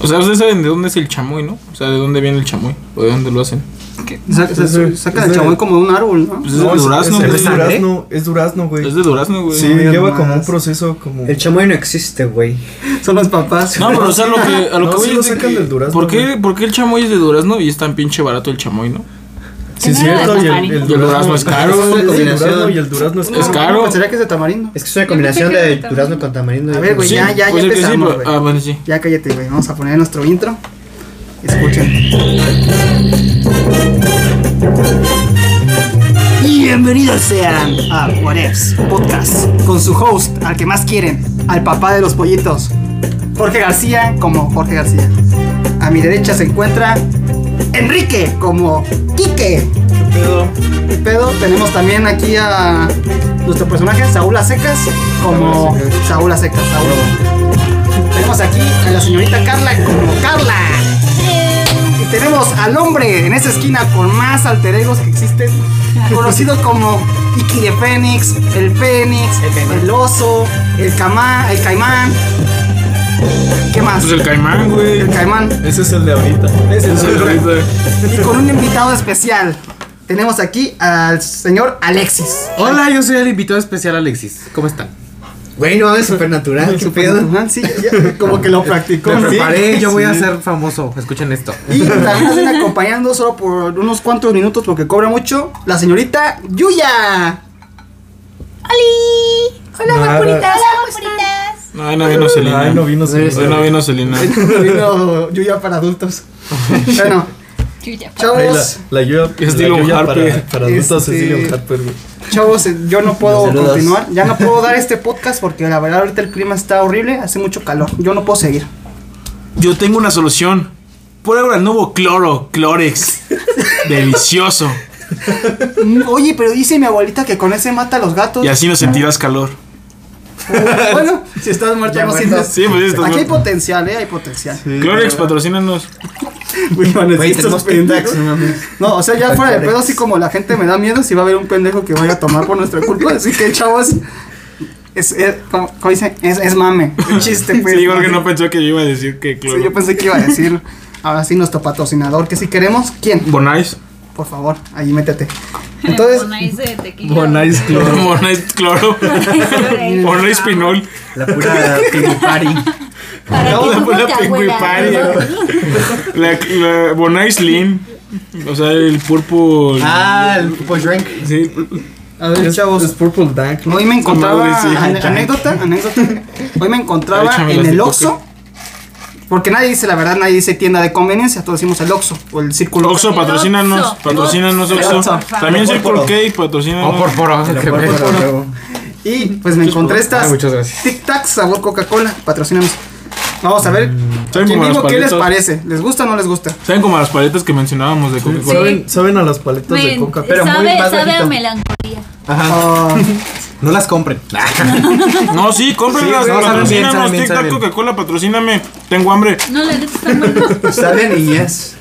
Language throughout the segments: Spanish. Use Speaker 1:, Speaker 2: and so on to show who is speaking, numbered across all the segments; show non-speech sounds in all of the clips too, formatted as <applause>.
Speaker 1: O sea, ustedes saben de dónde es el chamoy, ¿no? O sea, de dónde viene el chamoy o de dónde lo hacen.
Speaker 2: ¿Qué? Sa- sa-
Speaker 3: Ese-
Speaker 2: sacan el
Speaker 3: ese-
Speaker 2: chamoy como de un árbol, ¿no?
Speaker 1: Pues es de
Speaker 3: No,
Speaker 1: durazno,
Speaker 3: es,
Speaker 1: güey.
Speaker 3: es durazno, es durazno, güey.
Speaker 1: Es de durazno, güey.
Speaker 3: Sí,
Speaker 2: No digas
Speaker 3: lleva
Speaker 2: más.
Speaker 3: como un proceso como.
Speaker 4: El chamoy no existe, güey.
Speaker 2: Son los papás.
Speaker 1: No, pero o sea, lo que, a lo
Speaker 3: No,
Speaker 1: que
Speaker 3: sí
Speaker 1: voy
Speaker 3: lo
Speaker 1: es de
Speaker 3: sacan
Speaker 1: que-
Speaker 3: del durazno,
Speaker 1: ¿por qué,
Speaker 3: güey.
Speaker 1: ¿Por qué el chamoy es de durazno y es tan pinche barato el chamoy, no?
Speaker 3: Sí,
Speaker 5: Es
Speaker 3: es cierto,
Speaker 5: de
Speaker 3: y el,
Speaker 5: tamarindo.
Speaker 1: Y el durazno es caro, Pues
Speaker 3: es
Speaker 2: güey.
Speaker 3: el
Speaker 2: Combinación.
Speaker 3: durazno y el durazno es
Speaker 1: Es
Speaker 2: <laughs>
Speaker 3: caro.
Speaker 1: caro.
Speaker 2: Pensaría que es de tamarindo.
Speaker 4: Es que es una
Speaker 5: Yo
Speaker 4: combinación
Speaker 5: pensé que
Speaker 4: de
Speaker 5: era
Speaker 4: durazno con tamarindo. y
Speaker 2: A ver, güey, ya, ya, ya
Speaker 1: puede ser que pues sí,
Speaker 2: empezamos,
Speaker 1: pero-
Speaker 2: güey.
Speaker 1: Ah, vale, sí.
Speaker 2: Ya cállate, güey. Vamos a poner nuestro intro. Escuchen. Bienvenidos sean a What Ifs Podcast con su host, al que más quieren, al papá de los pollitos, Jorge García, como Jorge García. A mi derecha se encuentra Enrique, como Quique. ¿Qué pedo? Tenemos también aquí a nuestro personaje, Saúl Acecas, como Saúl Acecas. Saúl. Tenemos aquí a la señorita Carla, como Carla. Y tenemos al hombre en esa esquina con más alter egos que existen, conocido como Iki de Fénix, el Fénix, el, oso, el, cama- el caimán. ¿Qué más?
Speaker 1: Pues el caimán, güey.
Speaker 2: el caimán.
Speaker 3: Ese es el de ahorita. Ese
Speaker 1: Es el ahorita.
Speaker 2: Y con un invitado especial. Tenemos aquí al señor Alexis.
Speaker 6: Hola, yo soy el invitado especial Alexis. ¿Cómo están?
Speaker 4: Güey, no mames,
Speaker 2: <laughs>
Speaker 4: supernatural. ¿Qué pedo?
Speaker 2: Ajá, Sí, ya, como que lo practicó.
Speaker 6: Me
Speaker 2: Sí.
Speaker 6: preparé, yo voy a ser famoso. Escuchen esto.
Speaker 2: Y también nos viene acompañando solo por unos cuantos minutos porque cobra mucho la señorita Yuya.
Speaker 5: ¡Oli!
Speaker 3: Nada.
Speaker 5: ¡Hola, guapuritas! guapuritas!
Speaker 1: No, ahí no vino Selena.
Speaker 3: Ay, no vino Selena.
Speaker 1: Hoy no vino Selena.
Speaker 2: Vino Yuya para adultos. Bueno,
Speaker 5: Yo ya pa-
Speaker 3: Ahí la,
Speaker 2: chavos,
Speaker 3: la ayuda,
Speaker 1: Es
Speaker 3: la
Speaker 1: Dylan
Speaker 3: ayuda
Speaker 1: Harper.
Speaker 3: para, para adultos es
Speaker 2: Este-
Speaker 3: Dylan Harper, güey.
Speaker 2: chavos, eh, yo no puedo
Speaker 4: Nos saludas.
Speaker 2: continuar. Ya no puedo dar este podcast porque la verdad ahorita el clima está horrible, hace mucho calor. Yo no puedo seguir.
Speaker 1: Yo tengo una solución. Prueba el nuevo cloro, Clorex. Delicioso.
Speaker 2: Mm, Oye, pero dice mi abuelita que con ese mata a los gatos.
Speaker 1: Y así no sentirás calor.
Speaker 2: Bueno, si estás muerto, no sientes.
Speaker 1: Sí, pues esto.
Speaker 2: Aquí hay potencial, eh, hay potencial.
Speaker 1: Clorex, patrocínanos.
Speaker 2: Güey, tenemos Pentax, no mames. No, o sea, ya fuera de pedo, así como la gente me da miedo, si va a haber un pendejo que vaya a tomar por nuestra culpa. Así que, chavos, es, es- como, como dicen, es, es mame, un chiste, pues.
Speaker 1: Sí, Jorge no pensó que yo iba a decir que
Speaker 2: Sí, yo
Speaker 1: cloro.
Speaker 2: pensé que iba a decir, ahora sí, nuestro patrocinador, que si queremos, ¿quién?
Speaker 1: Bonais.
Speaker 2: Por favor, ahí métete. Entonces,
Speaker 5: Bonais de tequila. <laughs>
Speaker 3: Bonais Club.
Speaker 1: <laughs> Bonais cloro. Bonais pinol.
Speaker 2: <laughs>
Speaker 4: La pura pimipari.
Speaker 5: Para
Speaker 1: Acabo
Speaker 5: que
Speaker 1: de
Speaker 5: tú no
Speaker 1: poner
Speaker 5: te
Speaker 1: Pinguipari,
Speaker 5: agüeras.
Speaker 1: La, la Bonais Lean. O sea, el purple.
Speaker 4: Ah, el Purple Drink.
Speaker 1: Sí,
Speaker 2: a ver,
Speaker 3: Es
Speaker 2: chavos.
Speaker 3: Purple Dank.
Speaker 2: Hoy me encontraba,
Speaker 1: Madre, sí.
Speaker 2: ane- anécdota, anécdota, hoy me encontraba
Speaker 1: Échame
Speaker 2: en
Speaker 1: las
Speaker 2: el
Speaker 1: de
Speaker 2: Oxxo, porque nadie dice, la verdad, nadie dice tienda de conveniencia, todos decimos el Oxxo o el Círculo
Speaker 1: Oxo, patrocínanos.
Speaker 5: Oxxo.
Speaker 1: Patrocínanos,
Speaker 5: Oxxo,
Speaker 1: Oxo.
Speaker 5: por favor.
Speaker 1: También Circle
Speaker 4: Por-
Speaker 1: K, patrocínanos.
Speaker 6: O por poro. que me-
Speaker 2: Y pues me encontré estas
Speaker 6: Ah, muchas gracias.
Speaker 2: Tic Tac sabor Coca-Cola, patrocinanos. Vamos a ver
Speaker 1: saben
Speaker 2: aquí en
Speaker 1: como
Speaker 2: vivo
Speaker 1: las
Speaker 2: qué les
Speaker 1: Mm, paletas.
Speaker 2: parece, ¿les gusta o no les gusta?
Speaker 1: ¿Saben como las paletas que mencionábamos de Coca-Cola?
Speaker 3: ¿Saben, saben a las paletas de
Speaker 5: Men,
Speaker 3: coca,
Speaker 5: sabe,
Speaker 3: pero muy más
Speaker 5: sabe a
Speaker 3: bajito.
Speaker 5: melancolía.
Speaker 2: Ah,
Speaker 6: No
Speaker 2: <laughs>
Speaker 6: las compren.
Speaker 1: No, sí, cómprenlas,
Speaker 6: Sí, güey, saben bien,
Speaker 1: patrocínanos.
Speaker 6: saben bien,
Speaker 1: Tic-tac,
Speaker 6: saben bien.
Speaker 1: Coca-Cola, patrocíname. Tengo hambre.
Speaker 5: No, la neta están buenas.
Speaker 4: <laughs> Está de niñez.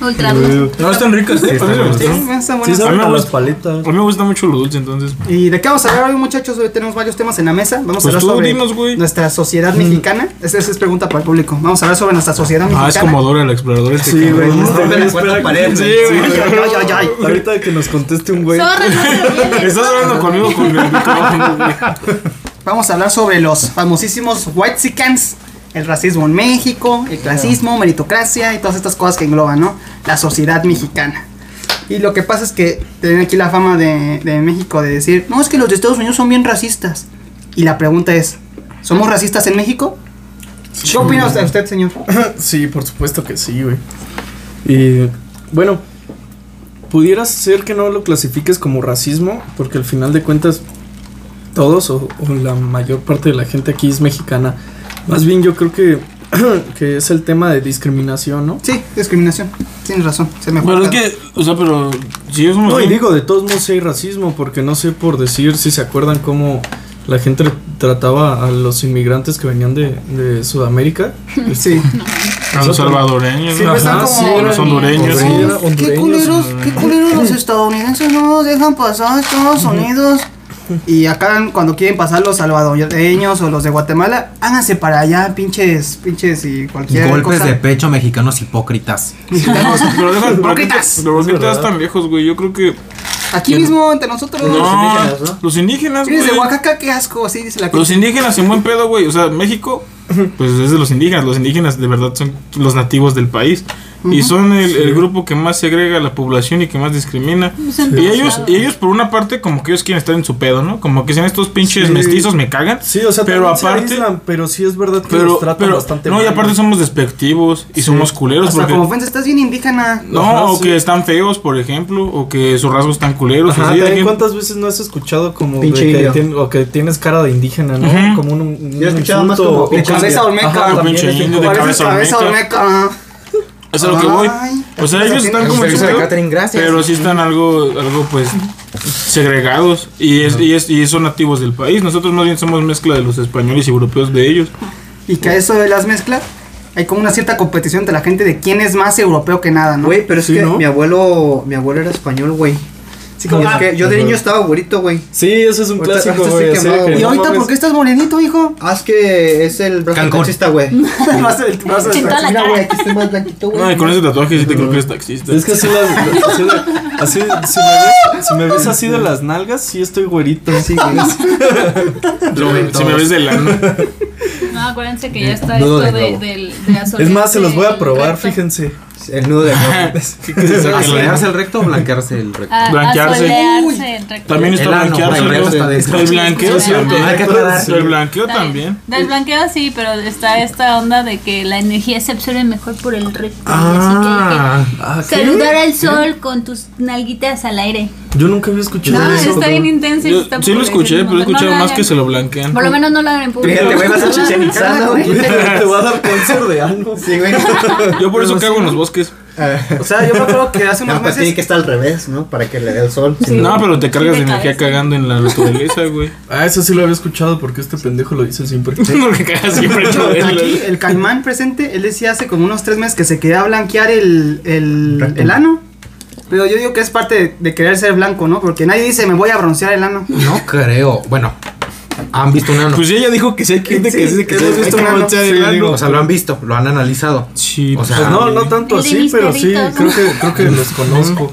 Speaker 5: Ultra dulce.
Speaker 1: No, están ricas, ¿eh? Parece
Speaker 2: sí,
Speaker 1: bastante.
Speaker 2: están
Speaker 3: Sí
Speaker 2: buenas.
Speaker 1: A mí
Speaker 3: saben
Speaker 1: me
Speaker 3: a las
Speaker 1: gusta.
Speaker 3: paletas.
Speaker 1: A mí me gusta mucho lo dulce, entonces.
Speaker 2: ¿Y de qué vamos a hablar hoy, muchachos? Hoy tenemos varios temas en la mesa. Vamos a
Speaker 1: Pues
Speaker 2: hablar
Speaker 1: tú
Speaker 2: sobre
Speaker 1: dinos, güey. Mm.
Speaker 2: nuestra sociedad mexicana. Esa esa es pregunta para el público. Vamos a hablar sobre nuestra sociedad mexicana.
Speaker 1: Ah, es
Speaker 2: <laughs>
Speaker 1: como Dora la exploradora. Este sí,
Speaker 3: güey,
Speaker 4: No,
Speaker 3: este
Speaker 4: rompe
Speaker 3: güey
Speaker 4: la
Speaker 3: espera
Speaker 4: cuarta
Speaker 3: que-
Speaker 4: pared,
Speaker 1: Sí,
Speaker 4: güey.
Speaker 1: güey.
Speaker 2: Ay, ay, ay, ay.
Speaker 3: Ahorita que nos conteste un güey.
Speaker 5: Zorra, no te
Speaker 1: Estás hablando conmigo con el micrófono, güey.
Speaker 2: Vamos a hablar sobre los famosísimos white chickens, el racismo en México, el clasismo, meritocracia y todas estas cosas que engloban, ¿no? La sociedad mexicana. Y lo que pasa es que tienen aquí la fama de, de México de decir, no, es que los de Estados Unidos son bien racistas. Y la pregunta es, ¿somos racistas en México? ¿Qué opina usted, usted, señor?
Speaker 3: Sí, por supuesto que sí, güey. Y bueno, pudieras ser que no lo clasifiques como racismo, porque al final de cuentas todos o, o la mayor parte de la gente aquí es mexicana. Más bien yo creo que, <clears throat> que es el tema de discriminación, ¿no?
Speaker 2: Sí, discriminación. Tienes razón, se me fue.
Speaker 1: Pero es que, o sea, pero si es un
Speaker 3: No, y digo, de todos modos sí hay racismo, porque no sé por decir si se acuerdan cómo la gente trataba a los inmigrantes que venían de, de Sudamérica. Este,
Speaker 2: Sí.
Speaker 1: a los salvadoreños,
Speaker 2: Sí,
Speaker 1: ¿no?
Speaker 2: pues,
Speaker 1: Ajá,
Speaker 2: están
Speaker 1: sí,
Speaker 2: como-
Speaker 1: a los hondureños.
Speaker 3: Sí,
Speaker 1: sí.
Speaker 3: era hondureños.
Speaker 2: qué culeros los estadounidenses no nos dejan pasar a Estados Unidos. Y acá cuando quieren pasar los salvadoreños o los de Guatemala, háganse para allá, pinches, pinches y cualquier
Speaker 6: Golpes
Speaker 2: cosa.
Speaker 6: de pecho mexicanos hipócritas.
Speaker 2: Mexicanos.
Speaker 1: Pero deja, pero qué
Speaker 2: Hipócritas.
Speaker 1: te- pero qué te vas tan lejos, güey. Yo creo que.
Speaker 2: Aquí mismo, entre nosotros.
Speaker 1: No,
Speaker 4: indígenas, ¿no?
Speaker 1: los indígenas,
Speaker 2: Eres de
Speaker 1: güey.
Speaker 2: Oaxaca, qué asco, así dice la
Speaker 1: Los indígenas en buen pedo, güey. O sea, México, pues es de los indígenas. Los indígenas de verdad son los nativos del país. Y son el, el grupo que más segrega a la población y que más discrimina.
Speaker 5: Son
Speaker 1: Y ellos,
Speaker 5: demasiado.
Speaker 1: y ellos, por una parte, como que ellos quieren estar en su pedo, ¿no? Como que sean estos pinches
Speaker 3: Sí.
Speaker 1: mestizos, me cagan.
Speaker 3: Sí, o sea,
Speaker 1: pero
Speaker 3: también se
Speaker 1: aparte.
Speaker 3: aíslan, pero sí es verdad que
Speaker 1: pero,
Speaker 3: los tratan
Speaker 1: pero-
Speaker 3: bastante
Speaker 1: no, y
Speaker 3: mal.
Speaker 1: aparte somos despectivos y somos culeros.
Speaker 2: Hasta
Speaker 1: porque-
Speaker 2: como ofensa, estás bien indígena.
Speaker 1: no,
Speaker 3: Ajá,
Speaker 1: o
Speaker 3: sí.
Speaker 1: que están feos, por ejemplo, o que sus rasgos están culeros.
Speaker 3: Ajá,
Speaker 1: o sea, ya
Speaker 3: también
Speaker 1: que-
Speaker 3: cuántas veces no has escuchado como de
Speaker 4: Pinche
Speaker 3: que,
Speaker 4: indio.
Speaker 3: tien- o que tienes cara de indígena, ¿no?
Speaker 1: Ujú.
Speaker 3: Como un, un
Speaker 4: Yo he escuchado más
Speaker 3: insulto
Speaker 4: como
Speaker 3: o
Speaker 4: de
Speaker 3: cosas
Speaker 2: cabeza
Speaker 3: que-
Speaker 2: olmeca.
Speaker 3: Ajá,
Speaker 2: O
Speaker 3: también
Speaker 1: pinche
Speaker 3: es de
Speaker 1: indio de
Speaker 3: como-
Speaker 2: Pareces
Speaker 1: cabeza
Speaker 2: cabeza olmeca.
Speaker 1: Es a lo que voy.
Speaker 2: Ay,
Speaker 1: O sea, ellos están como en su
Speaker 6: Servicio de
Speaker 1: pedo,
Speaker 6: catering, gracias.
Speaker 1: Pero sí están algo, algo pues segregados y, es, y, es- y son nativos del país. Nosotros más bien somos mezcla de los españoles y europeos de ellos.
Speaker 2: Y que a eso de las mezclas, hay como una cierta competición entre la gente de quién es más europeo que nada, ¿no?
Speaker 4: Güey, pero es
Speaker 3: Sí,
Speaker 4: que
Speaker 3: ¿no?
Speaker 4: mi abuelo, mi abuelo era español, güey.
Speaker 2: Sí, como,
Speaker 4: Es
Speaker 2: ah,
Speaker 4: que yo de
Speaker 3: Ajá.
Speaker 4: niño estaba güerito, güey.
Speaker 3: Sí, eso es un
Speaker 4: Ahorita-
Speaker 3: clásico,
Speaker 4: ahorita
Speaker 3: güey.
Speaker 4: estoy
Speaker 3: así
Speaker 4: quemado,
Speaker 3: que
Speaker 2: ¿Y
Speaker 4: güey.
Speaker 3: no
Speaker 2: ahorita
Speaker 3: mames.
Speaker 2: por qué estás morenito, hijo?
Speaker 4: Ah, es que es el brazo
Speaker 6: Cancún.
Speaker 4: taxista, güey.
Speaker 2: Brazo del- brazo del-
Speaker 5: En toda la
Speaker 4: Mira, güey,
Speaker 5: cara.
Speaker 4: aquí estoy más blanquito, güey.
Speaker 1: No,
Speaker 4: <laughs>
Speaker 1: y con ese tatuaje sí te creo que eres taxista.
Speaker 3: Es que así, las, así, de- así si, me ves, si me ves así de las nalgas, sí estoy güerito.
Speaker 4: Sí, güey.
Speaker 1: Lo- si me ves de
Speaker 6: <laughs>
Speaker 1: lana.
Speaker 5: No, acuérdense que ya está
Speaker 6: Nudo
Speaker 5: esto
Speaker 6: de
Speaker 5: de,
Speaker 6: globo.
Speaker 5: del- de asolearse
Speaker 3: Es más, se los voy a probar,
Speaker 5: el recto.
Speaker 3: fíjense.
Speaker 4: El nudo de
Speaker 6: <laughs>
Speaker 4: amor.
Speaker 6: ¿Asolearse el recto o blanquearse el recto?
Speaker 5: A,
Speaker 1: Blanquearse.
Speaker 5: asolearse el recto.
Speaker 1: También
Speaker 6: El
Speaker 1: está
Speaker 6: ano,
Speaker 1: blanquearse.
Speaker 6: el
Speaker 1: ¿no?
Speaker 6: resto está dentro.
Speaker 1: Está el blanqueo
Speaker 5: Sí, es cierto.
Speaker 1: también.
Speaker 6: Hay que aclarar.
Speaker 1: El blanqueo
Speaker 5: Está bien.
Speaker 1: también.
Speaker 5: Del blanqueo sí, pero está esta onda de que la energía se absorbe mejor por el recto. y
Speaker 6: Ah,
Speaker 5: así que hay que saludar al sol con tus nalguitas al aire.
Speaker 3: Yo nunca había escuchado
Speaker 5: No,
Speaker 3: eso.
Speaker 5: está bien intenso. y
Speaker 1: Yo
Speaker 5: está
Speaker 1: sí lo
Speaker 5: por-
Speaker 1: escuché, pero he
Speaker 5: no lo
Speaker 1: escuchado más
Speaker 5: hagan.
Speaker 1: que se lo blanquean.
Speaker 5: Por lo menos no lo hagan en público.
Speaker 4: Fíjate, güey, vas a Chichen Itzá, güey.
Speaker 3: Te va a
Speaker 6: <laughs>
Speaker 3: dar cáncer de ano.
Speaker 4: Sí, <laughs> güey.
Speaker 1: Yo por eso cago en los bosques.
Speaker 4: Ah,
Speaker 2: O sea, yo me acuerdo que hace unos
Speaker 4: No, pero tiene
Speaker 2: meses.
Speaker 4: que estar al revés, ¿no? Para que le dé el sol. si
Speaker 1: No, pero te cargas
Speaker 5: Sí,
Speaker 1: de
Speaker 5: te
Speaker 1: energía
Speaker 5: caes.
Speaker 1: cagando en la naturaleza, güey.
Speaker 3: Ah, eso sí lo había escuchado porque este pendejo lo dice siempre. <laughs>
Speaker 1: Porque cagas siempre en
Speaker 2: de hecho,
Speaker 1: la-
Speaker 2: Aquí el caimán presente, él decía hace como unos tres meses que se quería blanquear el, el, el ano. Pero yo digo que es parte de, de querer ser blanco, ¿no? Porque nadie dice me voy a broncear el ano.
Speaker 6: No creo. Bueno, han visto un ano.
Speaker 1: Pues ella dijo que sí hay gente que dice que se ha
Speaker 2: hemos visto
Speaker 1: Pues, visto
Speaker 2: un ano,
Speaker 1: manchar
Speaker 2: sí,
Speaker 1: el ano.
Speaker 6: O sea, lo han visto, lo han analizado.
Speaker 1: Sí,
Speaker 6: O sea,
Speaker 3: Pues no, no tanto
Speaker 5: El de
Speaker 3: así,
Speaker 5: mis
Speaker 3: pero sí,
Speaker 5: perritos,
Speaker 3: creo
Speaker 5: ¿no?
Speaker 3: que, creo que los conozco.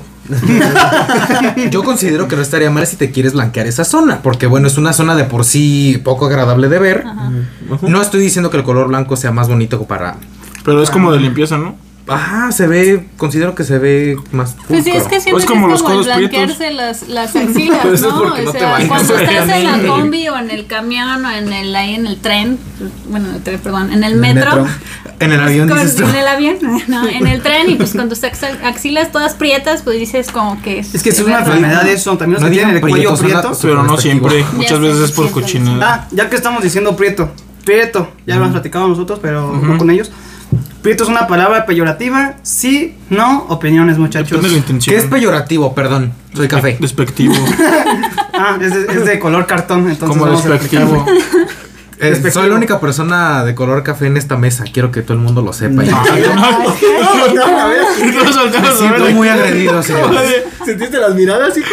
Speaker 6: Yo considero que no estaría mal si te quieres blanquear esa zona, porque bueno, es una zona de por sí poco agradable de ver.
Speaker 5: Ajá.
Speaker 6: No estoy diciendo que el color blanco sea más bonito para...
Speaker 1: pero es como de limpieza, ¿no?
Speaker 6: Ajá, se ve, considero que se ve más...
Speaker 5: Pues sí, es
Speaker 6: pulcro.
Speaker 5: que siento
Speaker 1: Es
Speaker 5: que
Speaker 1: como los
Speaker 5: es como el
Speaker 1: codos prietos.
Speaker 5: blanquearse las, las axilas,
Speaker 6: Pero eso es
Speaker 5: ¿no?
Speaker 6: porque no
Speaker 5: o
Speaker 6: te
Speaker 5: sea,
Speaker 6: bañas,
Speaker 5: cuando estás en la
Speaker 6: obviamente.
Speaker 5: combi o en el camión o en el, ahí en el tren, bueno, en el tren, perdón, en el metro.
Speaker 6: En el avión
Speaker 5: con-
Speaker 6: dices tú.
Speaker 5: en el avión, <laughs> no, en el tren y pues con tus ax- axilas todas prietas, pues dices como que...
Speaker 2: Es que es
Speaker 5: se
Speaker 2: una
Speaker 5: ve raro.
Speaker 2: enfermedad eso. También los
Speaker 6: No
Speaker 2: que tienen
Speaker 6: digan
Speaker 2: el cuello
Speaker 6: prietos, son la-
Speaker 2: prieto.
Speaker 1: Pero no siempre.
Speaker 6: Ya
Speaker 1: Muchas
Speaker 5: sé,
Speaker 1: veces es por
Speaker 5: siempre.
Speaker 1: cochinada.
Speaker 2: Ah, ya que estamos diciendo prieto. Prieto, ya lo hemos platicado nosotros, pero no con ellos. Prieto es una palabra peyorativa. Sí, no, opiniones, muchachos.
Speaker 1: Depende de la intención.
Speaker 6: Que es peyorativo, perdón. Soy café. Eh,
Speaker 1: Despectivo.
Speaker 2: Ah, es de, es de color cartón,
Speaker 3: <laughs>
Speaker 2: entonces.
Speaker 1: como
Speaker 2: vamos a
Speaker 1: despectivo.
Speaker 2: explicarlo.
Speaker 6: Eh,
Speaker 2: despectivo.
Speaker 6: soy la única persona de color café en esta mesa. Quiero que todo el mundo lo sepa.
Speaker 1: Ah,
Speaker 6: Yo
Speaker 4: pues,
Speaker 1: no, no, no
Speaker 6: me
Speaker 1: soltamos a
Speaker 6: siento
Speaker 1: ver.
Speaker 6: muy agredido, señor.
Speaker 4: ¿Sentiste las miradas, hijo?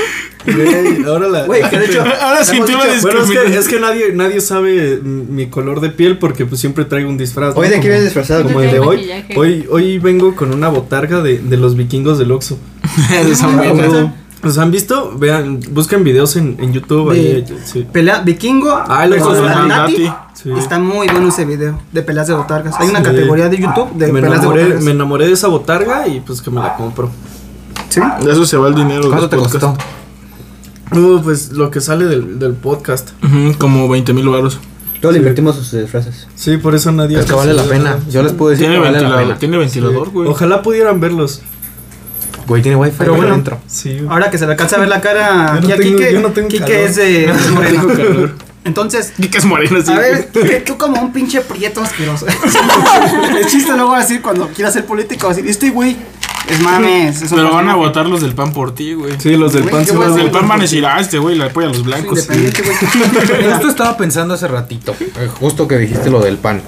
Speaker 3: Güey, ahora la.
Speaker 4: Güey, que de hecho.
Speaker 1: Ahora sí,
Speaker 4: hemos
Speaker 1: tú
Speaker 4: dicho-
Speaker 1: eres-
Speaker 3: Bueno, es que, es que nadie, nadie sabe mm, mi color de piel porque pues siempre traigo un disfraz. ¿no?
Speaker 4: Hoy de
Speaker 3: Como-
Speaker 4: qué vienes disfrazado,
Speaker 3: Como
Speaker 4: como
Speaker 3: el de hoy.
Speaker 5: Maquillaje.
Speaker 3: Hoy, hoy vengo con una botarga de, de los vikingos del Oxxo.
Speaker 1: <laughs> Ah,
Speaker 3: ¿Los han visto? Vean, busquen videos en, en YouTube. ahí, eh, sí.
Speaker 2: Pelea vikingo.
Speaker 3: Ah, lo
Speaker 2: versus
Speaker 1: hizo Dani
Speaker 2: Nati.
Speaker 1: Nati.
Speaker 3: Sí.
Speaker 2: Está muy bueno ese video de peleas de botargas. Hay una
Speaker 3: Sí.
Speaker 2: categoría de YouTube de
Speaker 3: me,
Speaker 2: peleas de
Speaker 3: enamoré,
Speaker 2: botargas.
Speaker 3: me enamoré de esa botarga y pues que me la compro.
Speaker 2: Sí.
Speaker 1: De eso se va el dinero.
Speaker 6: ¿Cuánto Pues, te
Speaker 1: del podcast.
Speaker 6: costó?
Speaker 3: Uh, pues lo que sale del, del podcast.
Speaker 1: Ujú, Como 20 mil baros.
Speaker 4: Todos le invertimos sus disfraces.
Speaker 3: Sí, por eso nadie.
Speaker 6: Es que vale la pena. Yo les puedo decir
Speaker 1: Tiene
Speaker 6: que vale la
Speaker 1: ventilador,
Speaker 6: pena.
Speaker 1: tiene ventilador, güey.
Speaker 3: Ojalá pudieran verlos.
Speaker 6: Güey, tiene wifi
Speaker 2: Pero
Speaker 6: pero
Speaker 2: bueno.
Speaker 6: bueno. dentro.
Speaker 3: Sí. Ah,
Speaker 2: Ahora que se le alcanza a ver la cara
Speaker 3: Yo no
Speaker 2: aquí a
Speaker 3: tengo-
Speaker 2: Kike,
Speaker 3: <laughs> yo no tengo
Speaker 2: Kike
Speaker 3: calor.
Speaker 2: es de es moreno.
Speaker 3: tengo calor.
Speaker 2: Entonces,
Speaker 1: Y <laughs> que es moreno, sí.
Speaker 2: a ver, Kike, tú como un pinche
Speaker 1: <laughs>
Speaker 2: prieto asqueroso. El chiste luego va a decir cuando quiera ser político, va a decir, este güey es mames. es un
Speaker 1: Pero van a
Speaker 2: personaje
Speaker 1: votar los del pan por ti, güey.
Speaker 3: Sí, los del
Speaker 2: Güey,
Speaker 3: pan
Speaker 2: yo
Speaker 3: se
Speaker 2: voy a
Speaker 1: Los
Speaker 3: van a-
Speaker 1: del pan van a decir, ah, este güey le apoya a los blancos.
Speaker 2: independiente, güey.
Speaker 6: Justo estaba pensando hace ratito, eh, justo que dijiste lo del pan.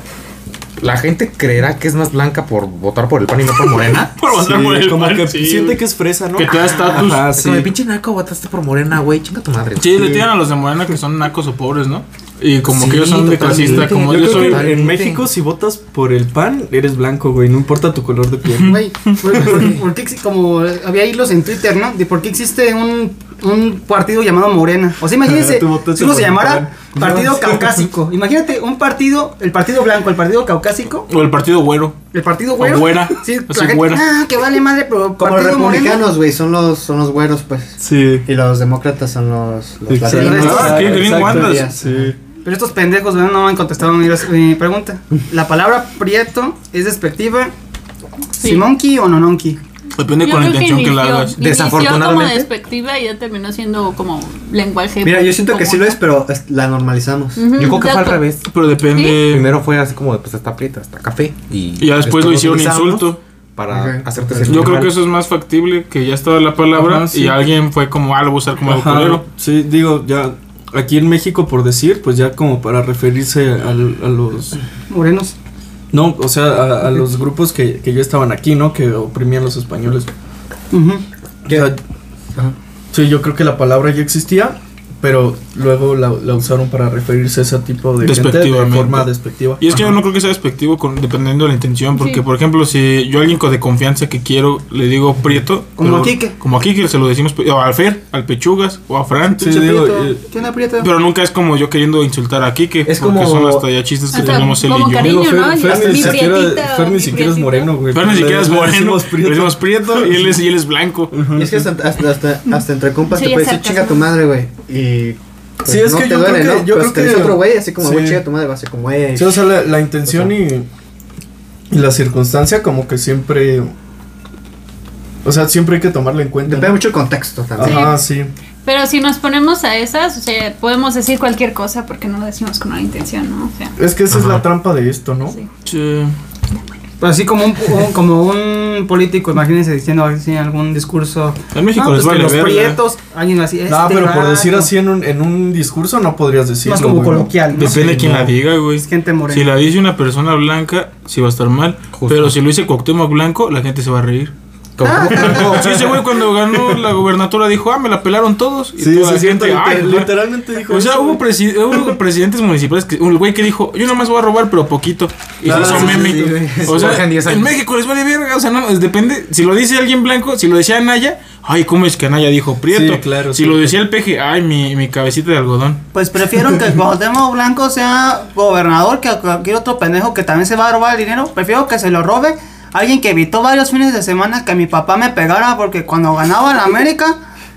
Speaker 6: la gente creerá que es más blanca por votar por el pan y no por <laughs> morena.
Speaker 1: <laughs> Por votar
Speaker 3: Sí,
Speaker 1: por el
Speaker 3: como
Speaker 1: pan,
Speaker 3: que
Speaker 1: sí,
Speaker 3: siente
Speaker 1: güey.
Speaker 3: que es fresa, ¿no?
Speaker 1: Que te da estatus.
Speaker 3: Ajá,
Speaker 6: Es
Speaker 3: sí.
Speaker 6: como de pinche naco votaste por morena, güey. Chinga tu madre.
Speaker 1: Sí, le tiran a los de Morena que son nacos o pobres, ¿no? Y como que ellos son de
Speaker 6: totalmente.
Speaker 1: clasista, como
Speaker 6: Yo
Speaker 1: yo,
Speaker 6: creo
Speaker 1: soy.
Speaker 6: que-
Speaker 3: En México, si votas por el pan, eres blanco, güey. No importa tu color de piel.
Speaker 2: Güey, ¿por- por- por qué exi- como había hilos en Twitter, ¿no? De por qué existe un, un partido llamado Morena. O sea, imagínense,
Speaker 1: <laughs>
Speaker 3: Ah, tú votaste
Speaker 2: si uno se
Speaker 3: por el
Speaker 2: llamara
Speaker 3: PAN.
Speaker 2: Partido
Speaker 3: No.
Speaker 2: Caucásico. Imagínate un partido, el Partido Blanco, el Partido Caucásico,
Speaker 1: O el partido güero.
Speaker 2: el Partido Güero.
Speaker 1: güera,
Speaker 2: Sí, la
Speaker 1: así,
Speaker 2: gente,
Speaker 1: güera.
Speaker 2: Ah, que vale madre, pero
Speaker 4: Como los
Speaker 2: Partido Morena.
Speaker 4: republicanos, güey, son los, son los güeros, pues.
Speaker 3: Sí.
Speaker 4: Y los demócratas son los, los
Speaker 3: Exacto.
Speaker 4: latinos.
Speaker 2: resto-
Speaker 1: Ah, qué bien
Speaker 3: Exacto.
Speaker 1: guandas.
Speaker 3: Sí.
Speaker 2: Pero estos pendejos, güey, no han contestado mi, mi pregunta. ¿La palabra prieto es despectiva?
Speaker 5: Sí.
Speaker 2: ¿Simonki o nononki?
Speaker 1: Depende
Speaker 5: Yo
Speaker 1: con la
Speaker 5: creo que
Speaker 1: intención que la
Speaker 5: inició-
Speaker 1: hagas.
Speaker 5: Inició como
Speaker 6: Desafortunadamente.
Speaker 5: despectiva y ya terminó siendo como lenguaje.
Speaker 4: Mira, yo siento que sí lo es,
Speaker 5: común.
Speaker 4: pero es- la normalizamos.
Speaker 5: Ujú,
Speaker 6: Yo creo que fue al
Speaker 5: exacto.
Speaker 6: revés.
Speaker 1: Pero depende.
Speaker 6: Primero fue así como, de, pues está prieta, está café. Y,
Speaker 1: Y ya después lo hicieron
Speaker 6: utilizamos
Speaker 1: insulto.
Speaker 6: Para
Speaker 4: Ajá.
Speaker 6: hacerte
Speaker 4: Yo
Speaker 6: sentir
Speaker 1: Yo creo
Speaker 6: mal.
Speaker 1: que eso es más factible, que ya estaba la palabra
Speaker 3: Ajá, sí.
Speaker 1: y alguien fue como, ah, lo voy a usar como algo
Speaker 3: Ajá,
Speaker 1: culero.
Speaker 3: sí, digo, ya aquí en México, por decir, pues ya como para referirse al- a los.
Speaker 2: Morenos.
Speaker 3: No, o sea, a, a los grupos que, que ya estaban aquí, ¿no? Que oprimían los españoles.
Speaker 2: Ujú.
Speaker 3: O sea, sí, yo creo que la palabra ya existía, pero luego la, la usaron para referirse a ese tipo de gente de
Speaker 1: Despectivamente.
Speaker 3: forma despectiva.
Speaker 1: Y es que yo no creo que sea despectivo con- dependiendo de la intención, porque
Speaker 5: Sí.
Speaker 1: por ejemplo, si yo a alguien co- de confianza que quiero le digo prieto,
Speaker 2: Como
Speaker 1: pero-
Speaker 2: a Quique.
Speaker 1: Como a Quique se lo decimos, pe- o al Fer, al Pechugas o a Fran.
Speaker 3: Sí, digo, eh,
Speaker 2: ¿Qué onda, prieto?
Speaker 1: Pero nunca es como yo queriendo insultar a Kike.
Speaker 4: Es
Speaker 1: porque
Speaker 4: como-
Speaker 1: son hasta ya chistes que
Speaker 5: Hasta
Speaker 1: tenemos él
Speaker 5: como
Speaker 1: y yo.
Speaker 5: cariño.
Speaker 3: digo, Fer,
Speaker 5: ¿no?
Speaker 3: Fer ni
Speaker 5: Mi
Speaker 3: siquiera,
Speaker 5: prietita,
Speaker 3: Fer ni
Speaker 5: mi
Speaker 3: siquiera es
Speaker 5: prietita.
Speaker 3: moreno, güey.
Speaker 1: Pero ni siquiera es
Speaker 3: Le- le
Speaker 1: moreno.
Speaker 3: decimos
Speaker 1: Le
Speaker 3: prieto.
Speaker 1: decimos prieto y él es, y él es blanco.
Speaker 4: Y es que hasta, hasta, hasta, hasta entre compas
Speaker 5: Sí,
Speaker 4: te puede decir
Speaker 5: exacto.
Speaker 4: chinga tu madre, güey. Y. pues,
Speaker 3: Sí, es
Speaker 4: no
Speaker 3: que
Speaker 4: te
Speaker 3: yo creo
Speaker 4: duele,
Speaker 3: que-
Speaker 4: ¿no?
Speaker 3: yo
Speaker 4: Pues
Speaker 3: creo
Speaker 4: te
Speaker 3: que-
Speaker 4: dice otro güey, así como, güey,
Speaker 3: sí.
Speaker 4: chinga tu madre, va así como, güey.
Speaker 3: Sí, o sea, la, la intención
Speaker 4: O
Speaker 3: y, y la circunstancia como que siempre... O sea, siempre hay que tomarla en cuenta.
Speaker 4: Depende
Speaker 3: ¿no?
Speaker 4: mucho el contexto también.
Speaker 3: Ajá, sí.
Speaker 5: Pero si nos ponemos a esas, o sea, podemos decir cualquier cosa porque no lo decimos con una intención, ¿no? O sea,
Speaker 3: Es que esa es la trampa de esto, ¿no?
Speaker 5: Sí.
Speaker 1: Sí.
Speaker 2: Pero así como un, un- como un político, imagínense diciendo así en algún discurso.
Speaker 1: En México
Speaker 2: no,
Speaker 1: les
Speaker 2: pues
Speaker 1: vale
Speaker 2: que los
Speaker 1: verga.
Speaker 2: prietos, alguien así.
Speaker 3: No,
Speaker 2: este
Speaker 3: pero por
Speaker 2: vato.
Speaker 3: decir así en un, en un discurso no podrías decirlo.
Speaker 2: Más como
Speaker 3: güey, ¿no?
Speaker 2: coloquial, ¿no?
Speaker 1: Depende de quién
Speaker 3: no.
Speaker 1: la diga, güey.
Speaker 2: Es gente morena.
Speaker 1: Si la dice una persona blanca, sí va a estar mal.
Speaker 6: Justo.
Speaker 1: Pero si lo dice Cuauhtémoc Blanco, la gente se va a reír.
Speaker 6: <laughs>
Speaker 3: <laughs>
Speaker 1: Sí, ese güey cuando ganó la gobernatura dijo, ah, me la pelaron todos. Y
Speaker 3: Sí,
Speaker 1: toda
Speaker 3: sí,
Speaker 1: la
Speaker 3: siento,
Speaker 1: gente,
Speaker 3: liter-
Speaker 1: "Ay, güey".
Speaker 3: literalmente dijo
Speaker 1: O sea,
Speaker 3: eso,
Speaker 1: hubo,
Speaker 3: güey.
Speaker 1: presi- hubo
Speaker 3: <laughs>
Speaker 1: presidentes municipales que un güey que dijo, yo nomás voy a robar, pero poquito. Y
Speaker 3: Ah,
Speaker 1: se hizo
Speaker 3: sí,
Speaker 1: meme.
Speaker 3: sí,
Speaker 1: o sea,
Speaker 6: Bajan 10
Speaker 1: en
Speaker 6: años.
Speaker 1: México les vale verga. O sea, no, es- depende. Si lo dice alguien blanco, si lo decía Anaya, ay, ¿cómo es que Anaya dijo prieto?
Speaker 3: Sí, claro,
Speaker 1: si
Speaker 3: sí.
Speaker 1: lo decía el peje, ay, mi, mi cabecita de algodón.
Speaker 2: Pues prefiero que Cuauhtémoc Blanco sea gobernador que cualquier otro pendejo que también se va a robar el dinero. Prefiero que se lo robe alguien que evitó varios fines de semana que mi papá me pegara porque cuando ganaba la América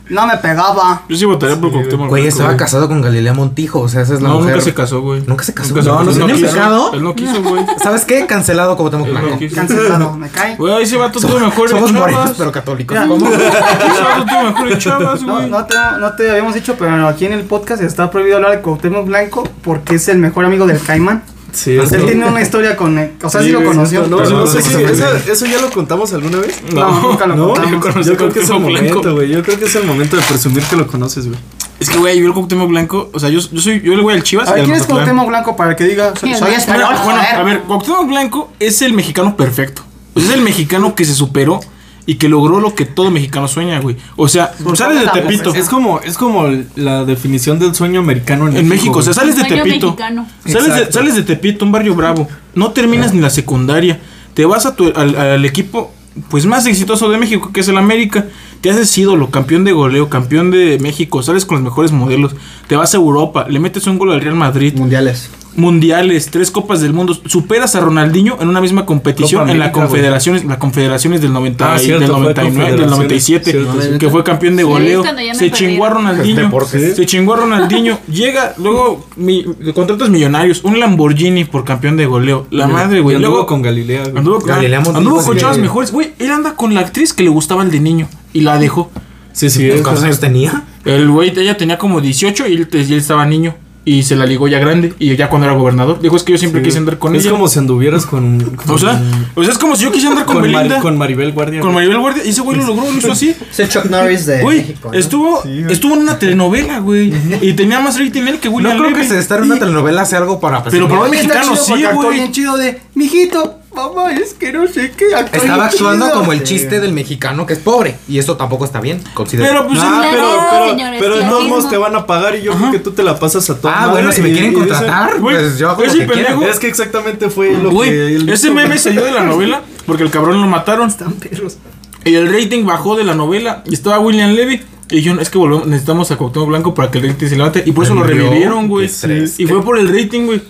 Speaker 2: no me pegaba.
Speaker 1: Yo sí votaría por Cuauhtémoc
Speaker 6: Güey,
Speaker 1: Blanco,
Speaker 6: estaba casado con Galilea Montijo. O sea, esa es la
Speaker 1: No,
Speaker 6: mujer.
Speaker 1: nunca se casó, güey.
Speaker 6: Nunca se casó.
Speaker 1: Nunca se
Speaker 6: No,
Speaker 1: casó.
Speaker 6: no
Speaker 1: Él
Speaker 6: se quiso.
Speaker 1: quiso, Él no quiso,
Speaker 6: <laughs>
Speaker 1: güey.
Speaker 6: ¿Sabes qué? Cancelado como tengo
Speaker 1: Él no
Speaker 6: blanco.
Speaker 1: quiso.
Speaker 2: Cancelado,
Speaker 1: <laughs>
Speaker 2: me cae.
Speaker 1: Güey, ese vato tuvo mejor
Speaker 6: Somos
Speaker 1: en
Speaker 6: morenos,
Speaker 1: chavas.
Speaker 6: pero católicos.
Speaker 2: Mira.
Speaker 6: ¿Cómo?
Speaker 1: Ese vato tuvo mejor en chavas,
Speaker 2: No,
Speaker 1: güey.
Speaker 2: no te, no te habíamos dicho, pero aquí en el podcast está prohibido hablar de Cuauhtémoc Blanco porque es el mejor amigo del Caimán.
Speaker 3: Sí, es
Speaker 2: Él
Speaker 3: que-
Speaker 2: tiene una historia con él. O sea, sí,
Speaker 1: Sí,
Speaker 2: lo
Speaker 1: güey,
Speaker 2: conoció.
Speaker 3: No, no,
Speaker 1: Pero
Speaker 3: no
Speaker 1: no
Speaker 3: sé
Speaker 1: lo
Speaker 3: si
Speaker 1: conocemos.
Speaker 3: esa- eso ya lo contamos alguna vez.
Speaker 2: no, nunca lo
Speaker 3: No,
Speaker 2: contamos.
Speaker 1: yo conocí
Speaker 3: Yo
Speaker 1: a
Speaker 3: creo que es el
Speaker 1: Cuauhtémoc Blanco.
Speaker 3: momento, güey. Yo creo que es el momento de presumir que lo conoces, güey.
Speaker 1: Es que, güey, yo el Cuauhtémoc Blanco, o sea, yo, yo soy, yo le voy al Chivas
Speaker 2: A
Speaker 1: y
Speaker 2: ver,
Speaker 1: al
Speaker 2: ¿quién es
Speaker 1: Mazatlán.
Speaker 2: Cuauhtémoc Blanco para que diga soy,
Speaker 5: ¿Quién?
Speaker 2: soy español?
Speaker 1: Bueno, bueno,
Speaker 2: joder"?
Speaker 1: a ver, Cuauhtémoc Blanco es el mexicano perfecto. O sea, es el mexicano que se superó y que logró lo que todo mexicano sueña, güey. O sea,
Speaker 2: Por
Speaker 1: sales de
Speaker 2: favor,
Speaker 1: Tepito.
Speaker 2: tampoco
Speaker 3: Es como, es como la definición del sueño americano en,
Speaker 1: En México, o sea, sales de
Speaker 5: Sueño
Speaker 1: Tepito.
Speaker 5: mexicano.
Speaker 1: Sales de,
Speaker 3: Exacto.
Speaker 1: sales de Tepito, un barrio bravo. No terminas ni la secundaria. Te vas a tu- al, al equipo pues más exitoso de México, que es el América. Te haces ídolo, campeón de goleo, campeón de México. Sales con los mejores modelos. Te vas a Europa, le metes un gol al Real Madrid.
Speaker 4: Mundiales.
Speaker 1: mundiales, tres copas del mundo, superas a Ronaldinho en una misma competición
Speaker 3: Copa
Speaker 1: en la
Speaker 3: América,
Speaker 1: Confederaciones, la Confederaciones del 90
Speaker 3: Ah,
Speaker 1: y-
Speaker 3: cierto,
Speaker 1: del
Speaker 3: fue
Speaker 1: 99, del
Speaker 3: Confederaciones,
Speaker 1: 97,
Speaker 3: cierto,
Speaker 1: que fue campeón de
Speaker 5: Sí,
Speaker 1: goleo,
Speaker 5: es cuando ya me
Speaker 1: se chingó a
Speaker 5: perdieron.
Speaker 1: Ronaldinho,
Speaker 6: Deportes.
Speaker 1: se chingó a
Speaker 3: <laughs>
Speaker 1: Ronaldinho, llega luego mi, contratos millonarios, un Lamborghini por campeón de goleo, la madre güey,
Speaker 3: Y anduvo
Speaker 1: luego
Speaker 3: con Galilea, güey.
Speaker 1: anduvo con,
Speaker 6: Galilea Montijo,
Speaker 1: anduvo con
Speaker 6: sí,
Speaker 1: chavas
Speaker 6: güey.
Speaker 1: mejores, güey, él anda con la actriz que le gustaba el de niño y la dejó.
Speaker 3: Sí, sí. es-
Speaker 6: ¿Cuántos años tenía?
Speaker 1: El güey, ella tenía como 18 y él, y él estaba niño. y se la ligó ya grande y ya cuando era gobernador. Dijo, es que yo siempre
Speaker 3: Sí.
Speaker 1: quise andar con
Speaker 3: es
Speaker 1: ella.
Speaker 3: como si anduvieras con. con
Speaker 1: o, sea, o sea, es como si yo quisiera andar con,
Speaker 3: con, Mar-
Speaker 1: Belinda,
Speaker 3: con Maribel Guardia.
Speaker 1: con Maribel Guardia. Y ese güey lo logró, lo hizo así.
Speaker 4: Soy Chuck Norris de
Speaker 1: Güey,
Speaker 4: México. ¿no?
Speaker 1: estuvo,
Speaker 3: Sí, güey.
Speaker 1: estuvo en una telenovela, güey. y tenía más rating él que
Speaker 6: No
Speaker 1: William
Speaker 6: creo
Speaker 1: Levy.
Speaker 6: que se estar en una telenovela sea algo para
Speaker 1: Pero por un mexicano
Speaker 2: está chido
Speaker 1: sí,
Speaker 2: porque actuó
Speaker 1: güey.
Speaker 2: bien chido de, mijito, mamá, es que no sé qué. actuó
Speaker 6: Estaba
Speaker 2: bien
Speaker 6: actuando
Speaker 2: chido".
Speaker 6: como el chiste del mexicano que es pobre. Y eso tampoco está bien. Considero.
Speaker 1: Pero pues
Speaker 3: Ah,
Speaker 1: es-
Speaker 5: Claro,
Speaker 3: pero, pero,
Speaker 5: señores,
Speaker 3: pero de todos
Speaker 5: clasismo.
Speaker 3: modos te van a pagar y yo creo que tú te la pasas a todo.
Speaker 6: ah, bueno, si me quieren contratar,
Speaker 1: güey,
Speaker 6: pues yo hago lo
Speaker 1: ese
Speaker 6: que quiera.
Speaker 1: pendejo-
Speaker 3: Es que exactamente fue lo que. él
Speaker 1: Güey, ese
Speaker 3: hizo. <laughs>
Speaker 1: meme salió de la novela porque el cabrón lo mataron.
Speaker 2: Están perros.
Speaker 1: Y el rating bajó de la novela y estaba William Levy. Y yo, es que volvemos, necesitamos a Cuauhtémoc Blanco para que el rating se levante. Y por eso lo
Speaker 6: Revivió,
Speaker 1: revivieron, güey.
Speaker 6: qué estrés.
Speaker 1: Y fue por el rating, güey.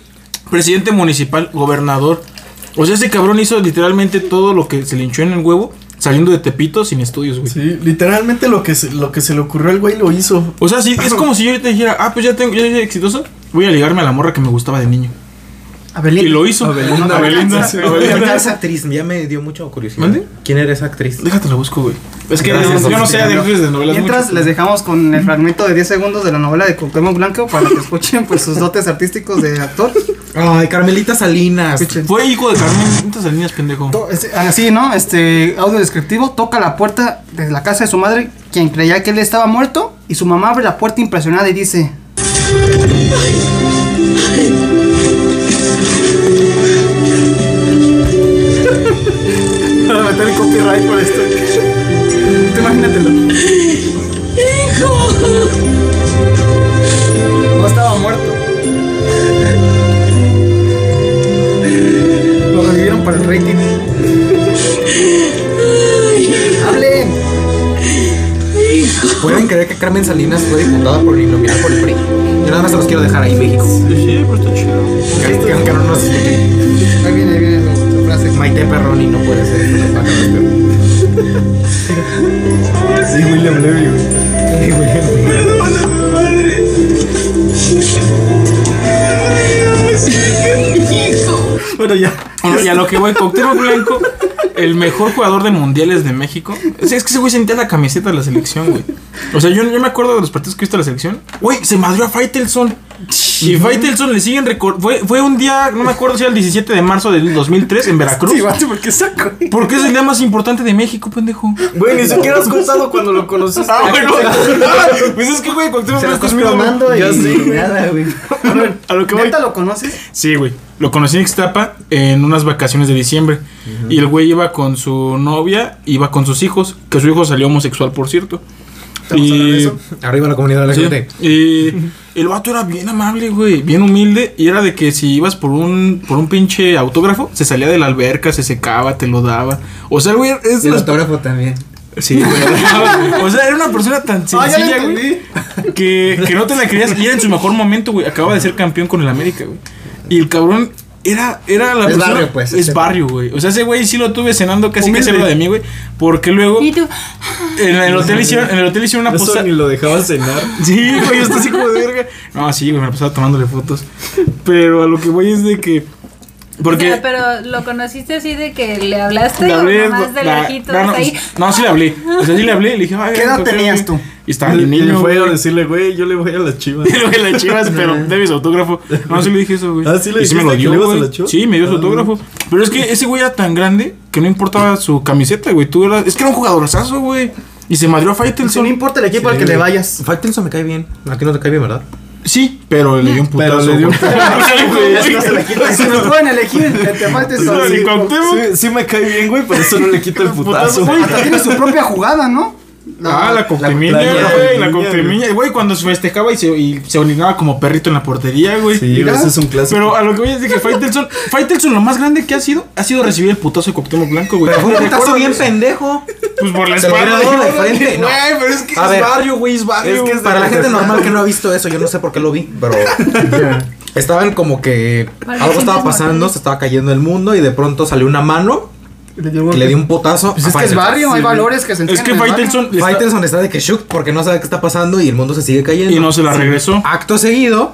Speaker 1: Presidente municipal, gobernador. O sea, ese cabrón hizo literalmente todo lo que se le hinchó en el huevo saliendo de Tepito sin estudios, güey.
Speaker 3: Sí, literalmente lo que, se, lo que se le ocurrió al güey lo hizo.
Speaker 1: O sea, sí, es como si yo te dijera, ah, pues ya tengo, ya soy exitoso. Voy a ligarme a la morra que me gustaba de niño.
Speaker 2: A Belinda.
Speaker 1: Y lo hizo.
Speaker 3: A Belinda,
Speaker 1: A Belinda.
Speaker 3: a Belinda, sí.
Speaker 1: A Belinda.
Speaker 6: esa actriz? Ya me dio mucha curiosidad.
Speaker 1: ¿Mande?
Speaker 6: ¿Quién era esa actriz?
Speaker 1: Déjate la busco, güey. Es que
Speaker 6: Gracias,
Speaker 1: yo no sé
Speaker 6: Agustín.
Speaker 1: de actrices de novelas.
Speaker 2: Mientras
Speaker 1: mucho.
Speaker 2: les dejamos con el fragmento de 10 segundos de la novela de Cuauhtémoc Blanco para que escuchen pues sus dotes artísticos de actor.
Speaker 6: Ay, Carmelita Salinas.
Speaker 2: Escuchen.
Speaker 1: Fue hijo de Carmen Pintas Salinas, pendejo.
Speaker 2: To- este, Así, ¿no? Este audio descriptivo toca la puerta de la casa de su madre, quien creía que él estaba muerto, y su mamá abre la puerta impresionada y dice,
Speaker 4: Para meter el copyright por esto.
Speaker 2: Tú imagínatelo.
Speaker 4: No estaba muerto.
Speaker 2: Lo revivieron para el rating. ¡Hablen!
Speaker 6: Pueden creer que Carmen Salinas fue diputada por el nominada por el PRI. Yo nada más se los quiero dejar ahí, México.
Speaker 1: Sí, pues, pero está chido.
Speaker 6: Que- que aunque no nos escuchen.
Speaker 2: Ahí viene, ahí viene su- su frase.
Speaker 6: Maite Perroni no puede ser. esto no paga los peores.
Speaker 3: Sí, William Levy, güey.
Speaker 2: Bueno, ya.
Speaker 1: Bueno, y a lo que voy, Cuauhtémoc Blanco, el mejor jugador de mundiales de México. O sea, es que ese güey sentía la camiseta de la selección, güey. O sea, yo, yo me acuerdo de los partidos que he visto de la selección. Güey, se madrió a Faitelson. Y Faitelson le siguen recor- Fue, fue un día, no me acuerdo si era el 17 de marzo del 2003 en Veracruz.
Speaker 2: Igual, ¿por qué saco?
Speaker 1: Porque es el día más importante de México, pendejo.
Speaker 3: Güey, ni siquiera has contado cuando lo conociste.
Speaker 1: Ah, bueno. pues es que, güey, Cuauhtémoc
Speaker 4: Se lo
Speaker 1: Blanco es
Speaker 4: estás
Speaker 1: mi ídolo.
Speaker 4: probando y
Speaker 3: Ya sé.
Speaker 4: nada,
Speaker 2: <laughs>
Speaker 4: güey.
Speaker 1: A lo que voy.
Speaker 2: ¿Neta lo conoces?
Speaker 1: Sí, güey. Lo conocí en Ixtapa en unas vacaciones de diciembre. Y el güey iba con su novia, iba con sus hijos, que su hijo salió homosexual, por cierto. Y,
Speaker 6: Arriba la comunidad de la
Speaker 1: sí,
Speaker 6: gente.
Speaker 1: y el vato era bien amable, güey, bien humilde. Y era de que si ibas por un, por un pinche autógrafo, se salía de la alberca, se secaba, te lo daba. O sea, el güey, es de
Speaker 6: El
Speaker 1: las-
Speaker 6: autógrafo también.
Speaker 1: Sí, güey. o sea, era una persona tan
Speaker 2: Ah, ya lo
Speaker 1: sencilla, güey
Speaker 2: entendí.
Speaker 1: que, que no te la creías. Y era en su mejor momento, güey. Acaba de ser campeón con el América, güey. Y el cabrón era, era la
Speaker 4: Es barrio, pues,
Speaker 1: Es
Speaker 4: ese-
Speaker 1: barrio, güey. O sea, ese güey sí lo tuve cenando casi que
Speaker 2: Humilde.
Speaker 1: cerca de mí, güey. Porque luego
Speaker 5: Y
Speaker 1: en
Speaker 5: tú,
Speaker 1: el hotel hicieron, en el hotel hicieron una
Speaker 3: Eso
Speaker 1: posada.
Speaker 3: ni lo dejaba cenar.
Speaker 1: Sí, güey, yo estaba así como de verga. No, sí, güey, me la pasaba tomándole fotos. Pero a lo que voy es de que. Porque.
Speaker 5: o sea, pero lo conociste así de que le hablaste
Speaker 1: La
Speaker 5: o
Speaker 1: hablé,
Speaker 5: nomás de
Speaker 1: la-
Speaker 5: lejito,
Speaker 1: no, no,
Speaker 5: ahí.
Speaker 1: no, sí le hablé. O sea, sí le hablé. Le dije, "Ay,
Speaker 2: ¿Qué edad
Speaker 1: Cuauhtémoc,
Speaker 2: tenías
Speaker 1: güey".
Speaker 2: tú?
Speaker 1: Y estaba bien
Speaker 3: Y
Speaker 1: niño.
Speaker 3: fue a
Speaker 1: güey. <laughs>
Speaker 3: decirle, güey, yo le voy a las chivas.
Speaker 1: Y lo de las
Speaker 3: <laughs>
Speaker 1: chivas, pero debe su autógrafo. No, sí le dije eso, güey.
Speaker 3: Ah, ¿sí le
Speaker 1: Y me
Speaker 3: dijiste
Speaker 1: lo
Speaker 3: que le
Speaker 1: dio,
Speaker 3: ibas a
Speaker 1: güey.
Speaker 3: las chivas?
Speaker 1: Sí, me dio su
Speaker 3: Ah.
Speaker 1: autógrafo. Pero es que ese güey era tan grande que no importaba su camiseta, güey. Tú eras... Es que era un jugadorazo, güey. Y se madrió a
Speaker 2: Si no
Speaker 1: Faitelson.
Speaker 2: importa el equipo al que le <laughs> vayas.
Speaker 6: Faitelson me cae bien. A ti no te cae bien, ¿verdad?
Speaker 1: Sí, pero le dio un
Speaker 3: Pero
Speaker 1: putazo.
Speaker 3: le dio un
Speaker 1: güey. <laughs>
Speaker 2: No se le quita. Si nos pueden elegir, que te falte eso.
Speaker 1: Pero ni
Speaker 2: Sí.
Speaker 1: Cuauhtémoc.
Speaker 3: Sí, sí me cae bien, güey, pero eso no le quita el putazo.
Speaker 1: güey.
Speaker 2: Hasta tiene su propia jugada, ¿no?
Speaker 1: Ah, la coctemiña,
Speaker 3: la- la
Speaker 1: güey. La
Speaker 3: coctemiña,
Speaker 1: coctemiña. Güey, cuando se festejaba y se, y se orinaba como perrito en la portería, güey.
Speaker 3: Sí, güey, ese es un clásico.
Speaker 1: Pero a lo que voy es de que <laughs> Faitelson, Faitelson lo más grande que ha sido, ha sido recibir el putazo de Cuauhtémoc Blanco, güey.
Speaker 6: Fue un putazo bien pendejo.
Speaker 1: Pues por la
Speaker 6: Se lo hubiera
Speaker 1: espalda.
Speaker 6: dado de frente, ¿no?
Speaker 1: Güey, pero es que
Speaker 6: A
Speaker 1: es
Speaker 6: ver.
Speaker 1: barrio, güey, es barrio.
Speaker 3: Es que es de-
Speaker 6: Para la gente normal que no ha visto eso, yo no sé por qué lo vi, <laughs> pero estaban como que
Speaker 5: Para
Speaker 6: algo
Speaker 5: la
Speaker 6: estaba
Speaker 5: gente es
Speaker 6: pasando,
Speaker 5: normal.
Speaker 6: se estaba cayendo el mundo y de pronto salió una mano que le dio un potazo.
Speaker 2: Pues es que es barrio, hay valores que se
Speaker 1: Es que
Speaker 2: enseñan en el
Speaker 1: Faitelson le está-
Speaker 6: Faitelson está de que shook porque no sabe qué está pasando y el mundo se sigue cayendo.
Speaker 1: y no se la regresó.
Speaker 6: Acto seguido,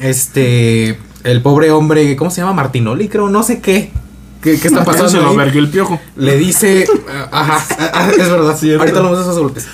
Speaker 6: este, el pobre hombre, ¿cómo se llama? Martinoli, creo, no sé qué. ¿Qué, qué está
Speaker 1: Pasó, se
Speaker 6: pasando?
Speaker 1: lo
Speaker 6: ahí?
Speaker 1: verguió el piojo.
Speaker 6: Le dice. ah, Ajá, ah, ah, es verdad.
Speaker 3: Cierto.
Speaker 6: Ahorita hablamos de esos golpes.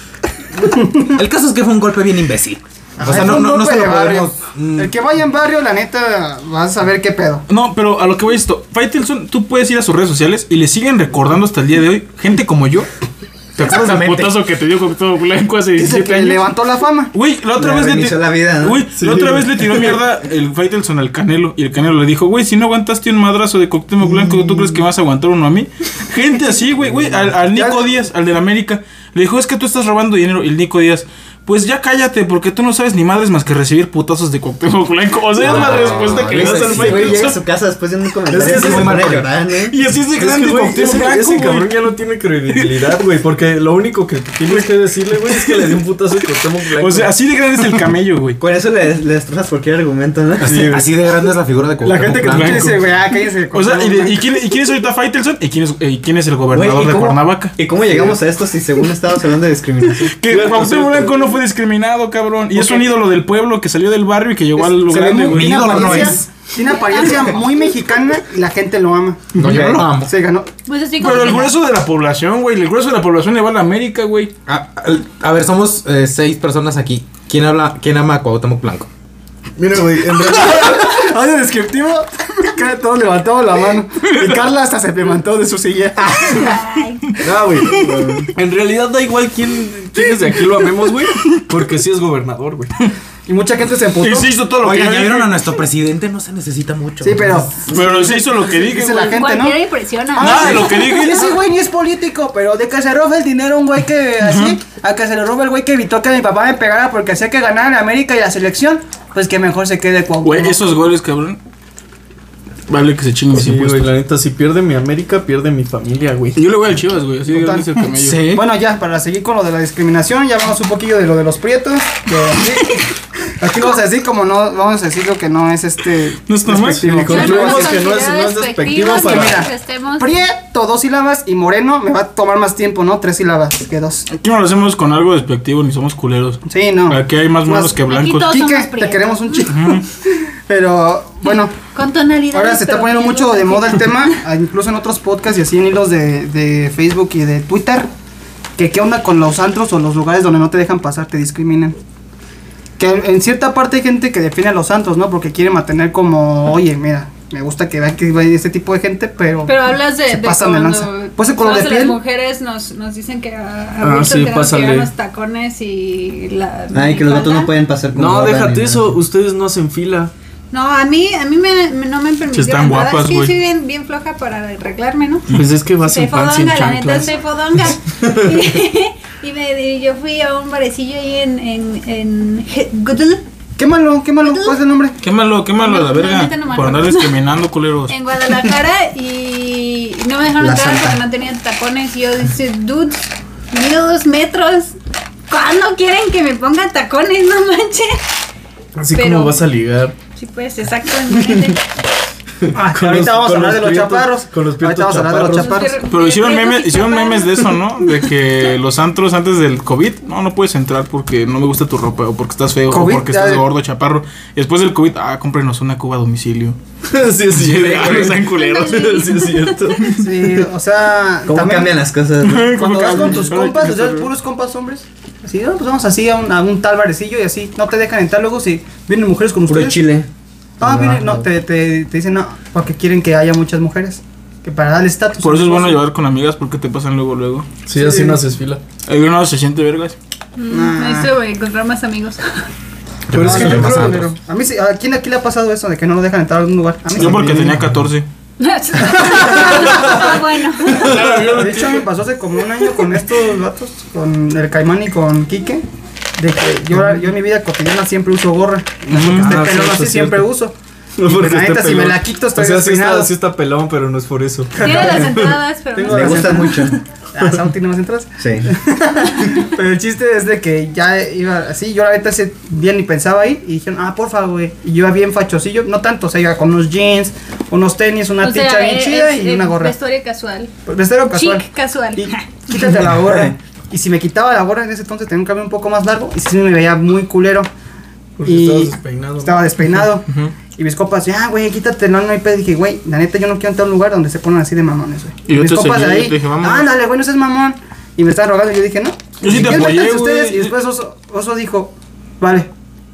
Speaker 6: El caso es que fue un golpe bien imbécil.
Speaker 2: Ajá,
Speaker 6: o sea,
Speaker 2: es
Speaker 6: no,
Speaker 2: un
Speaker 6: no, no
Speaker 2: grupo
Speaker 6: se lo
Speaker 2: de barrio.
Speaker 6: podemos. mm,
Speaker 2: El que vaya en barrio, la neta, vas a ver qué pedo.
Speaker 1: No, pero a lo que voy esto, Faitelson, tú puedes ir a sus redes sociales y le siguen recordando hasta el día de hoy, gente como yo. ¿Te acuerdas del
Speaker 6: Exactamente.
Speaker 1: putazo que te dio con todo blanco hace
Speaker 2: Dice
Speaker 1: 17
Speaker 2: que
Speaker 1: años?
Speaker 2: levantó la fama.
Speaker 1: Güey, la otra
Speaker 4: Le
Speaker 1: vez le
Speaker 4: reinició
Speaker 1: tiró.
Speaker 4: la vida, ¿no?
Speaker 1: Güey,
Speaker 3: Sí.
Speaker 1: la otra vez le tiró mierda el Faitelson al Canelo. Y el Canelo le dijo, güey, si no aguantaste un madrazo de Coctemoc Blanco, ¿tú crees que vas a aguantar uno a mí? Gente así, güey, güey, al, al Nico Díaz, al del América, le dijo, es que tú estás robando dinero. Y el Nico Díaz, pues ya cállate, porque tú no sabes ni madres más que recibir putazos de Coctemoc Blanco. O sea, es la
Speaker 6: No,
Speaker 1: respuesta que le
Speaker 6: ese
Speaker 1: das al
Speaker 6: sí,
Speaker 4: Güey, llega a
Speaker 1: Faitelson.
Speaker 4: su casa después de un comentario.
Speaker 3: Es que
Speaker 4: Es
Speaker 3: es
Speaker 4: muy
Speaker 3: muy
Speaker 4: mal
Speaker 3: marca.
Speaker 1: Y así es de
Speaker 3: Es que,
Speaker 1: grande
Speaker 3: güey,
Speaker 1: Cuauhtémoc
Speaker 3: ese,
Speaker 1: Blanco,
Speaker 3: ese
Speaker 1: güey.
Speaker 3: cabrón ya no tiene credibilidad, güey. Porque lo único que tienes que decirle, güey, es que le dio un putazo que Cuauhtémoc Blanco.
Speaker 1: O sea, así de grande es el camello,
Speaker 4: <laughs>
Speaker 1: güey.
Speaker 4: Con eso le, le destrozas cualquier argumento, ¿no?
Speaker 6: así, así de grande es la figura de
Speaker 3: La gente que
Speaker 6: Cuauhtémoc
Speaker 1: Blanco.
Speaker 2: Dice, güey, ah, cállense.
Speaker 1: O sea, ¿y, de- y quién, y quién es ahorita Faitelson? ¿Y quién es, eh, quién es el
Speaker 4: Güey,
Speaker 1: gobernador
Speaker 4: ¿y
Speaker 1: de
Speaker 4: cómo-
Speaker 1: Cuernavaca?
Speaker 4: ¿Y cómo llegamos a esto si según estábamos hablando
Speaker 2: <laughs>
Speaker 4: de discriminación?
Speaker 1: Que
Speaker 3: Cierto,
Speaker 1: Cuauhtémoc
Speaker 3: cierto.
Speaker 1: Blanco no fue discriminado, cabrón. Y es un ídolo del pueblo que salió del barrio y que llegó al
Speaker 2: se ve
Speaker 1: lugar de
Speaker 2: muy-
Speaker 1: güey.
Speaker 2: tiene
Speaker 6: ídolo no
Speaker 2: apariencia,
Speaker 6: es.
Speaker 2: tiene apariencia muy mexicana y la gente lo ama.
Speaker 6: No, yo no lo amo.
Speaker 2: Se ganó.
Speaker 5: Pues así como.
Speaker 1: Pero el
Speaker 5: que-
Speaker 1: grueso de la población, güey. El grueso de la población le va a la América, güey.
Speaker 6: A, Ah, a- a ver, somos eh, seis personas aquí. ¿Quién habla? ¿Quién ama a Cuauhtémoc Blanco?
Speaker 3: mira, güey, en realidad.
Speaker 2: <laughs> Audio descriptivo. <laughs> Cada- Todos levantamos la mano. Y Carla hasta se levantó de su silla.
Speaker 5: Ay,
Speaker 3: No, güey. En realidad da igual quién, quiénes de aquí lo amemos, güey. Porque sí es gobernador, güey.
Speaker 2: Y mucha gente se emputó.
Speaker 1: Y se hizo todo lo que
Speaker 6: Oigan, ya
Speaker 1: dije.
Speaker 6: vieron a nuestro presidente, no se necesita mucho.
Speaker 2: Sí,
Speaker 6: <laughs>
Speaker 2: pero.
Speaker 1: Pero se hizo lo que dije,
Speaker 2: Dice
Speaker 1: güey.
Speaker 2: la gente, ¿no?
Speaker 5: cualquiera impresiona.
Speaker 1: Nada de Ah, lo que dije.
Speaker 2: Ese güey ni es político, pero de que se robe el dinero a un güey que así, a que se le robe el güey que evitó que mi papá me pegara porque hacía que ganara en América y la selección, pues que mejor se quede con
Speaker 1: Güey, esos goles, cabrón. Vale que se chinguen mis
Speaker 3: Sí, güey,
Speaker 1: impuestos.
Speaker 3: la neta, si pierde mi América, pierde mi familia, güey.
Speaker 1: Yo le voy al Chivas, güey. Así de
Speaker 2: Total.
Speaker 1: grande es el camello.
Speaker 6: Sí.
Speaker 2: Bueno, ya, para seguir con lo de la discriminación, ya vamos un poquillo de lo de los prietos.
Speaker 1: <laughs>
Speaker 2: que aquí, aquí vamos a decir como no, vamos a decir lo que no es este.
Speaker 1: No es normal.
Speaker 2: despectivo.
Speaker 3: Con
Speaker 5: Claro,
Speaker 3: Concluimos
Speaker 5: no
Speaker 3: que no es- no es
Speaker 5: considerar
Speaker 3: despectivo
Speaker 5: despectivos
Speaker 3: para-
Speaker 5: que
Speaker 2: Mira,
Speaker 5: nos estemos-
Speaker 2: Prieto, dos sílabas y moreno me va a tomar más tiempo, ¿no? Tres sílabas que dos.
Speaker 1: Aquí no lo hacemos con algo despectivo ni somos culeros.
Speaker 2: Sí, no.
Speaker 1: Aquí hay más
Speaker 2: Más-
Speaker 1: monos que blancos.
Speaker 5: Todos somos
Speaker 2: Quique, te
Speaker 5: prietos.
Speaker 2: queremos un chico. Pero bueno,
Speaker 5: Con tonalidad.
Speaker 2: ahora se está poniendo mucho de moda <laughs> el tema, ah, incluso en otros podcasts y así en hilos de, de Facebook y de Twitter, que qué onda con los antros o los lugares donde no te dejan pasar, te discriminan. Que en- en cierta parte hay gente que defiende a los antros, ¿no? Porque quiere mantener como, oye, mira, me gusta que vean que hay este tipo de gente, pero...
Speaker 5: Pero hablas de,
Speaker 2: Se
Speaker 5: de
Speaker 2: pasan de
Speaker 5: cuando,
Speaker 2: lanza. Pues el color
Speaker 5: todas
Speaker 2: de
Speaker 5: las
Speaker 2: piel.
Speaker 5: mujeres nos, nos dicen que a, a
Speaker 3: Ah,
Speaker 5: Wilson
Speaker 3: sí,
Speaker 5: que no
Speaker 3: pásale.
Speaker 5: llevan los tacones y la
Speaker 4: Ay, que los vatos
Speaker 5: minifalda.
Speaker 4: no pueden pasar como
Speaker 3: No,
Speaker 4: gorda ni
Speaker 3: déjate
Speaker 4: nada.
Speaker 3: eso. Ustedes no hacen fila.
Speaker 5: No, a mí a mí me, me- no me han permitido.
Speaker 1: Sí están
Speaker 5: la verdad,
Speaker 1: guapas,
Speaker 5: es que
Speaker 1: güey.
Speaker 5: soy bien, bien floja para arreglarme, ¿no?
Speaker 3: Pues es que vas
Speaker 5: Soy
Speaker 3: en pan sin
Speaker 5: fodonga, la neta
Speaker 3: chanclas.
Speaker 5: soy fodonga. <laughs> y, me, y yo fui a un barecillo ahí en en, en Gudul,
Speaker 2: Qué malo, qué malo, ¿cuál es el nombre?
Speaker 1: Quémalo, quémalo a la
Speaker 5: No, la
Speaker 1: verga.
Speaker 5: neta no me
Speaker 1: Por andar
Speaker 5: acuerdo.
Speaker 1: discriminando, culeros.
Speaker 5: en Guadalajara y no me dejaron
Speaker 4: La
Speaker 5: entrar
Speaker 4: Santa.
Speaker 5: porque no tenía tacones. Y yo dije, dudes, mido dos metros. ¿Cuándo quieren que me ponga tacones? No manches.
Speaker 3: Así
Speaker 5: Pero-
Speaker 3: como vas a ligar.
Speaker 5: Sí, pues, exacto. imagínate.
Speaker 2: Ah,
Speaker 3: Con
Speaker 2: ahorita
Speaker 3: los-
Speaker 2: vamos a
Speaker 3: con
Speaker 2: hablar
Speaker 3: los
Speaker 2: de los
Speaker 3: prietos-
Speaker 2: chaparros.
Speaker 3: con los
Speaker 2: ahorita
Speaker 3: prietos
Speaker 2: vamos a hablar de los
Speaker 5: chaparros.
Speaker 2: chaparros.
Speaker 1: Pero hicieron
Speaker 5: Prietos y
Speaker 1: memes, hicieron
Speaker 5: chaparros.
Speaker 1: memes de
Speaker 5: <laughs>
Speaker 1: eso, ¿no? De que los antros antes del COVID, no, no puedes entrar porque no me gusta tu ropa, o porque estás feo,
Speaker 2: COVID,
Speaker 1: o porque
Speaker 2: ya
Speaker 1: estás
Speaker 2: de-
Speaker 1: gordo, chaparro. Y después del COVID, ah, cómprenos una cuba a domicilio.
Speaker 3: sí, es cierto.
Speaker 1: <laughs> no sean culeros.
Speaker 3: Sí, es cierto.
Speaker 2: Sí, o sea,
Speaker 4: ¿Cómo
Speaker 2: también-
Speaker 4: cambian las cosas? no?
Speaker 2: Cuando vas con
Speaker 1: cambian?
Speaker 2: tus
Speaker 1: Ay,
Speaker 2: compas,
Speaker 1: qué
Speaker 2: o sea,
Speaker 1: horror.
Speaker 2: puros compas hombres. Así, no, pues vamos así a un, a un tal barecillo y así. No te dejan entrar luego si vienen mujeres con
Speaker 4: Puro
Speaker 2: ustedes.
Speaker 4: chile.
Speaker 2: Ah, vienen, no, te, te, te dicen no, porque quieren que haya muchas mujeres. Que para darle estatus.
Speaker 1: <laughs> Por eso es bueno llevar con amigas porque te pasan luego, luego.
Speaker 3: Sí, así no haces fila.
Speaker 1: Ahí uno se siente vergas.
Speaker 5: Mm, Eso, güey, encontrar
Speaker 4: <laughs>
Speaker 5: más amigos. <laughs>
Speaker 3: Pero es
Speaker 2: Ah,
Speaker 3: que
Speaker 2: no,
Speaker 3: yo
Speaker 2: pero-
Speaker 3: creo
Speaker 2: pero a mí sí, ¿a quién aquí le ha pasado eso de que no lo dejan entrar a algún lugar? A mí sí.
Speaker 1: Yo porque tenía 14.
Speaker 5: Ah, bueno.
Speaker 2: <laughs> De hecho, me pasó hace como un año con estos datos, con el Caimán y con Quique, de que yo, yo en mi vida cotidiana siempre uso gorra.
Speaker 1: Ujú.
Speaker 2: Este
Speaker 3: Ah,
Speaker 2: pelón
Speaker 3: cierto,
Speaker 2: así siempre
Speaker 3: cierto.
Speaker 2: uso.
Speaker 3: No, porque
Speaker 2: La
Speaker 3: está
Speaker 2: neta, si
Speaker 3: pelón.
Speaker 2: me la quito, estoy
Speaker 3: O sea, sí
Speaker 2: despeinado.
Speaker 3: está, sí está pelón, pero no es por eso.
Speaker 5: Tiene las entradas, pero
Speaker 2: Tengo
Speaker 5: no
Speaker 4: Me
Speaker 5: sé.
Speaker 4: gustan mucho.
Speaker 2: Ah, Saúl tiene más entradas.
Speaker 4: Sí.
Speaker 2: <laughs> Pero el chiste es de que ya iba así. Yo la neta ese día ni pensaba ir y dijeron, ah, porfa, güey. Y yo iba bien fachosillo, no tanto, o sea, iba con unos jeans, unos tenis, una
Speaker 5: O sea,
Speaker 2: ticha bien
Speaker 5: es-
Speaker 2: chida
Speaker 5: es-
Speaker 2: y
Speaker 5: es
Speaker 2: una gorra.
Speaker 5: Vestuario casual.
Speaker 2: Vestero casual.
Speaker 5: Chic casual.
Speaker 2: Y quítate la gorra. Y si me quitaba la gorra en ese entonces tenía un cabello un poco más largo y sí me veía muy culero.
Speaker 3: Porque
Speaker 2: Y
Speaker 3: estabas despeinado.
Speaker 2: Estaba despeinado. Y mis copas, ya, güey, quítate, no, no hay pedo. Y Dije, güey, la neta, yo no quiero entrar a un lugar donde se ponen así de mamones, güey.
Speaker 1: Y yo
Speaker 2: mis
Speaker 1: te
Speaker 2: copas
Speaker 1: seguí,
Speaker 2: ahí,
Speaker 1: yo te dije, "Vámonos".
Speaker 2: ándale, güey, no seas mamón. Y me estaban rogando, y yo dije, no.
Speaker 1: Yo sí te
Speaker 2: "¿Qué
Speaker 1: apoyé,
Speaker 2: metas
Speaker 1: güey.
Speaker 2: ustedes?" Y después Oso, Oso dijo, vale.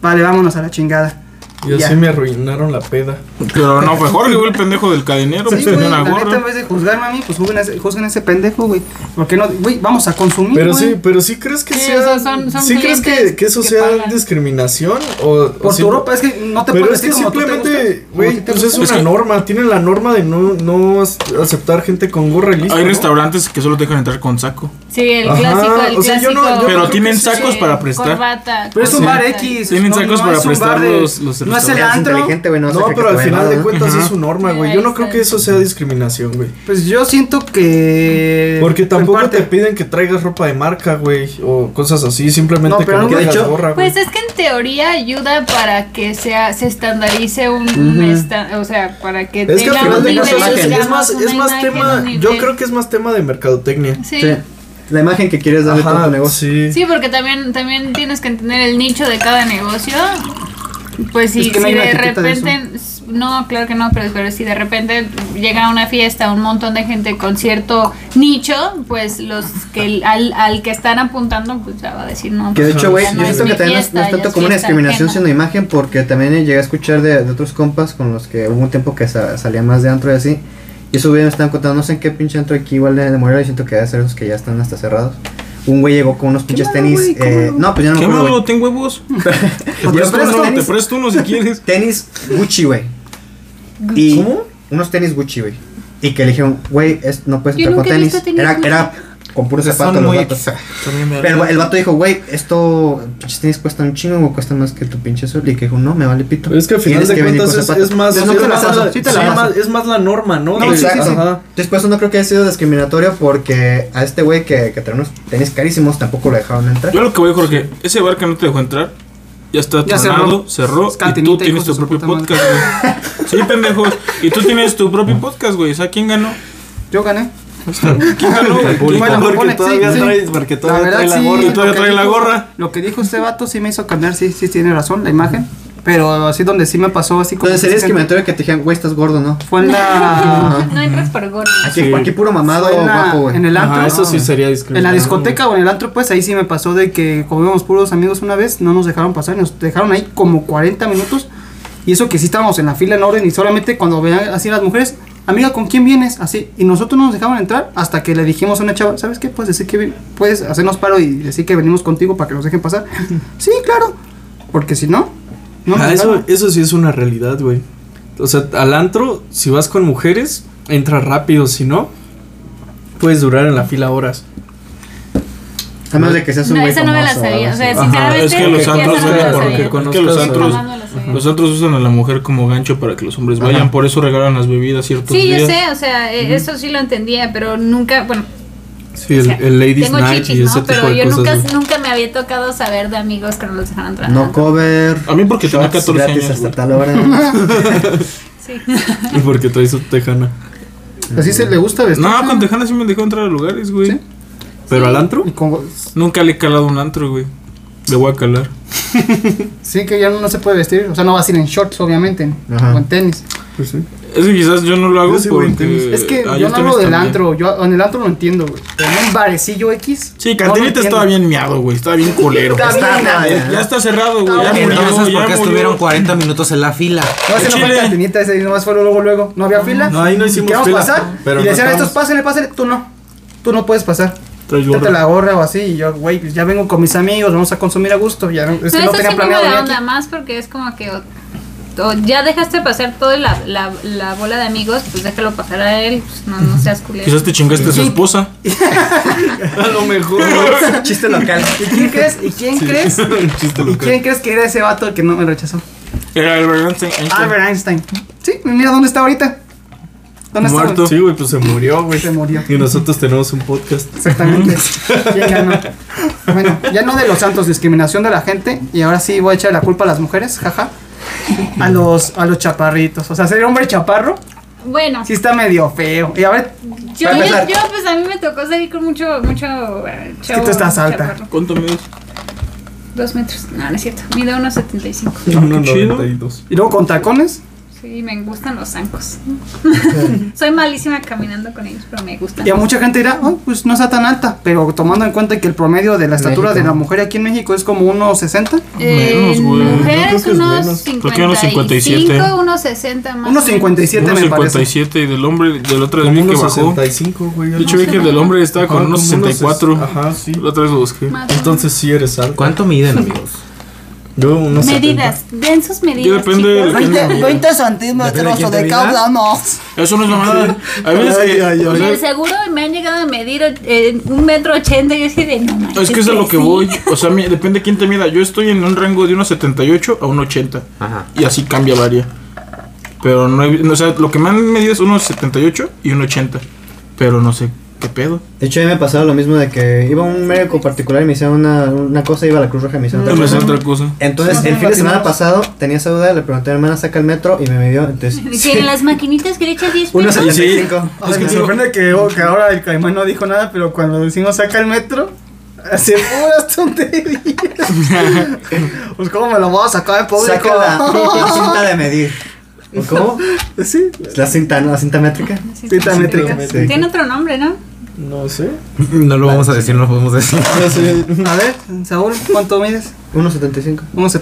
Speaker 2: Vale, vámonos a la chingada.
Speaker 3: Y
Speaker 2: Ya.
Speaker 3: así me arruinaron la peda.
Speaker 1: Pero no fue Jorge, güey, el pendejo del cadenero.
Speaker 2: Sí,
Speaker 1: pues,
Speaker 2: güey,
Speaker 1: tenía una
Speaker 2: la neta, en
Speaker 1: gorra.
Speaker 2: vez de juzgarme a mí, pues juzguen a ese, juzguen a ese pendejo, güey. Porque no, güey, vamos a consumir,
Speaker 3: Pero
Speaker 2: güey.
Speaker 3: sí, pero sí crees que
Speaker 5: Sí,
Speaker 3: sea.
Speaker 5: o sea, son- son
Speaker 3: ¿Sí crees que,
Speaker 5: clientes
Speaker 3: que eso
Speaker 5: que
Speaker 3: sea
Speaker 5: pagan.
Speaker 3: discriminación? O, o
Speaker 2: Por
Speaker 3: sí-
Speaker 2: tu ropa, es que no te
Speaker 3: Pero
Speaker 2: puedes
Speaker 3: es que
Speaker 2: vestir como tú te
Speaker 3: simplemente,
Speaker 2: gusta, como a ti
Speaker 3: güey,
Speaker 2: te
Speaker 3: pues es
Speaker 2: gusta.
Speaker 3: una norma. Tienen la norma de no, no as- aceptar gente con gorra y listo,
Speaker 1: Hay
Speaker 3: ¿no?
Speaker 1: restaurantes que solo te dejan entrar con saco.
Speaker 5: Sí, el
Speaker 3: Ajá,
Speaker 5: clásico, el
Speaker 3: o sea, yo no-
Speaker 5: clásico.
Speaker 3: yo no
Speaker 1: Pero
Speaker 3: creo
Speaker 1: tienen
Speaker 3: que sí.
Speaker 1: sacos para prestar.
Speaker 5: Corbata.
Speaker 2: Pero es un
Speaker 5: corbata.
Speaker 2: bar X.
Speaker 1: Tienen
Speaker 2: no-
Speaker 1: sacos
Speaker 2: no
Speaker 1: para
Speaker 2: es un bar
Speaker 1: prestar
Speaker 2: de-
Speaker 1: los- los
Speaker 2: No es el
Speaker 1: restaurantes.
Speaker 2: antro.
Speaker 4: inteligente, güey, no,
Speaker 3: No, pero al final de cuentas es su norma, güey. Yo no
Speaker 5: Ahí
Speaker 3: creo
Speaker 5: está.
Speaker 3: que eso sea discriminación, güey.
Speaker 2: Pues yo siento que.
Speaker 3: Porque
Speaker 2: Este, en
Speaker 3: tampoco
Speaker 2: parte-
Speaker 3: te piden que traigas ropa de marca, güey, o cosas así, simplemente
Speaker 2: No,
Speaker 3: que
Speaker 2: pero
Speaker 3: no
Speaker 2: de
Speaker 3: traigas
Speaker 4: hecho-
Speaker 3: gorra, güey.
Speaker 5: Pues es que en teoría ayuda para que sea, se estandarice un, esta- o sea, para que
Speaker 3: Es que al final
Speaker 5: un
Speaker 3: de
Speaker 5: nivel,
Speaker 3: cuentas es,
Speaker 5: digamos,
Speaker 3: es más,
Speaker 5: una
Speaker 3: es más
Speaker 5: imagen,
Speaker 3: tema,
Speaker 5: un
Speaker 3: yo
Speaker 5: nivel.
Speaker 3: creo que es más tema de mercadotecnia.
Speaker 5: Sí.
Speaker 4: Sí. La imagen que quieres darle a
Speaker 3: Ajá,
Speaker 4: tu negocio.
Speaker 3: sí.
Speaker 5: Sí, porque también, también tienes que entender el nicho de cada negocio. Pues si,
Speaker 2: Es que no
Speaker 5: si
Speaker 2: hay una
Speaker 5: de
Speaker 2: etiqueta de eso.
Speaker 5: repente, no, claro que no, pero, pero si de repente llega a una fiesta un montón de gente con cierto nicho, pues los que al, al que están apuntando, pues ya va a decir no.
Speaker 4: Que de
Speaker 5: pues,
Speaker 4: hecho, güey,
Speaker 5: ya
Speaker 4: yo
Speaker 5: es
Speaker 4: siento
Speaker 5: mi
Speaker 4: que también no es-
Speaker 5: fiesta,
Speaker 4: no es
Speaker 5: ya
Speaker 4: tanto como una
Speaker 5: fiesta
Speaker 4: discriminación,
Speaker 5: ajena.
Speaker 4: sino imagen, porque también llegué a escuchar de, de otros compas con los que hubo un tiempo que sa- salía más de antro y así. Y esos güeyes me estaban contando, no sé en qué pinche antro aquí, igual de, de Morelia, y siento que debe ser los que ya están hasta cerrados. Un güey llegó con unos pinches
Speaker 2: malo,
Speaker 4: tenis.
Speaker 2: güey, qué
Speaker 4: eh,
Speaker 2: malo.
Speaker 4: no, pues ya no me
Speaker 1: ¿Qué
Speaker 4: acuerdo.
Speaker 1: malo?
Speaker 4: güey.
Speaker 1: Tengo huevos.
Speaker 4: Yo
Speaker 1: Te presto,
Speaker 4: presto
Speaker 1: uno, te
Speaker 4: tenis,
Speaker 1: presto uno si quieres.
Speaker 4: tenis Gucci, güey. Y Unos tenis Gucci, güey. Y que le dijeron, güey, es- no puedes
Speaker 5: Yo
Speaker 4: entrar con
Speaker 5: nunca he
Speaker 4: tenis.
Speaker 5: visto tenis
Speaker 4: Era,
Speaker 5: Gucci.
Speaker 4: era con puros zapatos los vatos. Pero el vato dijo, güey, esto, pinches tenis cuestan un chingo, güey, cuestan más que tu pinche sol. Y que dijo, no, me vale pito.
Speaker 3: Pero es que al final
Speaker 4: Tienes
Speaker 3: de
Speaker 4: venir
Speaker 3: cuentas
Speaker 4: con
Speaker 3: es,
Speaker 4: zapatos.
Speaker 3: es más,
Speaker 4: Entonces, no
Speaker 3: es,
Speaker 4: te la
Speaker 3: más
Speaker 4: paso,
Speaker 3: la,
Speaker 4: sí te la
Speaker 3: sí,
Speaker 4: paso.
Speaker 3: más- es más la norma, ¿no?
Speaker 4: No,
Speaker 3: De-
Speaker 4: sí, sí, sí.
Speaker 3: ajá.
Speaker 4: Después no creo que haya sido discriminatorio porque a este güey que, que trae unos tenis carísimos tampoco lo dejaron entrar.
Speaker 1: Yo lo que voy, Jorge, ese bar que no te dejó entrar. Ya está
Speaker 2: Ya
Speaker 1: tronado, cerró,
Speaker 2: cerró.
Speaker 1: y
Speaker 2: Escatinita,
Speaker 1: tú
Speaker 2: hijo
Speaker 1: tienes
Speaker 2: de
Speaker 1: tu
Speaker 2: su
Speaker 1: propio
Speaker 2: puta madre.
Speaker 1: podcast, güey. Sí, pendejo. Y tú tienes tu propio podcast, güey. O sea, ¿quién ganó?
Speaker 2: Yo gané.
Speaker 1: ¿Quién ganó, güey? ¿Quién
Speaker 2: Bueno,
Speaker 1: ganó?
Speaker 2: pone-
Speaker 3: porque
Speaker 2: sí,
Speaker 3: todavía
Speaker 2: sí.
Speaker 3: trae- porque todavía
Speaker 2: verdad,
Speaker 3: trae la
Speaker 2: sí,
Speaker 3: gorra.
Speaker 1: Y
Speaker 2: lo
Speaker 1: todavía
Speaker 2: que
Speaker 1: trae la
Speaker 2: dijo-
Speaker 1: gorra.
Speaker 2: Lo que dijo este vato sí me hizo cambiar, sí, sí, tiene razón, la imagen. Pero así donde sí me pasó, así como.
Speaker 4: Entonces sería
Speaker 2: que me
Speaker 4: discriminatorio que te dijeran, güey, estás gordo, ¿no?
Speaker 2: Fue
Speaker 5: <laughs>
Speaker 1: <laughs>
Speaker 2: en la.
Speaker 5: No entras por gordo.
Speaker 4: Aquí,
Speaker 1: Sí.
Speaker 4: aquí puro mamado
Speaker 2: fue en la-
Speaker 4: guapo, güey.
Speaker 2: En el antro.
Speaker 3: Ajá, eso sí
Speaker 4: no.
Speaker 3: sería
Speaker 2: En la
Speaker 3: discriminación.
Speaker 2: discoteca o en el antro, pues ahí sí me pasó de que como íbamos puros amigos una vez, no nos dejaron pasar, nos dejaron ahí como 40 minutos. Y eso que sí estábamos en la fila en orden y solamente cuando vean así las mujeres, amiga, ¿con quién vienes? Así. Y nosotros no nos dejaban entrar hasta que le dijimos a una chava, ¿sabes qué? Puedes decir que vi- puedes hacernos paro y decir que venimos contigo para que nos dejen pasar. sí, claro. Porque si no, no nos
Speaker 3: Ah, eso,
Speaker 2: dejaban.
Speaker 3: eso sí es una realidad, güey. O sea, al antro, si vas con mujeres, entra rápido, si no, puedes durar en la fila horas.
Speaker 4: A menos de que seas un
Speaker 5: No,
Speaker 4: güey
Speaker 5: esa no me la
Speaker 4: famoso,
Speaker 5: sabía. O
Speaker 4: algo
Speaker 5: sea,
Speaker 4: así.
Speaker 1: Ajá,
Speaker 5: Eh, sinceramente,
Speaker 1: es que los
Speaker 5: esa
Speaker 1: antros
Speaker 5: no me
Speaker 1: venden
Speaker 5: la
Speaker 1: por-
Speaker 5: sabía.
Speaker 1: es que los
Speaker 3: Conozcas-
Speaker 1: antros,
Speaker 5: Jamás me la sabía.
Speaker 1: los antros usan a la mujer como gancho para que los hombres vayan,
Speaker 4: Ajá.
Speaker 1: por eso regalan las bebidas ciertos
Speaker 5: Sí,
Speaker 1: días.
Speaker 5: yo sé, o sea, eh, eso sí lo entendía, pero nunca, bueno,
Speaker 3: Sí,
Speaker 5: o
Speaker 3: el,
Speaker 5: sea,
Speaker 3: el Ladies
Speaker 5: tengo
Speaker 3: Night
Speaker 5: chichis,
Speaker 3: y ese
Speaker 5: ¿no?
Speaker 3: tipo
Speaker 5: Pero
Speaker 3: de
Speaker 5: yo
Speaker 3: cosas.
Speaker 5: nunca,
Speaker 3: güey.
Speaker 5: nunca me había tocado saber de amigos que no los dejaron entrar.
Speaker 4: No cover.
Speaker 1: A mí porque tenía
Speaker 4: shots
Speaker 1: 14
Speaker 4: gratis
Speaker 1: años,
Speaker 4: hasta
Speaker 1: güey.
Speaker 4: tal hora.
Speaker 5: Sí.
Speaker 3: Y porque trae su tejana.
Speaker 2: Así se le gusta vestir.
Speaker 1: No, con Tejana sí me dejó entrar a lugares, güey.
Speaker 2: ¿Sí?
Speaker 3: Pero al
Speaker 5: <laughs>
Speaker 3: antro,
Speaker 2: Y como-
Speaker 1: Nunca le he calado un antro, güey. Le voy a calar.
Speaker 2: sí que ya no, no se puede vestir. O sea, no vas a ir en shorts, obviamente.
Speaker 4: Ajá.
Speaker 2: O en tenis.
Speaker 3: pues sí.
Speaker 1: Es que quizás yo no lo hago
Speaker 3: Yo sí voy en tenis.
Speaker 1: porque...
Speaker 2: Es que
Speaker 1: Ah,
Speaker 2: yo
Speaker 1: tenis
Speaker 2: no hablo del
Speaker 1: también.
Speaker 2: antro, yo en el antro lo entiendo, güey. Pero en un barecillo X.
Speaker 1: Sí,
Speaker 2: no lo
Speaker 1: Cantinita estaba bien
Speaker 2: entiendo.
Speaker 1: miado, güey. Estaba bien culero.
Speaker 2: Está bien,
Speaker 4: Está
Speaker 2: güey.
Speaker 4: bien.
Speaker 1: Ya está cerrado, güey. Ya
Speaker 2: Está
Speaker 1: murió,
Speaker 6: Entonces,
Speaker 1: ya
Speaker 6: ¿por qué
Speaker 1: murió.
Speaker 6: estuvieron 40 minutos en la fila?
Speaker 2: No, ese no fue
Speaker 1: Chile.
Speaker 2: cantinita, ese nomás fue luego, luego. No había fila.
Speaker 3: No, ahí no hicimos
Speaker 2: Queríamos
Speaker 3: fila,
Speaker 2: pasar.
Speaker 3: pero
Speaker 2: y
Speaker 3: no
Speaker 2: le decían a estos,
Speaker 3: estábamos.
Speaker 2: pásenle, pásenle. Tú no. Tú no puedes pasar.
Speaker 1: Traes gorra.
Speaker 2: Quítate la gorra o así. Y yo, güey, pues ya vengo con mis amigos, vamos a consumir a gusto. Ya no, es que
Speaker 5: Pero
Speaker 2: no
Speaker 5: eso
Speaker 2: tenía
Speaker 5: sí no me
Speaker 2: planeado venir
Speaker 5: da
Speaker 2: aquí.
Speaker 5: onda más porque es como que o- o ya dejaste pasar toda la, la, la bola de amigos, pues déjalo pasar a él, pues no, no seas culero.
Speaker 1: Quizás te chingaste a su esposa.
Speaker 3: A lo mejor.
Speaker 4: Chiste local.
Speaker 2: ¿Y quién crees? ¿Y quién crees? ¿Y quién crees que era ese vato el que no me rechazó?
Speaker 1: Era Albert Einstein.
Speaker 2: Albert Einstein. Sí, mira dónde está ahorita. ¿Dónde está?
Speaker 1: Muerto.
Speaker 3: Sí, güey, pues se murió, güey.
Speaker 2: Se murió.
Speaker 3: Y nosotros tenemos un podcast.
Speaker 2: Exactamente. ¿Quién ganó? Bueno, ya no de los santos, discriminación de la gente. Y ahora sí voy a echar la culpa a las mujeres, jaja. A los, a los chaparritos. O sea, ser hombre chaparro
Speaker 5: Bueno,
Speaker 2: sí está medio feo. Y a ver,
Speaker 5: yo,
Speaker 4: para
Speaker 5: yo,
Speaker 4: empezar.
Speaker 5: yo, pues a mí me tocó salir con mucho, mucho eh, chavo.
Speaker 2: tú estás alta.
Speaker 5: chaparro.
Speaker 1: ¿Cuánto mides?
Speaker 5: Dos metros, no, no es cierto, mide 1.75.
Speaker 1: chido.
Speaker 3: 1.92.
Speaker 2: y luego con tacones.
Speaker 5: Sí, me gustan los zancos. <laughs> Soy malísima caminando con ellos, pero me gustan.
Speaker 2: Y a mucha gente dirá, "Ay, pues no está tan alta, pero tomando en cuenta que el promedio de la estatura
Speaker 4: México.
Speaker 2: de la mujer aquí en México es como 1,60,
Speaker 5: Eh,
Speaker 1: Menos, güey.
Speaker 3: Yo
Speaker 5: mujeres
Speaker 3: creo que es
Speaker 5: unos
Speaker 3: menos.
Speaker 1: ¿Por qué unos
Speaker 5: 55, unos 60 más.
Speaker 2: 1,57 me parece.
Speaker 1: 1.57 y del hombre, del otro
Speaker 3: Como
Speaker 1: vez vi que
Speaker 3: unos
Speaker 1: bajó.
Speaker 3: 65, güey.
Speaker 1: De
Speaker 3: algo
Speaker 1: hecho, vi que el del hombre estaba
Speaker 3: Ajá,
Speaker 1: con unos
Speaker 3: como unos
Speaker 1: 64.
Speaker 3: ses- Ajá, sí.
Speaker 1: La otra vez lo busqué.
Speaker 5: Más o
Speaker 3: Entonces sí eres alto.
Speaker 6: ¿Cuánto miden, amigos? <laughs>
Speaker 3: Yo unos
Speaker 5: menos. Medidas, den sus medidas.
Speaker 1: Yo depende de-
Speaker 5: chicos.
Speaker 7: 20,
Speaker 1: Depende
Speaker 5: <laughs>
Speaker 1: de
Speaker 7: 20
Speaker 6: Depende de
Speaker 7: centímetros
Speaker 6: quién te
Speaker 7: de
Speaker 6: diga.
Speaker 7: cada más.
Speaker 1: Eso no es mamada. Hay veces
Speaker 3: Ay,
Speaker 1: que.
Speaker 3: ay, ay.
Speaker 1: o sea,
Speaker 5: Del seguro me han llegado a medir eh, un metro ochenta y yo así de no manches,
Speaker 1: es que es a lo que
Speaker 5: sí. <laughs>
Speaker 1: voy. O sea, mi- depende de quién te mida. Yo estoy en un rango de 1.78 a 1.80.
Speaker 6: Ajá.
Speaker 1: Y así cambia varía. Pero no, he- no, o sea, lo que me han medido es 1.78 y 1.80. Pero no sé qué pedo.
Speaker 4: De hecho, a mí me pasaba lo mismo de que iba a un médico particular y me hicieron una, una cosa, iba a la Cruz Roja y me hicieron
Speaker 1: No
Speaker 4: otra
Speaker 1: me sé
Speaker 4: cosa.
Speaker 1: otra cosa.
Speaker 4: Entonces, el fin de semana pasado tenía esa duda, le pregunté a mi hermana, saca el metro y me midió. Entonces,
Speaker 5: <laughs> Que en las maquinitas que le echas 10
Speaker 4: uno
Speaker 5: pesos.
Speaker 1: sí.
Speaker 4: 75.
Speaker 2: Ay, me sorprende que, oh, que ahora el caimán no dijo nada, pero cuando decimos saca el metro, hace puras
Speaker 4: <laughs>
Speaker 2: tonterías. pues, ¿cómo me lo voy a sacar de público?
Speaker 4: Saca la, la cinta de medir. ¿O ¿Cómo?
Speaker 2: Sí,
Speaker 4: La cinta, ¿no? La cinta métrica.
Speaker 2: cinta métrica.
Speaker 4: Sí.
Speaker 5: Tiene otro nombre, ¿no?
Speaker 3: No sé.
Speaker 6: No lo vamos a decir, no lo podemos decir.
Speaker 3: No sé.
Speaker 2: eh, A ver, Saúl, ¿cuánto mides?
Speaker 4: 1.75.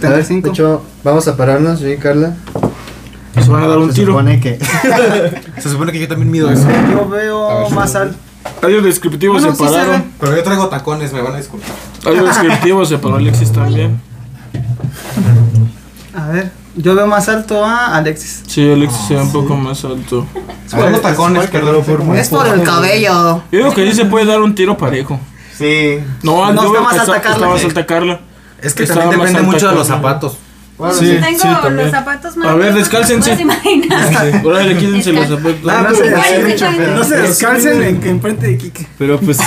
Speaker 4: A ver,
Speaker 2: 1,75.
Speaker 4: De hecho, vamos a pararnos, yo y Carla.
Speaker 1: Se van a dar un
Speaker 4: Se
Speaker 1: tiro.
Speaker 4: supone que.
Speaker 6: Se supone que yo también mido eso.
Speaker 2: Yo veo más alto.
Speaker 1: Adiós descriptivo
Speaker 2: Bueno, sí se
Speaker 1: separado.
Speaker 2: ve.
Speaker 6: Pero yo traigo tacones, me van a disculpar.
Speaker 1: <laughs> Adiós descriptivo separado Alexis también.
Speaker 2: A ver, yo veo más alto a Alexis.
Speaker 1: Ah, Sí, Alexis se ve un poco más alto.
Speaker 6: Traigo tacones, perdón.
Speaker 4: Pues,
Speaker 6: por favor.
Speaker 7: Es por el cabello.
Speaker 1: Yo digo que ahí se puede dar un tiro parejo.
Speaker 4: Sí.
Speaker 1: No,
Speaker 2: No,
Speaker 1: yo
Speaker 2: está
Speaker 1: veo
Speaker 2: más
Speaker 1: que
Speaker 2: alta
Speaker 1: está-
Speaker 2: Carla.
Speaker 1: está más alta Carla.
Speaker 6: Es que
Speaker 1: Estaba
Speaker 6: también
Speaker 1: más
Speaker 6: depende
Speaker 1: alta
Speaker 6: mucho de los
Speaker 1: que-
Speaker 6: zapatos.
Speaker 3: Sí,
Speaker 5: Tengo
Speaker 3: sí,
Speaker 5: los
Speaker 3: también.
Speaker 5: zapatos más
Speaker 1: A ver,
Speaker 5: gordos,
Speaker 1: descálcense.
Speaker 5: ¿no te imaginas?
Speaker 1: Órale, quítense los zapatos.
Speaker 3: Ah,
Speaker 2: No
Speaker 3: pero-
Speaker 2: se,
Speaker 5: Ay, sí,
Speaker 2: descansen-
Speaker 5: también.
Speaker 2: no se descansen en, en frente de Kike.
Speaker 3: Pero
Speaker 1: <laughs>
Speaker 3: pues sí.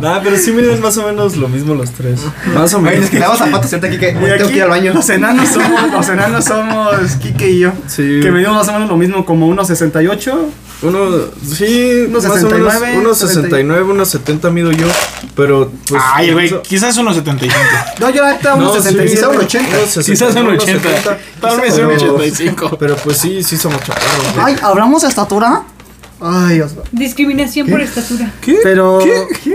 Speaker 3: Nah, pero sí miden más o menos lo mismo los tres. Más o menos.
Speaker 4: Damos zapatos, siéntate aquí que
Speaker 2: Y
Speaker 4: tengo que ir al baño.
Speaker 2: Los enanos somos, los enanos somos Kike y yo.
Speaker 3: Sí.
Speaker 2: Que medimos más o menos lo mismo, como 1,68.
Speaker 3: Uno, sí,
Speaker 2: Unos
Speaker 3: más o menos
Speaker 2: 69,
Speaker 3: unos 69, unos 70 mido yo, pero pues
Speaker 1: Ay, güey,
Speaker 3: eso-
Speaker 1: quizás unos 75.
Speaker 2: No, yo ahorita
Speaker 3: No,
Speaker 2: 1,67.
Speaker 3: sí,
Speaker 2: un
Speaker 3: unos
Speaker 2: 80.
Speaker 3: unos 60,
Speaker 1: Quizás un
Speaker 3: unos
Speaker 1: 80.
Speaker 3: 70,
Speaker 1: Tal vez un
Speaker 3: pero-
Speaker 1: 85.
Speaker 3: Pero pues sí, sí somos chaparros. güey.
Speaker 7: Ay, ¿hablamos de estatura?
Speaker 2: Ay, Dios.
Speaker 5: Discriminación por estatura.
Speaker 2: Pero.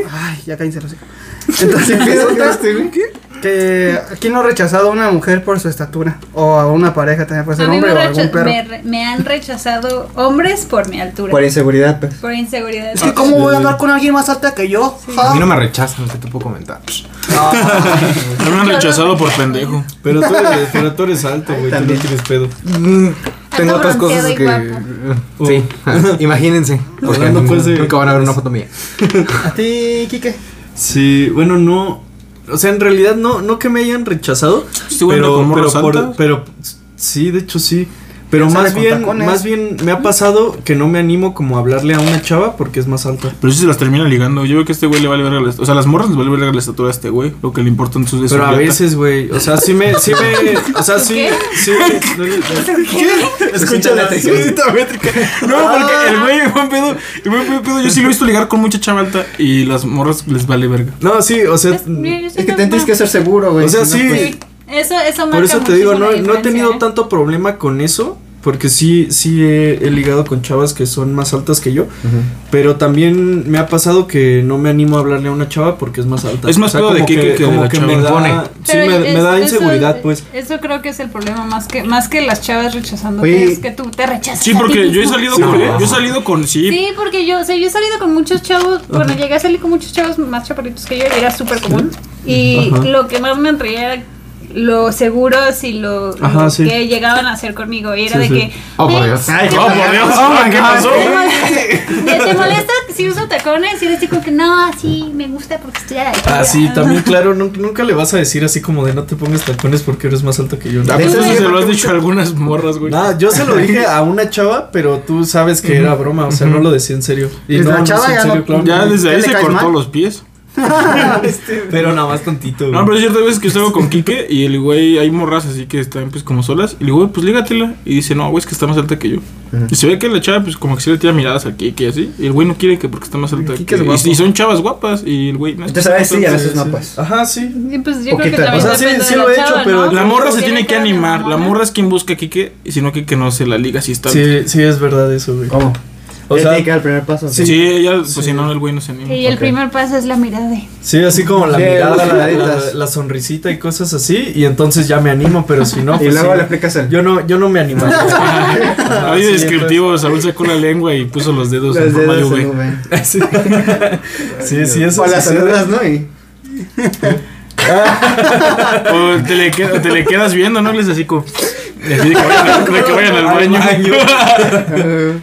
Speaker 2: Ay, ya cállense los hijos. Entonces, resulta que aquí no ha rechazado a una mujer por su estatura. O a una pareja también puede ser
Speaker 5: A mí me,
Speaker 2: hombre o
Speaker 5: recha-
Speaker 2: algún perro.
Speaker 5: me re- me han rechazado hombres por mi altura.
Speaker 4: Por inseguridad, pues.
Speaker 5: Por inseguridad.
Speaker 7: Es
Speaker 5: <laughs>
Speaker 7: que ¿cómo voy a andar con alguien más alta que yo? Ja.
Speaker 6: A
Speaker 2: Ah,
Speaker 6: mí no me rechazan, ¿qué te puedo comentar?
Speaker 1: Me han rechazado por pendejo.
Speaker 3: Pero
Speaker 1: <laughs>
Speaker 3: tú eres, pero tú eres alto, güey, tú no
Speaker 4: También.
Speaker 3: tienes pedo.
Speaker 6: Mm, Tengo
Speaker 5: Ando
Speaker 6: otras cosas
Speaker 5: bronceado y
Speaker 6: que.
Speaker 3: guapo.
Speaker 6: Sí, <laughs> ah, imagínense. Porque
Speaker 3: Hablando, pues, de-
Speaker 6: nunca van a ver una foto mía.
Speaker 2: ¿A ti, Kike?
Speaker 3: Sí, bueno, no. O sea, en realidad no, no que me hayan rechazado.
Speaker 1: Sí, bueno, con
Speaker 3: pero,
Speaker 1: morras
Speaker 3: por,
Speaker 1: altas.
Speaker 3: pero sí, de hecho sí. Pero
Speaker 2: Sale
Speaker 3: más
Speaker 2: con
Speaker 3: bien,
Speaker 2: tacones.
Speaker 3: más bien me ha pasado que no me animo como a hablarle a una chava porque es más alta.
Speaker 1: Pero si se las termina ligando. Yo veo que a este güey le vale verga la estatura. O sea, las morras les vale verga la estatura a este güey. Lo que le importan sus
Speaker 3: Pero a veces, güey, o sea, sí me, sí me, o
Speaker 5: <laughs>
Speaker 3: sea, sí,
Speaker 5: ¿Qué?
Speaker 3: sí.
Speaker 4: Escucha la
Speaker 3: cinta métrica.
Speaker 1: No, porque
Speaker 3: Ah.
Speaker 1: el güey, buen pedo. El güey, buen pedo. Yo sí lo he visto ligar con mucha chavalta. Y las morras les vale verga.
Speaker 3: No, sí, o sea,
Speaker 5: Es, mira, yo soy
Speaker 4: Es que
Speaker 5: normal.
Speaker 4: tienes que ser seguro, güey.
Speaker 3: O sea,
Speaker 4: si no,
Speaker 3: sí.
Speaker 4: pues,
Speaker 5: Sí, Eso, eso marca
Speaker 3: por eso te digo,
Speaker 5: muchísimo
Speaker 3: no,
Speaker 5: la
Speaker 3: no he tenido
Speaker 5: diferencia, ¿eh?
Speaker 3: tanto problema con eso, porque sí, sí he, he ligado con chavas que son más altas que yo, pero también me ha pasado que no me animo a hablarle a una chava porque es más alta.
Speaker 1: Es más pedo de
Speaker 3: como
Speaker 1: Kike que de
Speaker 3: como
Speaker 1: la
Speaker 3: que
Speaker 1: chava.
Speaker 3: me
Speaker 6: Impone.
Speaker 3: da, sí,
Speaker 5: Pero
Speaker 3: me,
Speaker 5: es-
Speaker 3: me da
Speaker 5: eso-
Speaker 3: inseguridad, pues.
Speaker 5: Eso creo que es el problema, más que, más que las chavas rechazándote,
Speaker 4: Oye.
Speaker 5: es que tú te rechazas.
Speaker 1: Sí,
Speaker 5: a ti
Speaker 1: porque yo he
Speaker 5: mismo.
Speaker 1: salido
Speaker 3: Sí,
Speaker 1: con.
Speaker 3: ¿verdad?
Speaker 1: Yo he salido con. Sí.
Speaker 5: Sí, porque yo, o sea, yo he salido con muchos chavos, bueno, llegué a salir con muchos chavos más chaparritos que yo, y era súper común. Y
Speaker 3: Ajá.
Speaker 5: lo que más me atraía era lo seguros y lo,
Speaker 3: Ajá,
Speaker 5: lo
Speaker 3: sí.
Speaker 5: que llegaban a hacer conmigo. Y era
Speaker 3: Sí,
Speaker 5: de
Speaker 3: sí.
Speaker 5: que.
Speaker 6: Oh, por
Speaker 5: "Ven,
Speaker 4: pues,
Speaker 6: Dios.
Speaker 1: Ay, oh, por Dios. ¿Qué pasó?
Speaker 5: ¿Te molesta, ¿Te molesta si uso tacones? Y eres así como que no, sí, me gusta porque estoy a la altura".
Speaker 3: Ah, sí, también, claro, nun- nunca, le vas a decir así como de no te pongas tacones porque eres más alto que yo. ¿no?
Speaker 1: A veces
Speaker 5: Tú,
Speaker 1: sí se
Speaker 5: güey,
Speaker 1: lo has dicho a algunas morras, güey.
Speaker 3: Nah, yo se lo dije a una chava, pero tú sabes que era broma, o sea, no lo decía en serio. Y
Speaker 2: Pues
Speaker 3: no,
Speaker 2: la
Speaker 3: no
Speaker 2: chava
Speaker 3: es en
Speaker 2: ya
Speaker 3: serio,
Speaker 2: no-
Speaker 3: claro.
Speaker 1: Ya
Speaker 3: no.
Speaker 1: desde
Speaker 2: ¿Qué
Speaker 1: ahí
Speaker 2: le
Speaker 1: se
Speaker 2: caes
Speaker 1: cortó
Speaker 2: mal?
Speaker 1: los pies.
Speaker 3: <laughs>
Speaker 4: este
Speaker 8: Pero nada más tantito.
Speaker 1: No, pero ciertas veces que salgo con Quique y el güey, hay morras así que están pues como solas. Y le digo, güey, pues lígatela. Y dice, no, güey, es que está más alta que yo. Y se ve que la chava, pues como que sí le tira miradas al Quique y así. Y el güey no quiere que porque está más alta.
Speaker 3: Quique
Speaker 1: que-
Speaker 3: es guapo.
Speaker 1: y, y son chavas guapas. Y el güey, no es que
Speaker 4: Entonces a
Speaker 1: está
Speaker 4: veces sí, a
Speaker 1: más
Speaker 4: veces no,
Speaker 3: Sí.
Speaker 4: pues.
Speaker 3: Ajá, sí.
Speaker 5: Sí, pues yo
Speaker 4: Poquito.
Speaker 5: creo que también
Speaker 4: O
Speaker 3: sea, sí,
Speaker 5: depende
Speaker 3: sí
Speaker 5: de
Speaker 3: lo
Speaker 5: la
Speaker 3: he hecho,
Speaker 5: chava,
Speaker 3: pero
Speaker 5: ¿no?
Speaker 1: alta. La morra se
Speaker 5: Tiene
Speaker 1: tiene que
Speaker 5: de
Speaker 1: animar. La
Speaker 5: mamona.
Speaker 1: morra es quien busca a Quique. Y si no, Quique no se la liga si está. alta.
Speaker 3: Sí, sí, es verdad eso, güey.
Speaker 4: ¿Cómo?
Speaker 3: O
Speaker 4: Ella
Speaker 3: sea,
Speaker 4: tiene que dar el primer paso.
Speaker 1: Sí, ella, pues
Speaker 3: Sí.
Speaker 1: si no, el güey no se anima.
Speaker 5: Y el primer paso es la mirada. de-
Speaker 3: sí, así como la
Speaker 4: Sí,
Speaker 3: mirada,
Speaker 4: las
Speaker 3: la,
Speaker 4: miraditas.
Speaker 3: la- la sonrisita y cosas así. Y entonces ya me animo, pero si no,
Speaker 4: <laughs> Y
Speaker 3: pues
Speaker 4: luego
Speaker 3: sí.
Speaker 4: le aplicas el.
Speaker 3: Yo no, yo no me
Speaker 4: <laughs>
Speaker 3: animo. <laughs>
Speaker 1: Ah, Hay descriptivos, Saúl sacó la lengua y puso los dedos
Speaker 4: los
Speaker 1: en forma de
Speaker 4: dedos en
Speaker 1: V.
Speaker 4: V.
Speaker 3: Sí, sí, sí, eso.
Speaker 4: O las
Speaker 3: sucede.
Speaker 4: saludas, ¿no? Y
Speaker 1: O Pues, te le, qued- te le quedas viendo, ¿no? Les así como. y así de que vayan, al- de que vayan al baño. <laughs>
Speaker 4: <laughs> eh,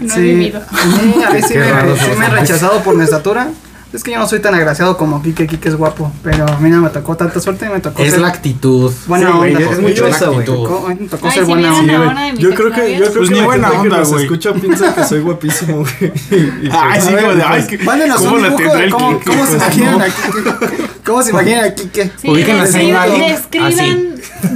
Speaker 5: No he
Speaker 2: Sí.
Speaker 5: vivido.
Speaker 2: Sí, a mí sí
Speaker 6: Qué
Speaker 2: me,
Speaker 6: raro
Speaker 2: sí
Speaker 6: somos.
Speaker 2: me han rechazado por mi estatura. Es que yo no soy tan agraciado como Kike, Kike es guapo, pero a mí no me tocó tanta suerte, me tocó
Speaker 6: Es
Speaker 2: ser
Speaker 6: la actitud.
Speaker 2: buena
Speaker 4: Sí, güey,
Speaker 2: onda.
Speaker 4: es mucho
Speaker 6: la
Speaker 4: eso, güey.
Speaker 2: Me
Speaker 6: actitud.
Speaker 2: tocó, me tocó
Speaker 5: Ay,
Speaker 2: ser
Speaker 5: si
Speaker 2: buena
Speaker 5: vieran
Speaker 2: onda.
Speaker 5: la
Speaker 3: güey.
Speaker 5: hora de mis
Speaker 3: Yo creo que, yo creo
Speaker 5: exnovios.
Speaker 1: Pues
Speaker 3: que
Speaker 1: ni
Speaker 3: la
Speaker 1: buena
Speaker 3: gente
Speaker 1: onda,
Speaker 3: que nos
Speaker 1: güey.
Speaker 3: escucha piensa que soy guapísimo, <laughs> güey. Y- y
Speaker 1: Ay,
Speaker 3: pues,
Speaker 1: sí,
Speaker 3: a ver,
Speaker 1: como de, ay,
Speaker 3: pues,
Speaker 1: que-
Speaker 2: Mándenos
Speaker 1: ¿cómo
Speaker 2: un
Speaker 1: la
Speaker 2: dibujo
Speaker 1: tendrá
Speaker 2: de
Speaker 1: el
Speaker 2: cómo,
Speaker 1: Kike? <laughs>
Speaker 2: <laughs> cómo se
Speaker 1: Pues,
Speaker 2: imaginan
Speaker 1: no.
Speaker 2: a Kike. ¿Cómo se imaginan a Kike?
Speaker 5: Sí,
Speaker 6: Ubican a
Speaker 5: describan-
Speaker 6: Zayn Malik,
Speaker 5: Describan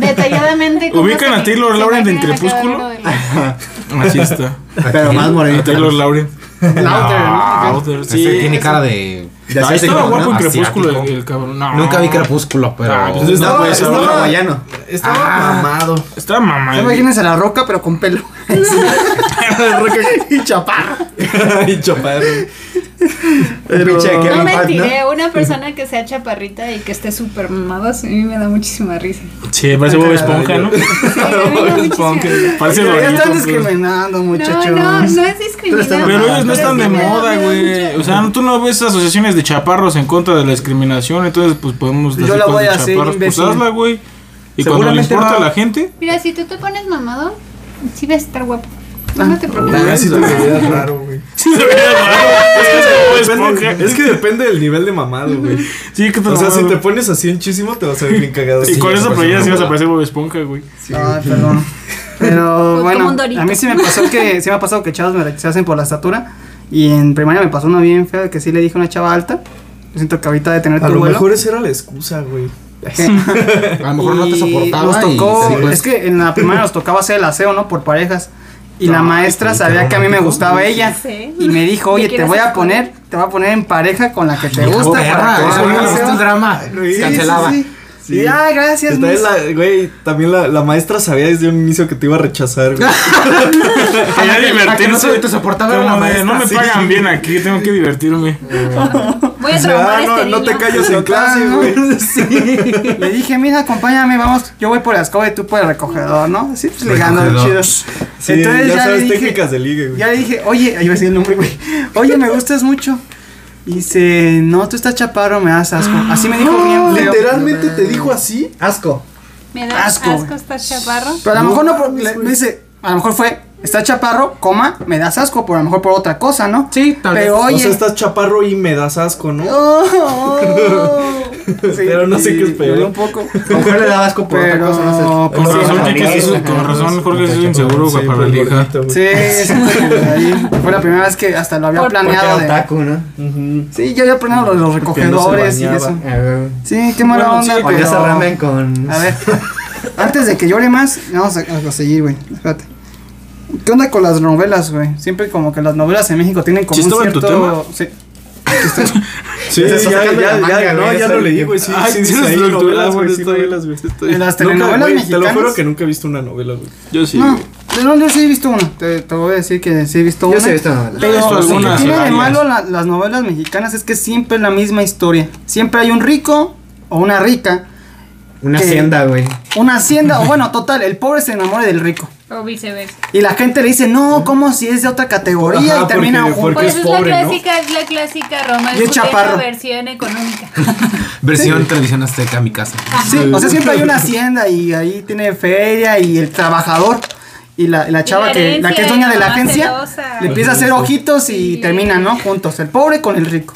Speaker 5: detalladamente cómo
Speaker 1: Ah, Ubican
Speaker 5: se-
Speaker 1: a Taylor
Speaker 5: se
Speaker 1: Lautner de
Speaker 5: imaginan a cada
Speaker 1: Crepúsculo. Ah,
Speaker 5: uno de los-
Speaker 1: Así está.
Speaker 4: Pero más
Speaker 1: A
Speaker 4: morenito.
Speaker 1: Taylor Lauren.
Speaker 2: Lauter, Ah, ¿no?
Speaker 1: Lauter,
Speaker 6: Sí, tiene
Speaker 1: Ah, sí.
Speaker 6: cara de.
Speaker 4: De
Speaker 1: Ah,
Speaker 4: asiático,
Speaker 1: estaba
Speaker 4: ¿no?
Speaker 1: guapo en Crepúsculo el,
Speaker 6: Asiático.
Speaker 1: el cabrón. No.
Speaker 6: Nunca vi crepúsculo, pero.
Speaker 1: Ah, pues es-
Speaker 6: No,
Speaker 1: No,
Speaker 4: No,
Speaker 1: pues,
Speaker 4: es
Speaker 1: ahora-
Speaker 4: hawaiano. Ah.
Speaker 3: estaba mamado.
Speaker 1: Estaba mamá.
Speaker 2: No Imagínense la roca, pero con
Speaker 5: <laughs>
Speaker 2: pelo. <laughs> y chaparro.
Speaker 3: y chaparro.
Speaker 4: Un pinche de
Speaker 5: No
Speaker 4: Kevin Hart, ¿no?
Speaker 5: mentiré, una persona que sea chaparrita y que esté súper mamada, sí, a mí me da muchísima risa.
Speaker 1: Sí, parece Bob Pues, Esponja, ¿no?
Speaker 5: Sí,
Speaker 1: <laughs>
Speaker 5: a mí me da muchísima risa.
Speaker 1: Parece
Speaker 2: Ya
Speaker 1: Dorito,
Speaker 2: están
Speaker 1: pues.
Speaker 2: discriminando,
Speaker 5: No,
Speaker 2: muchachos.
Speaker 5: no, no es discriminante.
Speaker 1: Pero ellos no están de moda, güey. O sea, tú no ves asociaciones de chaparros en contra de la discriminación, entonces pues podemos
Speaker 2: Yo
Speaker 1: decir
Speaker 2: la
Speaker 1: cosas
Speaker 2: voy
Speaker 1: de
Speaker 2: a hacer,
Speaker 1: chaparros. Pues
Speaker 2: imbécil.
Speaker 1: hazla, güey. Y cuando le
Speaker 6: Seguramente
Speaker 1: importa
Speaker 6: va-
Speaker 1: a la gente,
Speaker 5: Mira, si tú te pones mamado, sí vas a estar guapo. No, no te preocupes.
Speaker 3: Ah, sí te veías raro, güey.
Speaker 1: sí se ve raro. Es que es como Bob
Speaker 3: Depende-
Speaker 1: Esponja.
Speaker 3: es que depende del nivel de mamado, güey.
Speaker 1: Sí, que te
Speaker 3: O sea, si te
Speaker 1: mamaron.
Speaker 3: pones así enchísimo, te vas a ver bien cagado.
Speaker 1: Y
Speaker 6: Sí,
Speaker 1: con
Speaker 6: ya
Speaker 1: esa
Speaker 6: se
Speaker 1: playera
Speaker 6: pasó,
Speaker 1: sí vas a
Speaker 6: ¿verdad?
Speaker 1: parecer Bob Esponja,
Speaker 3: <laughs>
Speaker 1: güey.
Speaker 2: Ay, perdón. Pero
Speaker 5: Como
Speaker 2: bueno,
Speaker 5: un dorito.
Speaker 2: a mí sí me pasó que sí me ha pasado que chavas me rechazan por la estatura y en primaria me pasó una bien fea que sí le dije a una chava alta. Yo siento que ahorita de tener
Speaker 3: A
Speaker 2: tu
Speaker 3: lo
Speaker 2: vuelo. <laughs>
Speaker 3: mejor esa era la excusa, güey.
Speaker 6: a lo mejor no te
Speaker 2: y
Speaker 6: soportaba.
Speaker 2: Nos
Speaker 6: y pues,
Speaker 2: tocó,
Speaker 6: te dijo,
Speaker 2: es que en la primaria nos tocaba hacer el aseo, ¿no? Por parejas. Y la maestra sabía que a mí me gustaba ella
Speaker 5: Sí.
Speaker 2: y me dijo,
Speaker 5: ¿De
Speaker 2: "Oye,
Speaker 5: quién
Speaker 2: te
Speaker 5: es
Speaker 2: voy a
Speaker 5: esa
Speaker 2: poner, te voy a poner en pareja con la que te
Speaker 6: "Hijo,
Speaker 2: gusta."
Speaker 6: perra,
Speaker 2: para que
Speaker 6: eso
Speaker 2: hagas
Speaker 6: no
Speaker 2: el
Speaker 6: le gusta
Speaker 2: aseo".
Speaker 6: el drama.
Speaker 2: Sí,
Speaker 6: Cancelada. <laughs>
Speaker 2: sí, sí. Y, ay, gracias.
Speaker 3: También
Speaker 2: miss".
Speaker 3: la, güey, también la, la maestra sabía desde un inicio que te iba a rechazar,
Speaker 4: Ah.
Speaker 3: güey.
Speaker 1: Quería divertirse.
Speaker 6: te soportaba
Speaker 1: Como
Speaker 6: la
Speaker 1: de,
Speaker 6: maestra,
Speaker 1: no me
Speaker 6: sí.
Speaker 1: pagan bien aquí, tengo que divertirme.
Speaker 5: Voy a
Speaker 3: O sea,
Speaker 5: trabajar
Speaker 3: ah,
Speaker 5: este
Speaker 3: no, no
Speaker 5: niño.
Speaker 3: te calles en
Speaker 2: Total,
Speaker 3: clase,
Speaker 2: ¿no?
Speaker 3: güey. <laughs>
Speaker 2: Le dije, mira, acompáñame, vamos, yo voy por la escoba y tú por el recogedor, ¿no? Sí, pues ligando chido.
Speaker 6: Recogedor.
Speaker 3: Sí,
Speaker 2: Entonces
Speaker 3: ya,
Speaker 2: ya, le
Speaker 3: sabes
Speaker 2: dije,
Speaker 3: técnicas de ligue, güey.
Speaker 2: ya le dije, oye, ahí va a decir el nombre, güey. Oye, me gustas mucho. Y dice, no, tú estás chaparro, me das asco. Así me dijo bien, feo.
Speaker 3: Literalmente te dijo así.
Speaker 4: Asco.
Speaker 5: Me da
Speaker 2: Asco,
Speaker 5: asco,
Speaker 2: güey.
Speaker 5: asco estás chaparro.
Speaker 2: Pero a lo mejor no, por- le- me dice, a lo mejor fue, estás chaparro, coma, me das asco, pero a lo mejor por otra cosa, ¿no?
Speaker 6: Sí, tal
Speaker 2: Pero
Speaker 3: O
Speaker 2: oye. <laughs> Oh.
Speaker 3: sea, estás chaparro y me das asco, ¿no?
Speaker 2: Sí,
Speaker 3: <laughs> Pero no sé qué es
Speaker 2: y-
Speaker 3: peor.
Speaker 2: y Un poco.
Speaker 4: A lo mejor le daba asco por otra
Speaker 2: Pero-
Speaker 4: cosa, no sé.
Speaker 1: Con
Speaker 2: Sí,
Speaker 1: razón,
Speaker 2: la
Speaker 1: Kike,
Speaker 2: verdad,
Speaker 1: sí,
Speaker 2: la
Speaker 1: sí, con
Speaker 2: verdad,
Speaker 1: razón, Jorge es inseguro, güey,
Speaker 3: pues,
Speaker 1: para la hija.
Speaker 2: Sí, sí, ahí fue la primera vez que hasta lo había
Speaker 5: Por-
Speaker 4: Porque era
Speaker 2: planeado. de-
Speaker 4: otaku, ¿no?
Speaker 2: sí, yo había planeado los, los recogedores y eso.
Speaker 4: A ver.
Speaker 2: Sí, qué mala
Speaker 3: Bueno, sí,
Speaker 2: onda.
Speaker 4: O pues, ya
Speaker 2: pero-
Speaker 4: se ramen con.
Speaker 2: A ver, <laughs> antes de que llore más, vamos a, a seguir, güey. Espérate. ¿Qué onda con las novelas, güey? Siempre como que las novelas en México tienen como
Speaker 1: ¿Sí
Speaker 2: un
Speaker 1: estaba en
Speaker 2: cierto...
Speaker 1: tu tema?
Speaker 2: Sí.
Speaker 3: Sí,
Speaker 4: Se está
Speaker 3: ya,
Speaker 4: sacando la
Speaker 3: ya,
Speaker 4: manga,
Speaker 3: ya,
Speaker 4: güey,
Speaker 3: no,
Speaker 4: ya
Speaker 3: ya
Speaker 4: sabe
Speaker 3: lo leí,
Speaker 4: que-
Speaker 3: güey. Sí,
Speaker 1: Ay,
Speaker 3: sí,
Speaker 1: tienes
Speaker 3: ahí,
Speaker 1: novelas,
Speaker 3: novelas,
Speaker 1: güey,
Speaker 3: güey,
Speaker 1: estoy-
Speaker 3: novelas, güey.
Speaker 2: En las
Speaker 3: Nunca,
Speaker 2: telenovelas
Speaker 3: güey, Te
Speaker 2: mexicanas-
Speaker 3: lo juro que nunca he visto una novela, güey.
Speaker 1: Yo sí.
Speaker 2: No,
Speaker 3: Mm.
Speaker 1: güey.
Speaker 2: de dónde sí he visto una. Te, te voy a decir que sí he visto una.
Speaker 4: Yo sí he visto novelas.
Speaker 1: He visto
Speaker 2: Pero lo que
Speaker 1: algunas
Speaker 2: tiene de
Speaker 1: varias.
Speaker 2: malo la- las novelas mexicanas es que siempre es la misma historia. Siempre hay un rico o una rica,
Speaker 4: Una
Speaker 2: ¿Qué?
Speaker 4: hacienda, güey.
Speaker 2: una hacienda, o bueno, total, el pobre se enamora del rico.
Speaker 5: O viceversa.
Speaker 2: Y la gente le dice, no, ¿cómo si es de otra categoría?
Speaker 3: Ajá,
Speaker 2: y termina
Speaker 3: porque-
Speaker 2: juntos.
Speaker 3: porque-
Speaker 5: Pues
Speaker 3: es
Speaker 5: es
Speaker 3: pobre,
Speaker 5: la
Speaker 3: ¿no?
Speaker 5: clásica, es la clásica romántica
Speaker 2: Y es chaparro.
Speaker 5: versión económica.
Speaker 6: Versión televisión azteca, mi casa.
Speaker 2: Sí, o sea, siempre hay una hacienda y ahí tiene feria y el trabajador. Y la, y la chava
Speaker 5: la
Speaker 2: que, la que es dueña de la
Speaker 5: herencia, y
Speaker 2: agencia
Speaker 5: la mamá celosa.
Speaker 2: le empieza a hacer ojitos y
Speaker 5: Sí.
Speaker 2: terminan, ¿no? Juntos, el pobre con el rico.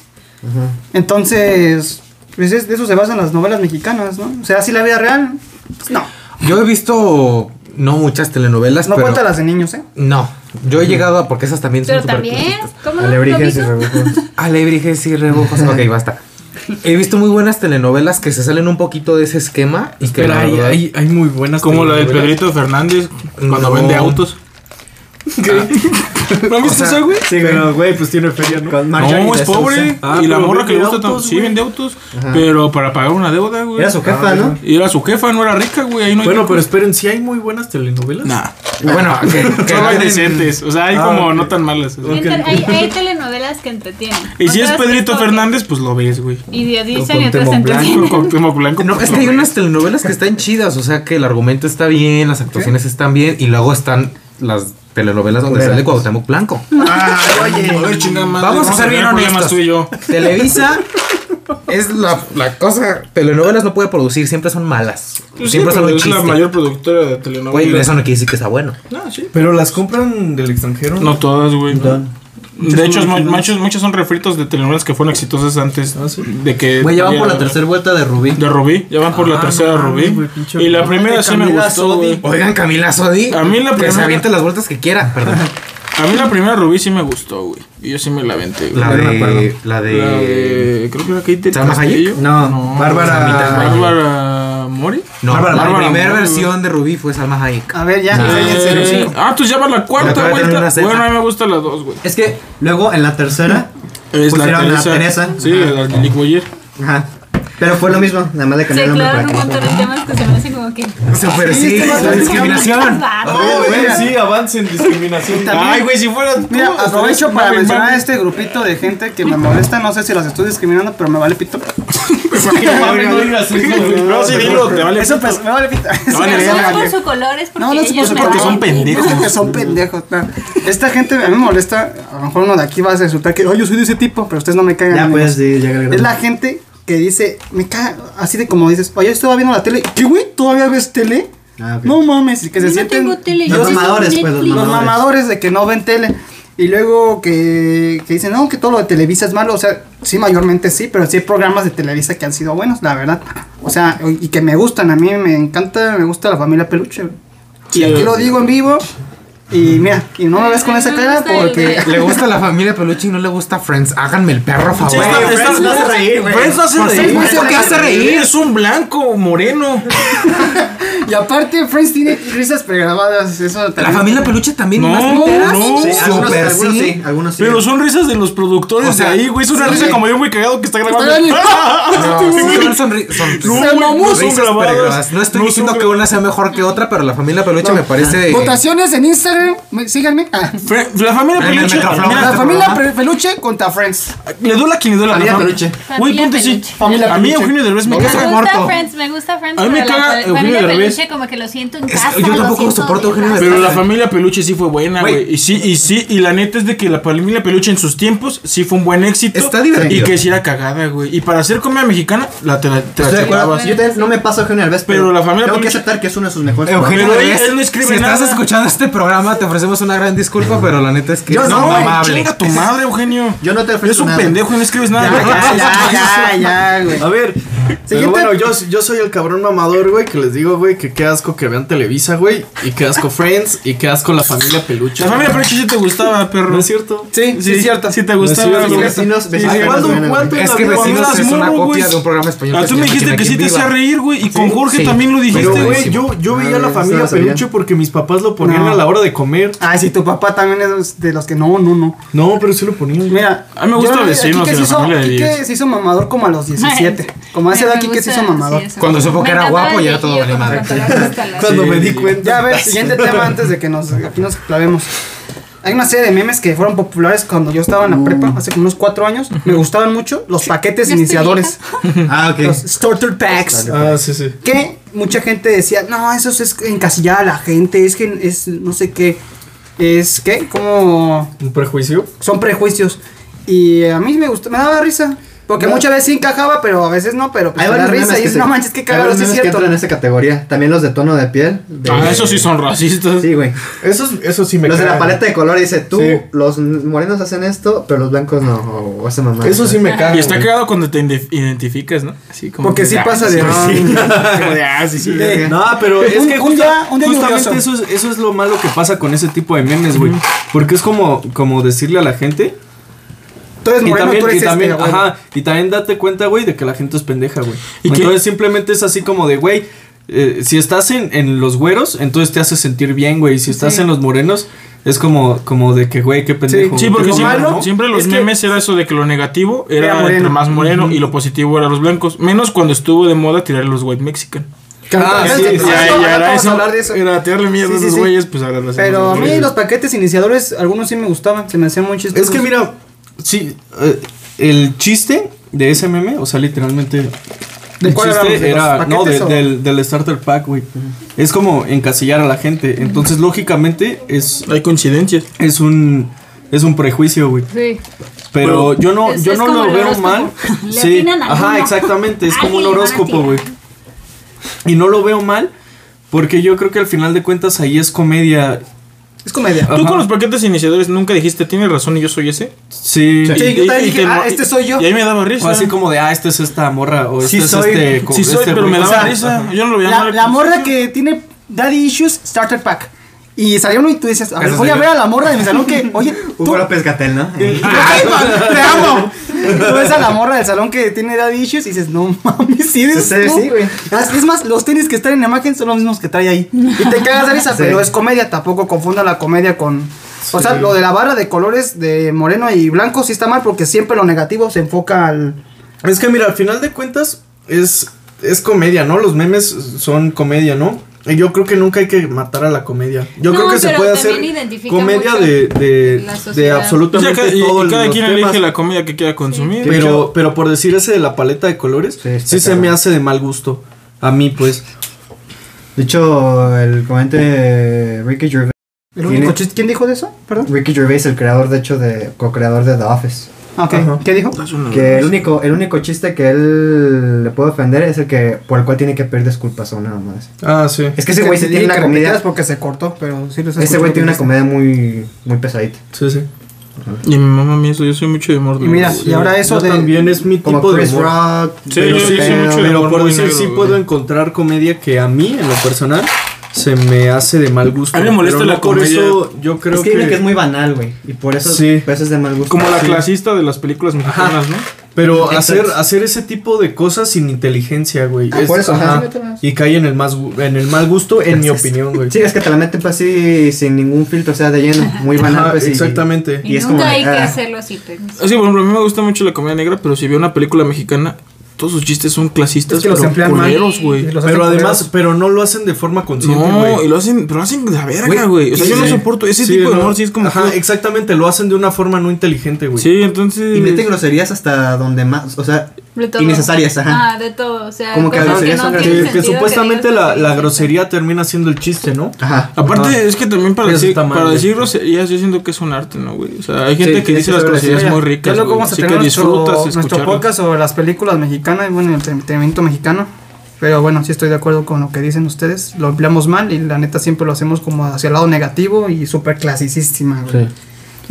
Speaker 2: Entonces, pues es- de eso se basan las novelas mexicanas, ¿no? O sea, así la vida real, pues no.
Speaker 6: Yo he visto, no muchas telenovelas,
Speaker 2: No
Speaker 6: pero.
Speaker 2: cuenta las de niños, ¿eh?
Speaker 6: No, Yo he llegado a. Porque esas también son
Speaker 5: Pero
Speaker 6: súper
Speaker 5: también,
Speaker 6: clásicas.
Speaker 5: ¿cómo no?
Speaker 4: Alebrijes y
Speaker 5: ¿Lo viste?
Speaker 4: rebujos.
Speaker 2: <laughs>
Speaker 6: Alebrijes y rebujos. ok, basta. <laughs> He visto muy buenas telenovelas que se salen un poquito de ese esquema y que
Speaker 3: Pero
Speaker 6: la
Speaker 3: hay,
Speaker 6: verdad-
Speaker 3: hay, hay muy buenas.
Speaker 1: Como la del
Speaker 3: telenovelas.
Speaker 1: Pedrito Fernández cuando
Speaker 6: No.
Speaker 1: vende autos.
Speaker 3: ¿No han visto
Speaker 6: O sea,
Speaker 3: eso, güey?
Speaker 4: sí, güey.
Speaker 3: pero, güey, pues tiene feria, ¿no?
Speaker 4: Con Marjorie
Speaker 1: No, es
Speaker 4: de Sousa.
Speaker 1: pobre.
Speaker 3: Ah,
Speaker 1: y la
Speaker 3: pero
Speaker 1: morra que le
Speaker 3: vende
Speaker 1: gusta tanto.
Speaker 3: autos,
Speaker 1: Sí,
Speaker 3: güey.
Speaker 1: vende autos.
Speaker 4: Ajá.
Speaker 1: Pero para pagar una deuda, güey.
Speaker 4: Era su jefa, ¿no?
Speaker 1: Y era su jefa, no era rica, güey. Ahí no hay-
Speaker 3: Bueno, pero esperen, si hay muy buenas telenovelas.
Speaker 1: Nah.
Speaker 6: <laughs> Bueno, que, que
Speaker 1: Solo hay
Speaker 6: ganen-
Speaker 1: decentes. O sea, hay
Speaker 3: Ah,
Speaker 1: como
Speaker 3: ok.
Speaker 1: no tan malas. o sea.
Speaker 5: Mientras- Hay, hay telenovelas que entretienen.
Speaker 1: Y si es
Speaker 5: Otras que
Speaker 1: Pedrito
Speaker 5: cogen.
Speaker 1: Fernández, pues lo ves, güey.
Speaker 5: Y de
Speaker 6: Con
Speaker 5: dicen y otras
Speaker 6: Temo
Speaker 1: Con
Speaker 5: <laughs> entretienen.
Speaker 1: Cuauhtémoc Blanco,
Speaker 6: No,
Speaker 1: pues,
Speaker 6: es que hay
Speaker 1: lo ves.
Speaker 6: unas telenovelas que están chidas, o sea que el argumento está bien, las actuaciones están bien, y luego están las telenovelas donde
Speaker 4: Culeras.
Speaker 6: sale Cuauhtémoc Blanco.
Speaker 1: A ver, chingada madre,
Speaker 6: Vamos a ser bien
Speaker 1: tener problemas
Speaker 6: honestos. Pues
Speaker 1: tú y yo.
Speaker 6: Televisa es la, la cosa. Telenovelas no puede producir, siempre son malas.
Speaker 1: Pues sí,
Speaker 6: siempre
Speaker 1: pero
Speaker 6: son un
Speaker 1: es la
Speaker 6: chiste.
Speaker 1: mayor productora de
Speaker 6: Güey,
Speaker 1: telenovelas.
Speaker 6: eso no quiere decir que sea bueno.
Speaker 1: No, sí.
Speaker 3: Pero las compran del extranjero.
Speaker 1: No todas, güey.
Speaker 4: Don.
Speaker 1: De hecho, mu- muchos, muchos son refritos de telenovelas que fueron exitosas antes
Speaker 3: Ah, sí.
Speaker 1: de que.
Speaker 6: Güey, ya van por la
Speaker 1: de-
Speaker 6: tercera vuelta de Rubí.
Speaker 1: De Rubí, ya van por la
Speaker 3: Ah,
Speaker 1: tercera
Speaker 3: no mames,
Speaker 1: Rubí.
Speaker 3: güey, pinche
Speaker 1: y la
Speaker 3: Rubí.
Speaker 1: primera sí me
Speaker 3: Camila
Speaker 1: gustó,
Speaker 3: Sodi.
Speaker 1: güey.
Speaker 6: Oigan, Camila Sodi.
Speaker 1: A mí la
Speaker 6: Que se
Speaker 1: primera-
Speaker 6: aviente las vueltas que quiera. Perdón.
Speaker 1: A mí la primera Rubí sí me gustó, güey. Y yo sí me la aventé, güey.
Speaker 6: La
Speaker 4: Ya no me
Speaker 6: de.
Speaker 4: acuerdo.
Speaker 6: La
Speaker 1: La
Speaker 6: de.
Speaker 1: de- Creo que era Kate
Speaker 6: ¿Salma
Speaker 1: Castillo.
Speaker 6: Hayek?
Speaker 4: No,
Speaker 2: pues,
Speaker 6: Samita
Speaker 4: Bárbara.
Speaker 6: Hayek.
Speaker 1: Bárbara Mori.
Speaker 6: No,
Speaker 4: Bárbara,
Speaker 6: la
Speaker 1: Bárbara,
Speaker 6: primera
Speaker 1: güey.
Speaker 6: versión de Rubí fue Salma Hayek.
Speaker 2: A ver, ya.
Speaker 6: Nah.
Speaker 2: ya, ya, ya.
Speaker 1: Eh, ah, tú ya va la
Speaker 6: La
Speaker 1: cuarta
Speaker 6: cuarta tiene
Speaker 1: vuelta.
Speaker 6: una ceja.
Speaker 1: Bueno, a mí me gusta la dos, güey.
Speaker 4: Es que luego en la tercera.
Speaker 1: Es la
Speaker 4: Pusieron a
Speaker 1: Teresa.
Speaker 4: Teresa.
Speaker 1: Sí,
Speaker 4: Ajá.
Speaker 1: la de Nick Boyer.
Speaker 4: Ajá. Pero fue lo mismo, nada más le
Speaker 5: Se
Speaker 4: cambiaron el nombre
Speaker 5: aclaran un
Speaker 4: para que
Speaker 5: montón de temas que se me hacen como que.
Speaker 6: Super Ah, sí, la discriminación.
Speaker 5: Vato.
Speaker 3: güey, sí, avancen discriminación.
Speaker 1: Ay, güey, si fuera. tú,
Speaker 2: Mira,
Speaker 1: hasta
Speaker 2: aprovecho
Speaker 1: eres
Speaker 2: para
Speaker 1: Marvin
Speaker 2: mencionar a
Speaker 1: Marvin.
Speaker 2: este grupito de gente que me molesta. No sé si los estoy discriminando, pero me vale pito.
Speaker 1: <laughs> No mames, no digas eso, güey. No, sí, dilo, te vale.
Speaker 2: Eso pues, me vale pito. <laughs> Eso
Speaker 1: vale,
Speaker 2: me
Speaker 5: No es
Speaker 1: verga,
Speaker 5: por
Speaker 2: vale.
Speaker 5: su color, es porque,
Speaker 2: No, no es por
Speaker 5: ellos
Speaker 2: su
Speaker 5: me
Speaker 2: color,
Speaker 5: valen
Speaker 2: son
Speaker 1: pendejos.
Speaker 2: Dicen que son pendejos. no. Esta gente a mí me molesta. A lo mejor uno de aquí va a resultar que, oye, yo soy de ese tipo, pero ustedes no me cagan.
Speaker 4: Ya
Speaker 2: amigos.
Speaker 4: puedes decir, ya
Speaker 2: Es la gente que dice, me caga, así de como dices, oye, estaba viendo la tele. ¿Qué, güey? ¿Todavía ves tele?
Speaker 4: Ah, ok.
Speaker 2: No mames, y que
Speaker 5: Yo
Speaker 2: se
Speaker 5: no
Speaker 2: sienten
Speaker 5: tengo tele,
Speaker 4: Los
Speaker 5: yo sí
Speaker 4: mamadores,
Speaker 5: tengo
Speaker 4: pues, los
Speaker 5: Netflix.
Speaker 2: los
Speaker 4: mamadores.
Speaker 2: mamadores de que no ven tele. Y luego que, que dicen, no, que todo lo de Televisa es malo. O sea, sí, mayormente sí, pero sí hay programas de Televisa que han sido buenos, la verdad. O sea, y que me gustan. A mí me encanta, me gusta la familia Peluche. güey.
Speaker 1: Sí,
Speaker 2: y aquí lo
Speaker 1: sí.
Speaker 2: digo en vivo. Y mira, y no me ves con esa
Speaker 5: Me
Speaker 2: cara
Speaker 5: gusta el
Speaker 2: porque... <laughs>
Speaker 5: de-
Speaker 6: Le gusta la familia Peluche y no le gusta Friends. Háganme el perro favor.
Speaker 1: Sí, está-
Speaker 4: Güey,
Speaker 1: está-
Speaker 4: Friends no hace reír, güey.
Speaker 1: Friends no hace
Speaker 6: Por
Speaker 1: reír.
Speaker 6: supuesto que hace reír.
Speaker 1: Es un blanco moreno.
Speaker 2: Y aparte, Friends tiene risas pregrabadas. Eso
Speaker 6: La
Speaker 2: también-
Speaker 6: familia Peluche también.
Speaker 1: No,
Speaker 6: más literas.
Speaker 1: no.
Speaker 4: Sí, algunos,
Speaker 6: Super
Speaker 4: algunos
Speaker 6: sí.
Speaker 4: sí, algunos sí.
Speaker 1: Pero son risas de los productores
Speaker 6: O sea,
Speaker 1: de ahí, güey. Es una
Speaker 6: sí,
Speaker 1: risa
Speaker 6: güey.
Speaker 1: como yo muy cagado que está grabando. <laughs> Ah,
Speaker 2: bien.
Speaker 6: No, son- son ri- son-
Speaker 1: No,
Speaker 6: son
Speaker 1: güey, no son
Speaker 6: risas
Speaker 1: grabadas.
Speaker 6: pregrabadas. No estoy
Speaker 1: No
Speaker 6: diciendo
Speaker 1: son
Speaker 6: que una sea mejor que otra, pero la familia Peluche me
Speaker 2: Ah,
Speaker 6: parece.
Speaker 2: Votaciones en Instagram, me- síganme. Ah.
Speaker 1: Fe- La familia
Speaker 6: En el
Speaker 1: Peluche.
Speaker 6: micrófono.
Speaker 1: mira,
Speaker 2: La
Speaker 6: este
Speaker 2: familia
Speaker 6: programa.
Speaker 2: Pe- Peluche contra Friends.
Speaker 1: Le duela a quien le duela.
Speaker 4: Familia
Speaker 1: la fam-
Speaker 4: Peluche.
Speaker 1: Güey,
Speaker 5: Familia
Speaker 1: ponte sí.
Speaker 5: Peluche.
Speaker 1: A mí Eugenio Derbez me
Speaker 5: Me
Speaker 1: caga.
Speaker 5: gusta Friends, me gusta Friends.
Speaker 1: A mí me
Speaker 5: pero la
Speaker 1: caga
Speaker 5: fa-
Speaker 1: Eugenio
Speaker 5: familia
Speaker 1: Derbez.
Speaker 5: Peluche como que lo siento en
Speaker 6: Es-
Speaker 5: casa.
Speaker 6: yo tampoco
Speaker 5: siento
Speaker 6: soporto a
Speaker 5: en
Speaker 6: Eugenio
Speaker 5: casa.
Speaker 1: Pero la familia Peluche sí fue buena,
Speaker 6: Güey.
Speaker 1: güey. Y sí, y sí, y la neta es de que la familia Peluche en sus tiempos sí fue un buen éxito.
Speaker 6: Está divertido.
Speaker 1: Y que sí era cagada, güey. Y para hacer comedia mexicana, la te la, te la
Speaker 4: Estoy de acuerdo.
Speaker 1: chutabas.
Speaker 4: Yo también no me paso a Eugenio Alves,
Speaker 1: Pero la familia
Speaker 4: tengo que
Speaker 1: Peluche-
Speaker 4: aceptar que es uno de sus mejores.
Speaker 6: Eugenio
Speaker 1: Pero él-
Speaker 6: Derbez,
Speaker 1: él no escribe
Speaker 6: si estás
Speaker 1: nada.
Speaker 6: escuchando este programa, te ofrecemos una gran disculpa, pero la neta es que
Speaker 4: Yo
Speaker 6: es
Speaker 4: no,
Speaker 1: güey,
Speaker 6: amable.
Speaker 1: chinga tu madre, Eugenio.
Speaker 4: Yo no te ofrezco
Speaker 1: Eres un
Speaker 4: nada.
Speaker 1: pendejo y no escribes nada.
Speaker 4: Ya,
Speaker 2: ya, ya, güey.
Speaker 3: A ver, pero bueno, yo, yo soy el cabrón mamador, güey, que les digo, güey, que qué asco que vean Televisa, güey, y qué asco Friends, y qué asco la familia Peluche.
Speaker 1: La familia Peluche sí te gustaba, perro.
Speaker 3: ¿No es cierto?
Speaker 1: Sí, sí, es cierto. Sí te
Speaker 3: No
Speaker 1: gustaba.
Speaker 3: es
Speaker 4: Los
Speaker 3: cierto.
Speaker 1: güey.
Speaker 4: vecinos, vecinos
Speaker 1: Ay,
Speaker 4: eran
Speaker 1: ¿cuándo-
Speaker 4: buenos,
Speaker 1: cuándo-
Speaker 4: güey.
Speaker 6: Es que
Speaker 1: Cuando
Speaker 6: Vecinos
Speaker 1: eras
Speaker 6: es una
Speaker 1: morro,
Speaker 6: copia
Speaker 1: güey.
Speaker 6: de un programa español.
Speaker 1: Ah,
Speaker 6: que
Speaker 1: tú
Speaker 6: se
Speaker 1: me
Speaker 6: llama
Speaker 1: dijiste
Speaker 6: Quien
Speaker 1: que
Speaker 6: aquí
Speaker 1: sí te
Speaker 6: viva.
Speaker 1: hacía reír, güey. Y con Jorge
Speaker 6: Sí.
Speaker 1: también lo dijiste,
Speaker 3: Pero,
Speaker 1: güey.
Speaker 3: güey, yo, yo veía
Speaker 4: Ah,
Speaker 3: a la
Speaker 4: eso
Speaker 3: familia
Speaker 4: lo sabía.
Speaker 3: Peluche porque mis papás lo ponían
Speaker 2: No.
Speaker 3: a la hora de comer.
Speaker 2: Ay, si Ah, tu papá también es de los que no, no, no.
Speaker 3: No, pero sí lo ponían. güey.
Speaker 2: Mira,
Speaker 1: A mí me gusta
Speaker 2: yo-
Speaker 1: vecinos
Speaker 2: Quique
Speaker 1: y
Speaker 2: se
Speaker 1: la
Speaker 2: hizo-
Speaker 1: familia de
Speaker 2: Quique
Speaker 1: diez.
Speaker 2: se hizo mamador como a los 17. Como a esa edad,
Speaker 5: Me
Speaker 2: Quique se hizo
Speaker 5: gusta,
Speaker 2: mamador.
Speaker 5: sí, eso.
Speaker 6: Cuando supo
Speaker 5: Me
Speaker 6: que era
Speaker 5: encantaba
Speaker 6: guapo,
Speaker 5: el
Speaker 6: ya todo
Speaker 5: viejillo
Speaker 6: vale
Speaker 5: con
Speaker 6: madre.
Speaker 5: pantalones calados.
Speaker 3: Cuando
Speaker 1: Sí.
Speaker 3: me di cuenta.
Speaker 2: Ya, a
Speaker 1: <laughs>
Speaker 2: ver, siguiente tema antes de que nos, aquí nos clavemos. Hay una serie de memes que fueron populares cuando yo estaba en la
Speaker 1: Uh.
Speaker 2: prepa, hace como unos cuatro años. Me gustaban mucho los paquetes
Speaker 5: Ya estoy
Speaker 2: iniciadores,
Speaker 1: <laughs>
Speaker 4: Ah,
Speaker 2: <laughs>
Speaker 4: ok.
Speaker 2: los starter packs.
Speaker 3: Ah, sí, sí.
Speaker 2: que mucha gente decía, no, eso es encasillar a la gente, es que es no sé qué, es que como
Speaker 3: ¿Un prejuicio?
Speaker 2: son prejuicios. Y a mí me gustó, me daba risa. Porque
Speaker 4: No.
Speaker 2: muchas veces sí encajaba, pero a veces no, pero pues
Speaker 4: Hay
Speaker 2: te da
Speaker 4: varios
Speaker 2: risa
Speaker 4: memes
Speaker 2: y
Speaker 4: que
Speaker 2: dices,
Speaker 4: se-
Speaker 2: no manches, qué
Speaker 4: hay
Speaker 2: cagado,
Speaker 4: varios
Speaker 2: sí es
Speaker 4: memes que
Speaker 2: cierto.
Speaker 4: entran en esa categoría. También los de tono de piel. de-
Speaker 1: Ah, esos sí son racistas.
Speaker 4: Sí, güey.
Speaker 3: Esos, esos sí me
Speaker 4: los de la
Speaker 3: cagan.
Speaker 4: paleta de color dice, tú,
Speaker 3: Sí.
Speaker 4: los morenos hacen esto, pero los blancos no. O, o esa mamá.
Speaker 3: Eso sí me caga.
Speaker 1: Y está
Speaker 3: güey.
Speaker 1: cagado cuando te inde- identificas, ¿no? Así como
Speaker 2: Porque
Speaker 1: que,
Speaker 2: sí
Speaker 1: ah,
Speaker 2: pasa de, ah,
Speaker 1: sí, Como de, ah, sí, sí.
Speaker 3: Eh, No, pero es
Speaker 2: Un-
Speaker 3: que
Speaker 2: un
Speaker 3: justa-
Speaker 2: día- un día
Speaker 3: justamente
Speaker 2: lluvioso.
Speaker 3: eso es, eso es lo malo que pasa con ese tipo de memes, güey. Porque es como, como decirle a la gente.
Speaker 2: <laughs> Tú eres
Speaker 3: Y
Speaker 2: moreno,
Speaker 3: también,
Speaker 2: tú
Speaker 3: y
Speaker 2: eres
Speaker 3: también,
Speaker 2: este, güey.
Speaker 3: ajá, y también date cuenta, güey, de que la gente es pendeja, güey.
Speaker 1: ¿Y qué?
Speaker 3: Entonces simplemente es así como de, güey, eh, si estás en, en los güeros, entonces te hace sentir bien, güey. Si estás en los morenos, es como, como de que, güey, qué pendejo.
Speaker 1: Sí, porque
Speaker 3: Lo
Speaker 1: siempre,
Speaker 3: malo, ¿no?
Speaker 1: siempre los
Speaker 2: es que-
Speaker 1: memes era eso de que lo negativo era,
Speaker 2: Era moreno.
Speaker 1: entre más moreno y lo positivo era los blancos. Menos cuando estuvo de moda tirar a los white mexican.
Speaker 3: Ah,
Speaker 2: Entonces,
Speaker 3: sí,
Speaker 2: pues,
Speaker 3: sí,
Speaker 2: ya,
Speaker 3: ahí
Speaker 2: no,
Speaker 1: era
Speaker 2: ahora vamos
Speaker 1: eso,
Speaker 2: a hablar de eso.
Speaker 1: Era tirarle miedo
Speaker 2: Sí,
Speaker 1: a
Speaker 2: sí,
Speaker 1: esos
Speaker 2: sí.
Speaker 1: güeyes, pues ahora lo hacemos
Speaker 2: Pero a mí
Speaker 1: nosotros.
Speaker 2: los paquetes iniciadores, algunos sí me gustaban, se me hacían muy chistosos.
Speaker 3: Es que mira, sí, eh, el chiste de ese meme, o sea, literalmente.
Speaker 2: ¿De
Speaker 3: el
Speaker 2: cuál hablamos?
Speaker 3: chiste
Speaker 2: ¿De los
Speaker 3: era, no, de-
Speaker 2: paquetes o-
Speaker 3: del, del starter pack, güey. Es como encasillar a la gente. Entonces, lógicamente, es,
Speaker 1: Hay coincidencias.
Speaker 3: es un es un prejuicio, güey.
Speaker 5: Sí.
Speaker 3: Pero yo no,
Speaker 5: Es-
Speaker 3: yo
Speaker 5: es
Speaker 3: no
Speaker 5: como
Speaker 3: lo
Speaker 5: el
Speaker 3: veo
Speaker 5: horóscopo.
Speaker 3: mal.
Speaker 5: Le
Speaker 3: sí.
Speaker 5: atinan a
Speaker 3: Ajá,
Speaker 5: uno.
Speaker 3: exactamente.
Speaker 5: <laughs>
Speaker 3: Es
Speaker 5: Ay,
Speaker 3: como un
Speaker 5: le van a
Speaker 3: horóscopo,
Speaker 5: atinar.
Speaker 3: güey. Y no lo veo mal. Porque yo creo que al final de cuentas ahí es comedia.
Speaker 2: Es comedia.
Speaker 1: Tú
Speaker 3: Ajá.
Speaker 1: con los paquetes iniciadores nunca dijiste, tienes razón y yo soy ese.
Speaker 2: Sí,
Speaker 3: Sí.
Speaker 1: Y-
Speaker 2: yo
Speaker 1: y-
Speaker 2: también
Speaker 1: y
Speaker 2: dije,
Speaker 1: te-
Speaker 2: ah, este soy yo.
Speaker 1: Y ahí me daba risa.
Speaker 3: O así como de, ah, este es esta morra. O
Speaker 1: Sí
Speaker 3: este
Speaker 1: soy,
Speaker 3: es este. co-
Speaker 1: sí soy,
Speaker 3: este
Speaker 1: pero
Speaker 3: güey.
Speaker 1: me
Speaker 3: O sea,
Speaker 1: daba risa. Yo no lo veía
Speaker 2: La,
Speaker 1: mal. Pues,
Speaker 2: la morra que tiene Daddy Issues Starter Pack. Y salió uno y tú dices, a ver,
Speaker 6: Eso
Speaker 2: voy a
Speaker 6: soy
Speaker 2: ver a la morra de mi salón que, oye, tú,
Speaker 4: <laughs> Hugo López Gatel, ¿no?
Speaker 2: ¡Ay, ma- ¡Te amo! Tú ves a la morra del salón que tiene daddy issues y dices, no mames, sí eres
Speaker 4: Sí,
Speaker 2: tú.
Speaker 4: sí, güey.
Speaker 2: As- Es más, los tenis que están en la imagen son los mismos que trae ahí. Y te cagas de risa,
Speaker 4: Sí.
Speaker 2: pero es comedia. Tampoco confunda la comedia con. O sea, lo de la barra de colores de moreno y blanco sí está mal porque siempre lo negativo se enfoca al.
Speaker 3: Es que mira, al final de cuentas es, es comedia, ¿no? Los memes son comedia, ¿no? Y yo creo que nunca hay que matar a la comedia. Yo
Speaker 5: No,
Speaker 3: creo que se
Speaker 5: pero
Speaker 3: puede hacer
Speaker 5: también identifica
Speaker 3: comedia
Speaker 5: mucho
Speaker 3: de, de,
Speaker 5: la sociedad.
Speaker 3: de
Speaker 1: O sea,
Speaker 3: absolutamente
Speaker 1: cada- pues, y, y
Speaker 3: todos
Speaker 1: cada
Speaker 3: los
Speaker 1: quien
Speaker 3: temas.
Speaker 1: elige la comida que quiera consumir.
Speaker 4: Sí.
Speaker 3: Pero, pero por decir ese de la paleta de colores,
Speaker 4: Sí,
Speaker 3: sí,
Speaker 4: está
Speaker 3: se me
Speaker 4: cabrón.
Speaker 3: hace de mal gusto. A mí, pues.
Speaker 4: De hecho, el comediante eh, Ricky Gervais.
Speaker 2: el
Speaker 4: tiene-
Speaker 2: único chiste. ¿Quién dijo de eso? Perdón.
Speaker 4: Ricky Gervais, el creador, de hecho, de co-creador de The Office.
Speaker 2: Ah, Ok,
Speaker 3: Ajá.
Speaker 2: ¿qué dijo?
Speaker 4: Que el único, el único chiste que él le puede ofender es el que por el cual tiene que pedir disculpas a una mamá. así.
Speaker 3: Ah, sí.
Speaker 4: Es que ese güey sí
Speaker 2: Entendí
Speaker 4: tiene
Speaker 2: que
Speaker 4: una
Speaker 2: repitieras
Speaker 4: comedia.
Speaker 2: porque se cortó, pero sí los
Speaker 4: Ese
Speaker 2: escuché
Speaker 4: güey
Speaker 2: lo que
Speaker 4: tiene una
Speaker 2: dijiste.
Speaker 4: comedia muy, muy pesadita.
Speaker 3: Sí, sí.
Speaker 1: Y mi mamá me hizo, yo soy mucho de humor.
Speaker 2: Y mira,
Speaker 1: negro.
Speaker 2: y ahora eso
Speaker 3: Yo
Speaker 2: de.
Speaker 3: también es mi
Speaker 4: Como
Speaker 3: tipo de.
Speaker 4: Chris
Speaker 3: humor.
Speaker 4: Rock.
Speaker 1: Sí,
Speaker 4: Dave
Speaker 1: yo sí,
Speaker 4: Chappelle.
Speaker 1: sí, mucho.
Speaker 3: Pero
Speaker 1: humor
Speaker 3: por
Speaker 1: muy
Speaker 3: decir,
Speaker 1: negro,
Speaker 3: sí
Speaker 1: güey.
Speaker 3: puedo encontrar comedia que a mí, en lo personal, se me hace de mal gusto.
Speaker 1: A mí me molesta
Speaker 3: Pero no
Speaker 1: la
Speaker 3: por
Speaker 1: comedia.
Speaker 3: eso yo creo
Speaker 4: Es que dicen que es muy banal, güey. Y por eso,
Speaker 3: Sí.
Speaker 4: por eso es de mal gusto.
Speaker 1: Como la
Speaker 4: Sí.
Speaker 1: clasista de las películas mexicanas, ¿no?
Speaker 3: Pero hacer, hacer ese tipo por eso, ajá. sin inteligencia, güey.
Speaker 4: Es- Ah, ajá.
Speaker 3: Y cae en el, más, en el mal gusto, en mi opinión, güey.
Speaker 4: Sí, es que te la meten pues, así sin ningún filtro, o sea, de lleno. Muy banal, pues. y-
Speaker 3: exactamente.
Speaker 5: Y,
Speaker 4: Y es
Speaker 5: nunca
Speaker 4: como de,
Speaker 5: hay que
Speaker 4: ah.
Speaker 5: hacerlo así. pues.
Speaker 1: Así, por ejemplo, a mí me gusta mucho la comedia negra, pero si veo una película mexicana, todos sus chistes son clasistas,
Speaker 2: Es que los
Speaker 1: pero
Speaker 2: emplean mal.
Speaker 1: culeros, güey.
Speaker 2: Sí, los hacen
Speaker 3: pero además,
Speaker 2: culeros.
Speaker 3: pero no lo hacen de forma consciente, güey.
Speaker 1: No, y lo hacen, pero lo hacen de la verga,
Speaker 3: Güey,
Speaker 1: güey. O sea,
Speaker 3: sí,
Speaker 1: Pues yo no
Speaker 3: sí.
Speaker 1: soporto ese
Speaker 3: Sí,
Speaker 1: tipo de
Speaker 3: no.
Speaker 1: humor, sí es como.
Speaker 3: Ajá,
Speaker 1: que-
Speaker 3: exactamente, lo hacen de una forma no inteligente, güey.
Speaker 1: sí, entonces.
Speaker 4: Y meten groserías hasta donde más, o sea,
Speaker 5: De todo.
Speaker 4: innecesarias, ajá.
Speaker 5: Ah, de todo. O sea,
Speaker 4: Como que
Speaker 5: cosas
Speaker 4: groserías son
Speaker 5: no
Speaker 3: Que,
Speaker 4: tiene
Speaker 5: tienen
Speaker 3: que
Speaker 5: sentido
Speaker 3: supuestamente
Speaker 5: digas
Speaker 3: la,
Speaker 5: porque
Speaker 3: la
Speaker 5: dicen.
Speaker 3: grosería termina siendo el chiste, ¿no?
Speaker 4: Ajá.
Speaker 1: Aparte,
Speaker 3: Ajá.
Speaker 1: es que también para
Speaker 3: Eso
Speaker 1: decir,
Speaker 3: está mal,
Speaker 1: para
Speaker 3: güey.
Speaker 1: decir groserías, yo siento que es un arte, ¿no, güey? O sea, hay gente
Speaker 4: Sí,
Speaker 1: que
Speaker 4: sí,
Speaker 1: dice
Speaker 4: sí,
Speaker 1: las
Speaker 4: sí,
Speaker 1: groserías
Speaker 4: sí.
Speaker 1: muy
Speaker 2: Ya
Speaker 1: ricas.
Speaker 2: luego
Speaker 1: güey.
Speaker 2: vamos a
Speaker 1: Así
Speaker 2: tener
Speaker 1: que
Speaker 2: nuestro,
Speaker 1: disfrutas
Speaker 2: nuestro
Speaker 1: escucharlo.
Speaker 2: podcast sobre las películas mexicanas, bueno, el entretenimiento mexicano. Pero bueno, sí estoy de acuerdo con lo que dicen ustedes. Lo empleamos mal y la neta siempre lo hacemos como hacia el lado negativo y súper clasicísima, güey.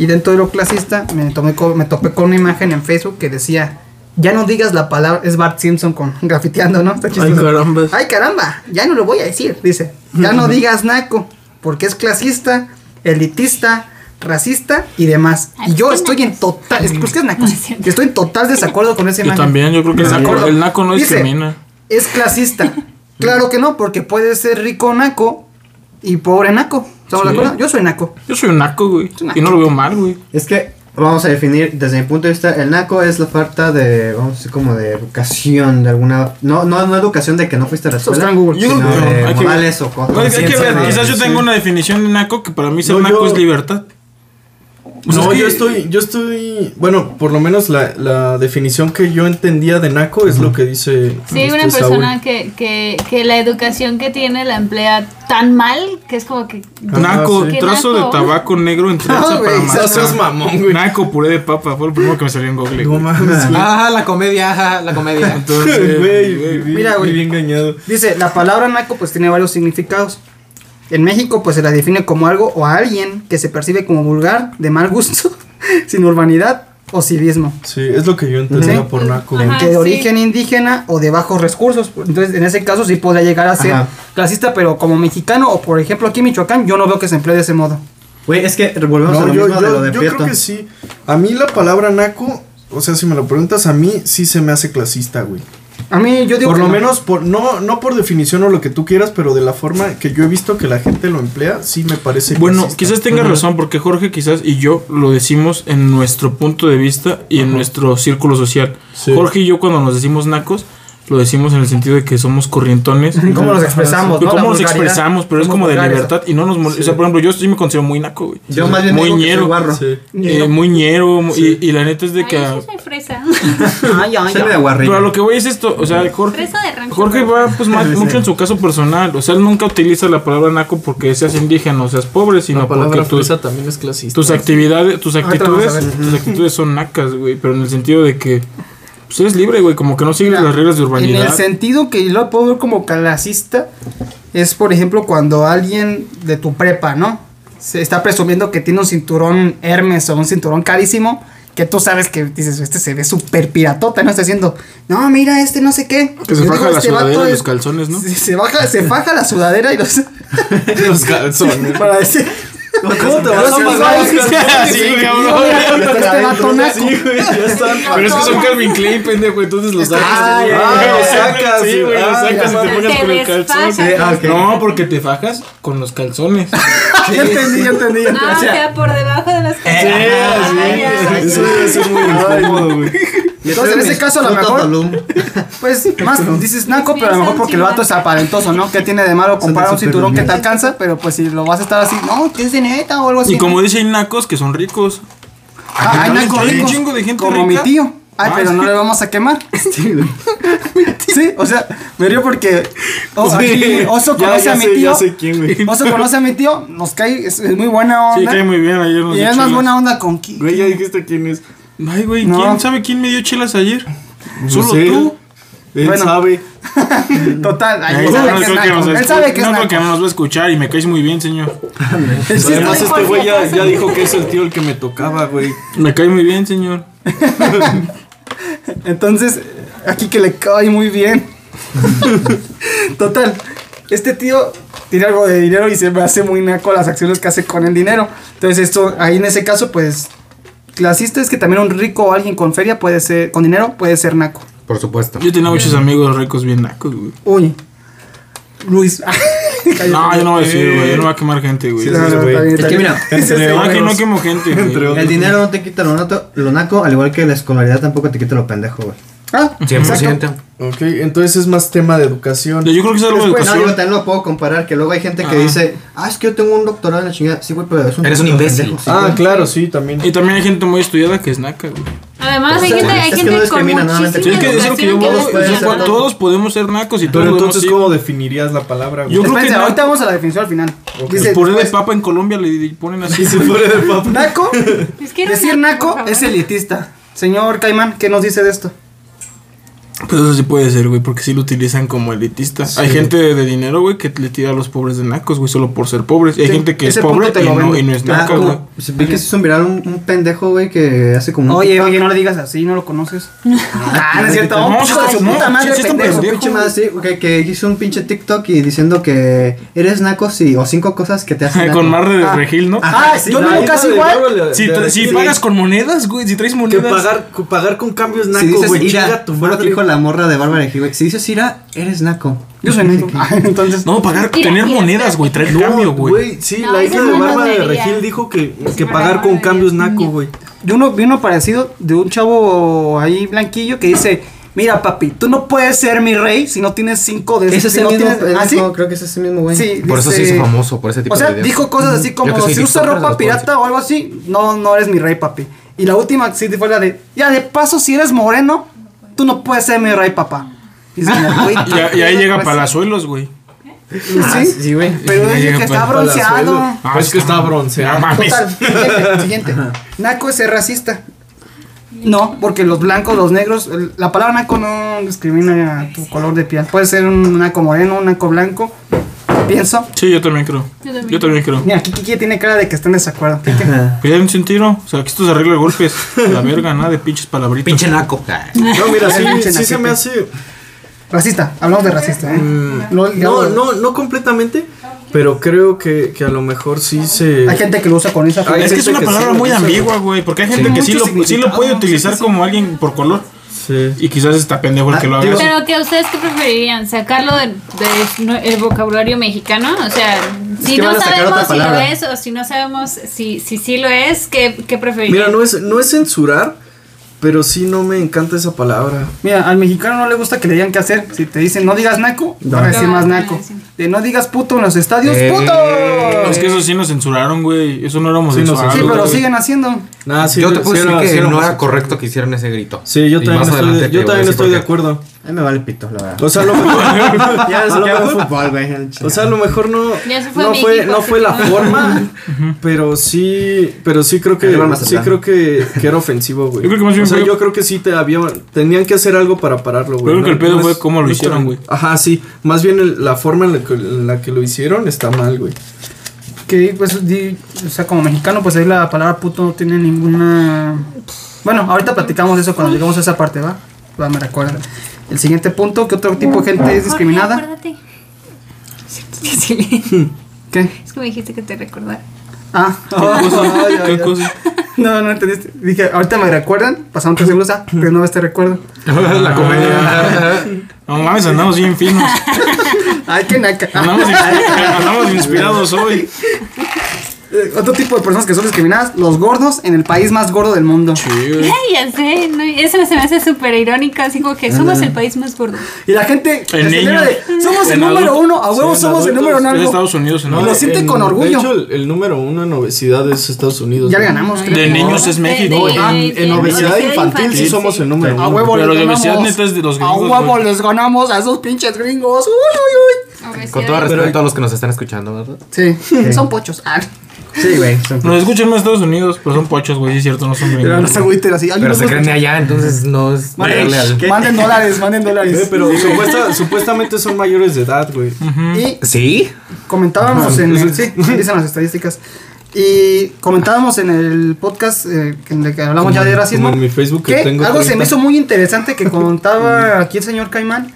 Speaker 2: Y dentro de lo clasista, me, tomé co- me topé con una imagen en Facebook que decía: Ya no digas la palabra, es Bart Simpson con <laughs> grafiteando, ¿no? Está
Speaker 1: Ay,
Speaker 2: chistoso.
Speaker 1: caramba.
Speaker 2: Ay, caramba, ya no lo voy a decir, dice. Ya no digas naco, porque es clasista, elitista, racista y demás. Y yo estoy en total, es, pues, ¿qué es naco? Estoy en total desacuerdo con ese
Speaker 1: Yo también, yo creo que el naco, el naco no discrimina.
Speaker 2: Es
Speaker 1: <laughs>
Speaker 2: clasista. Claro que no, porque puede ser rico naco y pobre naco. ¿Estamos
Speaker 1: Sí.
Speaker 2: de acuerdo? Yo soy naco.
Speaker 1: Yo soy un naco, güey.
Speaker 2: naco.
Speaker 1: Y no lo veo mal, güey.
Speaker 4: Es que vamos a definir desde mi punto de vista, el naco es la falta de, vamos a decir, como de educación, de alguna, no, no, no educación de que no fuiste a la
Speaker 2: Eso
Speaker 4: escuela,
Speaker 2: está en Google.
Speaker 1: Yo
Speaker 4: sino
Speaker 1: creo que-
Speaker 4: de
Speaker 1: hay que-
Speaker 4: morales o cosas.
Speaker 1: No, es que hay que
Speaker 4: conciencia
Speaker 1: ver,
Speaker 4: de-
Speaker 1: quizás yo tengo una definición de naco que para mí ser
Speaker 3: No,
Speaker 1: naco
Speaker 3: yo-
Speaker 1: es libertad. Pues
Speaker 3: no,
Speaker 1: es que-
Speaker 3: yo estoy, yo estoy, bueno, por lo menos la, la definición que yo entendía de naco es lo que dice.
Speaker 5: Sí,
Speaker 3: este
Speaker 5: una
Speaker 3: Saúl.
Speaker 5: persona que, que, que la educación que tiene la emplea tan mal que es como que...
Speaker 3: Ah,
Speaker 1: Naco,
Speaker 3: sí.
Speaker 1: un trazo
Speaker 5: Naco.
Speaker 1: de tabaco negro en trenza para
Speaker 3: O sea, seas
Speaker 1: matar.
Speaker 3: mamón, güey.
Speaker 1: Naco, puré de papa, fue lo primero que me salió en Google.
Speaker 3: No
Speaker 1: güey.
Speaker 3: mames, güey.
Speaker 6: Ah, la comedia, ajá, la comedia.
Speaker 1: Entonces,
Speaker 3: Güey, viví-
Speaker 2: Mira, güey.
Speaker 3: viví engañado.
Speaker 2: Dice, la palabra naco pues tiene varios significados. En México pues se la define como algo o a alguien que se percibe como vulgar, de mal gusto, <laughs> sin urbanidad o civismo.
Speaker 3: Sí, es lo que yo entendía
Speaker 2: Sí.
Speaker 3: por naco.
Speaker 5: Ajá.
Speaker 2: que de
Speaker 5: sí.
Speaker 2: origen indígena o de bajos recursos. Entonces, en ese caso sí podría llegar a ser
Speaker 4: Ajá.
Speaker 2: clasista, pero como mexicano o por ejemplo aquí en Michoacán, yo no veo que se emplee de ese modo.
Speaker 4: Güey, es que volvemos a
Speaker 3: No,
Speaker 4: lo
Speaker 3: yo,
Speaker 4: mismo de
Speaker 3: yo-
Speaker 4: lo de
Speaker 3: yo
Speaker 4: Prieto.
Speaker 3: creo que sí. A mí la palabra naco, o sea, si me lo preguntas, a mí sí se me hace clasista, güey.
Speaker 2: A mí yo digo
Speaker 3: Por
Speaker 2: que
Speaker 3: lo
Speaker 2: no.
Speaker 3: menos, por, no, no por definición o lo que tú quieras, pero de la forma que yo he visto que la gente lo emplea, sí me parece
Speaker 1: Bueno,
Speaker 3: clasista.
Speaker 1: quizás tenga
Speaker 3: Ajá.
Speaker 1: razón, porque Jorge quizás y yo lo decimos en nuestro punto de vista y en nuestro círculo social.
Speaker 3: Sí.
Speaker 1: Jorge y yo cuando nos decimos nacos, lo decimos en el sentido de que somos corrientones. <laughs>
Speaker 2: cómo nos
Speaker 3: Ajá,
Speaker 2: expresamos,
Speaker 1: Pero
Speaker 2: ¿no? La
Speaker 1: ¿Cómo nos
Speaker 2: vulgaridad.
Speaker 1: expresamos? Pero es
Speaker 2: Somos
Speaker 1: como de
Speaker 2: vulgares.
Speaker 1: libertad y no nos molesta. O sea, por ejemplo, yo sí me considero muy naco, güey.
Speaker 4: Yo más bien
Speaker 1: muy
Speaker 4: digo que soy
Speaker 1: ñero.
Speaker 4: guarro.
Speaker 3: Sí.
Speaker 1: Eh, muy ñero. mu-
Speaker 3: Sí.
Speaker 1: Y, y la neta es de que.
Speaker 5: Ay, yo soy
Speaker 1: <laughs>
Speaker 5: fresa.
Speaker 2: <laughs> Ay, ay,
Speaker 4: Soy
Speaker 2: ay.
Speaker 4: medio guarrillo.
Speaker 1: Pero a lo que voy es esto, o sea, Jorge,
Speaker 5: Fresa de rancho.
Speaker 1: Jorge va pues
Speaker 3: <laughs>
Speaker 1: más, mucho en su caso personal, o sea, él nunca utiliza la palabra naco porque seas indígena o seas pobre, sino
Speaker 3: La palabra
Speaker 1: porque tú,
Speaker 3: fresa también es clasista. Ah,
Speaker 1: tus actividades, tus
Speaker 2: Ahorita vamos a
Speaker 1: actitudes, tus actitudes son nacas, güey, pero en el sentido de que pues eres libre, güey, como que no sigues las reglas de
Speaker 2: En el
Speaker 1: urbanidad.
Speaker 2: sentido que yo lo puedo ver como clasista, es por ejemplo cuando alguien de tu prepa, ¿no? Se está presumiendo que tiene un cinturón Hermes o un cinturón carísimo, que tú sabes que dices, este se ve súper piratota, ¿no? Está haciendo, no, mira, este no sé qué.
Speaker 1: Que se
Speaker 2: Yo
Speaker 1: baja
Speaker 2: digo,
Speaker 1: la
Speaker 2: "Este vato
Speaker 1: sudadera y
Speaker 2: es-
Speaker 1: los calzones, ¿no?
Speaker 2: Se, se baja, se faja la sudadera y los...
Speaker 1: <laughs>
Speaker 3: los calzones.
Speaker 2: para decir...
Speaker 4: <laughs> ¿Cómo te
Speaker 2: vas a
Speaker 3: <laughs>
Speaker 2: pagar los
Speaker 1: calzones,
Speaker 3: Sí,
Speaker 1: güey?
Speaker 3: cabrón.
Speaker 2: <laughs> Este vato naco.
Speaker 3: ya están.
Speaker 1: Pero es que son Calvin Klein, pendejo, entonces los sacas. Ah,
Speaker 2: Ay,
Speaker 3: ay,
Speaker 1: los
Speaker 3: ay,
Speaker 1: sacas,
Speaker 3: sí,
Speaker 1: güey, los
Speaker 3: ay,
Speaker 1: sacas y te
Speaker 5: ay,
Speaker 1: pones
Speaker 5: te
Speaker 1: con el calzón.
Speaker 5: desfajas.
Speaker 1: Sí, ah,
Speaker 4: ok.
Speaker 1: No, porque te fajas con los calzones.
Speaker 2: <laughs> Ya entendí, ya entendí. ya entendí.
Speaker 5: Ah, o sea, por debajo de las calzones. Ay, ya.
Speaker 3: Eso debe ser muy incómodo, güey.
Speaker 2: Entonces, en ese caso, a lo mejor- Pues más dices naco, pero a lo mejor porque el vato es aparentoso, ¿no? ¿Qué tiene de malo comprar un cinturón que te alcanza? Pero pues si lo vas a estar así, no, que es de neta o algo
Speaker 1: <laughs>
Speaker 2: así.
Speaker 1: Y como dice, hay nacos que son ricos.
Speaker 2: Ah,
Speaker 1: Hay
Speaker 2: hay nacos
Speaker 1: un
Speaker 2: ricos,
Speaker 1: chingo de gente
Speaker 2: como mi
Speaker 1: rica.
Speaker 2: tío. Ay,
Speaker 1: Ah,
Speaker 2: pero
Speaker 1: sí.
Speaker 2: no le vamos a quemar. <laughs> Sí, o sea, me río porque oh,
Speaker 1: Sí.
Speaker 2: aquí Oso
Speaker 3: Ya,
Speaker 2: conoce
Speaker 3: ya
Speaker 2: a mi
Speaker 3: sé,
Speaker 2: tío.
Speaker 3: ya sé quién, güey.
Speaker 2: <laughs> Oso conoce a mi tío, nos cae, es, es muy buena
Speaker 1: Sí,
Speaker 2: onda.
Speaker 1: cae muy bien. Ayer nos
Speaker 2: y
Speaker 1: dio
Speaker 2: es más
Speaker 1: chelas.
Speaker 2: buena onda con Ki.
Speaker 3: Güey, ya dijiste quién es.
Speaker 1: Ay, güey,
Speaker 2: No.
Speaker 1: ¿quién sabe quién me dio chelas ayer? Solo
Speaker 3: Pues él.
Speaker 1: tú.
Speaker 3: Él
Speaker 2: Bueno.
Speaker 3: sabe.
Speaker 2: <laughs> Total, ay,
Speaker 1: Ay,
Speaker 2: él
Speaker 1: no,
Speaker 2: sabe
Speaker 1: no
Speaker 2: que es
Speaker 1: creo que
Speaker 2: naco.
Speaker 1: nos
Speaker 2: Él
Speaker 1: escu-
Speaker 2: sabe que es
Speaker 1: No creo que
Speaker 2: naco.
Speaker 1: nos va a escuchar y me caes muy bien,
Speaker 2: <laughs>
Speaker 1: señor.
Speaker 2: El chiste
Speaker 3: Además,
Speaker 2: es-
Speaker 3: este güey ya, ya dijo que es el tío el que me tocaba, güey.
Speaker 1: Me cae muy bien, señor.
Speaker 2: Entonces, aquí que le cae muy bien. Total, este tío tiene algo de dinero y se me hace muy naco las acciones que hace con el dinero. Entonces, esto, ahí en ese caso, pues, clasista es que también un rico o alguien con feria puede ser, con dinero puede ser naco.
Speaker 6: <laughs> Por supuesto.
Speaker 1: Yo tenía muchos amigos ricos bien nacos, güey.
Speaker 2: Uy, Luis.
Speaker 1: No, yo no voy a decir, güey. Yo no voy a quemar gente, güey.
Speaker 3: Sí,
Speaker 2: <laughs> No, no,
Speaker 3: ese güey.
Speaker 2: está bien,
Speaker 4: Es
Speaker 2: está
Speaker 4: que
Speaker 2: bien.
Speaker 4: mira,
Speaker 2: <laughs> Ese
Speaker 3: entre
Speaker 2: güey,
Speaker 1: No, aquí ah, no
Speaker 2: güey.
Speaker 1: quemo
Speaker 2: <laughs>
Speaker 1: gente,
Speaker 3: Entre
Speaker 1: güey.
Speaker 3: otros.
Speaker 4: El dinero no te quita lo, nato, lo naco, al igual que la escolaridad tampoco te quita lo pendejo, güey.
Speaker 2: Ah,
Speaker 6: 100%.
Speaker 3: Ok, entonces es más tema de educación.
Speaker 1: Yo creo que es algo de
Speaker 2: Después,
Speaker 4: Pues, No,
Speaker 1: educación.
Speaker 4: yo también lo puedo comparar, que luego hay gente que dice, ah, es que yo tengo un doctorado en la chingada. Sí, güey, pero es un
Speaker 6: Eres un
Speaker 4: puto
Speaker 6: imbécil.
Speaker 4: sí,
Speaker 3: Ah,
Speaker 4: güey.
Speaker 3: claro, sí, también.
Speaker 1: Y también hay gente muy estudiada que es naca, güey.
Speaker 5: Además, hay
Speaker 4: O sea,
Speaker 5: gente, hay
Speaker 4: es que
Speaker 5: gente
Speaker 4: no
Speaker 5: con
Speaker 4: discrimina,
Speaker 5: muchísima
Speaker 4: normalmente.
Speaker 1: Sí, es que es lo
Speaker 5: educación
Speaker 1: que yo
Speaker 5: que
Speaker 1: voy.
Speaker 5: no
Speaker 4: puedes
Speaker 1: es
Speaker 5: funciona.
Speaker 1: que
Speaker 4: ser naco.
Speaker 1: Todos podemos ser nacos y todos
Speaker 3: Pero
Speaker 1: podemos
Speaker 3: entonces,
Speaker 1: ir.
Speaker 3: ¿cómo definirías la palabra, güey?
Speaker 1: Yo creo que
Speaker 2: Espérense,
Speaker 1: no.
Speaker 2: ahorita vamos a la definición al final.
Speaker 1: El puré de
Speaker 2: después,
Speaker 1: papa en Colombia le ponen así.
Speaker 3: Y si fuera de papa.
Speaker 2: naco,
Speaker 5: Es que era
Speaker 2: decir
Speaker 5: naco,
Speaker 2: naco
Speaker 5: por
Speaker 2: es
Speaker 5: favor.
Speaker 2: elitista. Señor Caimán, ¿qué nos dice de esto?
Speaker 1: Pues eso sí puede ser, güey, porque sí lo utilizan como elitista. Hay gente de, de dinero, güey, que le tira a los pobres de nacos, güey, solo por ser pobres. Y hay
Speaker 2: Sí,
Speaker 1: gente que es
Speaker 2: ese punto
Speaker 1: pobre
Speaker 2: te
Speaker 1: y
Speaker 2: lo
Speaker 1: no,
Speaker 2: vendo.
Speaker 1: y no es
Speaker 4: Ah,
Speaker 1: naco, güey.
Speaker 4: como, se ve que se hizo viral un, un pendejo, güey, que hace como un
Speaker 2: Oye,
Speaker 4: TikTok.
Speaker 2: oye, no le digas así, no lo conoces. Ah, no es cierto.
Speaker 1: No,
Speaker 2: hijo de
Speaker 1: sí,
Speaker 2: su
Speaker 1: no,
Speaker 2: puta
Speaker 1: sí,
Speaker 2: madre,
Speaker 1: sí está
Speaker 2: pendejo.
Speaker 1: pendejo.
Speaker 4: pinche madre, sí, que, que hizo un pinche TikTok y diciendo que eres naco si, o cinco cosas que te hacen naco.
Speaker 1: Con mar de
Speaker 2: Ah.
Speaker 1: regil, ¿no?
Speaker 2: Ah, yo
Speaker 3: La
Speaker 2: vivo
Speaker 3: ida
Speaker 2: casi
Speaker 3: de
Speaker 2: igual.
Speaker 3: Laura le-
Speaker 1: si
Speaker 3: de
Speaker 1: tra-
Speaker 3: la-
Speaker 1: si
Speaker 3: sí,
Speaker 1: pagas con monedas, güey, si traes
Speaker 3: <laughs> Que
Speaker 1: monedas.
Speaker 3: pagar, cu- pagar con cambios
Speaker 4: Si
Speaker 3: naco,
Speaker 4: dices
Speaker 3: güey.
Speaker 4: ira,
Speaker 3: Chinga tu
Speaker 4: fue lo que
Speaker 3: madre.
Speaker 4: dijo la morra de Bárbara de Regil, güey. Si dices ira, eres naco.
Speaker 2: Yo soy negro. Ah,
Speaker 3: <laughs>
Speaker 2: Entonces,
Speaker 1: No, pagar,
Speaker 5: Mira,
Speaker 1: tener
Speaker 5: mira,
Speaker 1: monedas, güey, traer
Speaker 3: No,
Speaker 1: cambio, güey.
Speaker 3: güey. Sí,
Speaker 5: No,
Speaker 3: la
Speaker 5: esa
Speaker 3: hija
Speaker 5: es
Speaker 3: de
Speaker 5: una
Speaker 3: Bárbara de
Speaker 5: tontería.
Speaker 3: Regil dijo que, que
Speaker 5: una
Speaker 3: pagar con
Speaker 5: barbaridad.
Speaker 3: cambios naco, güey.
Speaker 2: yo uno, vi uno parecido de un chavo ahí blanquillo que dice: Mira, papi, tú no puedes ser mi rey si no tienes cinco de
Speaker 4: Es
Speaker 2: si
Speaker 4: ese
Speaker 2: no
Speaker 4: mismo,
Speaker 2: tienes-
Speaker 4: es
Speaker 2: ¿Ah, sí?
Speaker 4: mismo- creo que es ese mismo güey.
Speaker 2: Sí,
Speaker 6: Por eso se
Speaker 2: dice-
Speaker 6: hizo famoso, por ese tipo
Speaker 2: O sea,
Speaker 6: de videos.
Speaker 2: dijo cosas así como,
Speaker 6: Yo que soy
Speaker 2: si usas
Speaker 6: TikToker,
Speaker 2: ropa
Speaker 6: los puedo
Speaker 2: pirata o algo así, no, no eres mi rey, papi. Y la última sí fue la de, ya de paso, si eres moreno, tú no puedes ser mi rey, papá. Y, es
Speaker 6: <laughs>
Speaker 2: como, güey,
Speaker 1: Y, a- y ahí
Speaker 2: no
Speaker 1: llega
Speaker 2: puedes-
Speaker 5: Pues
Speaker 1: Palazuelos, güey.
Speaker 4: Ah,
Speaker 2: Sí,
Speaker 4: sí, güey.
Speaker 2: pero
Speaker 1: Ya
Speaker 2: es
Speaker 1: llega
Speaker 2: que está
Speaker 1: pues, para-
Speaker 2: bronceado.
Speaker 1: Ah,
Speaker 3: es que está bronceado.
Speaker 1: No mames.
Speaker 2: Total, siguiente, siguiente. Naco es ser racista. No, porque los blancos, los negros, el- la palabra naco no discrimina a tu color de piel. Puede ser un naco moreno, un naco blanco. Pienso.
Speaker 1: Sí, yo también creo.
Speaker 5: Yo también.
Speaker 1: Yo también creo.
Speaker 2: Mira, aquí Kiki tiene cara de que está en desacuerdo. Kiki.
Speaker 1: Pues ya dense un tiro. O sea, aquí esto se arregla a golpes. La verga, nada de pinches palabritas.
Speaker 6: Pinche naco.
Speaker 3: No, <laughs> mira, sí,
Speaker 2: Pinche
Speaker 3: sí se
Speaker 2: naquete.
Speaker 3: me hace.
Speaker 2: Racista, hablamos de racista, ¿eh? No,
Speaker 3: Mm. No, no, no completamente, pero creo que, que a lo mejor sí se.
Speaker 2: Hay gente que lo usa con esa
Speaker 3: Hay
Speaker 1: es que es
Speaker 3: gente
Speaker 1: una
Speaker 3: que sí
Speaker 1: palabra
Speaker 3: lo
Speaker 1: muy
Speaker 3: dice,
Speaker 1: ambigua, güey. Porque hay gente
Speaker 3: Sí.
Speaker 1: que sí lo,
Speaker 3: Mucho
Speaker 1: sí lo puede
Speaker 3: significado,
Speaker 1: utilizar como alguien por color.
Speaker 3: Sí.
Speaker 1: Y quizás está pendejo el que lo haga.
Speaker 5: Pero que ustedes qué preferirían, sacarlo del de, no- el vocabulario mexicano, o sea, si
Speaker 4: que van
Speaker 5: no
Speaker 4: a sacar
Speaker 5: sabemos
Speaker 4: otra
Speaker 5: si lo
Speaker 4: palabra.
Speaker 5: es o si no sabemos si si sí lo es, ¿qué, qué preferirían?
Speaker 3: Mira, no es, no es censurar, pero sí no me encanta esa palabra.
Speaker 2: Mira, al mexicano no le gusta que le digan qué hacer. Si te dicen no digas naco, van a decir
Speaker 5: No,
Speaker 2: más
Speaker 5: no,
Speaker 2: naco.
Speaker 5: sí.
Speaker 2: De no digas puto en los estadios,
Speaker 6: Eh.
Speaker 2: puto.
Speaker 1: Es que eso sí nos censuraron, güey. Eso no era
Speaker 3: Sí,
Speaker 1: homosexual.
Speaker 3: nos
Speaker 2: Sí, pero
Speaker 1: güey.
Speaker 2: siguen haciendo.
Speaker 3: Nah, sí,
Speaker 6: Ah, yo te
Speaker 3: sí
Speaker 6: puedo decir
Speaker 3: era- sí
Speaker 6: que
Speaker 3: era
Speaker 6: no era
Speaker 3: homosexual.
Speaker 6: correcto que hicieran ese grito.
Speaker 3: Sí, yo
Speaker 6: Y
Speaker 3: también
Speaker 6: más
Speaker 3: estoy,
Speaker 6: adelante
Speaker 3: de,
Speaker 6: te
Speaker 3: yo
Speaker 6: voy a
Speaker 3: también
Speaker 6: decir
Speaker 3: estoy
Speaker 6: por
Speaker 3: de
Speaker 6: qué.
Speaker 3: acuerdo.
Speaker 4: A mí me vale pito, la verdad.
Speaker 3: O sea, a
Speaker 6: <laughs>
Speaker 3: lo mejor.
Speaker 4: Ya
Speaker 3: a
Speaker 4: se
Speaker 3: lo
Speaker 4: quedó
Speaker 3: mejor-
Speaker 4: fútbol, güey. el
Speaker 3: O sea, a lo mejor no,
Speaker 5: Ya se fue
Speaker 3: no
Speaker 5: mi
Speaker 3: fue,
Speaker 5: equipo,
Speaker 3: no fue la
Speaker 5: así que-
Speaker 1: <laughs>
Speaker 3: forma, pero sí, pero sí creo que
Speaker 4: Arriba Mazatlán.
Speaker 3: sí creo que, que era ofensivo, güey.
Speaker 1: Yo creo que más bien
Speaker 3: o sea,
Speaker 1: fue-
Speaker 3: yo creo que sí te había, tenían que hacer algo para pararlo, güey.
Speaker 1: Yo creo que el pedo fue
Speaker 3: es-
Speaker 1: cómo lo
Speaker 3: es
Speaker 1: hicieron,
Speaker 3: tan-
Speaker 1: güey.
Speaker 3: Ajá, sí. Más bien el- la forma en la, que, en la que lo hicieron está mal, güey.
Speaker 2: Que pues, di- o sea, como mexicano, pues ahí la palabra puto no tiene ninguna. Bueno, ahorita platicamos de eso cuando lleguemos a esa parte, ¿va? Va, me recuerda. El siguiente punto, ¿qué otro tipo de gente es
Speaker 5: Jorge,
Speaker 2: discriminada?
Speaker 5: acuérdate. <laughs> Sí,
Speaker 2: ¿Qué?
Speaker 5: es que me dijiste que te recordara.
Speaker 2: Ah,
Speaker 1: ¿Qué cosa?
Speaker 2: ay, ay,
Speaker 1: ¿Qué
Speaker 2: ay.
Speaker 1: cosa?
Speaker 2: <laughs> No, no entendiste. Dije, ahorita me recuerdan, pasaron tres segundos, ah, pero no ves te recuerdo.
Speaker 6: la comedia.
Speaker 1: No mames, andamos bien finos.
Speaker 2: Ay, qué naca. <laughs>
Speaker 1: Andamos, ins- andamos inspirados hoy.
Speaker 2: Eh, Otro tipo de personas que son discriminadas, los gordos en el país más gordo del mundo.
Speaker 5: Ay, ya sé, no, eso se me hace súper irónico, así como que somos el país más gordo.
Speaker 2: Y la gente
Speaker 1: El
Speaker 2: se
Speaker 1: niño.
Speaker 2: celebra de, somos el
Speaker 1: En
Speaker 2: número
Speaker 1: adulto-
Speaker 2: uno, a huevo
Speaker 3: en
Speaker 2: somos el
Speaker 3: adultos,
Speaker 2: número en
Speaker 1: Es
Speaker 2: algo.
Speaker 1: Estados Unidos, ¿no?
Speaker 2: No, lo siente
Speaker 3: En-
Speaker 2: con
Speaker 3: De
Speaker 2: orgullo.
Speaker 3: hecho, el, el número uno en obesidad es Estados Unidos.
Speaker 2: Ya
Speaker 3: güey.
Speaker 2: ganamos,
Speaker 5: Ay,
Speaker 2: creo.
Speaker 1: de niños Pues es
Speaker 5: de-
Speaker 1: México.
Speaker 5: de-
Speaker 1: Ah,
Speaker 5: de-
Speaker 3: en
Speaker 5: de-
Speaker 3: obesidad
Speaker 5: de-
Speaker 3: infantil sí somos el número
Speaker 2: A
Speaker 3: uno.
Speaker 2: huevo
Speaker 1: Pero
Speaker 2: les
Speaker 1: la obesidad
Speaker 2: ganamos.
Speaker 1: neta es de los
Speaker 2: A
Speaker 1: gringos,
Speaker 2: huevo
Speaker 1: güey.
Speaker 2: les ganamos a esos pinches gringos. Uy, uy, uy.
Speaker 5: Obesidad.
Speaker 6: Con todo respeto a los que nos están escuchando, ¿verdad?
Speaker 2: Sí, son pochos. Ah,
Speaker 4: Sí, güey. son-
Speaker 1: Nos escuchan más Estados Unidos, pero son pochos, güey. sí Es cierto, no son
Speaker 2: pero no
Speaker 1: gringos.
Speaker 2: se agüiten así. ay,
Speaker 6: Pero
Speaker 2: no
Speaker 6: se
Speaker 2: los-
Speaker 6: creen allá, entonces no es pegarle al-
Speaker 2: Manden dólares, manden
Speaker 3: Eh,
Speaker 2: dólares.
Speaker 3: pero supuesta- supuestamente son mayores de edad, güey.
Speaker 2: Y
Speaker 6: Sí.
Speaker 2: comentábamos en el, sí, dicen las estadísticas. Y comentábamos en el podcast eh, que- en el que hablamos ya de racismo.
Speaker 3: como en mi Facebook que
Speaker 2: que
Speaker 3: tengo
Speaker 2: algo se
Speaker 3: 30.
Speaker 2: me hizo muy interesante que
Speaker 3: <laughs>
Speaker 2: contaba aquí el señor Caimán.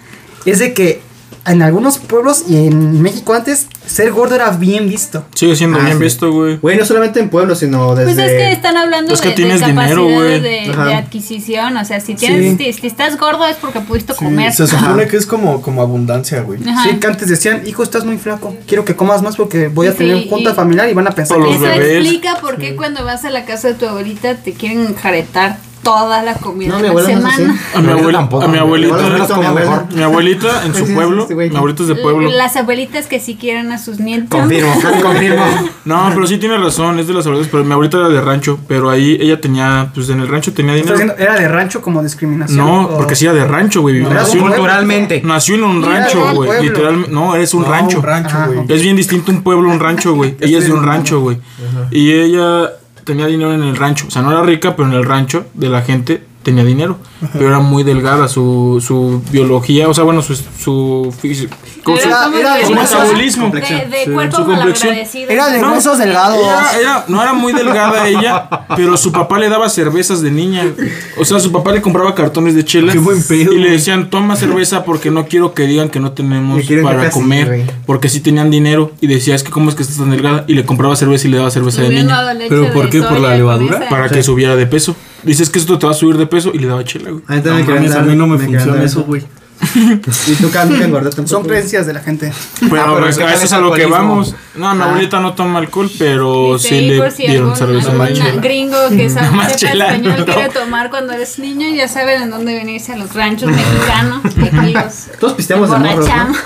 Speaker 2: Es de que en algunos pueblos y en México antes, ser gordo era bien visto.
Speaker 1: Sigue siendo
Speaker 4: Ah,
Speaker 1: bien
Speaker 4: sí.
Speaker 1: visto, güey.
Speaker 4: Güey, no solamente en pueblos, sino desde.
Speaker 5: Pues es que están hablando
Speaker 1: Pues que
Speaker 5: de, de
Speaker 1: tienes
Speaker 5: capacidad
Speaker 1: dinero, güey.
Speaker 5: de,
Speaker 4: Ajá.
Speaker 5: de adquisición. O sea, si tienes, si, si estás gordo es porque pudiste
Speaker 3: Sí,
Speaker 5: comer.
Speaker 3: se supone que es como, como abundancia, güey.
Speaker 5: Ajá.
Speaker 2: Sí, que antes decían, hijo, estás muy flaco, quiero que comas más porque voy a
Speaker 5: Sí,
Speaker 2: tener
Speaker 5: y-
Speaker 2: junta familiar y van a pensar
Speaker 1: Por
Speaker 2: que
Speaker 1: los
Speaker 5: Eso
Speaker 1: bebés.
Speaker 5: explica por qué cuando vas a la casa de tu abuelita te quieren jaretar toda la comida
Speaker 4: No,
Speaker 5: de
Speaker 4: mi
Speaker 5: la
Speaker 4: abuela no es así.
Speaker 5: semana.
Speaker 1: A mi,
Speaker 6: Ahorita
Speaker 1: abuela,
Speaker 6: tampoco,
Speaker 1: a mi
Speaker 6: güey.
Speaker 1: abuelita,
Speaker 6: Ahorita
Speaker 4: Ahorita mi abuela.
Speaker 1: mi abuelita en su
Speaker 4: Sí, sí,
Speaker 1: pueblo,
Speaker 4: sí, güey.
Speaker 1: mi abuelita es de pueblo.
Speaker 5: Las abuelitas que sí quieren a sus nietos.
Speaker 4: Confirmo, confirmo.
Speaker 1: No, pero sí tiene razón, es de las abuelitas, pero mi abuelita era de rancho, pero ahí ella tenía, pues en el rancho tenía
Speaker 2: ¿Estás
Speaker 1: dinero.
Speaker 2: diciendo, era de rancho como discriminación.
Speaker 1: No,
Speaker 2: o-
Speaker 1: porque sí era de rancho, güey.
Speaker 2: No,
Speaker 1: nació, en-
Speaker 6: <laughs> Culturalmente.
Speaker 1: nació en un
Speaker 2: Era
Speaker 1: rancho,
Speaker 2: del
Speaker 1: güey.
Speaker 2: pueblo.
Speaker 1: Literalmente, no, es un
Speaker 3: No,
Speaker 1: rancho.
Speaker 3: Un rancho,
Speaker 2: Ajá,
Speaker 3: güey.
Speaker 2: ok.
Speaker 1: Es bien distinto un pueblo a un rancho, güey. Ella es de un rancho, güey. Y ella tenía dinero en el rancho. O sea, no era rica, pero en el rancho de la gente tenía dinero. Pero era muy delgada su, su biología, o sea, bueno, su... su físico- ¿cómo se-
Speaker 2: Era- era de
Speaker 1: su
Speaker 2: gruesos.
Speaker 1: metabolismo.
Speaker 5: De, de
Speaker 1: Sí,
Speaker 5: cuerpo
Speaker 1: su complexión.
Speaker 5: malagradecido.
Speaker 7: Era de
Speaker 1: No,
Speaker 7: huesos delgados.
Speaker 1: Ella, ella- no era muy delgada ella, pero su papá le daba cervezas de niña. O sea, su papá le compraba cartones de chela.
Speaker 3: Qué buen pedo,
Speaker 1: Y le
Speaker 3: güey.
Speaker 1: decían, toma cerveza porque no quiero que digan que no tenemos
Speaker 4: Me quieren
Speaker 1: para
Speaker 4: ver así,
Speaker 1: comer.
Speaker 4: güey.
Speaker 1: Porque sí tenían dinero. Y decía, es que cómo es que estás tan delgada. Y le compraba cerveza y le daba cerveza de niña.
Speaker 3: ¿Pero por qué? ¿Por la levadura?
Speaker 1: Para que subiera de peso. Dices que esto te va a subir de peso y le daba chela, güey.
Speaker 4: A mí también me
Speaker 3: No
Speaker 4: querían
Speaker 3: mames,
Speaker 4: dar-
Speaker 3: a mí no me
Speaker 4: querían
Speaker 3: funciona
Speaker 4: dar
Speaker 3: eso, güey.
Speaker 4: Y tú Carl, nunca engordaste tampoco.
Speaker 2: Son creencias de la gente.
Speaker 1: Pero,
Speaker 6: Ah, pero
Speaker 1: a
Speaker 6: eso
Speaker 1: eso es a lo que
Speaker 6: alcoholismo.
Speaker 1: vamos. No, mi
Speaker 6: Ah.
Speaker 1: abuelita no toma alcohol, pero
Speaker 5: Dice
Speaker 1: sí
Speaker 5: ahí
Speaker 1: le
Speaker 5: por si
Speaker 1: dieron
Speaker 5: algún-
Speaker 1: cerveza
Speaker 5: algún
Speaker 1: manchela.
Speaker 5: gringo que sabe
Speaker 1: Una
Speaker 5: sepa
Speaker 1: manchela,
Speaker 5: español
Speaker 1: no.
Speaker 5: quiere tomar cuando eres niño ya saben en dónde venirse a los ranchos mexicanos que aquí los
Speaker 4: <laughs> Todos pisteamos de morros, ¿no?
Speaker 5: emborrachamos.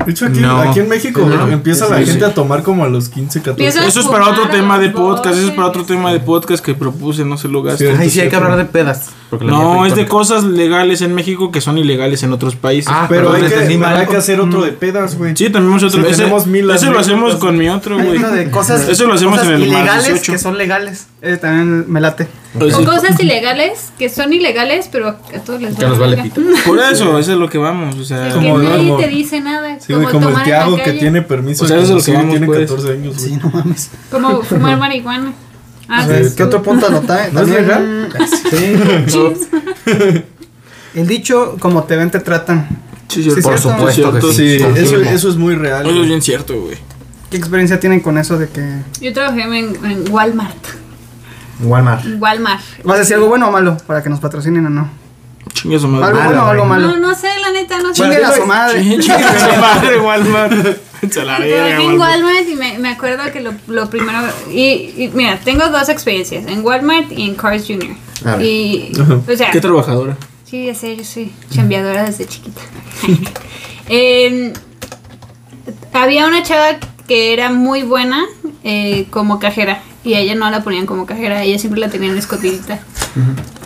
Speaker 3: De hecho, aquí,
Speaker 1: No.
Speaker 3: aquí en México
Speaker 4: No.
Speaker 3: empieza la
Speaker 4: Sí, sí.
Speaker 3: gente a tomar como a los 15, 14.
Speaker 5: Empieza-
Speaker 1: Eso es para otro
Speaker 5: Fumar,
Speaker 1: tema de
Speaker 5: los
Speaker 1: podcast. Eso es para otro
Speaker 5: botes.
Speaker 1: tema de podcast que propuse, no se lo gasten.
Speaker 6: Ay, sí, hay que hablar de pedas. porque la
Speaker 1: No,
Speaker 6: mía
Speaker 1: es de
Speaker 6: alcohólica.
Speaker 1: cosas legales en México que son ilegales en otros países.
Speaker 6: Ah,
Speaker 3: Pero
Speaker 6: perdón,
Speaker 3: hay
Speaker 6: les
Speaker 3: que,
Speaker 6: entendí mal.
Speaker 3: hay que hacer otro de pedas, güey.
Speaker 1: Sí, también es otro.
Speaker 3: Sí,
Speaker 1: ese,
Speaker 3: tenemos mil
Speaker 1: ese lo hacemos
Speaker 3: anécdotas.
Speaker 1: con mi otro,
Speaker 2: Hay
Speaker 1: güey.
Speaker 2: uno de cosas,
Speaker 1: Eso lo hacemos
Speaker 2: cosas
Speaker 1: en el más
Speaker 2: ilegales
Speaker 1: 18.
Speaker 2: que son legales. Ese también me late.
Speaker 5: O
Speaker 4: Pues
Speaker 1: Así.
Speaker 5: cosas ilegales que son ilegales, pero a todos les
Speaker 6: Que nos vale
Speaker 5: verga.
Speaker 6: pito.
Speaker 1: Por eso, eso es lo que vamos. O sea,
Speaker 5: Que
Speaker 3: Como-
Speaker 5: nadie
Speaker 3: como-
Speaker 5: te dice nada.
Speaker 3: Sí, güey, como el
Speaker 5: tomar en la
Speaker 3: Tiago que
Speaker 5: calle,
Speaker 3: tiene permiso
Speaker 1: O sea,
Speaker 3: de
Speaker 1: eso es lo que
Speaker 3: conducir y
Speaker 1: vamos,
Speaker 3: tiene
Speaker 1: pues.
Speaker 3: 14 años, güey.
Speaker 2: Sí, no mames.
Speaker 5: Como fumar marihuana. Ah,
Speaker 3: Sí,
Speaker 5: sí,
Speaker 2: ¿Qué otro punto anotar?
Speaker 3: ¿No es
Speaker 2: Eh, También,
Speaker 3: legal?
Speaker 4: Sí.
Speaker 2: El dicho, como te ven, te tratan.
Speaker 1: sí,
Speaker 2: sí,
Speaker 6: Por
Speaker 2: cierto,
Speaker 6: supuesto que
Speaker 1: cierto,
Speaker 6: sí.
Speaker 3: Sí, eso,
Speaker 6: confirmo.
Speaker 3: eso es muy real.
Speaker 1: Eso es
Speaker 3: güey.
Speaker 1: bien cierto, güey.
Speaker 2: ¿Qué experiencia tienen con eso de que
Speaker 5: Yo trabajé en, en Walmart.
Speaker 4: Walmart.
Speaker 5: Walmart.
Speaker 2: ¿Vas a decir algo bueno o malo para que nos patrocinen o no?
Speaker 1: Chingue su madre.
Speaker 2: ¿Algo bueno o algo
Speaker 5: No,
Speaker 2: malo?
Speaker 5: no sé, la neta, no sé.
Speaker 2: Chingue a su
Speaker 5: Yo
Speaker 2: madre.
Speaker 1: Chingue su madre, Walmart. <laughs> Se
Speaker 5: <laughs>
Speaker 1: la verga,
Speaker 5: Trabajé en
Speaker 1: Walmart.
Speaker 5: Walmart y me, me acuerdo que lo, lo primero. Y, y mira, tengo dos experiencias: en Walmart y en Cars Jr.
Speaker 4: A ver.
Speaker 5: Y.
Speaker 3: Ajá.
Speaker 5: O sea,
Speaker 1: Qué trabajadora.
Speaker 5: Sí, ya sé, yo soy chambeadora desde chiquita. <laughs> Em, había una chava que era muy buena eh, como cajera y a ella no la ponían como cajera, a ella siempre la tenían de escotillita.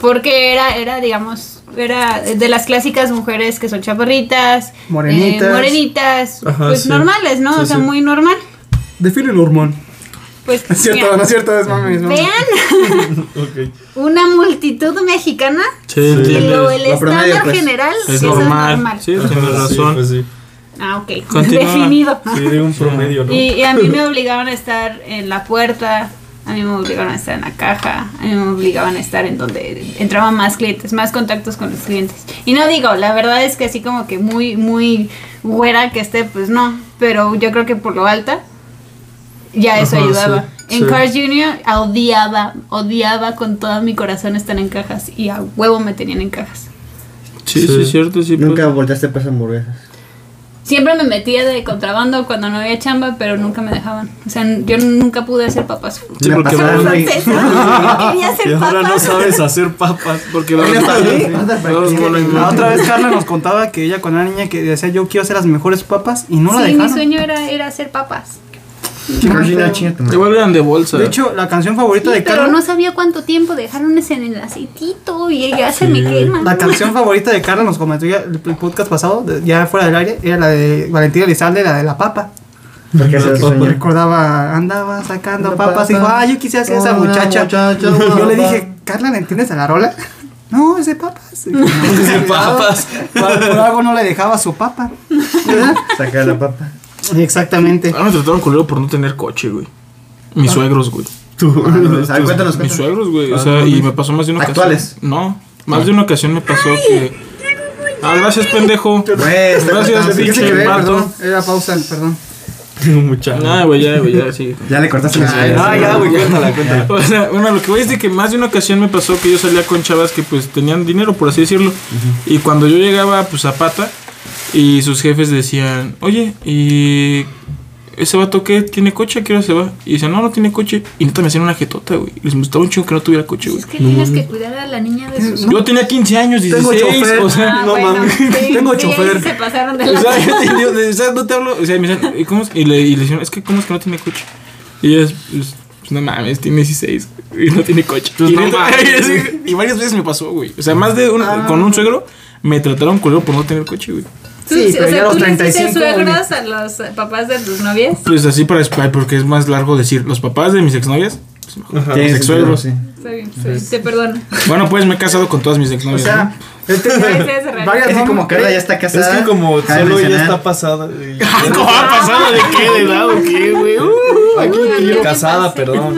Speaker 5: Porque era, era, digamos, era de las clásicas mujeres que son chaparritas, eh,
Speaker 2: Morenitas.
Speaker 5: morenitas,
Speaker 3: Ajá,
Speaker 5: pues
Speaker 3: sí.
Speaker 5: normales, ¿no?
Speaker 3: Sí,
Speaker 5: o sea,
Speaker 3: sí.
Speaker 5: muy normal.
Speaker 2: Define el hormón.
Speaker 5: Pues,
Speaker 2: Es cierto, <laughs>
Speaker 5: mira,
Speaker 2: no es cierto, es mami. es mami.
Speaker 5: vean
Speaker 3: Ok.
Speaker 5: una multitud mexicana
Speaker 1: Sí,
Speaker 5: que lo, el
Speaker 4: Lo promedio,
Speaker 5: estándar
Speaker 4: pues,
Speaker 5: general
Speaker 1: Es
Speaker 5: eso
Speaker 1: normal. Sí, tienes
Speaker 3: Ajá, sí,
Speaker 1: razón.
Speaker 3: pues sí.
Speaker 5: Ah, ok. <laughs>
Speaker 1: Continúa.
Speaker 5: Definido.
Speaker 3: Sí, de un promedio, ¿no?
Speaker 5: Y, y a mí me obligaban a estar en la puerta, a mí me obligaban a estar en la caja, a mí me obligaban a estar en donde entraban más clientes, más contactos con los clientes. Y no digo, la verdad es que así como que muy, muy güera que esté, pues no, pero yo creo que por lo alta ya eso
Speaker 3: Ajá,
Speaker 5: ayudaba.
Speaker 3: sí,
Speaker 5: en
Speaker 3: sí.
Speaker 5: Cars Jr. odiaba, odiaba con todo mi corazón estar en cajas y a huevo me tenían en cajas.
Speaker 1: Sí, sí,
Speaker 3: Sí.
Speaker 1: es cierto, sí. pues.
Speaker 4: Nunca volteaste para hamburguesas.
Speaker 5: Siempre me metía de contrabando cuando no había chamba, pero nunca me dejaban. O sea, yo nunca pude hacer papas.
Speaker 1: Sí,
Speaker 4: Me
Speaker 1: porque
Speaker 4: pasó
Speaker 1: va-
Speaker 4: la-
Speaker 5: Quería
Speaker 3: Y
Speaker 5: hacer
Speaker 3: ahora no
Speaker 5: papas.
Speaker 3: sabes hacer papas.
Speaker 1: Porque la
Speaker 4: Oye,
Speaker 1: neta,
Speaker 4: ¿sí?
Speaker 1: sí,
Speaker 4: Anda, para
Speaker 1: todos
Speaker 4: que-
Speaker 1: monos
Speaker 3: <laughs>
Speaker 1: y
Speaker 2: La
Speaker 1: monos.
Speaker 2: otra
Speaker 5: <laughs>
Speaker 2: vez Carla nos contaba que ella cuando era niña que decía yo quiero hacer las mejores papas y no la
Speaker 5: Sí, mi
Speaker 2: dejaron.
Speaker 5: sueño era, era hacer papas.
Speaker 4: Chinga, chinga tu madre.
Speaker 1: Igual eran de bolsa.
Speaker 2: De hecho, la canción favorita
Speaker 5: Sí,
Speaker 2: de
Speaker 5: pero
Speaker 2: Carla,
Speaker 5: no sabía cuánto tiempo dejaron ese en el aceitito y ya se me quema.
Speaker 2: <laughs> la canción favorita de Carla nos comentó ya el, el podcast pasado, de- ya fuera del aire, era la de Valentina Elizalde, la de la papa.
Speaker 4: Porque ese es el
Speaker 2: Me
Speaker 4: sueño.
Speaker 2: recordaba, andaba sacando
Speaker 4: Una
Speaker 2: papas y dijo,
Speaker 4: papa
Speaker 2: ah, yo quisiera ser esa
Speaker 4: con una
Speaker 2: muchacha.
Speaker 4: muchacha
Speaker 2: yo le
Speaker 4: guapa.
Speaker 2: dije, Carla, ¿le entiendes a la rola? <laughs> No, es de papas. es
Speaker 4: <laughs>
Speaker 2: de papas. Por, por algo no le dejaba su papa.
Speaker 5: <laughs>
Speaker 2: ¿Verdad?
Speaker 4: Sacar la papa.
Speaker 2: Exactamente.
Speaker 1: Ah, me trataron culero por no tener coche, güey. Mis suegros, güey.
Speaker 4: Ah, no,
Speaker 3: <laughs>
Speaker 4: a ver, Cuéntanos,
Speaker 1: Mis
Speaker 4: cuéntanos.
Speaker 1: suegros, güey. O sea, y me pasó más de una ocasión.
Speaker 4: ¿Actuales?
Speaker 1: No, más de una ocasión me pasó que. Ah, gracias, pendejo.
Speaker 4: Güey, está
Speaker 1: Gracias,
Speaker 4: cortado.
Speaker 2: Fíjese
Speaker 1: pinche
Speaker 2: que ve,
Speaker 1: vato.
Speaker 2: perdón. Era pausa, perdón.
Speaker 3: Mucha.
Speaker 1: Nah, güey, Ah, ya, güey, ya, sí.
Speaker 4: Ya le cortaste la
Speaker 3: Ah, ya, güey, cuéntala, cuéntala.
Speaker 1: O sea, bueno, lo que voy es de que más de una ocasión me pasó que yo salía con chavas que pues tenían dinero, por así decirlo. Y cuando yo llegaba, pues a pata, y sus jefes decían, oye, y ese vato qué tiene coche, ¿a qué hora se va? Y dicen, no, no tiene coche. Y neta me hacían una jetota, güey. Les gustaba un chingo que no tuviera coche, güey.
Speaker 5: Es que tienes que cuidar a la
Speaker 2: <laughs>
Speaker 5: niña de sus...
Speaker 1: Yo tenía 15 años, 16,
Speaker 2: Tengo chofer.
Speaker 1: o sea,
Speaker 5: Ah, bueno,
Speaker 2: <laughs>
Speaker 5: sí,
Speaker 2: Tengo
Speaker 5: sí, ahí
Speaker 2: chofer.
Speaker 5: Se pasaron
Speaker 2: <laughs>
Speaker 5: de
Speaker 1: o
Speaker 5: la...
Speaker 1: sea, <laughs> yo tenía- o sea, no te hablo, o sea, me decían, ¿y, cómo es? y le, y le decían, es que ¿cómo es que no tiene coche? Y ellas, pues, pues, no mames, tiene 16 y Pues, no tiene coche. y, neta, <laughs> y así- y varias veces me pasó, güey. O sea, más de
Speaker 2: Ah.
Speaker 1: una, con un suegro me trataron culero por no tener coche, güey.
Speaker 5: Tú-
Speaker 2: Sí,
Speaker 5: o
Speaker 2: pero
Speaker 5: sea,
Speaker 2: ya a los
Speaker 5: tú le hiciste
Speaker 2: 35,
Speaker 5: suegros a los eh, papás de tus novias.
Speaker 1: Pues así para Spy, porque es más largo decir, los papás de mis exnovias, mis exsuegros.
Speaker 5: Está bien, está bien, Te
Speaker 2: <laughs>
Speaker 5: perdono.
Speaker 1: Bueno, pues me he casado con todas mis exnovias.
Speaker 2: O sea, este, varias
Speaker 4: Es que como
Speaker 2: como
Speaker 4: Carla ya está
Speaker 3: Es
Speaker 4: casada.
Speaker 3: que como
Speaker 4: cabe
Speaker 3: solo ella
Speaker 4: mencionar-
Speaker 3: está pasada. y-
Speaker 1: ¿no? ¿Cómo ha pasado de qué? ¿De edad o qué, güey?
Speaker 3: Aquí,
Speaker 5: Ay,
Speaker 3: casada,
Speaker 5: qué
Speaker 3: perdón.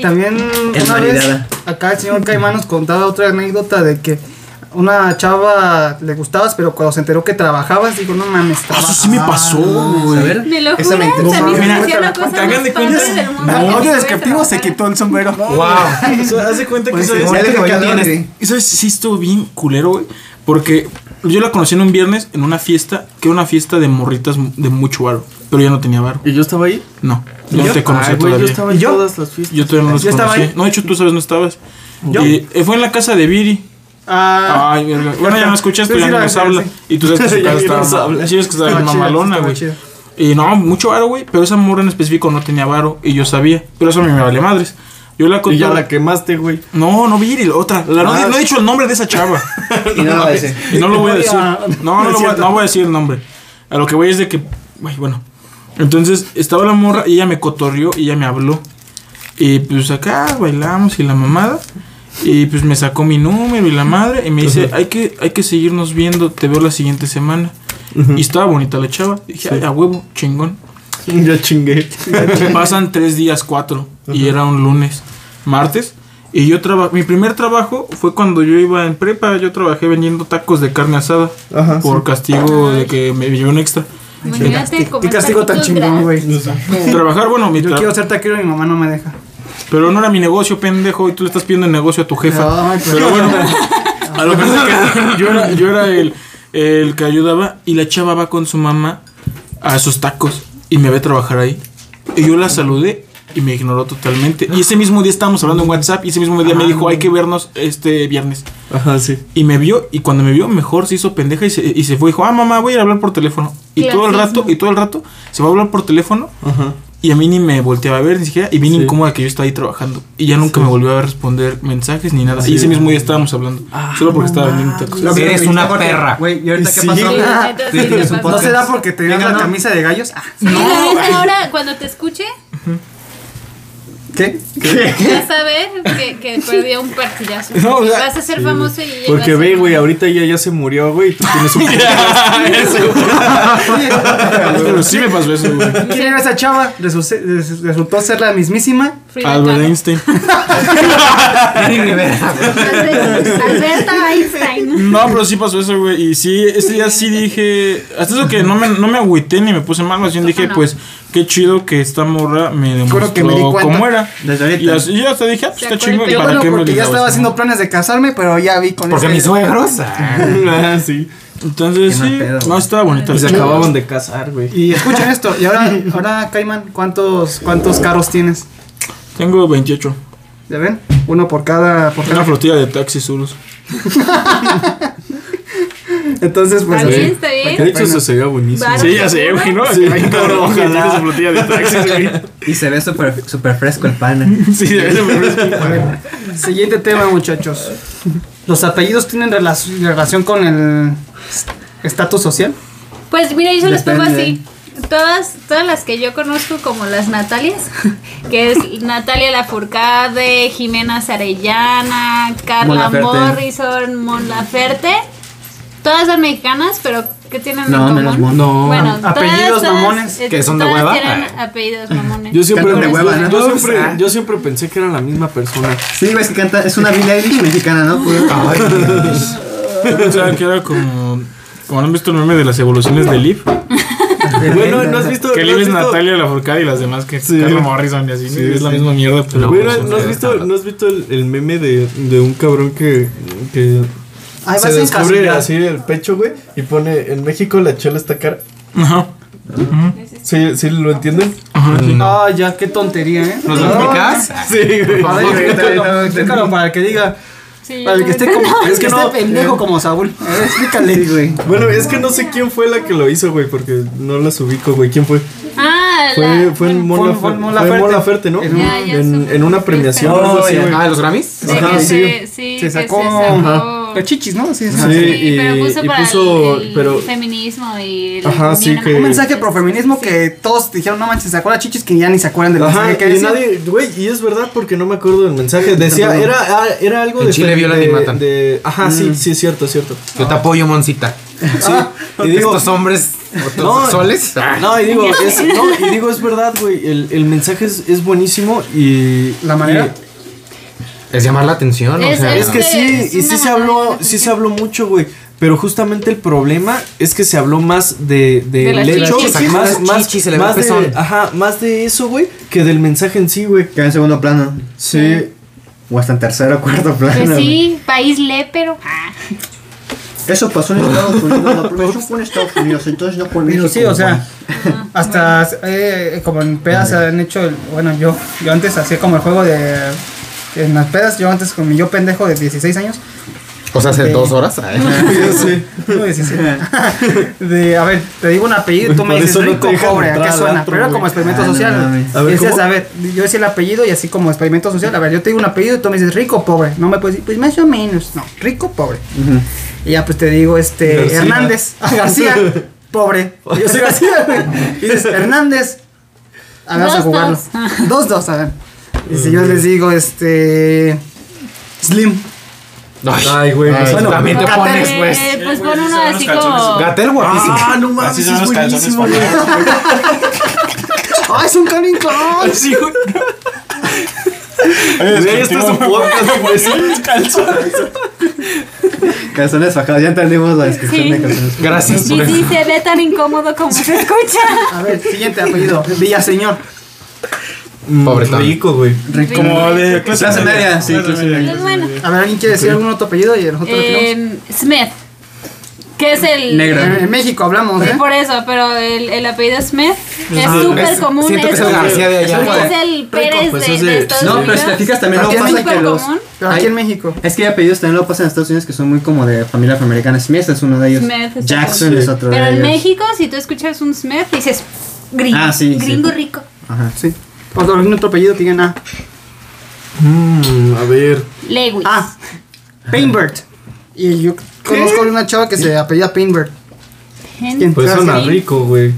Speaker 2: También
Speaker 4: Es
Speaker 2: una vez,
Speaker 4: validada.
Speaker 2: acá el señor Caimán nos contaba otra anécdota de que una chava le gustabas, pero cuando se enteró que trabajabas, dijo, no mames,
Speaker 1: Eso
Speaker 2: trabaja".
Speaker 1: sí me pasó,
Speaker 4: A
Speaker 1: güey.
Speaker 4: ver,
Speaker 5: Me lo
Speaker 4: esa me
Speaker 5: juras,
Speaker 4: interesa.
Speaker 5: a mí
Speaker 2: No,
Speaker 5: me
Speaker 2: mira,
Speaker 5: parecía la cosa
Speaker 1: hagan
Speaker 5: más
Speaker 1: de
Speaker 5: padre
Speaker 1: cuenta-
Speaker 5: del mundo.
Speaker 2: No,
Speaker 5: que
Speaker 2: odio
Speaker 5: pude
Speaker 2: descriptivo se
Speaker 5: trabajar.
Speaker 2: quitó el sombrero.
Speaker 1: Wow. O sea, hace cuenta que
Speaker 2: Pues,
Speaker 1: esa vez-
Speaker 2: igual
Speaker 4: Ya le
Speaker 2: que
Speaker 4: falló,
Speaker 2: Caimán,
Speaker 4: sí.
Speaker 1: Eso sí estuvo bien culero, güey. Porque yo la conocí en un viernes en una fiesta, que era una fiesta de morritas de mucho varo. Pero yo no tenía varo.
Speaker 3: ¿Y yo estaba ahí?
Speaker 1: No, yo
Speaker 3: ¿Y
Speaker 1: no te conocía
Speaker 3: Ay, güey,
Speaker 1: todavía.
Speaker 3: Yo estaba
Speaker 2: ¿Y
Speaker 3: en
Speaker 2: yo?
Speaker 3: todas las fiestas.
Speaker 1: Yo todavía no los
Speaker 2: ¿Yo estaba
Speaker 1: conocí.
Speaker 2: ahí?
Speaker 1: No, de hecho tú sabes, no estabas.
Speaker 2: ¿Yo?
Speaker 1: Y, eh, fue en la casa de Viri.
Speaker 2: Ah,
Speaker 1: Ay, verga. Bueno, ya no escuchas,
Speaker 2: Sí,
Speaker 1: pero ya
Speaker 2: sí,
Speaker 1: no
Speaker 2: la-
Speaker 1: nos habla.
Speaker 2: sí.
Speaker 1: Y tú
Speaker 2: <laughs>
Speaker 1: sabes que su
Speaker 2: Ya
Speaker 1: casa
Speaker 2: ni
Speaker 1: estaba.
Speaker 2: nos habla.
Speaker 1: Sí, ves que estaba
Speaker 2: Estaba
Speaker 1: bien
Speaker 2: chida,
Speaker 1: mamalona,
Speaker 2: estaba
Speaker 1: güey.
Speaker 2: chida.
Speaker 1: Y no, mucho varo, güey. Pero esa morra en específico no tenía varo. Y yo sabía. Pero eso a mí me vale madres. Yo la
Speaker 3: Y
Speaker 1: conté.
Speaker 3: ya la quemaste, güey.
Speaker 1: No, no Viri, la otra. La- no,
Speaker 3: Ah.
Speaker 1: no he dicho el nombre de esa
Speaker 2: <laughs>
Speaker 1: chava.
Speaker 4: <laughs> Y no lo va a decir.
Speaker 1: Y <laughs> no lo voy a
Speaker 2: Voy <laughs>
Speaker 1: decir.
Speaker 2: a-
Speaker 1: No,
Speaker 2: no
Speaker 1: no, lo voy,
Speaker 2: es
Speaker 1: a-
Speaker 2: cierto.
Speaker 1: no voy a decir el nombre. A lo que voy es de que. ay, bueno. Entonces estaba la morra y ella me cotorrió y ella me habló. Y pues acá bailamos y la mamada. Y pues me sacó mi número y la madre. Y me dice: hay que, hay que seguirnos viendo. Te veo la siguiente semana. Y estaba bonita la chava. dije: "Ay, A huevo, chingón.
Speaker 3: <laughs> Yo chingué.
Speaker 1: Pasan tres días, cuatro. Y era un lunes, martes. Y yo trabajo. Mi primer trabajo fue cuando yo iba en prepa. Yo trabajé vendiendo tacos de carne asada.
Speaker 3: Ajá,
Speaker 1: por castigo de que me llevé un extra.
Speaker 5: Imagínate
Speaker 2: qué
Speaker 5: comer
Speaker 2: castigo tan
Speaker 5: taquitos
Speaker 2: chingón,
Speaker 5: gras-
Speaker 2: güey.
Speaker 1: Trabajar, bueno, mi
Speaker 2: Yo
Speaker 1: tra-
Speaker 2: quiero ser taquero y mi mamá no me deja.
Speaker 1: Pero no era mi negocio, pendejo. Y tú le estás pidiendo el negocio a tu jefa.
Speaker 2: Ay, pues,
Speaker 1: Pero bueno, a lo que pasa es que yo era, yo era el, el que ayudaba y la chava va con su mamá a sus tacos y me ve trabajar ahí. Y yo la saludé y me ignoró totalmente. Y ese mismo día estábamos hablando en WhatsApp y ese mismo día me dijo, hay que vernos este viernes.
Speaker 3: Ajá, sí.
Speaker 1: Y me vio y cuando me vio mejor se hizo pendeja y se, y se fue. Dijo, ah, mamá, voy a ir a hablar por teléfono. Y todo el
Speaker 5: Clasismo.
Speaker 1: rato, y todo el rato se va a hablar por teléfono.
Speaker 3: Ajá.
Speaker 1: Y a mí ni me volteaba a ver ni siquiera. Y bien
Speaker 3: Sí.
Speaker 1: incómoda que yo estaba ahí trabajando. Y ya nunca me volvió a responder mensajes ni nada.
Speaker 3: Sí.
Speaker 1: Y ese mismo día estábamos hablando.
Speaker 2: Ah,
Speaker 1: solo porque estaba vendiendo tacos.
Speaker 4: Lo que
Speaker 6: Eres
Speaker 4: te
Speaker 6: una
Speaker 4: dijiste,
Speaker 6: perra.
Speaker 4: Güey, ¿y ahorita
Speaker 3: Sí.
Speaker 4: qué pasó?
Speaker 5: Sí, neta, sí,
Speaker 4: Tienes
Speaker 5: te
Speaker 4: un
Speaker 5: pasa.
Speaker 2: ¿No
Speaker 4: podcast.
Speaker 2: será porque te dan
Speaker 4: Venga,
Speaker 2: la
Speaker 4: no.
Speaker 2: camisa de gallos? Ah,
Speaker 5: Mira, esta ahora cuando te escuche,
Speaker 2: ¿Qué? <laughs>
Speaker 5: vas a ver que, que perdió un partidazo.
Speaker 1: No, o sea-
Speaker 5: vas a ser famoso y ya
Speaker 3: Porque
Speaker 5: vas a-
Speaker 3: ve, güey, ahorita ella ya se murió, güey. y
Speaker 5: Ah,
Speaker 3: Tú tienes
Speaker 1: <laughs>
Speaker 3: un
Speaker 1: Pero sí me pasó eso,
Speaker 2: <laughs>
Speaker 1: güey.
Speaker 2: ¿Quién era esa chava? Resu- res- Resultó ser la mismísima.
Speaker 5: Frida
Speaker 1: Albert
Speaker 5: Kahlo.
Speaker 1: Einstein.
Speaker 5: Albert- Alberta Einstein.
Speaker 1: No, pero sí pasó eso, güey. Y sí, ese día sí dije. Hasta eso que no me, no me agüité ni me puse mal. Más bien dije,
Speaker 5: Ojalá.
Speaker 1: pues, qué chido que esta morra me demostró
Speaker 2: Juro que me di cuenta
Speaker 1: cómo era.
Speaker 4: Desde ahorita.
Speaker 1: Y así- y yo hasta dije, ah, pues
Speaker 5: Se
Speaker 1: está
Speaker 5: acuerda
Speaker 1: chingón.
Speaker 5: que-
Speaker 1: ¿y
Speaker 2: Yo
Speaker 1: ¿Para
Speaker 2: bueno,
Speaker 1: qué me
Speaker 2: porque ya
Speaker 1: ligabas?
Speaker 2: estaba haciendo planes de casarme, pero ya vi con
Speaker 6: Porque
Speaker 2: ese-
Speaker 6: mis suegros.
Speaker 2: <laughs>
Speaker 6: ah.
Speaker 3: Ah, sí.
Speaker 1: Entonces,
Speaker 4: Qué mal
Speaker 1: sí.
Speaker 4: pedo,
Speaker 1: No,
Speaker 4: güey.
Speaker 1: estaba bonita.
Speaker 3: Y se
Speaker 1: la chava.
Speaker 3: acababan de casar, güey.
Speaker 2: Y escuchen esto. Y ahora, ahora Caimán, ¿cuántos, ¿cuántos carros tienes?
Speaker 1: Tengo 28.
Speaker 2: ¿Ya ven? Uno por cada. Por
Speaker 1: Una
Speaker 2: cada.
Speaker 1: flotilla de taxis surus.
Speaker 2: Entonces, pues.
Speaker 5: Está bien,
Speaker 2: así.
Speaker 5: está
Speaker 3: Que de
Speaker 5: bien.
Speaker 3: hecho eso se veía buenísimo.
Speaker 5: Va.
Speaker 1: Sí, ya sé, güey, ¿no?
Speaker 3: Ah, <laughs> Sí.
Speaker 1: Ay, cabrón, güey,
Speaker 3: Ojalá.
Speaker 1: tiene su flotilla de taxis, güey.
Speaker 4: Y se ve súper super fresco el pana.
Speaker 1: Sí, ya sé, güey.
Speaker 2: Siguiente tema, muchachos. ¿Los apellidos tienen relac- relación con el estatus social?
Speaker 5: Pues mira, yo se los pongo así.
Speaker 4: Depende.
Speaker 5: Todas, todas las que yo conozco como las Natalias, <laughs> que es Natalia Lafourcade, Jimena Zarellana,
Speaker 4: Mon
Speaker 5: Carla
Speaker 4: Laferte.
Speaker 5: Morrison, Mon Laferte, todas son mexicanas, pero ¿qué tienen
Speaker 4: No, Ah.
Speaker 5: en
Speaker 4: menos Mon.
Speaker 5: común?
Speaker 6: No.
Speaker 5: Bueno,
Speaker 2: Apellidos
Speaker 5: todas,
Speaker 2: mamones,
Speaker 5: eh,
Speaker 6: que son de
Speaker 5: todas
Speaker 6: hueva.
Speaker 5: tienen apellidos mamones.
Speaker 3: Yo siempre,
Speaker 4: Cantan de hueva, ¿no?
Speaker 3: yo, siempre,
Speaker 4: Ah.
Speaker 3: yo siempre pensé que eran la misma persona.
Speaker 4: Sí, güey, es que canta. Es una Billie Eilish mexicana, ¿no? Puro-
Speaker 1: Yo pensaba que era como. Como no han visto el meme de las evoluciones de Liv.
Speaker 3: Bueno, ¿no has visto?
Speaker 1: Que
Speaker 3: no
Speaker 1: Liv
Speaker 3: has
Speaker 1: es
Speaker 3: visto-
Speaker 1: Natalia Lafourcade y las demás que
Speaker 3: Sí.
Speaker 1: Carla Morrison y así.
Speaker 3: Sí,
Speaker 1: es la
Speaker 3: sí.
Speaker 1: misma mierda, pero.
Speaker 3: Güey, ¿no-
Speaker 1: pues,
Speaker 3: ¿no has visto, no has visto el, el meme de, de un cabrón que, que
Speaker 2: Ahí
Speaker 3: se descubre así el pecho, güey, y pone en México la chela está cara?
Speaker 1: <laughs> Ajá.
Speaker 3: ¿Sí, sí lo entienden?
Speaker 1: Ajá, sí.
Speaker 2: No, Mm. ya, qué tontería, ¿eh?
Speaker 6: ¿Nos lo
Speaker 2: No,
Speaker 6: explicas?
Speaker 3: Sí, güey.
Speaker 2: A ver, explícalo, explícalo para que diga.
Speaker 5: Sí,
Speaker 2: Para
Speaker 5: yo
Speaker 2: Ah, que esté
Speaker 5: también.
Speaker 2: como. Es que eh,
Speaker 3: no.
Speaker 2: esté pendejo como <laughs> Saúl. A ver, explícale.
Speaker 4: Sí, güey.
Speaker 3: Bueno, es que no sé quién fue la que lo hizo, güey, porque no las ubico, güey. ¿Quién fue?
Speaker 5: Ah,
Speaker 3: Fue,
Speaker 5: la-
Speaker 3: fue en
Speaker 5: bueno,
Speaker 2: fue-
Speaker 3: Mon Lafer-
Speaker 2: fue en Mon
Speaker 3: fue en Mon
Speaker 2: Laferte. Oh,
Speaker 3: Laferte, ¿no?
Speaker 2: En un-
Speaker 5: Ya, ya
Speaker 3: En,
Speaker 5: supe.
Speaker 3: en una premiación. o algo así, güey.
Speaker 6: Ah, los Grammys.
Speaker 5: de
Speaker 3: Ajá,
Speaker 5: que
Speaker 3: sí.
Speaker 5: se- sí,
Speaker 2: Se
Speaker 5: que
Speaker 2: sacó.
Speaker 5: sacó.
Speaker 2: El chichis, ¿no? Ah, Sí,
Speaker 3: Sí,
Speaker 5: Sí,
Speaker 3: y-
Speaker 5: pero puso
Speaker 3: y
Speaker 5: para el-
Speaker 3: puso-
Speaker 5: el,
Speaker 3: pero-
Speaker 5: feminismo y el-
Speaker 3: Ajá, sí,
Speaker 5: unión
Speaker 3: que-
Speaker 2: Un mensaje pro feminismo que todos dijeron, no manches, sacó la chichis que ya ni se acuerdan del
Speaker 3: Ajá,
Speaker 2: mensaje que
Speaker 3: y
Speaker 2: decía.
Speaker 3: nadie, güey, y es verdad porque no me acuerdo del mensaje. Decía,
Speaker 4: perdón.
Speaker 3: era, ah, era algo
Speaker 6: En
Speaker 3: de.
Speaker 6: Chile violan
Speaker 3: de-
Speaker 6: y matan.
Speaker 3: de- ajá, sí, sí, es cierto, es cierto.
Speaker 6: Yo te apoyo, Moncita.
Speaker 3: Sí, y digo.
Speaker 6: Estos hombres soles.
Speaker 3: No, y digo, es, no, y digo, es verdad, güey. El, el mensaje es, es buenísimo y.
Speaker 2: ¿La manera?
Speaker 3: y-
Speaker 6: Es llamar la atención.
Speaker 5: Es-
Speaker 6: o sea,
Speaker 5: es
Speaker 3: es que sí,
Speaker 5: Es
Speaker 3: y sí
Speaker 5: una
Speaker 3: se
Speaker 5: manera
Speaker 3: habló,
Speaker 5: de
Speaker 3: sí se habló mucho, güey. Pero justamente el problema es que se habló más de, de,
Speaker 5: De las
Speaker 3: del hecho,
Speaker 5: chichis.
Speaker 3: más,
Speaker 6: Las
Speaker 3: más,
Speaker 6: chichis, se le ve
Speaker 3: más
Speaker 6: el
Speaker 3: de,
Speaker 6: pezón.
Speaker 3: ajá, más de eso, güey, que del mensaje en sí, güey.
Speaker 4: Queda en segundo plano.
Speaker 3: Sí,
Speaker 4: O hasta en tercero o cuarto plano.
Speaker 5: Pues
Speaker 4: güey.
Speaker 5: sí, país lépero. Ah,
Speaker 4: Eso pasó en Estados Unidos. La prohibición fue en Estados Unidos, entonces no fue en
Speaker 2: Pero
Speaker 4: México.
Speaker 2: sí, o sea,
Speaker 4: güey.
Speaker 2: hasta eh, como en pedas han hecho, el- bueno, yo yo antes hacía como el juego de en las pedas, yo antes con mi yo pendejo de 16 años,
Speaker 6: O sea, hace
Speaker 2: Sí.
Speaker 6: dos horas. ay.
Speaker 2: <laughs> no 17. <laughs> De, a ver, te digo un apellido y tú
Speaker 3: Por
Speaker 2: me dices
Speaker 3: eso no
Speaker 2: rico
Speaker 3: te dejan
Speaker 2: pobre, ¿a
Speaker 3: entrar
Speaker 2: qué
Speaker 3: al
Speaker 2: suena?
Speaker 3: antro,
Speaker 2: Pero era
Speaker 3: güey.
Speaker 2: como experimento
Speaker 4: Ah, no
Speaker 2: social.
Speaker 4: mames.
Speaker 3: A
Speaker 2: y
Speaker 3: ver,
Speaker 2: decías,
Speaker 3: ¿cómo?
Speaker 2: a ver, yo decía el apellido y así como experimento social. A ver, yo te digo un apellido y tú me dices rico pobre. No me puedes decir, pues más o menos. No, rico pobre.
Speaker 4: Ujú.
Speaker 2: Y ya pues te digo, este,
Speaker 3: García. <laughs>
Speaker 2: Hernández, Ah, García, pobre. Yo soy García, güey. Y dices, Hernández, a ver, vamos a
Speaker 5: Dos, Ah.
Speaker 2: jugarlo.
Speaker 5: dos.
Speaker 2: Dos, dos, a ver. Y si yo les digo, este, Slim.
Speaker 6: Ay.
Speaker 3: Ay, güey.
Speaker 4: Ay,
Speaker 3: bueno,
Speaker 6: también te
Speaker 2: Gatel.
Speaker 6: pones, pues.
Speaker 5: Eh,
Speaker 8: Eh,
Speaker 5: pues pon
Speaker 8: güey,
Speaker 5: uno
Speaker 8: son los
Speaker 5: así
Speaker 8: calzones.
Speaker 5: como.
Speaker 6: Gatel guapísimo.
Speaker 3: Ah, no mames,
Speaker 8: Así son
Speaker 3: es
Speaker 8: los calzones
Speaker 3: buenísimo, güey.
Speaker 8: para
Speaker 2: ¡Ay, es un Calvin Klein!
Speaker 3: Sí, güey. Güey, esto es un podcast, güey.
Speaker 4: Calzones fajados, ya entendimos la descripción
Speaker 5: Sí.
Speaker 4: de calzones fajados.
Speaker 6: Gracias
Speaker 5: Sí,
Speaker 6: por eso.
Speaker 5: sí, se ve tan incómodo como se escucha.
Speaker 2: A ver, siguiente apellido, Villaseñor.
Speaker 6: Pobre Tom.
Speaker 3: Rico, güey.
Speaker 8: Como de clase,
Speaker 4: Clase media, sí, clase media.
Speaker 5: Pues bueno.
Speaker 2: A ver, ¿alguien quiere decir algún otro apellido y nosotros decimos?
Speaker 5: Eh, Smith. Que es el.
Speaker 4: Negra.
Speaker 2: En, en México hablamos,
Speaker 5: Sí,
Speaker 2: ¿eh?
Speaker 5: por eso, pero el, el apellido Smith es
Speaker 6: Ah,
Speaker 5: súper
Speaker 6: es-
Speaker 5: común.
Speaker 6: siento que es el García de allá.
Speaker 5: Es, el Pérez
Speaker 3: Pues
Speaker 5: de,
Speaker 3: es
Speaker 5: de
Speaker 3: de-
Speaker 5: Estados
Speaker 4: No, pero
Speaker 5: Unidos.
Speaker 4: si te fijas, también
Speaker 2: Pero
Speaker 4: luego
Speaker 2: aquí en
Speaker 4: pasa que
Speaker 5: México
Speaker 4: los.
Speaker 5: común.
Speaker 2: Pero aquí en México.
Speaker 4: Es que hay apellidos también lo pasan en Estados Unidos que son muy como de familia afroamericana. Smith es uno de ellos.
Speaker 5: Smith es
Speaker 4: Jackson
Speaker 3: otro.
Speaker 4: es otro
Speaker 5: Pero
Speaker 4: de
Speaker 5: en
Speaker 4: ellos.
Speaker 5: México, si tú escuchas un Smith, dices gringo,
Speaker 4: Ah, sí, sí.
Speaker 5: gringo rico.
Speaker 4: Ajá.
Speaker 2: Sí. O algún otro apellido que digan, ah,
Speaker 3: Mm, a ver.
Speaker 5: Lewis.
Speaker 2: ah, Painbert. Y yo conozco a una chava que se apellida Painbert.
Speaker 5: Gente.
Speaker 3: Pues
Speaker 2: Claro,
Speaker 3: suena
Speaker 5: sí.
Speaker 3: rico, güey.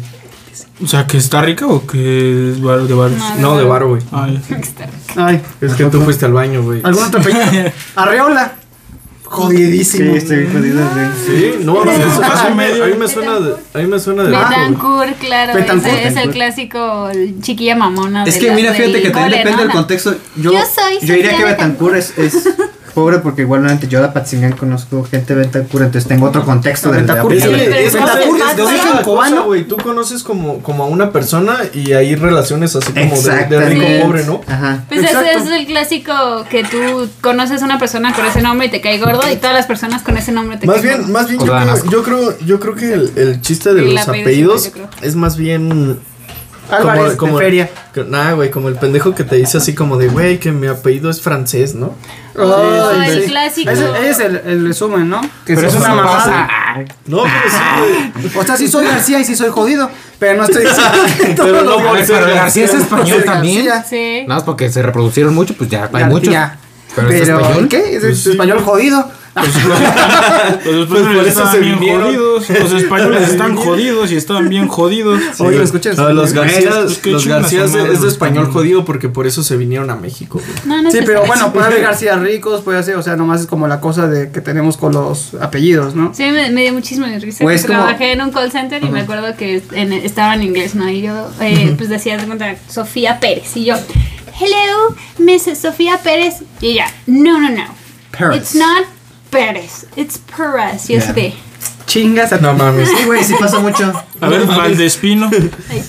Speaker 1: O sea, que está rica o que es bar- de bares.
Speaker 5: No,
Speaker 3: No, de bar, güey.
Speaker 1: Ah,
Speaker 3: <laughs>
Speaker 1: ya.
Speaker 2: Ay,
Speaker 3: Es que tú fuiste al baño, güey.
Speaker 2: algún otro apellido.
Speaker 4: <laughs>
Speaker 2: Arreola. Ah.
Speaker 4: Sí,
Speaker 2: Jodidísimo.
Speaker 4: estoy jodido, güey.
Speaker 3: Sí, no, no, no. A mí me- a mí me suena de. A mí me suena de. rico,
Speaker 5: Betancourt, claro,
Speaker 2: Betancourt.
Speaker 5: ese es el clásico el chiquilla mamona.
Speaker 4: Es
Speaker 5: de
Speaker 4: que
Speaker 5: la-
Speaker 4: mira,
Speaker 5: del
Speaker 4: fíjate que también
Speaker 5: cole,
Speaker 4: depende
Speaker 5: ¿no?
Speaker 4: del
Speaker 5: No.
Speaker 4: contexto. Yo,
Speaker 5: Yo soy
Speaker 4: yo diría que
Speaker 5: Sofía
Speaker 4: Betancourt
Speaker 5: Betancourt.
Speaker 4: es, es pobre porque igualmente yo de Apatzingán conozco gente de Betancourt, entonces tengo otro contexto de
Speaker 2: Betancourt,
Speaker 3: Es
Speaker 5: Sí,
Speaker 3: que-
Speaker 5: pero
Speaker 3: es
Speaker 5: eso
Speaker 3: que
Speaker 5: no hace
Speaker 3: es de
Speaker 5: falta.
Speaker 3: origen
Speaker 2: Cubano.
Speaker 3: cubano, güey. Tú conoces como, como a una persona y ahí relaciones así como de, de
Speaker 4: Exactamente.
Speaker 3: rico pobre, ¿no?
Speaker 4: Ajá.
Speaker 5: Pues ese
Speaker 2: Exacto.
Speaker 5: es el clásico que tú conoces a una persona con ese nombre y te cae gordo y todas las personas con ese nombre te
Speaker 3: Más
Speaker 5: caen
Speaker 3: bien,
Speaker 5: gordo.
Speaker 3: más bien
Speaker 6: O
Speaker 3: yo
Speaker 6: dan
Speaker 3: creo,
Speaker 6: asco.
Speaker 3: yo creo, yo creo que el, el chiste de
Speaker 5: El
Speaker 3: los
Speaker 5: apellido
Speaker 3: apellidos
Speaker 5: sí, yo creo.
Speaker 3: es más bien
Speaker 2: Álvarez, de feria.
Speaker 3: que- Nah, güey, como el pendejo que te dice así como de, güey, que mi apellido es francés, ¿no?
Speaker 5: el
Speaker 2: sí.
Speaker 5: clásico.
Speaker 2: Ese, ese es el, el resumen, ¿no? Que
Speaker 1: Pero
Speaker 2: es
Speaker 1: eso
Speaker 2: una
Speaker 1: no
Speaker 2: mamada.
Speaker 3: No, pero
Speaker 2: <laughs>
Speaker 3: sí,
Speaker 2: O sea, sí soy García y sí soy jodido, pero no estoy
Speaker 4: <laughs>
Speaker 2: diciendo
Speaker 3: Pero
Speaker 2: todo
Speaker 3: no
Speaker 2: lo
Speaker 3: por
Speaker 2: que-
Speaker 3: eso
Speaker 6: Pero el García es español
Speaker 2: García.
Speaker 6: también. Nada
Speaker 5: Sí.
Speaker 6: más porque se reproducieron mucho, pues ya hay
Speaker 2: García.
Speaker 6: muchos.
Speaker 2: Pero,
Speaker 6: Pero es español. Pues-
Speaker 2: ¿qué? Es
Speaker 4: Pues
Speaker 2: español jodido.
Speaker 1: Pues, Los españoles
Speaker 3: Pues, por eso se
Speaker 1: estaban bien
Speaker 3: vinieron.
Speaker 1: jodidos. Los españoles
Speaker 3: <laughs>
Speaker 1: están jodidos y estaban bien jodidos.
Speaker 2: Oye, lo
Speaker 3: güey.
Speaker 2: escuchas.
Speaker 3: No, los Garcías,
Speaker 1: pues, qué
Speaker 3: los
Speaker 1: chingas,
Speaker 3: Garcías
Speaker 1: madre,
Speaker 3: es de
Speaker 1: los
Speaker 3: español
Speaker 1: españoles.
Speaker 3: jodido porque por eso se vinieron a México, güey.
Speaker 5: No, no
Speaker 2: Sí,
Speaker 5: es
Speaker 2: pero
Speaker 5: ese.
Speaker 2: bueno, puede haber García Ricos, puede ser, o sea, nomás es como la cosa de que tenemos con los apellidos, ¿no?
Speaker 5: Sí, me, me dio muchísima risa.
Speaker 4: O es como-
Speaker 5: Trabajé en un call center y me acuerdo que en- estaba en inglés, ¿no? Y yo, eh, pues decía, de cuenta, Sofía Pérez. Y yo, hello, Miss Sofía Pérez. Y ella, no, no, no. It's not Pérez, it's Perez. Y yo así de,
Speaker 2: Chingas a
Speaker 3: No mames.
Speaker 4: Pues Sí, güey, sí pasa mucho.
Speaker 1: A ver, Valdespino.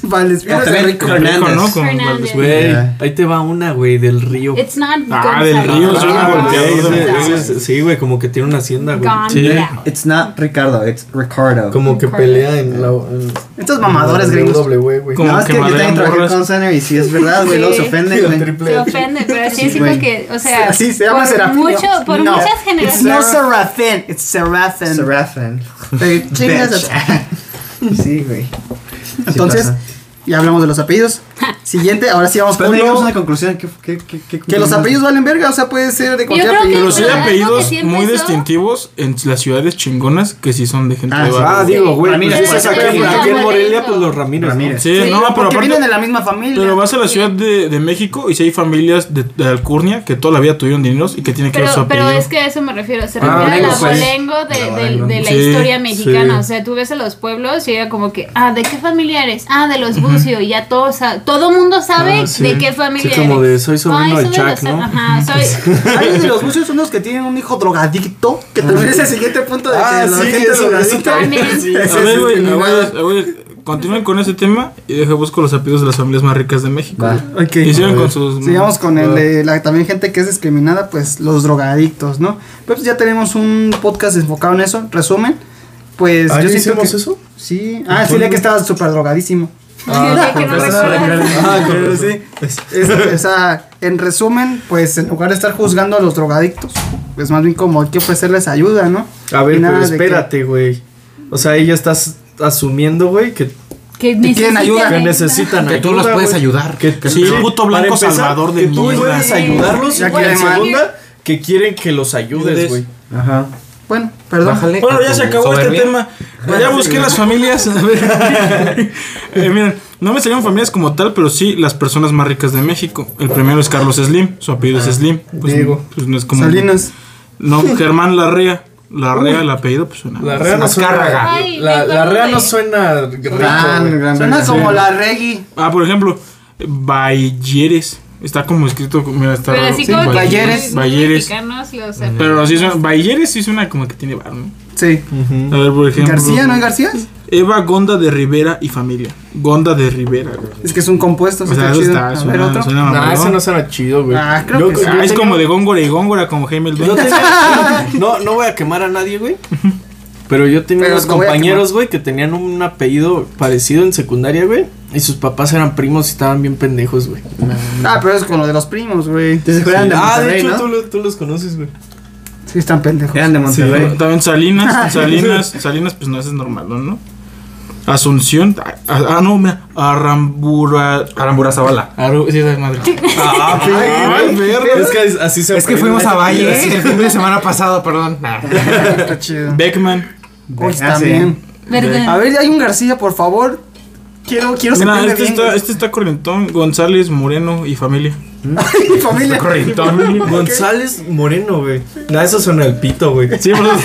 Speaker 2: Valdés,
Speaker 4: Ah, también
Speaker 2: rico.
Speaker 4: Fernández.
Speaker 1: Rico, ¿no? Con-
Speaker 5: Fernández.
Speaker 3: Güey,
Speaker 4: Ya.
Speaker 3: ahí te va una, güey, del río.
Speaker 5: It's not
Speaker 1: Ah,
Speaker 5: Gonzalo.
Speaker 1: del río,
Speaker 3: Ah,
Speaker 1: es una
Speaker 5: Ah,
Speaker 1: volteada,
Speaker 3: güey,
Speaker 1: volteadora.
Speaker 5: Gonzalo.
Speaker 3: sí, sí, Sí, güey, como que tiene una hacienda, güey.
Speaker 5: Gonzalo.
Speaker 4: It's not Ricardo, it's Ricardo.
Speaker 3: Como que pelea en la. en-
Speaker 2: Estos mamadores gringos.
Speaker 3: W, güey.
Speaker 1: Como
Speaker 4: no, es
Speaker 1: que
Speaker 4: que yo
Speaker 1: madrean
Speaker 4: también trabajé
Speaker 1: morras.
Speaker 4: con Sanio y si es verdad, güey, luego se
Speaker 5: Sí.
Speaker 4: ofenden, güey.
Speaker 5: Se ofende, pero sí, es
Speaker 4: güey.
Speaker 5: que, o sea,
Speaker 2: Así se llama
Speaker 5: por
Speaker 2: Serafín.
Speaker 5: mucho, por
Speaker 2: No.
Speaker 5: muchas
Speaker 2: It's no
Speaker 5: generaciones.
Speaker 2: Serafín, it's Serafín.
Speaker 4: Serafin. <laughs>
Speaker 2: Eh, Chingas a
Speaker 4: Bitch. <laughs> Sí, güey.
Speaker 2: Entonces,
Speaker 4: pasa.
Speaker 2: ya hablamos de los apellidos. Siguiente, ahora sí vamos
Speaker 4: Pero
Speaker 2: con
Speaker 4: llegamos a
Speaker 2: lo-
Speaker 4: una conclusión. ¿Qué, qué, qué, qué
Speaker 2: que los apellidos valen verga, o sea, puede ser de cualquier
Speaker 5: creo que-
Speaker 2: apellido.
Speaker 1: Pero sí hay
Speaker 5: Pero algo que
Speaker 1: apellidos
Speaker 5: siempre
Speaker 1: muy
Speaker 5: hizo-
Speaker 1: distintivos en las ciudades chingonas que sí son de gente
Speaker 4: Ah,
Speaker 1: de
Speaker 4: sí.
Speaker 1: barrio.
Speaker 3: Ah, digo, güey.
Speaker 2: Ramírez.
Speaker 3: pues,
Speaker 2: Sí,
Speaker 3: aquí,
Speaker 2: sí, sí,
Speaker 3: aquí en
Speaker 5: sí.
Speaker 3: Morelia, pues los Ramírez. ¿no?
Speaker 4: Ramírez.
Speaker 1: Sí,
Speaker 5: Sí,
Speaker 1: no, pero
Speaker 2: Porque
Speaker 1: aparte-
Speaker 2: vienen de la misma familia.
Speaker 1: Pero vas a la ciudad de, de México y si hay familias de, de Alcurnia que toda la vida tuvieron dineros y que tienen que ver su
Speaker 5: Pero, pero
Speaker 1: apellido.
Speaker 5: es que a eso me refiero, se
Speaker 3: Ah,
Speaker 5: refiere al
Speaker 3: abolengo, pues.
Speaker 5: abolengo de, de, de la
Speaker 1: Sí,
Speaker 5: historia mexicana.
Speaker 3: sí.
Speaker 5: O sea, tú ves a los pueblos y era como que, ah, ¿de qué familia eres? Ah, de los Bucio. Y ya todo, sa- todo mundo sabe
Speaker 3: Ah, sí.
Speaker 5: de qué familia
Speaker 3: Sí, como de,
Speaker 5: eres.
Speaker 3: soy sobrino
Speaker 5: Ay,
Speaker 3: de
Speaker 5: soy
Speaker 3: Chuck,
Speaker 5: los-
Speaker 3: ¿no?
Speaker 5: Ajá, soy. <laughs>
Speaker 4: <laughs>
Speaker 2: Hay de los bucios unos que tienen un hijo drogadicto.
Speaker 4: Ah,
Speaker 2: Que también es el siguiente punto de que
Speaker 3: Ah,
Speaker 2: la
Speaker 3: sí,
Speaker 2: gente
Speaker 3: eso,
Speaker 2: drogadicta.
Speaker 3: eso también.
Speaker 5: También.
Speaker 3: Sí,
Speaker 1: A ver, güey, a ver, a ver, Continúen con ese tema y deje busco los apellidos de las familias más ricas de México.
Speaker 4: Va.
Speaker 3: Ok.
Speaker 1: ¿Qué hicieron
Speaker 4: A ver.
Speaker 1: con sus.
Speaker 2: Sigamos con
Speaker 4: Ah.
Speaker 2: el de la, también gente que es discriminada, pues los drogadictos, ¿no? Pero pues ya tenemos un podcast enfocado en eso. Resumen, pues
Speaker 3: ¿Ah,
Speaker 2: yo
Speaker 3: ya
Speaker 2: siento
Speaker 3: hicimos
Speaker 2: que-
Speaker 3: eso?
Speaker 2: Sí. Ah, sí, el día que estaba súper drogadísimo.
Speaker 5: que no
Speaker 3: pues,
Speaker 5: recuerda.
Speaker 3: Ah, con
Speaker 2: Pero
Speaker 3: razón.
Speaker 2: sí, es- o sea, en resumen, pues en lugar de estar juzgando a los drogadictos, pues más bien como hay que ofrecerles ayuda, ¿no?
Speaker 3: A ver,
Speaker 2: Y nada
Speaker 3: pero
Speaker 2: de que-
Speaker 3: espérate, güey. O sea, ahí ya estás asumiendo, güey, que,
Speaker 5: Que
Speaker 2: quieren
Speaker 5: necesitan
Speaker 2: ayuda.
Speaker 3: que necesitan
Speaker 6: Que tú
Speaker 3: ayuda,
Speaker 6: los puedes
Speaker 3: güey.
Speaker 6: ayudar.
Speaker 3: Que
Speaker 1: Que sí, puto
Speaker 3: para
Speaker 1: blanco salvador de
Speaker 3: que tú
Speaker 1: mierda.
Speaker 3: puedes
Speaker 5: Sí.
Speaker 3: ayudarlos
Speaker 2: Ya
Speaker 3: y que
Speaker 2: quieren
Speaker 3: en
Speaker 2: más.
Speaker 3: segunda que quieren que los ayudes,
Speaker 1: Ayudes.
Speaker 3: güey.
Speaker 4: Ajá.
Speaker 2: Bueno, perdón.
Speaker 6: Bájale
Speaker 1: Bueno,
Speaker 6: a
Speaker 1: ya
Speaker 2: Ah,
Speaker 6: tu
Speaker 1: se acabó
Speaker 6: soberbia.
Speaker 1: este tema. ya busqué las familias. A ver. <laughs> Eh, miren, no me salieron familias como tal, pero sí las personas más ricas de México. El primero es Carlos Slim, su apellido es Slim. Pues,
Speaker 3: Diego.
Speaker 1: Pues no es como.
Speaker 2: Ah, Salinas.
Speaker 1: No,
Speaker 2: <laughs>
Speaker 1: Germán Larrea. Larrea, el apellido, pues suena.
Speaker 3: La rea no
Speaker 6: Azcárraga.
Speaker 3: suena.
Speaker 5: Ay,
Speaker 3: La,
Speaker 5: me
Speaker 3: la rea
Speaker 5: acordé.
Speaker 3: no suena rico,
Speaker 4: Gran,
Speaker 3: güey.
Speaker 4: gran
Speaker 2: Ah, Suena
Speaker 4: verga.
Speaker 2: como la reggae.
Speaker 1: Ah, por ejemplo, Balleres. Está como escrito. Mira, está
Speaker 5: Pero
Speaker 1: raro.
Speaker 5: así
Speaker 3: pues,
Speaker 5: como que
Speaker 2: Balleres.
Speaker 5: muy
Speaker 1: Balleres.
Speaker 5: mexicanos los-
Speaker 1: Pero así suena. Balleres sí suena como que tiene bar, ¿no?
Speaker 2: Sí.
Speaker 1: A ver, por ejemplo.
Speaker 2: Mm. García, ¿no es García?
Speaker 1: Eva Gonda de Rivera y familia. Gonda de Rivera, güey.
Speaker 2: Es que es un compuesto,
Speaker 1: O
Speaker 2: sí
Speaker 1: sea,
Speaker 2: está
Speaker 1: eso
Speaker 2: chido.
Speaker 1: está,
Speaker 2: A ver,
Speaker 1: suena-
Speaker 2: otro.
Speaker 1: suena
Speaker 3: Nah,
Speaker 1: mamalón.
Speaker 3: ese Ah, no suena chido, güey.
Speaker 2: Ah, creo
Speaker 3: Yo-
Speaker 2: que sí.
Speaker 1: Ah, es como de Góngora y Góngora, como Jaime el
Speaker 3: Yo
Speaker 1: Duende.
Speaker 3: tenía- no, no voy a quemar a nadie, güey. Pero yo tenía
Speaker 2: Pero
Speaker 3: unos
Speaker 2: lo voy a
Speaker 3: compañeros, güey, que tenían un apellido parecido en secundaria, güey. Y sus papás eran primos y estaban bien pendejos, güey.
Speaker 2: Ah, pero es con lo de los primos, güey.
Speaker 4: ¿Te acuerdan de
Speaker 3: Ah, de
Speaker 4: Monterrey,
Speaker 3: hecho,
Speaker 4: no?
Speaker 3: tú, lo- tú los conoces, güey.
Speaker 2: Sí, están pendejos.
Speaker 4: Eran de
Speaker 1: Sí,
Speaker 4: Monterrey.
Speaker 1: también Salinas, Salinas, Salinas, pues no ese es normal, ¿no? Asunción, ah, ah, no, mira, Arambura,
Speaker 6: Arambura Zavala.
Speaker 1: Aru, sí, esa madre.
Speaker 3: Ah,
Speaker 1: Ay, verga.
Speaker 3: Es que así se
Speaker 6: Es que
Speaker 3: aprende.
Speaker 6: fuimos a Valle el fin de semana pasado, perdón.
Speaker 1: <laughs>
Speaker 6: Nah.
Speaker 2: Qué chido.
Speaker 1: Beckman,
Speaker 2: Oh,
Speaker 4: Ah,
Speaker 2: está
Speaker 4: sí.
Speaker 2: bien.
Speaker 5: ¿Verdad?
Speaker 2: A ver, hay un García, por favor. Quiero, quiero
Speaker 1: mira,
Speaker 2: sentirme
Speaker 1: este
Speaker 2: bien,
Speaker 1: está,
Speaker 2: güey.
Speaker 1: este está corrientón, González, Moreno y familia.
Speaker 2: Mi familia.
Speaker 3: González Moreno, güey. Nada, eso suena el pito, güey.
Speaker 1: Sí, por eso-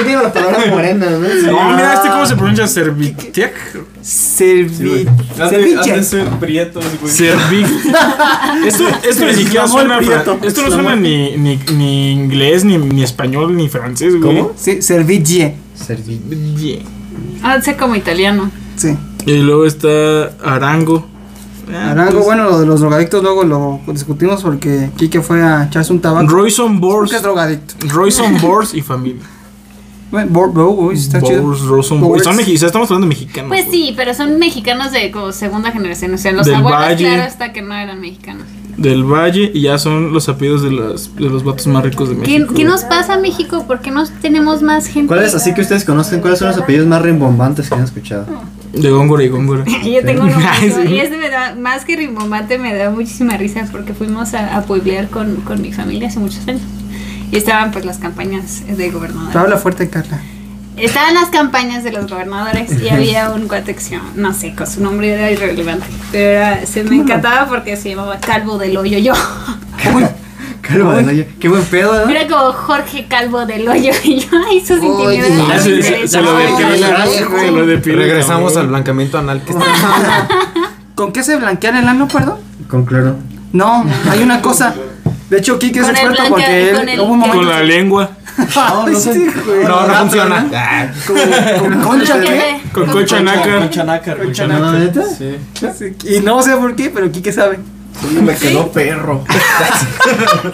Speaker 4: Yo digo la palabra morena, ¿no?
Speaker 1: <laughs> No, mira, este cómo se pronuncia Servitec.
Speaker 2: Servi- Ceviche. <laughs>
Speaker 1: Servic. Esto, esto ni siquiera suena. fra- Esto no suena ni, ni, ni inglés, ni, ni español, ni francés, güey.
Speaker 3: ¿Cómo?
Speaker 2: Sí, serville.
Speaker 4: Servi-
Speaker 1: Yeah.
Speaker 5: Ah, sé como italiano.
Speaker 2: Sí.
Speaker 1: Y luego está Arango. Ah,
Speaker 2: Arango,
Speaker 1: pues,
Speaker 2: bueno, lo de los drogadictos luego lo discutimos porque Kike fue a echarse un tabaco.
Speaker 1: Royson
Speaker 2: Porque
Speaker 1: Bors.
Speaker 2: es drogadicto. <laughs>
Speaker 1: Royson Bors y familia.
Speaker 2: Bueno, Bor, Bor- Bor- está chido.
Speaker 1: Bors, Royson
Speaker 2: Bors.
Speaker 1: Bors. Son mexicanos, estamos hablando de mexicanos.
Speaker 5: Pues
Speaker 1: güey.
Speaker 5: sí, pero son mexicanos de como segunda generación. O sea, los
Speaker 1: Del
Speaker 5: abuelos,
Speaker 1: Valle.
Speaker 5: claro, hasta que no eran mexicanos.
Speaker 1: Del Valle y ya son los apellidos de, las, de los vatos más ricos de
Speaker 5: ¿Qué,
Speaker 1: México.
Speaker 5: qué nos pasa, México? ¿Por qué no tenemos más gente?
Speaker 4: ¿Cuáles, así que ustedes conocen, cuáles son los apellidos más rimbombantes que han escuchado?
Speaker 1: De Góngora y Góngora.
Speaker 5: Yo tengo uno
Speaker 1: Ay,
Speaker 5: mismo,
Speaker 1: sí.
Speaker 5: y este me da, más que rimbombante, me da muchísima risa porque fuimos a, a pueblear con, con mi familia hace muchos años. Y estaban pues las campañas de gobernadores.
Speaker 2: Habla fuerte, Carla.
Speaker 5: Estaban las campañas de los gobernadores y había un cuate que se llamaba- no sé, con su nombre era irrelevante, pero era- se me encantaba porque se llamaba Calvo del Hoyo yo. <laughs>
Speaker 4: Calvo de Noyo. Qué buen pedo, ¿no?
Speaker 5: Era como Jorge Calvo del Hoyo <laughs> y yo, ay, sus
Speaker 2: Oye,
Speaker 5: intimidades.
Speaker 1: Ah, se-
Speaker 5: me
Speaker 1: se- se lo
Speaker 5: interesaban.
Speaker 1: depila,
Speaker 2: Ay, güey.
Speaker 1: se lo depila,
Speaker 6: Regresamos al
Speaker 1: cabrón.
Speaker 6: blancamiento anal que está.
Speaker 2: ¿Con qué se blanquean el ano, perdón?
Speaker 4: Con cloro.
Speaker 2: No, hay una cosa. De hecho, Kike es
Speaker 5: Con el
Speaker 2: experto
Speaker 5: blanca-
Speaker 2: porque él
Speaker 5: con el
Speaker 2: hubo un
Speaker 5: que-
Speaker 1: Con
Speaker 2: momento.
Speaker 1: la lengua.
Speaker 2: No, no sé.
Speaker 6: No, no funciona. Ah.
Speaker 2: ¿Con concha
Speaker 5: Que
Speaker 2: qué?
Speaker 5: me-
Speaker 1: Con Concha Nácar.
Speaker 3: Chanacar, güey.
Speaker 4: ¿No, neta?
Speaker 3: Sí.
Speaker 2: Y no sé por qué, pero Kike sabe.
Speaker 3: Me quedó perro.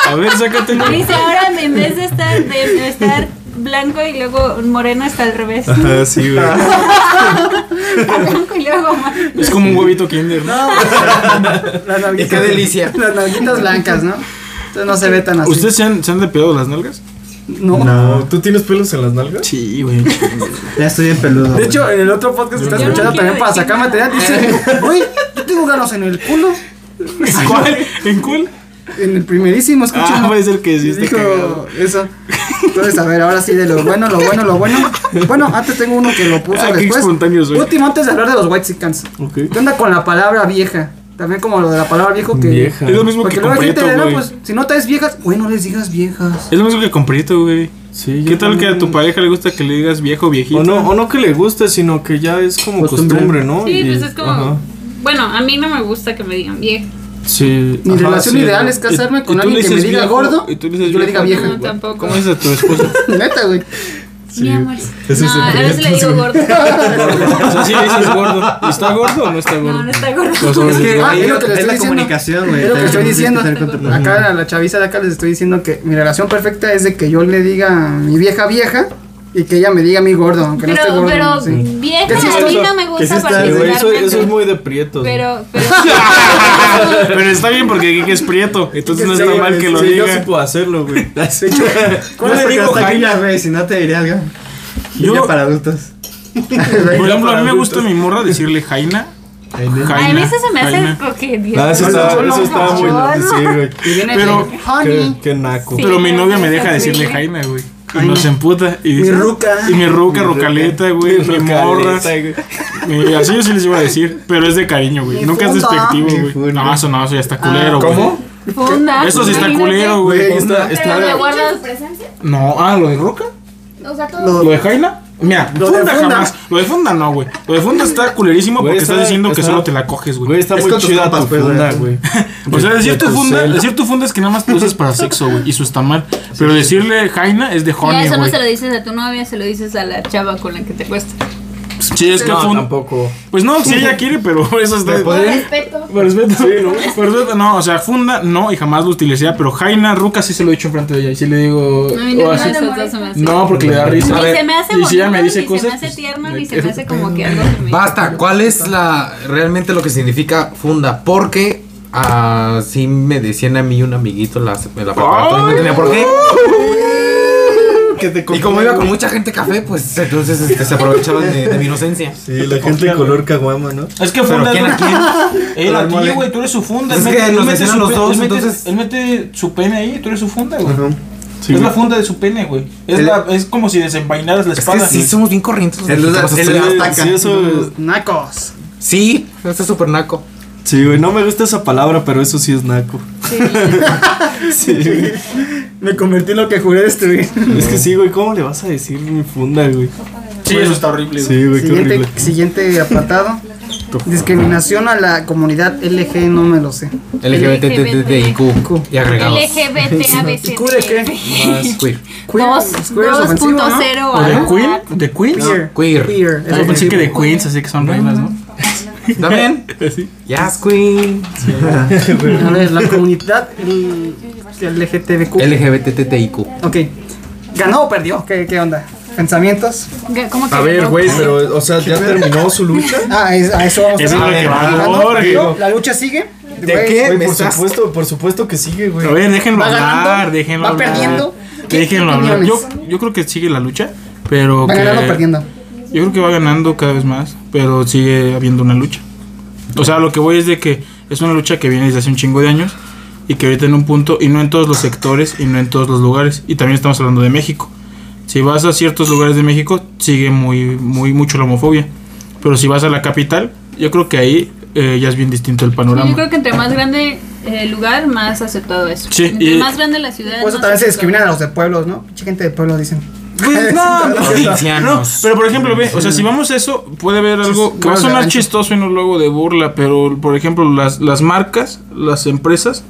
Speaker 1: A ver, sácatelo.
Speaker 5: Dice, ahora en vez de estar, de estar blanco y luego moreno está al revés.
Speaker 3: Ah, sí, güey.
Speaker 5: <laughs> blanco y luego moreno.
Speaker 1: Es como un huevito Kinder. ¿no?
Speaker 2: Las
Speaker 6: Y
Speaker 2: nalguitas-
Speaker 6: qué delicia.
Speaker 2: <laughs> Las nalguitas blancas, ¿no? Entonces no se ve tan
Speaker 3: Ah,
Speaker 2: así.
Speaker 1: ¿Ustedes se han, se han depilado las nalgas?
Speaker 2: No.
Speaker 4: No.
Speaker 3: ¿Tú tienes pelos en las nalgas?
Speaker 1: Sí, <laughs> güey.
Speaker 4: Ya estoy bien peludo.
Speaker 2: De
Speaker 4: güey.
Speaker 2: hecho, en el otro podcast que está
Speaker 5: Yo no
Speaker 2: escuchando
Speaker 5: quiero
Speaker 2: también para
Speaker 5: decir
Speaker 2: sacar
Speaker 5: nada.
Speaker 2: material, dice, <laughs> güey, yo tengo ganos en el culo.
Speaker 1: ¿Cuál? ¿En cuál?
Speaker 2: En el primerísimo, escucha.
Speaker 1: Ah, puede ser que sí, está
Speaker 2: dijo
Speaker 1: cagado.
Speaker 2: eso. Entonces, a ver, ahora sí, de lo bueno, lo bueno, lo bueno. Bueno, antes tengo uno que lo puso
Speaker 1: Ah, qué
Speaker 2: después.
Speaker 1: espontáneo soy.
Speaker 2: Último, antes de hablar de los White Sicans.
Speaker 3: Ok.
Speaker 2: ¿Qué onda con la palabra vieja? También como lo de la palabra viejo que.
Speaker 3: Vieja.
Speaker 1: Es lo mismo
Speaker 2: Porque
Speaker 1: que
Speaker 2: luego
Speaker 1: con
Speaker 2: hay gente
Speaker 1: Prieto,
Speaker 2: de, no,
Speaker 1: güey.
Speaker 2: pues, si no traes viejas, güey, no les digas viejas.
Speaker 1: Es lo mismo que con Prieto, güey.
Speaker 3: Sí,
Speaker 1: ¿Qué
Speaker 3: yo
Speaker 1: tal que a tu
Speaker 3: también.
Speaker 1: pareja le gusta que le digas viejo, viejito?
Speaker 3: O no, o no que le guste, sino que ya es como
Speaker 4: Costumbre.
Speaker 3: costumbre, ¿no?
Speaker 5: Sí,
Speaker 3: Y-
Speaker 5: pues es como.
Speaker 3: ajá.
Speaker 5: Bueno, a mí no me gusta que me digan viejo.
Speaker 3: Sí.
Speaker 2: Mi
Speaker 3: ajá,
Speaker 2: relación
Speaker 3: sí,
Speaker 2: ideal
Speaker 3: ¿no?
Speaker 2: es casarme
Speaker 1: ¿Y
Speaker 2: con
Speaker 1: tú le
Speaker 2: alguien que me
Speaker 1: dices
Speaker 2: diga
Speaker 1: viejo?
Speaker 2: gordo
Speaker 1: ¿Y tú le <laughs>
Speaker 2: y
Speaker 1: dices
Speaker 2: yo le diga
Speaker 1: viejo?
Speaker 2: vieja.
Speaker 5: No, tampoco.
Speaker 1: ¿Cómo es a tu esposa?
Speaker 2: Neta, güey.
Speaker 5: Mi amor.
Speaker 6: Ese
Speaker 5: No,
Speaker 6: es el
Speaker 5: a veces le
Speaker 6: proyecto,
Speaker 5: digo
Speaker 6: sí.
Speaker 5: gordo.
Speaker 1: O sea, sí le dices gordo. ¿Y está gordo o no está gordo?
Speaker 5: No, no está gordo.
Speaker 1: Los hombres,
Speaker 2: Es que-
Speaker 1: güey.
Speaker 2: ah, es lo que le
Speaker 4: es
Speaker 2: estoy
Speaker 4: la
Speaker 2: diciendo.
Speaker 4: comunicación, güey.
Speaker 2: Es lo que estoy
Speaker 4: Tienes
Speaker 2: diciendo.
Speaker 4: tener control.
Speaker 2: Acá a la chaviza de acá les estoy diciendo que mi relación perfecta es de que yo le diga a mi vieja vieja y que ella me diga a mi gordo, aunque no esté
Speaker 5: Pero,
Speaker 2: gordo.
Speaker 5: pero
Speaker 2: sí.
Speaker 5: vieja,
Speaker 2: ¿Qué sí
Speaker 5: a mí
Speaker 2: estás-
Speaker 5: no
Speaker 4: qué
Speaker 5: me
Speaker 4: sí
Speaker 5: gusta
Speaker 4: estás-
Speaker 3: Sí, güey,
Speaker 5: particularmente.
Speaker 3: eso, eso es muy de prietos. güey.
Speaker 5: Pero, pero. <laughs>
Speaker 1: Pero está bien porque Kike es prieto. Entonces no
Speaker 3: Sí,
Speaker 1: está
Speaker 3: güey,
Speaker 1: mal que lo
Speaker 3: sí,
Speaker 1: diga.
Speaker 3: Yo sí puedo hacerlo, <laughs> güey.
Speaker 5: <laughs>
Speaker 4: ¿Cuál
Speaker 1: Yo
Speaker 4: es
Speaker 1: digo
Speaker 4: hasta aquí
Speaker 1: Jaime.
Speaker 4: ya, güey? Si no te diría algo.
Speaker 1: Yo-
Speaker 4: Yo para adultos.
Speaker 1: Por ejemplo, a mí me gusta mi morra decirle Jaina.
Speaker 5: A mí eso se me hace
Speaker 1: Jaina.
Speaker 5: coquetería.
Speaker 3: Nada, eso
Speaker 5: No,
Speaker 3: estaba,
Speaker 5: no,
Speaker 3: eso estaba muy
Speaker 5: no,
Speaker 3: naco, sí, güey.
Speaker 2: Y viene
Speaker 1: Pero-
Speaker 2: de-
Speaker 3: Qué, qué naco.
Speaker 5: Sí.
Speaker 1: Pero mi novia me deja
Speaker 5: Sí.
Speaker 1: decirle Jaina, güey. Y nos emputa. Y dice-
Speaker 2: ruca.
Speaker 1: Y mi ruca, rocaleta, güey. Mi morra.
Speaker 3: Rocaleta, güey.
Speaker 1: Y así yo sí les iba a decir. Pero es de cariño, güey.
Speaker 7: Mi
Speaker 1: Nunca es
Speaker 7: funda.
Speaker 1: despectivo,
Speaker 4: Mi
Speaker 1: güey.
Speaker 4: funda.
Speaker 1: No, eso no, eso ya está culero, güey.
Speaker 6: ¿Cómo?
Speaker 5: funda.
Speaker 1: Eso sí está
Speaker 5: Imagínate.
Speaker 1: culero, güey.
Speaker 3: Güey, está,
Speaker 5: Pero le
Speaker 3: está,
Speaker 5: guardas.
Speaker 8: presencia?
Speaker 1: No, ah, lo de Roca.
Speaker 8: O sea, todo.
Speaker 1: ¿Lo de Jaina? Mira,
Speaker 2: Lo de
Speaker 1: funda
Speaker 2: funda.
Speaker 1: jamás. Lo de funda no, güey. Lo de funda está culerísimo
Speaker 3: Güey,
Speaker 1: porque
Speaker 3: está-
Speaker 1: estás diciendo que
Speaker 3: está-
Speaker 1: solo te la coges,
Speaker 3: güey,
Speaker 1: güey.
Speaker 3: está
Speaker 4: Es
Speaker 3: muy
Speaker 4: con tus
Speaker 3: chida
Speaker 4: compas,
Speaker 3: tu
Speaker 4: pues,
Speaker 3: funda,
Speaker 4: güey.
Speaker 3: güey.
Speaker 1: O sea, decir tu,
Speaker 3: tu
Speaker 1: funda,
Speaker 3: cel.
Speaker 1: decir tu funda es que nada más te usas para sexo, güey. Y su está mal. Pero decirle Jaina es de
Speaker 5: Ya,
Speaker 1: honey,
Speaker 5: eso no
Speaker 1: güey.
Speaker 5: se lo dices a tu novia, se lo dices a la chava con la que te cuesta.
Speaker 1: Sí, es que
Speaker 3: No,
Speaker 1: fun-
Speaker 3: tampoco.
Speaker 1: Pues no, si
Speaker 6: <laughs>
Speaker 1: ella quiere, pero <laughs> eso está.
Speaker 8: Por respeto.
Speaker 1: Por respeto, ¿no? <laughs> Por respeto, no, o sea, funda, no, y jamás lo utilicé, pero Jaina, Ruca sí se lo he dicho enfrente de ella, y sí le digo...
Speaker 5: A mí
Speaker 1: o
Speaker 5: ninguna
Speaker 1: así.
Speaker 5: de esas dos se me hace.
Speaker 1: no, porque le da risa.
Speaker 5: Ni
Speaker 1: A ver,
Speaker 5: se me hace
Speaker 1: y si ella
Speaker 5: bonito,
Speaker 1: me dice
Speaker 5: ni
Speaker 1: cosas...
Speaker 5: se me hace
Speaker 1: pues,
Speaker 5: tierno,
Speaker 1: me
Speaker 5: ni se
Speaker 1: quedo.
Speaker 5: me hace como que algo que me...
Speaker 6: Basta, ¿cuál es la realmente lo que significa funda? Porque así me decían a mí un amiguito la, la preparatoria, no tenía por qué.
Speaker 3: Que te
Speaker 6: Y como iba con mucha gente café, pues entonces este, se aprovechaban de, de mi inocencia.
Speaker 3: Sí, la gente de color caguama, ¿no?
Speaker 1: Es que
Speaker 6: Pero
Speaker 1: funda
Speaker 6: ¿quién a
Speaker 1: es...
Speaker 6: quién?
Speaker 1: Él a ti, güey, tú eres su funda. él
Speaker 6: Es que
Speaker 1: mete- él
Speaker 6: nos
Speaker 1: mete
Speaker 6: decían
Speaker 1: su
Speaker 6: los
Speaker 1: pe-
Speaker 6: dos,
Speaker 1: él mete-
Speaker 6: entonces-
Speaker 1: Él mete su pene ahí, tú eres su funda, güey.
Speaker 4: Ajá.
Speaker 1: es la funda de su pene, güey. Es,
Speaker 4: El-
Speaker 1: la- es como si desenvainaras la
Speaker 6: Es que
Speaker 1: espada.
Speaker 6: sí, somos bien corrientes. los
Speaker 4: El-
Speaker 6: mexicanos,
Speaker 4: el-
Speaker 6: o sea,
Speaker 4: el-
Speaker 3: Sí, eso.
Speaker 2: Nacos.
Speaker 6: Sí, eso es súper naco.
Speaker 3: Sí, güey, no me gusta esa palabra, pero eso sí es naco. Sí.
Speaker 2: Me convertí en lo que juré <laughs> destruir.
Speaker 3: Es que sí, güey, ¿cómo le vas a decir mi funda, güey?
Speaker 1: Sí, eso está horrible, güey.
Speaker 3: Sí, güey, qué
Speaker 2: Siguiente,
Speaker 3: horrible.
Speaker 2: siguiente apartado. Discriminación a la comunidad LG, no me lo sé.
Speaker 6: LGBTTIQ y agregados.
Speaker 5: LGBT ABC.
Speaker 2: ¿Q de qué?
Speaker 6: Más queer.
Speaker 5: Dos- E.
Speaker 2: Queer es ofensivo, ¿no?
Speaker 5: 2.0
Speaker 1: ¿O de
Speaker 5: ajá.
Speaker 1: Queen? ¿De Queen?
Speaker 2: Queer.
Speaker 6: Queer.
Speaker 2: Queer. es
Speaker 1: Yo pensé
Speaker 2: ofensivo.
Speaker 1: que de Queens, así que son reinas, ¿no?
Speaker 6: ¿Está bien?
Speaker 1: Sí.
Speaker 6: Yes, queen.
Speaker 2: A ver, la comunidad el- LGTBQ.
Speaker 6: LGBTTIQ.
Speaker 2: ok. ¿Ganó o perdió? ¿Qué, qué onda? ¿Pensamientos?
Speaker 5: ¿Cómo que
Speaker 3: A ver,
Speaker 5: no?
Speaker 3: güey, pero, o sea, ¿ya terminó su lucha?
Speaker 2: Ah, es- a eso vamos
Speaker 1: Eso es
Speaker 2: a
Speaker 1: lo
Speaker 2: ver.
Speaker 1: que va,
Speaker 2: ¿Ganó o
Speaker 1: Jorge.
Speaker 2: perdió? ¿La lucha sigue?
Speaker 6: ¿De qué?
Speaker 3: Güey, pues,
Speaker 6: ¿Me
Speaker 3: por
Speaker 6: estás-
Speaker 3: supuesto, por supuesto que sigue, güey.
Speaker 1: A ver, déjenlo
Speaker 2: ¿Va ganando?
Speaker 1: hablar, déjenlo
Speaker 2: ¿Va
Speaker 1: hablar.
Speaker 2: perdiendo? ¿Qué-
Speaker 1: Déjenlo
Speaker 2: qué
Speaker 1: hablar. Yo,
Speaker 2: opiniones?
Speaker 1: yo creo que sigue la lucha, pero
Speaker 2: ¿Va
Speaker 1: que-
Speaker 2: ganando o perdiendo?
Speaker 1: Yo creo que va ganando cada vez más, pero sigue habiendo una lucha. O sea, lo que voy es de que es una lucha que viene desde hace un chingo de años y que ahorita en un punto, y no en todos los sectores y no en todos los lugares, y también estamos hablando de México. Si vas a ciertos lugares de México, sigue muy, muy, mucho la homofobia. Pero si vas a la capital, yo creo que ahí eh, ya es bien distinto el panorama.
Speaker 5: Yo creo que entre más grande el lugar, más aceptado eso.
Speaker 1: Sí,
Speaker 5: entre
Speaker 1: y-
Speaker 5: más grande la ciudad.
Speaker 2: Por eso
Speaker 5: más
Speaker 2: también se
Speaker 5: aceptado.
Speaker 2: discriminan a los de pueblos, ¿no? Mucha gente de pueblos dicen.
Speaker 1: <laughs> Pues no, no, no,
Speaker 6: Provincianos.
Speaker 1: pero por ejemplo, ve, o sea, si vamos a eso, puede haber algo Pues, que va a
Speaker 2: Bueno, de
Speaker 1: sonar
Speaker 2: rancho.
Speaker 1: chistoso y no luego de burla, pero por ejemplo, las, las marcas, las empresas,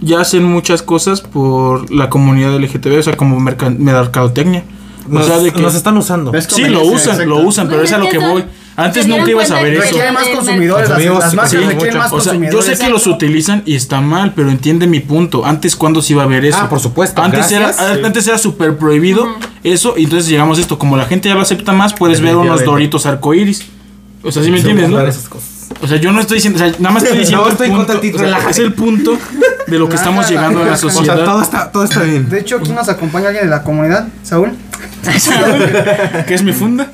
Speaker 1: ya hacen muchas cosas por la comunidad LGTB, o sea, como merca- mercadotecnia. O
Speaker 6: Nos,
Speaker 1: sea, de que.
Speaker 6: nos están usando.
Speaker 4: ¿Ves?
Speaker 1: Sí, lo
Speaker 4: Conveniencia,
Speaker 1: usan,
Speaker 4: exacto.
Speaker 1: lo usan, pero
Speaker 5: Pues
Speaker 1: es a
Speaker 5: es
Speaker 1: lo
Speaker 5: que
Speaker 1: que
Speaker 5: son-
Speaker 1: voy. Antes
Speaker 5: se dieron
Speaker 1: nunca ibas a
Speaker 5: cuenta
Speaker 1: ver
Speaker 5: que
Speaker 1: eso.
Speaker 2: Requiere más
Speaker 5: de-
Speaker 2: consumidores. Las,
Speaker 6: Consumimos,
Speaker 2: las marcas
Speaker 1: sí,
Speaker 2: requieren más
Speaker 1: O sea,
Speaker 2: consumidores.
Speaker 1: yo sé que los utilizan y está mal, pero entiende mi punto. Antes, ¿cuándo se iba a ver eso?
Speaker 6: Ah, por supuesto,
Speaker 1: Antes
Speaker 6: gracias.
Speaker 1: era a- antes era súper prohibido eso, y entonces llegamos a esto. Como la gente ya lo acepta más, puedes ver unos
Speaker 4: Definitivamente.
Speaker 1: doritos arcoíris. O sea, ¿sí me entiendes, no?
Speaker 6: Guardar esas cosas.
Speaker 1: O sea, yo no estoy diciendo, o sea, nada más estoy diciendo.
Speaker 6: No
Speaker 1: el
Speaker 6: estoy
Speaker 1: punto,
Speaker 6: contra ti,
Speaker 1: o sea,
Speaker 6: relájate.
Speaker 1: es el punto de lo que estamos llegando a la
Speaker 6: O sea,
Speaker 1: sociedad.
Speaker 6: todo está, todo
Speaker 3: <laughs>
Speaker 6: está bien.
Speaker 2: De hecho, aquí nos acompaña alguien de la comunidad, Saúl.
Speaker 1: ¿Qué es mi funda?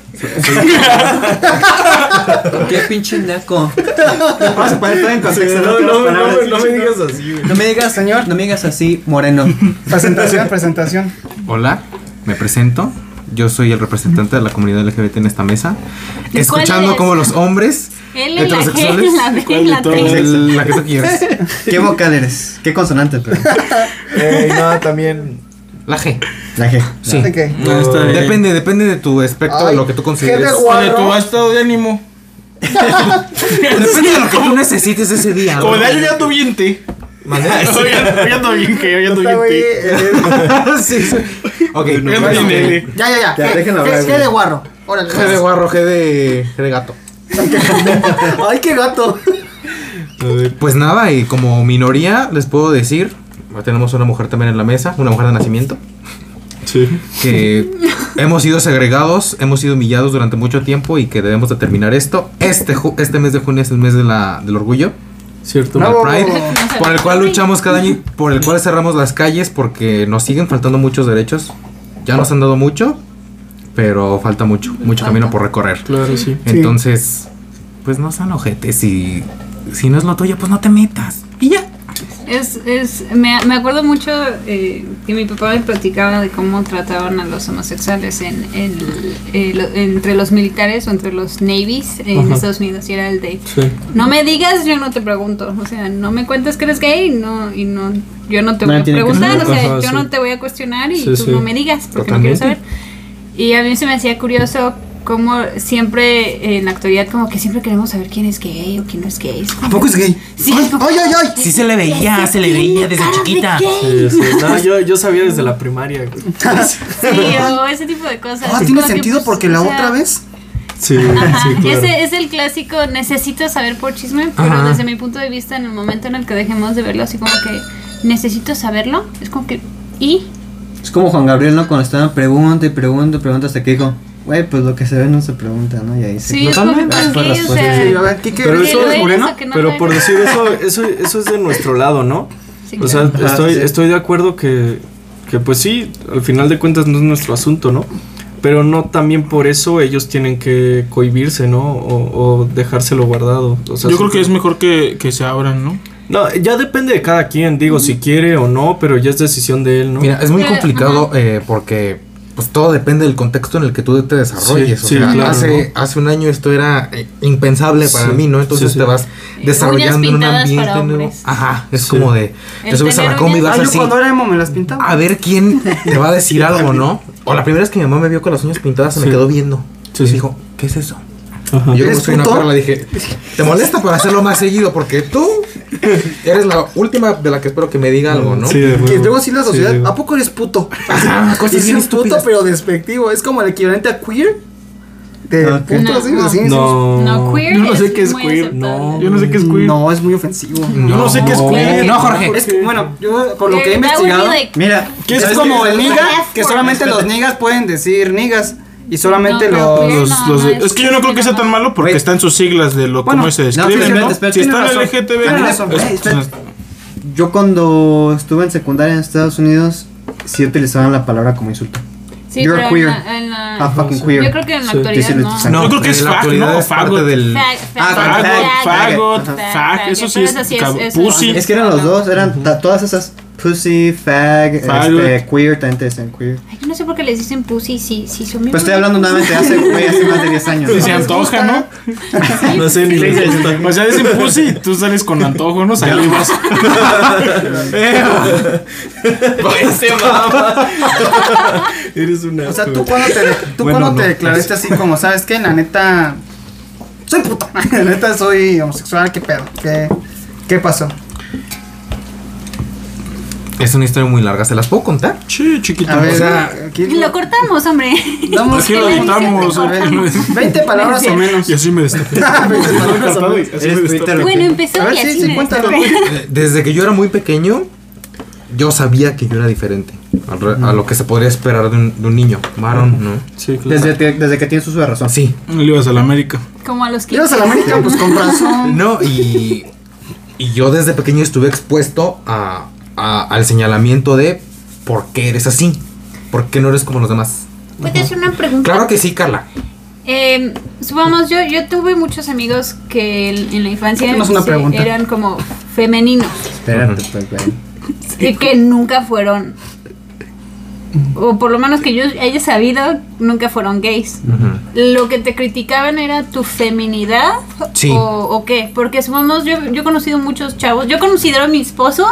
Speaker 4: Qué pinche naco. <laughs> Vamos a poner todo en contexto. No, no, no, no me digas así, No me digas, <laughs> señor. No me digas así, moreno.
Speaker 2: Presentación, presentación.
Speaker 6: Hola, me presento. Yo soy el representante de la comunidad LGBT en esta mesa.
Speaker 5: ¿Y cuál
Speaker 6: Escuchando
Speaker 5: es?
Speaker 6: cómo los hombres
Speaker 5: Él en la G,
Speaker 6: heterosexuales.
Speaker 5: en la B, en la
Speaker 6: el-
Speaker 5: T.
Speaker 6: la que tú quieres.
Speaker 4: ¿Qué vocal eres? ¿Qué consonante, perdón?
Speaker 3: Ey, no, también.
Speaker 6: La <laughs> G.
Speaker 4: La G.
Speaker 6: Sí.
Speaker 2: ¿De qué?
Speaker 1: Ah, está bien.
Speaker 6: Depende, depende de tu aspecto, de lo que tú consideres.
Speaker 2: Gente
Speaker 1: O de tu
Speaker 2: guarro.
Speaker 1: estado de ánimo.
Speaker 6: Depende de lo que tú necesites ese día.
Speaker 1: Como
Speaker 6: güey. <laughs>
Speaker 1: de año ya tu viente. <laughs> Oye, yo ando bien que yo ando
Speaker 4: Está,
Speaker 1: bien
Speaker 4: güey,
Speaker 1: que.
Speaker 7: <laughs>
Speaker 4: eh, sí, sí.
Speaker 6: Ok,
Speaker 1: Yo ando bien nene.
Speaker 7: Ya, ya, ya.
Speaker 4: Ya,
Speaker 7: Fe-
Speaker 4: déjenlo hablar,
Speaker 7: fe- fe
Speaker 4: güey.
Speaker 7: de guarro. Órale.
Speaker 2: <laughs>
Speaker 6: G de guarro, G de, G de gato.
Speaker 7: Ay, qué gato.
Speaker 6: Pues nada, y como minoría les puedo decir, tenemos una mujer también en la mesa, una mujer de nacimiento,
Speaker 1: Sí.
Speaker 6: que hemos sido segregados, hemos sido humillados durante mucho tiempo y que debemos de terminar esto. Este, ju- este mes de junio es el mes de la, del orgullo.
Speaker 3: Cierto.
Speaker 6: del
Speaker 2: Bravo.
Speaker 6: Pride, por el cual luchamos cada año y por el cual cerramos las calles porque nos siguen faltando muchos derechos. Ya nos han dado mucho, pero falta mucho, mucho camino por recorrer.
Speaker 3: Claro, sí.
Speaker 6: Entonces, pues no sean ojetes si, si no es lo tuyo, pues no te metas. Y ya.
Speaker 5: Es, es, me, me acuerdo mucho eh, que mi papá me platicaba de cómo trataban a los homosexuales en, en, eh, lo- entre los militares o entre los navies en
Speaker 3: Ajá.
Speaker 5: Estados Unidos y era el de
Speaker 3: Sí.
Speaker 5: no me digas yo no te pregunto o sea no me cuentes que eres gay y no y no yo no te voy
Speaker 4: Nadie
Speaker 5: a
Speaker 4: tiene que
Speaker 5: preguntar
Speaker 3: saber.
Speaker 5: o sea
Speaker 3: Ajá,
Speaker 5: yo
Speaker 3: sí.
Speaker 5: no te voy a cuestionar y
Speaker 3: Sí,
Speaker 5: tú
Speaker 3: sí.
Speaker 5: no me digas porque no quiero saber
Speaker 3: Totalmente.
Speaker 5: y a mí se me hacía curioso cómo siempre en la actualidad como que siempre queremos saber quién es gay o quién no es gay
Speaker 7: ¿A poco es gay?
Speaker 5: Sí.
Speaker 7: Ay, ay, ay, ay.
Speaker 9: Sí se le veía, se le veía desde chiquita.
Speaker 1: <laughs>
Speaker 3: Sí, sí. No, yo, yo sabía desde la primaria,
Speaker 5: <laughs>
Speaker 3: güey.
Speaker 5: Sí, o ese tipo de cosas.
Speaker 7: Ah, tiene
Speaker 5: Como que,
Speaker 7: sentido
Speaker 5: pues,
Speaker 7: porque
Speaker 5: o
Speaker 7: la
Speaker 5: sea,
Speaker 7: otra vez.
Speaker 3: Sí,
Speaker 5: ajá,
Speaker 3: sí, claro.
Speaker 5: Ah, Ese es el clásico, necesito saber por chisme, pero
Speaker 6: Ajá.
Speaker 5: desde mi punto de vista, en el momento en el que dejemos de verlo así como que necesito saberlo, es como que... ¿Y?
Speaker 4: Es como Juan Gabriel, ¿no? Cuando estaban pregunta y pregunta y pregunta hasta que dijo, güey, pues lo que se ve no se pregunta, ¿no? Y ahí se
Speaker 5: Sí, es como que
Speaker 4: Totalmente.
Speaker 3: Ah,
Speaker 5: ¿por qué? O
Speaker 4: Fue
Speaker 5: sea...
Speaker 7: Sí, a ver, ¿qué, qué,
Speaker 3: Pero
Speaker 5: ¿que
Speaker 3: eso
Speaker 5: lo
Speaker 3: es
Speaker 5: eres
Speaker 3: moreno,
Speaker 5: o que no lo
Speaker 3: Pero por
Speaker 5: eres?
Speaker 3: decir eso, eso, eso, es de nuestro lado, ¿no?
Speaker 5: Sí,
Speaker 3: O sea,
Speaker 5: claro.
Speaker 4: Ajá,
Speaker 3: estoy,
Speaker 4: sí.
Speaker 3: estoy de acuerdo que, que, pues sí, al final de cuentas no es nuestro asunto, ¿no? Pero no también por eso ellos tienen que cohibirse, ¿no? O, o dejárselo guardado. O sea,
Speaker 1: Yo
Speaker 3: sí-
Speaker 1: creo que es mejor que, que se abran, ¿no?
Speaker 3: No, ya depende de cada quien, digo, si quiere o no, pero ya es decisión de él, ¿no?
Speaker 6: Mira, es muy
Speaker 5: Eh,
Speaker 6: complicado eh, porque pues todo depende del contexto en el que tú te desarrolles.
Speaker 3: Sí,
Speaker 6: o sea,
Speaker 3: sí, claro,
Speaker 6: hace, hace un año esto era eh, impensable para
Speaker 3: Sí,
Speaker 6: mí, ¿no? Entonces
Speaker 3: sí, sí.
Speaker 6: te vas desarrollando en un
Speaker 5: Eh, pintadas
Speaker 6: ambiente
Speaker 5: para
Speaker 6: nuevo.
Speaker 5: hombres.
Speaker 6: Ajá, es
Speaker 3: Sí.
Speaker 6: como de
Speaker 5: El
Speaker 6: te subes a
Speaker 5: tener
Speaker 6: la combi y
Speaker 5: uñas-
Speaker 6: vas
Speaker 7: Ay, Ah, yo
Speaker 6: así.
Speaker 7: cuando era emo me las pintaba.
Speaker 6: A ver quién te va a decir algo, ¿no? O la primera vez que mi mamá me vio con las uñas pintadas se me
Speaker 3: Sí.
Speaker 6: quedó viendo.
Speaker 3: Sí, Ah,
Speaker 6: y
Speaker 3: sí.
Speaker 6: dijo, ¿qué es eso?
Speaker 3: Ajá.
Speaker 6: Y yo como
Speaker 7: ¿Eres
Speaker 6: soy una
Speaker 7: puto?
Speaker 6: perra le dije, te molesta por hacerlo más seguido porque tú eres la última de la que espero que me diga algo, ¿no?
Speaker 3: Sí, de
Speaker 7: Que
Speaker 3: huevo.
Speaker 7: luego sí la
Speaker 3: Sí,
Speaker 7: sociedad.
Speaker 3: de huevo.
Speaker 4: ah,
Speaker 7: ¿A poco
Speaker 4: <laughs>
Speaker 7: eres puto?
Speaker 6: Ajá, cosas
Speaker 7: Y sí
Speaker 6: bien
Speaker 7: es puto,
Speaker 6: estúpidas.
Speaker 7: pero despectivo. Es como el equivalente a queer. De
Speaker 4: Ok.
Speaker 7: puto,
Speaker 5: No,
Speaker 7: así,
Speaker 5: no.
Speaker 7: así,
Speaker 2: pues,
Speaker 7: así.
Speaker 3: No.
Speaker 5: No, queer
Speaker 1: Yo no sé
Speaker 5: es
Speaker 1: qué es
Speaker 5: muy
Speaker 1: queer,
Speaker 5: aceptable.
Speaker 3: no.
Speaker 1: Yo no sé qué es queer.
Speaker 7: No, es muy ofensivo.
Speaker 1: Yo no sé qué es queer.
Speaker 9: No, Jorge.
Speaker 7: Es que, bueno, yo por lo que he
Speaker 5: Eh, da un
Speaker 7: investigado.
Speaker 5: nivel de-
Speaker 4: Mira,
Speaker 7: Que es
Speaker 4: ¿sabes
Speaker 7: como
Speaker 4: qué?
Speaker 7: el niga, que solamente los nigas pueden decir nigas. Y solamente
Speaker 5: No, pero
Speaker 7: los.
Speaker 5: queer-
Speaker 1: Los-
Speaker 5: no,
Speaker 1: los
Speaker 5: no
Speaker 1: de-
Speaker 5: es-
Speaker 1: es que yo no creo que sea tan malo porque
Speaker 4: Güey.
Speaker 1: está en sus siglas de lo
Speaker 7: Bueno,
Speaker 1: cómo se
Speaker 7: no,
Speaker 4: sí,
Speaker 1: describe,
Speaker 4: sí,
Speaker 1: ¿no?
Speaker 4: sí, espera,
Speaker 1: Si
Speaker 4: tiene
Speaker 1: está en
Speaker 4: razón.
Speaker 1: LGTB,
Speaker 7: Tiene
Speaker 1: ¿no?
Speaker 7: razón,
Speaker 1: Es- pues,
Speaker 7: güey, espera.
Speaker 4: Yo cuando estuve en secundaria en Estados Unidos, sí utilizaban la palabra como insulto.
Speaker 5: Sí,
Speaker 4: You're
Speaker 5: pero
Speaker 4: queer.
Speaker 5: en la- en la-
Speaker 4: Ah, fucking
Speaker 5: Yo
Speaker 4: queer.
Speaker 5: creo que en la
Speaker 3: Sí.
Speaker 5: actualidad
Speaker 4: Sí, sí,
Speaker 5: no.
Speaker 4: sí.
Speaker 6: No,
Speaker 1: Yo creo que
Speaker 6: en
Speaker 1: es
Speaker 6: la
Speaker 1: fag,
Speaker 6: actualidad
Speaker 1: ¿no?
Speaker 6: es parte
Speaker 1: Fagot.
Speaker 6: del...
Speaker 5: Fag,
Speaker 4: Ah,
Speaker 5: fag,
Speaker 1: Fagot,
Speaker 4: fag,
Speaker 1: fagot,
Speaker 4: fag,
Speaker 1: fag, eso sí es,
Speaker 5: Entonces, así es,
Speaker 1: cab-
Speaker 5: eso es-
Speaker 1: pussy.
Speaker 4: Es que eran los dos, eran ta- todas esas pussy, fag,
Speaker 1: Faggot.
Speaker 4: este, queer, también te decían queer.
Speaker 5: Ay, yo no sé por qué les dicen pussy si, si son bien
Speaker 4: Pues estoy
Speaker 5: bonitos.
Speaker 4: hablando nuevamente hace, güey,
Speaker 5: <laughs>
Speaker 4: hace más de 10 años.
Speaker 1: se antoja, ¿no?
Speaker 3: No sé ni les gusta.
Speaker 1: O sea, dicen pussy y tú sales con antojo, ¿no? Salivas.
Speaker 6: <laughs>
Speaker 3: Eres una.
Speaker 7: O sea, tú cuando te, tú
Speaker 3: Bueno,
Speaker 7: cuando
Speaker 3: no,
Speaker 7: te declaraste así como, ¿sabes qué? La neta. Soy puto. <laughs> La neta soy homosexual, ¿qué pedo? ¿Qué, qué pasó?
Speaker 6: Es una historia muy larga, ¿se las puedo contar?
Speaker 1: Che, chiquito.
Speaker 7: A ver,
Speaker 1: O sea,
Speaker 7: aquí.
Speaker 5: Y Lo cortamos, hombre.
Speaker 7: damos
Speaker 1: Aquí lo ¿eh? editamos.
Speaker 7: A ver, 20 palabras o menos.
Speaker 1: <laughs> Y así me destapé. Así me
Speaker 4: Eres
Speaker 1: destapé.
Speaker 4: Twitter, ¿o qué?
Speaker 5: Bueno, empezó
Speaker 7: A ver,
Speaker 5: y
Speaker 7: sí,
Speaker 5: así
Speaker 7: sí,
Speaker 5: me
Speaker 7: cuéntalo.
Speaker 5: destapé.
Speaker 6: Eh, Desde que yo era muy pequeño, yo sabía que yo era diferente al re-
Speaker 4: Mm.
Speaker 6: a lo que se podría esperar de un, de un niño, varón, ¿no?
Speaker 3: Sí, claro. <laughs>
Speaker 4: Desde que, desde que tienes uso de razón.
Speaker 6: Sí.
Speaker 1: Le ibas a la América.
Speaker 5: Como a los que
Speaker 7: Llevas a la América, pues con razón.
Speaker 6: <laughs> No, y, y yo desde pequeño estuve expuesto a, a- al señalamiento de por qué eres así, por qué no eres como los demás.
Speaker 5: ¿Puedo hacer una pregunta?
Speaker 6: Claro que sí, Carla.
Speaker 5: Eh, supongamos, yo, yo tuve muchos amigos que en en la infancia
Speaker 7: Tenemos una
Speaker 5: se-
Speaker 7: pregunta.
Speaker 5: eran como femeninos
Speaker 4: Espérate, pues, güey.
Speaker 5: y que nunca fueron, o por lo menos que yo haya sabido, nunca fueron gays. Lo que te criticaban era tu feminidad
Speaker 6: Sí.
Speaker 5: o, o qué, porque supongamos, yo, yo he conocido muchos chavos, yo considero a mi esposo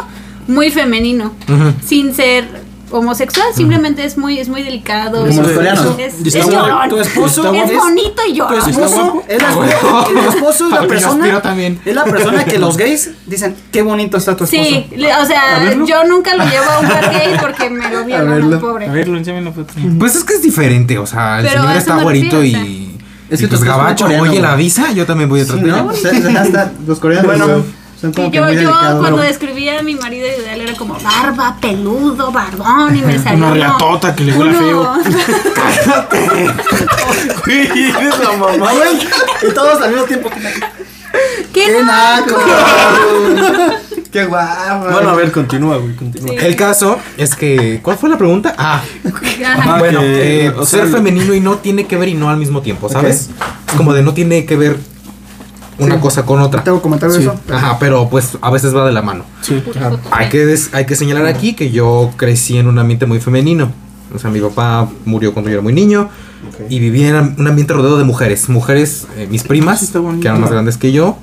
Speaker 5: muy femenino,
Speaker 6: Ujú.
Speaker 5: sin ser homosexual, simplemente es muy, es muy delicado.
Speaker 4: Como los
Speaker 5: es-
Speaker 4: coreanos.
Speaker 5: Es,
Speaker 1: Y
Speaker 5: es
Speaker 1: está guapo.
Speaker 5: llorón.
Speaker 2: Tu esposo
Speaker 5: Es
Speaker 2: es,
Speaker 5: bonito y llorón.
Speaker 2: tu esposo es la-
Speaker 6: guapo.
Speaker 2: el esposo es la
Speaker 6: Porque yo aspiro
Speaker 2: persona
Speaker 6: también.
Speaker 2: es la persona que
Speaker 6: <laughs>
Speaker 2: los gays dicen qué bonito está tu esposo
Speaker 5: Sí, le- o
Speaker 1: A
Speaker 5: sea,
Speaker 1: verlo.
Speaker 5: yo nunca lo llevo a un bar gay porque me lo violan al
Speaker 4: verlo.
Speaker 5: pobre.
Speaker 1: A ver, lo enséñame la foto.
Speaker 6: Pues es que es diferente, o sea, el
Speaker 5: Pero a
Speaker 6: señor
Speaker 5: eso
Speaker 6: está
Speaker 5: me
Speaker 6: güerito
Speaker 5: refiero, o
Speaker 4: Es
Speaker 6: y.
Speaker 4: que
Speaker 6: Es
Speaker 4: tú
Speaker 6: que pues
Speaker 4: estás muy
Speaker 6: gabacho,
Speaker 4: coreano,
Speaker 6: oye
Speaker 4: güey.
Speaker 6: la visa, yo también voy a
Speaker 4: Sí,
Speaker 6: tratar.
Speaker 4: ¿no? O sea, hasta los coreanos
Speaker 2: Bueno.
Speaker 4: son, son como
Speaker 5: Sí,
Speaker 4: que
Speaker 5: yo,
Speaker 4: muy
Speaker 5: yo
Speaker 4: delicados.
Speaker 5: cuando describía a mi marido ideal era como barba, peludo, barbón y me salía
Speaker 1: Una
Speaker 5: uno-
Speaker 1: riatota que le huela feo.
Speaker 5: uno-
Speaker 1: Eres la mamá.
Speaker 2: Ah, güey, y todos al mismo tiempo
Speaker 5: <laughs> ¡Qué naco!
Speaker 4: <laughs> Qué guapo.
Speaker 3: Bueno, a ver, continúa, güey, continúa.
Speaker 6: El caso es que. ¿Cuál fue la pregunta? Ah,
Speaker 5: <laughs> Ajá.
Speaker 3: <laughs> Ah,
Speaker 6: bueno,
Speaker 3: que,
Speaker 6: eh,
Speaker 3: o sea,
Speaker 6: ser femenino y no tiene que ver y no al mismo tiempo, ¿sabes? Es como de no tiene que ver una cosa con otra.
Speaker 2: tengo comentarios
Speaker 3: Sí.
Speaker 2: eso
Speaker 6: Ajá, pero pues a veces va de la mano.
Speaker 3: Sí.
Speaker 6: Hay que, des- hay que señalar aquí que yo crecí en un ambiente muy femenino. O sea, mi papá murió cuando yo era muy niño y vivía en am- un ambiente rodeado de mujeres. Mujeres, eh, mis primas,
Speaker 1: está bonito.
Speaker 6: que eran más grandes que yo,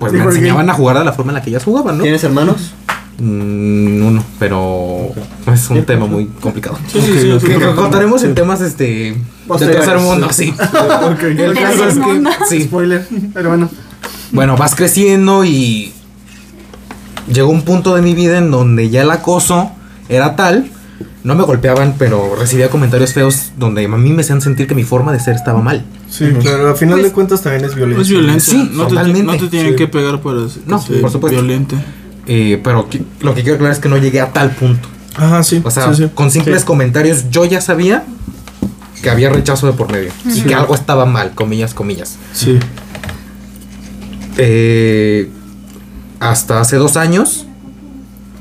Speaker 6: pues me enseñaban a jugar de la forma en la que ellas jugaban, ¿no?
Speaker 4: ¿Tienes hermanos?
Speaker 6: Mm, uno, pero es un tema muy complicado.
Speaker 3: Ok,
Speaker 6: Que
Speaker 3: ok.
Speaker 6: contaremos en temas este de
Speaker 4: Posteriores.
Speaker 6: tercer mundo, sí. El caso
Speaker 5: Tercer
Speaker 6: es que
Speaker 5: mundo.
Speaker 6: sí.
Speaker 2: spoiler pero bueno
Speaker 6: Bueno, vas creciendo y llegó un punto de mi vida en donde ya el acoso era tal, no me golpeaban, pero recibía comentarios feos donde a mí me hacían sentir que mi forma de ser estaba mal.
Speaker 3: Sí, claro, a final de cuentas también es violencia.
Speaker 1: Es violencia.
Speaker 6: Sí,
Speaker 1: no, te,
Speaker 6: totalmente.
Speaker 1: no te tienen
Speaker 3: Sí.
Speaker 1: que pegar para que
Speaker 6: No,
Speaker 1: sea
Speaker 6: por supuesto.
Speaker 1: violenta.
Speaker 6: Eh, pero qui- lo que quiero aclarar es que no llegué a tal punto.
Speaker 3: Ajá, sí.
Speaker 6: O sea,
Speaker 3: sí, sí.
Speaker 6: con simples comentarios yo ya sabía que había rechazo de por medio y que algo estaba mal, comillas, comillas.
Speaker 3: Sí.
Speaker 6: Eh, hasta hace dos años,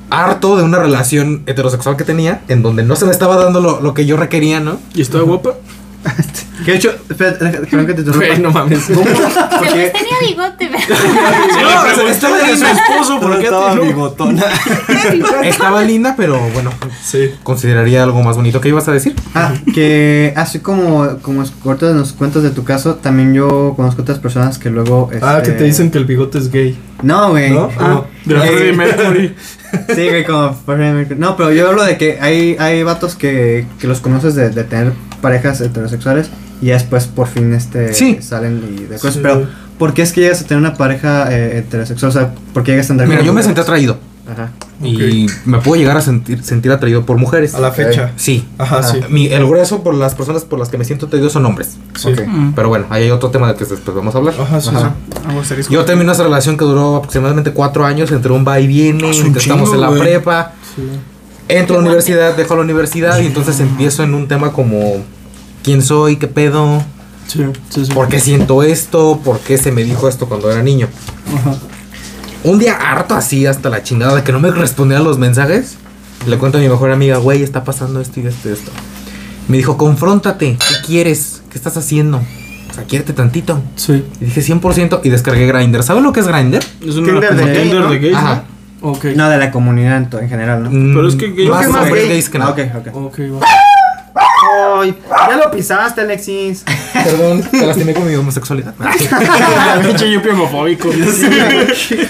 Speaker 6: harto de una relación heterosexual que tenía, en donde no se me estaba dando lo, lo que yo requería, ¿no?
Speaker 1: ¿Y está guapa?
Speaker 4: Que de hecho, espérate, deja- perdón que te interrumpa.
Speaker 3: Güey, no mames.
Speaker 5: Según pues tenía bigote,
Speaker 1: No, se está de su esposo, ¿por qué
Speaker 3: estaba
Speaker 1: te no?
Speaker 3: bigotona.
Speaker 6: Estaba linda, pero bueno,
Speaker 3: Sí.
Speaker 6: consideraría algo más bonito. ¿Qué ibas a decir?
Speaker 4: Ah, que así como, como cortas nos cuentas de tu caso, también yo conozco otras personas que luego.
Speaker 3: Ah, que
Speaker 4: este,
Speaker 3: te dicen que el bigote es gay.
Speaker 4: No, güey.
Speaker 3: ¿No?
Speaker 4: Ah,
Speaker 1: De la Freddie Mercury.
Speaker 4: Sí, güey, como Freddie Mercury. No, pero yo hablo de que hay, hay vatos que, que los conoces de, de tener parejas heterosexuales y ya después por fin este
Speaker 6: Sí.
Speaker 4: salen y de cosas.
Speaker 3: Sí.
Speaker 4: Pero, ¿por qué es que llegas a tener una pareja eh, heterosexual? O sea, ¿por qué llegas a andar
Speaker 6: Mira,
Speaker 4: con
Speaker 6: yo me sentí
Speaker 4: mujeres?
Speaker 6: atraído
Speaker 4: Ajá.
Speaker 6: y me puedo llegar a sentir, sentir atraído por mujeres.
Speaker 3: A la fecha.
Speaker 6: Sí.
Speaker 3: Ajá, sí.
Speaker 6: Mi- el grueso por las personas por las que me siento atraído son hombres.
Speaker 3: Sí.
Speaker 4: Ok.
Speaker 6: Pero bueno, ahí hay otro tema del que después vamos a hablar.
Speaker 3: Ajá, sí,
Speaker 4: Ajá.
Speaker 3: sí.
Speaker 6: Yo terminé esa relación que duró aproximadamente cuatro años entre un va y viene,
Speaker 1: Es un
Speaker 6: mientras estamos
Speaker 1: chingo,
Speaker 6: en la
Speaker 1: güey.
Speaker 6: prepa. Entro a la universidad, dejo la universidad y entonces empiezo en un tema como quién soy, qué pedo,
Speaker 3: Sí, sí, sí.
Speaker 6: por qué siento esto, por qué se me dijo esto cuando era niño.
Speaker 3: Ajá.
Speaker 6: Un día harto así hasta la chingada de que no me respondían los mensajes, le cuento a mi mejor amiga, güey, está pasando esto y esto y esto. Me dijo, confróntate, ¿qué quieres? ¿Qué estás haciendo? O sea, quiérete tantito.
Speaker 3: Sí.
Speaker 6: Y dije 100% y descargué Grindr. ¿Sabes lo que es Grindr?
Speaker 1: Es una
Speaker 2: Tinder de
Speaker 1: como
Speaker 2: gay,
Speaker 1: Tinder
Speaker 2: ¿no?
Speaker 1: de gays,
Speaker 6: Ajá.
Speaker 3: Ok.
Speaker 4: No, de la comunidad en, to- en general, ¿no?
Speaker 1: Pero es que gays-
Speaker 4: Yo creo
Speaker 6: más,
Speaker 4: que
Speaker 6: más
Speaker 4: más gay.
Speaker 6: gays que
Speaker 4: Ah,
Speaker 6: nada.
Speaker 4: ok, ok.
Speaker 3: Ok, va.
Speaker 2: Ay, ya lo pisaste Alexis
Speaker 6: Perdón, te lastimé con mi homosexualidad. Ah,
Speaker 1: ¿no? <laughs> Pinche ñopi homofóbico.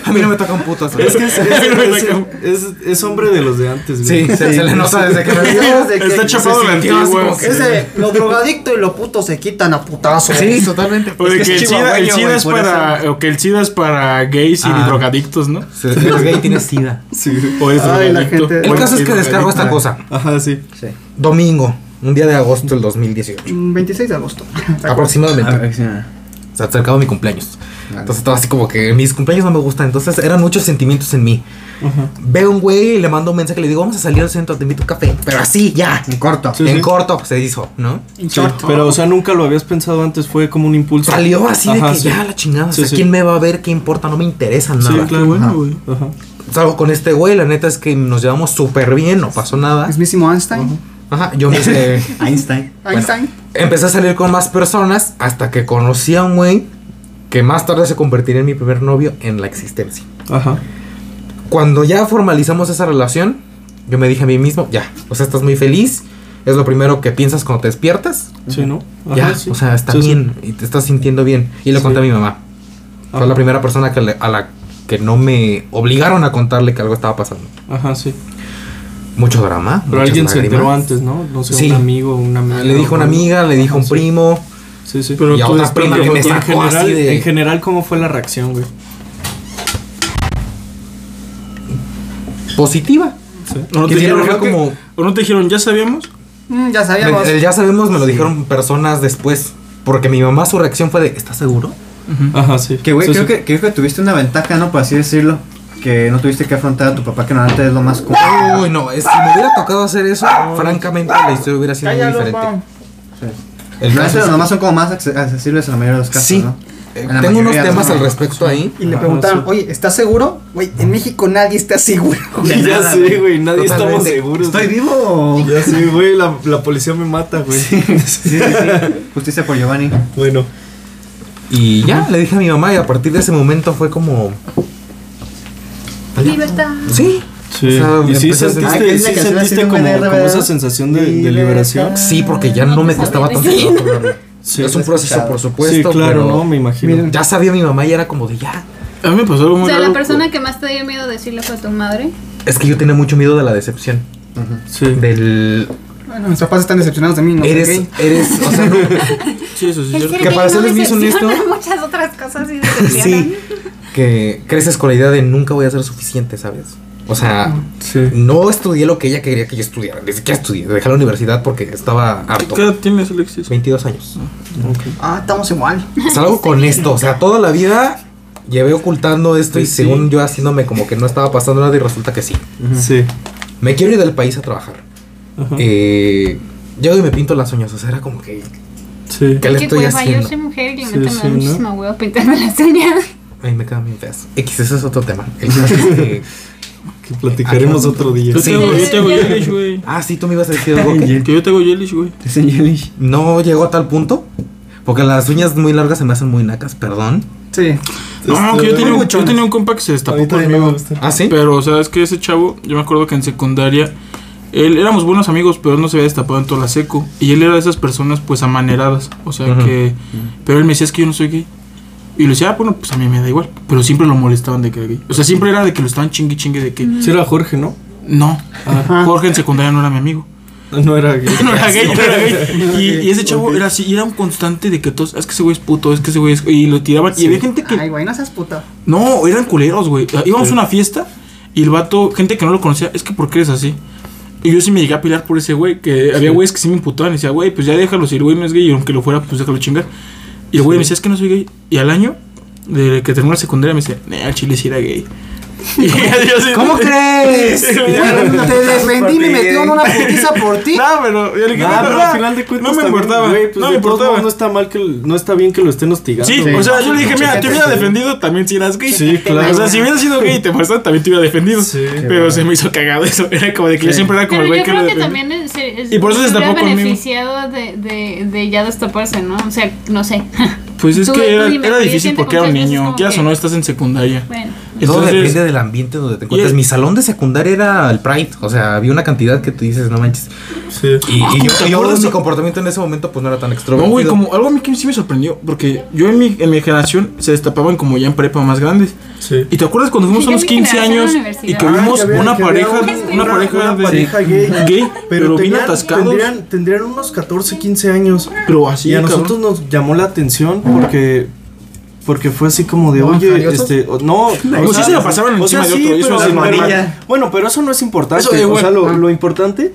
Speaker 6: A mí no me tocan putas.
Speaker 3: Es que es, es, es- es- es hombre de los de antes, güey.
Speaker 6: Sí, se, se le nota desde que me vio.
Speaker 2: Desde que-
Speaker 1: Está chapado la
Speaker 6: sintió así
Speaker 1: antigua.
Speaker 6: como que-
Speaker 2: ese
Speaker 6: Ese-
Speaker 2: lo drogadicto y lo puto se quitan a putazo
Speaker 6: Sí, totalmente.
Speaker 1: O de que, el SIDA, el
Speaker 4: chihuahueño,
Speaker 1: SIDA
Speaker 4: güey,
Speaker 1: es
Speaker 4: por
Speaker 1: para. O que el SIDA es para gays y
Speaker 6: Ah.
Speaker 1: drogadictos, ¿no?
Speaker 6: Se- Eres gay y tienes sida.
Speaker 1: O es
Speaker 2: Ay, la
Speaker 1: drogadicto.
Speaker 2: gente-
Speaker 6: El
Speaker 1: Bueno,
Speaker 6: caso es que
Speaker 1: drogadicto.
Speaker 6: descargo esta cosa.
Speaker 3: Ajá, sí.
Speaker 4: Sí.
Speaker 6: Domingo, un día de agosto del 2018.
Speaker 2: Mm, 26 de agosto
Speaker 4: Ah,
Speaker 6: Aproximadamente.
Speaker 4: sí, ah.
Speaker 6: Se acercaba mi cumpleaños. Entonces estaba así como que mis cumpleaños no me gustan. Entonces eran muchos sentimientos en mí. Veo un güey y le mando un mensaje. Le digo, vamos a salir al centro, te invito a un café. Pero así, ya.
Speaker 4: En corto.
Speaker 6: en corto se hizo, ¿no?
Speaker 3: Sí, Pero, o sea, nunca lo habías pensado antes. Fue como un impulso.
Speaker 6: Salió así de
Speaker 3: Ajá,
Speaker 6: que
Speaker 3: sí.
Speaker 6: ya la chingada.
Speaker 3: Sí,
Speaker 6: o sea,
Speaker 3: sí.
Speaker 6: ¿quién me va a ver? ¿Qué importa? No me interesa
Speaker 1: Sí,
Speaker 6: nada.
Speaker 1: claro, bueno, güey.
Speaker 3: Ajá.
Speaker 6: Salgo con este güey, la neta es que nos llevamos súper bien, no pasó nada.
Speaker 2: mismísimo Einstein
Speaker 6: Ajá, yo me este,
Speaker 4: <laughs> Einstein.
Speaker 2: Einstein
Speaker 6: empecé a salir con más personas hasta que conocí a un güey que más tarde se convertiría en mi primer novio en la existencia.
Speaker 3: Ajá.
Speaker 6: Cuando ya formalizamos esa relación, yo me dije a mí mismo, ya, o sea, estás muy feliz, es lo primero que piensas cuando te despiertas,
Speaker 3: Sí, ¿no? Ajá,
Speaker 6: ya,
Speaker 3: sí.
Speaker 6: o sea, está
Speaker 3: Sí, sí.
Speaker 6: bien y te estás sintiendo bien. Y le
Speaker 3: Sí.
Speaker 6: conté a mi mamá. Fue
Speaker 3: Ajá.
Speaker 6: la primera persona que le- a la que no me obligaron a contarle que algo estaba pasando.
Speaker 3: Ajá, sí.
Speaker 6: mucho drama.
Speaker 3: Pero
Speaker 6: muchas
Speaker 3: alguien se
Speaker 6: lágrimas.
Speaker 3: enteró antes, ¿no? No sé,
Speaker 6: Sí. Ah,
Speaker 3: un amigo, una amiga.
Speaker 6: Le dijo a una amiga, le dijo a un
Speaker 3: Sí.
Speaker 6: primo.
Speaker 3: Sí, sí.
Speaker 1: Pero
Speaker 6: Y a
Speaker 1: tú
Speaker 6: otra
Speaker 1: después
Speaker 6: prima
Speaker 1: de-
Speaker 6: que me
Speaker 1: en
Speaker 6: sacó así
Speaker 1: general,
Speaker 6: de-
Speaker 3: En general, ¿cómo fue la reacción, güey?
Speaker 6: Positiva.
Speaker 1: ¿O no, te
Speaker 6: Que sí,
Speaker 1: dijeron,
Speaker 6: fue
Speaker 1: "Creo que-
Speaker 6: como-
Speaker 1: ¿O no te dijeron, ya sabíamos?
Speaker 6: Ah.
Speaker 7: Mm, ya sabíamos.
Speaker 6: Me- el ya sabemos, me lo dijeron personas después. Porque mi mamá, su reacción fue de: ¿Estás seguro?
Speaker 3: Ajá, sí.
Speaker 4: Que güey,
Speaker 3: Sí,
Speaker 4: creo,
Speaker 3: sí.
Speaker 4: Que, creo que tuviste una ventaja, ¿no? Por así decirlo. Que no tuviste que afrontar a tu papá, que normalmente es lo más común.
Speaker 6: Uy, no, es que me hubiera tocado hacer eso, francamente la historia hubiera sido muy diferente. El
Speaker 4: Normalmente
Speaker 6: caso es-
Speaker 4: los nomás son como más acce- accesibles en la mayoría de los casos,
Speaker 6: sí,
Speaker 4: ¿no?
Speaker 6: eh,
Speaker 4: En la
Speaker 6: tengo unos
Speaker 4: mayoría,
Speaker 6: temas
Speaker 4: ¿no?
Speaker 6: al respecto ahí.
Speaker 2: Y le preguntaron, oye, ¿estás seguro? Güey, en México nadie está seguro.
Speaker 3: <laughs> Ya, sé, güey, nadie
Speaker 6: Totalmente.
Speaker 3: estamos seguros.
Speaker 4: ¿Estoy
Speaker 3: güey.
Speaker 4: vivo?
Speaker 3: Ya sé, güey, la, la policía me mata, güey.
Speaker 4: Sí, sí, sí. <laughs> Justicia por Giovanni.
Speaker 3: Bueno,
Speaker 6: Y ya, le dije a mi mamá y a partir de ese momento fue como...
Speaker 8: Libertad.
Speaker 6: Sí,
Speaker 3: sí.
Speaker 6: O sea,
Speaker 3: y sí
Speaker 6: empecé a sentir-
Speaker 4: Ah, que
Speaker 3: sentiste,
Speaker 4: es la
Speaker 3: sí
Speaker 4: canción así
Speaker 3: sentiste
Speaker 4: de
Speaker 3: como,
Speaker 4: MDR,
Speaker 3: como esa
Speaker 4: ¿verdad?
Speaker 3: sensación de, de liberación.
Speaker 6: sí, porque ya no me costaba tanto trabajo hablarlo.
Speaker 3: Sí,
Speaker 6: es un
Speaker 4: lo he
Speaker 6: proceso,
Speaker 4: escuchado.
Speaker 6: por supuesto,
Speaker 3: Sí, claro,
Speaker 6: pero
Speaker 3: no, me imagino.
Speaker 2: Miren.
Speaker 6: ya sabía mi mamá y era como de ya.
Speaker 1: A mí me pasó algo
Speaker 5: O
Speaker 1: muy
Speaker 5: sea, la
Speaker 1: raro.
Speaker 5: persona que más te dio miedo decirle fue tu madre.
Speaker 6: Es que yo tenía mucho miedo de la decepción,
Speaker 3: sí.
Speaker 6: del...
Speaker 7: Bueno, mis papás están decepcionados de mí, no
Speaker 6: eres,
Speaker 7: sé
Speaker 6: eres, o sea, no,
Speaker 1: Sí, eso sí.
Speaker 5: El
Speaker 1: es cierto.
Speaker 5: ser
Speaker 6: Pues Que para
Speaker 5: gay no
Speaker 6: serles bien
Speaker 5: decepciona
Speaker 6: honesto-
Speaker 5: <laughs> muchas otras cosas y
Speaker 6: sí, que creces con la idea de nunca voy a ser suficiente, ¿sabes? O sea,
Speaker 3: Sí.
Speaker 6: no estudié lo que ella quería que yo estudiara. Ni siquiera estudié. Dejé la universidad porque estaba harto.
Speaker 1: ¿Qué edad tienes, Alexis?
Speaker 6: 22 años.
Speaker 7: Ah, estamos igual.
Speaker 6: Salgo con esto. O sea, toda la vida llevé ocultando esto y
Speaker 3: Sí.
Speaker 6: según yo haciéndome como que no estaba pasando nada y resulta que sí.
Speaker 3: Sí.
Speaker 6: Me quiero ir del país a trabajar.
Speaker 3: Ajá.
Speaker 6: Eh, llego y me pinto las uñas. O sea, era como que...
Speaker 3: Sí.
Speaker 6: ¿Qué le
Speaker 5: Qué
Speaker 6: estoy
Speaker 5: hueva, pues, yo
Speaker 6: haciendo?
Speaker 5: soy mujer y la
Speaker 3: Sí,
Speaker 5: neta me
Speaker 3: sí,
Speaker 5: da
Speaker 3: ¿no?
Speaker 5: muchísima hueva pintarme las uñas.
Speaker 6: Ay, me quedan bien feas. X, ese es otro tema. El caso es que-
Speaker 3: <laughs> Que platicaremos
Speaker 6: Ah,
Speaker 3: otro día.
Speaker 1: Yo
Speaker 6: Sí.
Speaker 1: tengo, yo
Speaker 5: Sí.
Speaker 1: tengo Yelish, güey.
Speaker 6: ah, sí, tú me ibas a decir algo. que-
Speaker 1: Que yo tengo Yelish, güey.
Speaker 6: No llegó a tal punto. Porque las uñas muy largas se me hacen muy nacas, perdón.
Speaker 7: Sí.
Speaker 1: No, que yo
Speaker 3: Este,
Speaker 1: tenía, un, yo tenía un compa que se destapó
Speaker 3: Ahorita
Speaker 1: conmigo.
Speaker 3: me gusta.
Speaker 6: ¿Ah, sí?
Speaker 1: Pero, o sea, es que ese chavo, yo me acuerdo que en secundaria, él, éramos buenos amigos, pero él no se había destapado en toda la seco. Y él era de esas personas, pues, amaneradas. O sea,
Speaker 6: Ujú.
Speaker 1: que... Pero él me decía, es que yo no soy gay. Y le decía, ah, bueno, pues a mí me da igual. Pero siempre lo molestaban de que era gay. O sea, siempre era de que lo estaban chingue chingue de que...
Speaker 3: Sí era Jorge, ¿no?
Speaker 1: No, Jorge en secundaria no era mi amigo.
Speaker 3: Ah, <laughs> No era gay.
Speaker 1: No <laughs> era gay, no era gay. Y, y ese chavo era así, y era un constante de que todos, es que ese güey es puto, es que ese güey es... Y lo tiraban. Y había gente que...
Speaker 7: Ay, güey, no seas puta.
Speaker 1: No, eran culeros, güey. Ah, Íbamos a una fiesta y el vato, gente que no lo conocía, es que ¿por qué eres así? Y yo sí me llegué a pilar por ese güey, que había güeyes que sí me imputaban y decía, güey, pues ya déjalo, si el güey no es gay, y aunque lo fuera, pues déjalo chingar. Y el güey me decía, es que no soy gay. Y al año de que terminó la secundaria me decía, nah, al chile sí era <laughs> gay. Y yo así-
Speaker 6: ¿Cómo
Speaker 1: <laughs>
Speaker 6: crees? <laughs>
Speaker 7: Te defendí, me metió en una putiza por ti.
Speaker 1: No, pero yo le dije,
Speaker 3: Nah,
Speaker 1: "No,
Speaker 3: pero
Speaker 1: no,
Speaker 3: al final de cuentas
Speaker 1: no me
Speaker 3: también,
Speaker 1: importaba,
Speaker 3: güey, pues,
Speaker 1: no
Speaker 3: de
Speaker 1: me
Speaker 3: todos
Speaker 1: importaba.
Speaker 3: modos No está mal que no está bien que lo estén hostigando.
Speaker 1: Sí,
Speaker 3: güey.
Speaker 1: o sea, yo le dije, mira, te hubiera defendido también si eras gay.
Speaker 3: Sí,
Speaker 1: O
Speaker 3: claro.
Speaker 1: sea, si hubiera sido gay y te molestaban, también te hubiera defendido.
Speaker 3: Sí.
Speaker 1: Pero se me hizo cagado eso. Era como de que yo siempre era como
Speaker 5: Pero
Speaker 1: el güey
Speaker 5: yo
Speaker 1: que lo
Speaker 5: creo que
Speaker 1: defendía.
Speaker 5: también es, es-
Speaker 1: Y por eso se
Speaker 5: hubiera
Speaker 1: destapó conmigo.
Speaker 5: beneficiado de, de, de ya destaparse, ¿no? O sea, no sé. <laughs>
Speaker 1: Pues es
Speaker 5: Tú- tú
Speaker 1: que era,
Speaker 5: dime,
Speaker 1: era
Speaker 5: pero yo
Speaker 1: difícil
Speaker 5: siento
Speaker 1: porque
Speaker 5: que
Speaker 1: era un
Speaker 5: muchas veces
Speaker 1: niño.
Speaker 5: como
Speaker 1: Quieras
Speaker 5: que-
Speaker 1: o no, estás en secundaria.
Speaker 5: Bueno.
Speaker 6: Todo
Speaker 1: Entonces,
Speaker 6: depende del ambiente donde te encuentres.
Speaker 1: Y-
Speaker 6: Mi salón de secundaria era el Pride. O sea, había una cantidad que tú dices, no manches.
Speaker 3: Sí.
Speaker 6: Y, y yo,
Speaker 1: puta,
Speaker 6: y yo,
Speaker 1: gordo.
Speaker 6: mi comportamiento en ese momento pues no era tan
Speaker 1: no,
Speaker 6: extrovertido.
Speaker 1: güey, como algo a mí que sí me sorprendió. Porque yo en mi, en mi generación se destapaban como ya en prepa más grandes.
Speaker 3: Sí.
Speaker 1: ¿Y te acuerdas cuando fuimos a
Speaker 5: Sí, yo
Speaker 1: unos
Speaker 5: mi
Speaker 1: 15
Speaker 5: generación
Speaker 1: años
Speaker 5: en la universidad.
Speaker 1: y que
Speaker 5: Ah,
Speaker 1: vimos
Speaker 3: que había-
Speaker 1: una
Speaker 3: que
Speaker 1: pareja,
Speaker 3: había
Speaker 1: una,
Speaker 5: un- una
Speaker 1: pareja de-
Speaker 3: pareja gay.
Speaker 1: gay, pero, bien
Speaker 3: tenían-
Speaker 1: atascados?
Speaker 3: Tendrían, tendrían unos 14, 15 años.
Speaker 1: pero así,
Speaker 3: y a
Speaker 1: cabrón.
Speaker 3: nosotros nos llamó la atención porque porque fue así como de, oye,
Speaker 7: ¿jariosos?
Speaker 3: este, o- no,
Speaker 1: Pues sí se la pasaban encima de otro, eso
Speaker 3: pero-
Speaker 1: es
Speaker 3: pero-
Speaker 1: normal.
Speaker 3: Bueno, pero eso no es importante,
Speaker 1: Eso da
Speaker 3: o
Speaker 1: igual.
Speaker 3: sea, lo,
Speaker 1: Ah.
Speaker 3: lo importante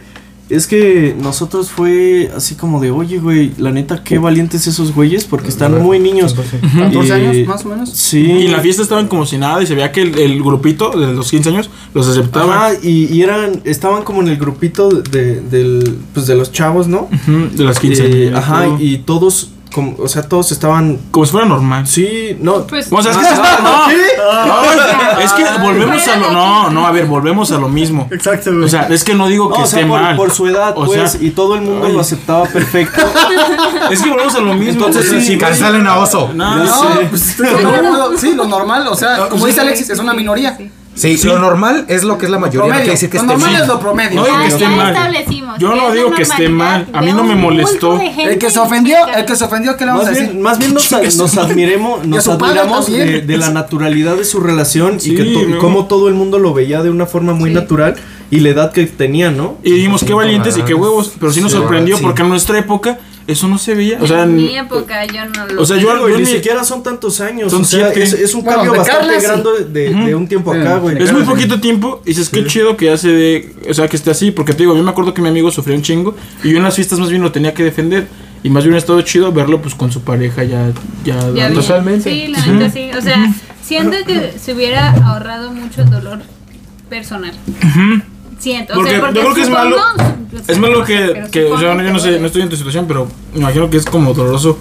Speaker 3: es que nosotros fue así como de, oye, güey, la neta, qué valientes esos güeyes porque están muy niños.
Speaker 7: 14
Speaker 3: Y-
Speaker 7: años, más o menos.
Speaker 3: Sí.
Speaker 1: Y en la fiesta estaban como si nada y se veía que el, el grupito de los 15 años los aceptaba.
Speaker 3: Ajá, y, y eran, estaban como en el grupito de, del, pues de los chavos, ¿no?
Speaker 1: Ujú, de las 15.
Speaker 3: Eh,
Speaker 1: años,
Speaker 3: ajá,
Speaker 1: todo.
Speaker 3: y todos, como, o sea, todos estaban,
Speaker 1: como si fuera normal.
Speaker 3: sí, Ah, no,
Speaker 5: Pues,
Speaker 1: O sea, es que, no, no, es que
Speaker 5: Ah.
Speaker 1: volvemos a lo no, no, a ver, volvemos a lo mismo.
Speaker 7: Exacto,
Speaker 1: O sea, es que no digo
Speaker 3: no,
Speaker 1: que
Speaker 3: o sea,
Speaker 1: esté
Speaker 3: por,
Speaker 1: mal.
Speaker 3: por su edad,
Speaker 1: O
Speaker 3: pues,
Speaker 1: sea,
Speaker 3: y todo el mundo lo aceptaba
Speaker 2: <laughs>
Speaker 3: perfecto.
Speaker 1: es que volvemos a lo mismo.
Speaker 3: Entonces,
Speaker 1: güey.
Speaker 3: sí,
Speaker 1: Si-
Speaker 6: Cancelen a oso.
Speaker 1: no,
Speaker 3: Yo
Speaker 1: no,
Speaker 3: sé.
Speaker 7: sí, lo normal, o sea, como dice Alexis, es una minoría.
Speaker 6: Sí, lo normal es lo que es la mayoría. No
Speaker 7: Promedio.
Speaker 6: quiere decir que
Speaker 7: Lo
Speaker 6: esté
Speaker 7: normal
Speaker 6: mal.
Speaker 7: es lo promedio.
Speaker 1: No digo
Speaker 5: Ah,
Speaker 1: que esté
Speaker 5: ya
Speaker 1: mal. Yo
Speaker 5: establecimos que
Speaker 1: no
Speaker 5: es la
Speaker 1: digo que esté
Speaker 5: normalidad
Speaker 1: mal, a mí
Speaker 5: de
Speaker 1: no me
Speaker 5: un grupo
Speaker 1: molestó.
Speaker 5: de gente
Speaker 7: El que se ofendió, el que se ofendió, ¿qué le vamos a
Speaker 3: Más
Speaker 7: decir?
Speaker 3: bien, más bien nos,
Speaker 2: <laughs>
Speaker 3: nos admiremos,
Speaker 7: Y a
Speaker 3: nos
Speaker 7: su padre
Speaker 3: admiramos
Speaker 7: también.
Speaker 3: de, de la naturalidad de su relación
Speaker 1: Sí,
Speaker 3: y que to-
Speaker 1: no.
Speaker 3: cómo todo el mundo lo veía de una forma muy
Speaker 5: Sí.
Speaker 3: natural y la edad que tenía, ¿no?
Speaker 1: Y dijimos qué valientes y qué huevos. Pero sí nos
Speaker 6: Sí,
Speaker 1: sorprendió
Speaker 6: sí.
Speaker 1: porque en nuestra época eso no se veía. O sea,
Speaker 5: en mi
Speaker 1: n-
Speaker 5: época yo no lo
Speaker 1: o sea, yo,
Speaker 3: Digo,
Speaker 1: yo
Speaker 3: y ni
Speaker 1: ni-
Speaker 3: siquiera son tantos años.
Speaker 1: Son
Speaker 3: o sea,
Speaker 1: siete.
Speaker 3: es, es un
Speaker 2: Bueno,
Speaker 3: cambio
Speaker 2: de
Speaker 3: bastante
Speaker 2: Carla, sí.
Speaker 3: grande de, de un tiempo acá,
Speaker 2: Bueno,
Speaker 3: güey.
Speaker 1: Es muy
Speaker 2: Claro.
Speaker 1: poquito tiempo y dices, qué chido que hace de... O sea, que esté así, porque te digo, a mí me acuerdo que mi amigo sufrió un chingo y yo en las fiestas más bien lo tenía que defender. Y más bien ha estado chido verlo pues con su pareja ya... ya,
Speaker 5: Ya
Speaker 1: dando-
Speaker 5: vi. Sí, la neta sí. O sea, siento que se hubiera ahorrado mucho dolor personal. Siento. O
Speaker 1: Porque
Speaker 5: sea,
Speaker 1: yo
Speaker 5: porque
Speaker 1: creo que es malo-
Speaker 5: supongo-
Speaker 1: Es malo
Speaker 5: pero
Speaker 1: que... que o sea,
Speaker 5: supongo
Speaker 1: yo no sé,
Speaker 5: duele.
Speaker 1: no estoy en tu situación, pero me imagino que es como doloroso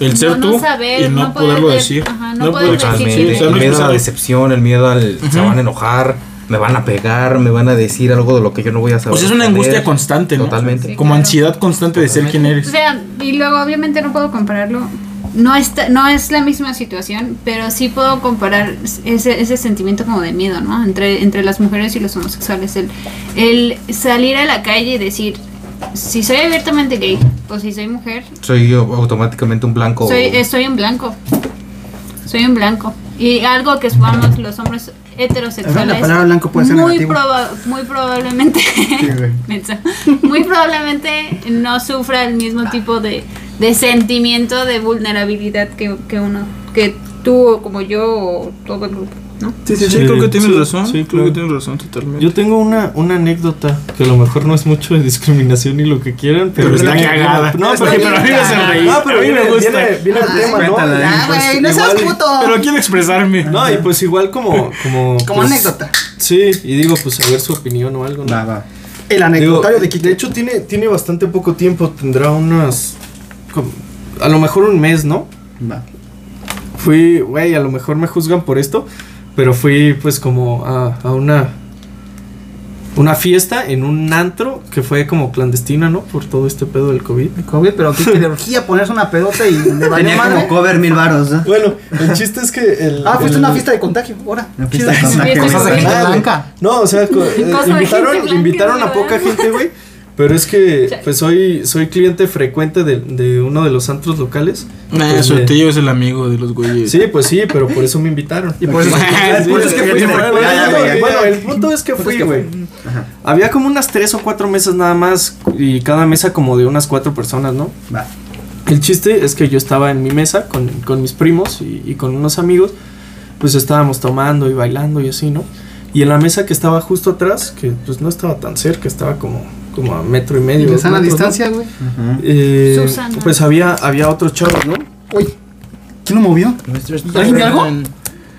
Speaker 1: el ser
Speaker 5: No, no
Speaker 1: tú
Speaker 5: saber,
Speaker 1: y no,
Speaker 5: no poder
Speaker 1: poderlo
Speaker 5: ver-
Speaker 1: decir.
Speaker 5: ajá, no poder
Speaker 1: sí,
Speaker 5: decir,
Speaker 6: Totalmente.
Speaker 1: o sea, no
Speaker 6: el miedo a la
Speaker 1: expresarlo.
Speaker 6: decepción, el miedo al. Se van a enojar, me van a pegar, me van a decir algo de lo que yo no voy a saber.
Speaker 1: O sea, es una
Speaker 6: saber.
Speaker 1: angustia constante, ¿no?
Speaker 6: Totalmente.
Speaker 5: Sí,
Speaker 1: Como
Speaker 5: claro.
Speaker 1: ansiedad constante de ser quien
Speaker 5: O
Speaker 1: eres.
Speaker 5: sea, y luego obviamente no puedo compararlo. No, está, no es la misma situación, pero sí puedo comparar ese, ese sentimiento como de miedo, ¿no? Entre, entre las mujeres y los homosexuales. El, el salir a la calle y decir, si soy abiertamente gay o si soy mujer,
Speaker 6: Soy yo automáticamente un blanco.
Speaker 5: soy, estoy en blanco. Soy en blanco. Y algo que supongamos los hombres heterosexuales.
Speaker 2: La palabra blanco puede ser
Speaker 5: muy,
Speaker 2: negativo.
Speaker 5: proba- muy probablemente.
Speaker 4: güey.
Speaker 5: Mensa. muy probablemente no sufra el mismo tipo de, de sentimiento de vulnerabilidad que, que uno. que tú o como yo o todo el grupo, ¿no?
Speaker 1: Sí, sí,
Speaker 3: Sí,
Speaker 1: creo que tienes
Speaker 3: sí,
Speaker 1: razón.
Speaker 3: sí,
Speaker 1: creo
Speaker 3: claro.
Speaker 1: que tienes razón totalmente.
Speaker 3: Yo tengo una, una anécdota que a lo mejor no es mucho de discriminación y lo que quieran, pero,
Speaker 1: Pero está
Speaker 3: que-
Speaker 1: cagada.
Speaker 3: No, pero,
Speaker 1: Pero a mí me hace reír.
Speaker 3: No, pero
Speaker 1: A mí me
Speaker 3: viene-
Speaker 1: gusta.
Speaker 3: Viene, viene el tema, ¿no?
Speaker 4: cuéntala,
Speaker 3: Y
Speaker 4: ¿eh?
Speaker 2: Ah,
Speaker 3: pues
Speaker 2: güey, no seas
Speaker 3: igual-
Speaker 2: puto.
Speaker 1: Pero quiero expresarme.
Speaker 3: No, y pues igual como. Como,
Speaker 2: <laughs> Como
Speaker 3: pues,
Speaker 2: anécdota.
Speaker 3: Sí, y digo, pues a ver su opinión o algo, ¿no?
Speaker 4: Va, va.
Speaker 2: El
Speaker 3: Digo,
Speaker 2: anecdotario
Speaker 3: de,
Speaker 2: de Kike.
Speaker 3: hecho, tiene, tiene bastante poco tiempo. Tendrá unas. como- A lo mejor un mes, ¿no?
Speaker 4: Va.
Speaker 3: Fui, güey, a lo mejor me juzgan por esto. Pero fui, pues, como a, a una. Una fiesta en un antro que fue como clandestina, ¿no? Por todo este pedo del COVID.
Speaker 2: COVID, pero Kike de orgía ponerse una pedota y le valió
Speaker 4: Tenía
Speaker 2: madre.
Speaker 4: como cover mil varos, ¿no?
Speaker 3: Bueno, el chiste es que. El,
Speaker 2: Ah, fuiste a
Speaker 3: el-
Speaker 2: una fiesta de contagio, ahora.
Speaker 4: Una fiesta
Speaker 5: Sí,
Speaker 4: con
Speaker 5: sí,
Speaker 4: una que
Speaker 5: sí,
Speaker 4: me-
Speaker 6: Cosas de gente
Speaker 3: Ah, güey.
Speaker 6: blanca.
Speaker 3: No, o sea,
Speaker 5: <laughs>
Speaker 3: co- eh,
Speaker 5: Cosas de gente
Speaker 3: invitaron,
Speaker 5: blanca,
Speaker 3: invitaron a
Speaker 5: ¿verdad?
Speaker 3: poca gente, güey. Pero es que pues soy, soy cliente frecuente de, de uno de los antros locales.
Speaker 1: Nah,
Speaker 3: Pues, me-
Speaker 1: Sotillo es el amigo de los güeyes.
Speaker 3: Sí, pues sí, pero por eso me invitaron.
Speaker 2: Y por eso.
Speaker 1: Ah, el
Speaker 3: Sí,
Speaker 1: punto es
Speaker 3: sí,
Speaker 1: que
Speaker 3: sí,
Speaker 1: fuiste,
Speaker 3: sí,
Speaker 1: güey. Ya,
Speaker 3: sí, sí,
Speaker 1: ya,
Speaker 3: güey.
Speaker 1: ya, ya.
Speaker 3: Bueno, el punto es que fui, güey. Había como unas tres o cuatro mesas nada más y cada mesa como de unas cuatro personas, ¿no?
Speaker 4: Va.
Speaker 3: El chiste es que yo estaba en mi mesa con, con mis primos y, y con unos amigos, pues estábamos tomando y bailando y así, ¿no? Y en la mesa que estaba justo atrás, que pues no estaba tan cerca, estaba como, como a metro y medio.
Speaker 2: Y
Speaker 3: dos
Speaker 2: de sana
Speaker 3: metros, ¿no?
Speaker 2: distancia, güey.
Speaker 4: Ujú.
Speaker 3: Eh,
Speaker 5: Susana.
Speaker 3: pues había, había otros chavos, ¿no?
Speaker 2: Uy, ¿quién lo movió? ¿Alguien vio algo?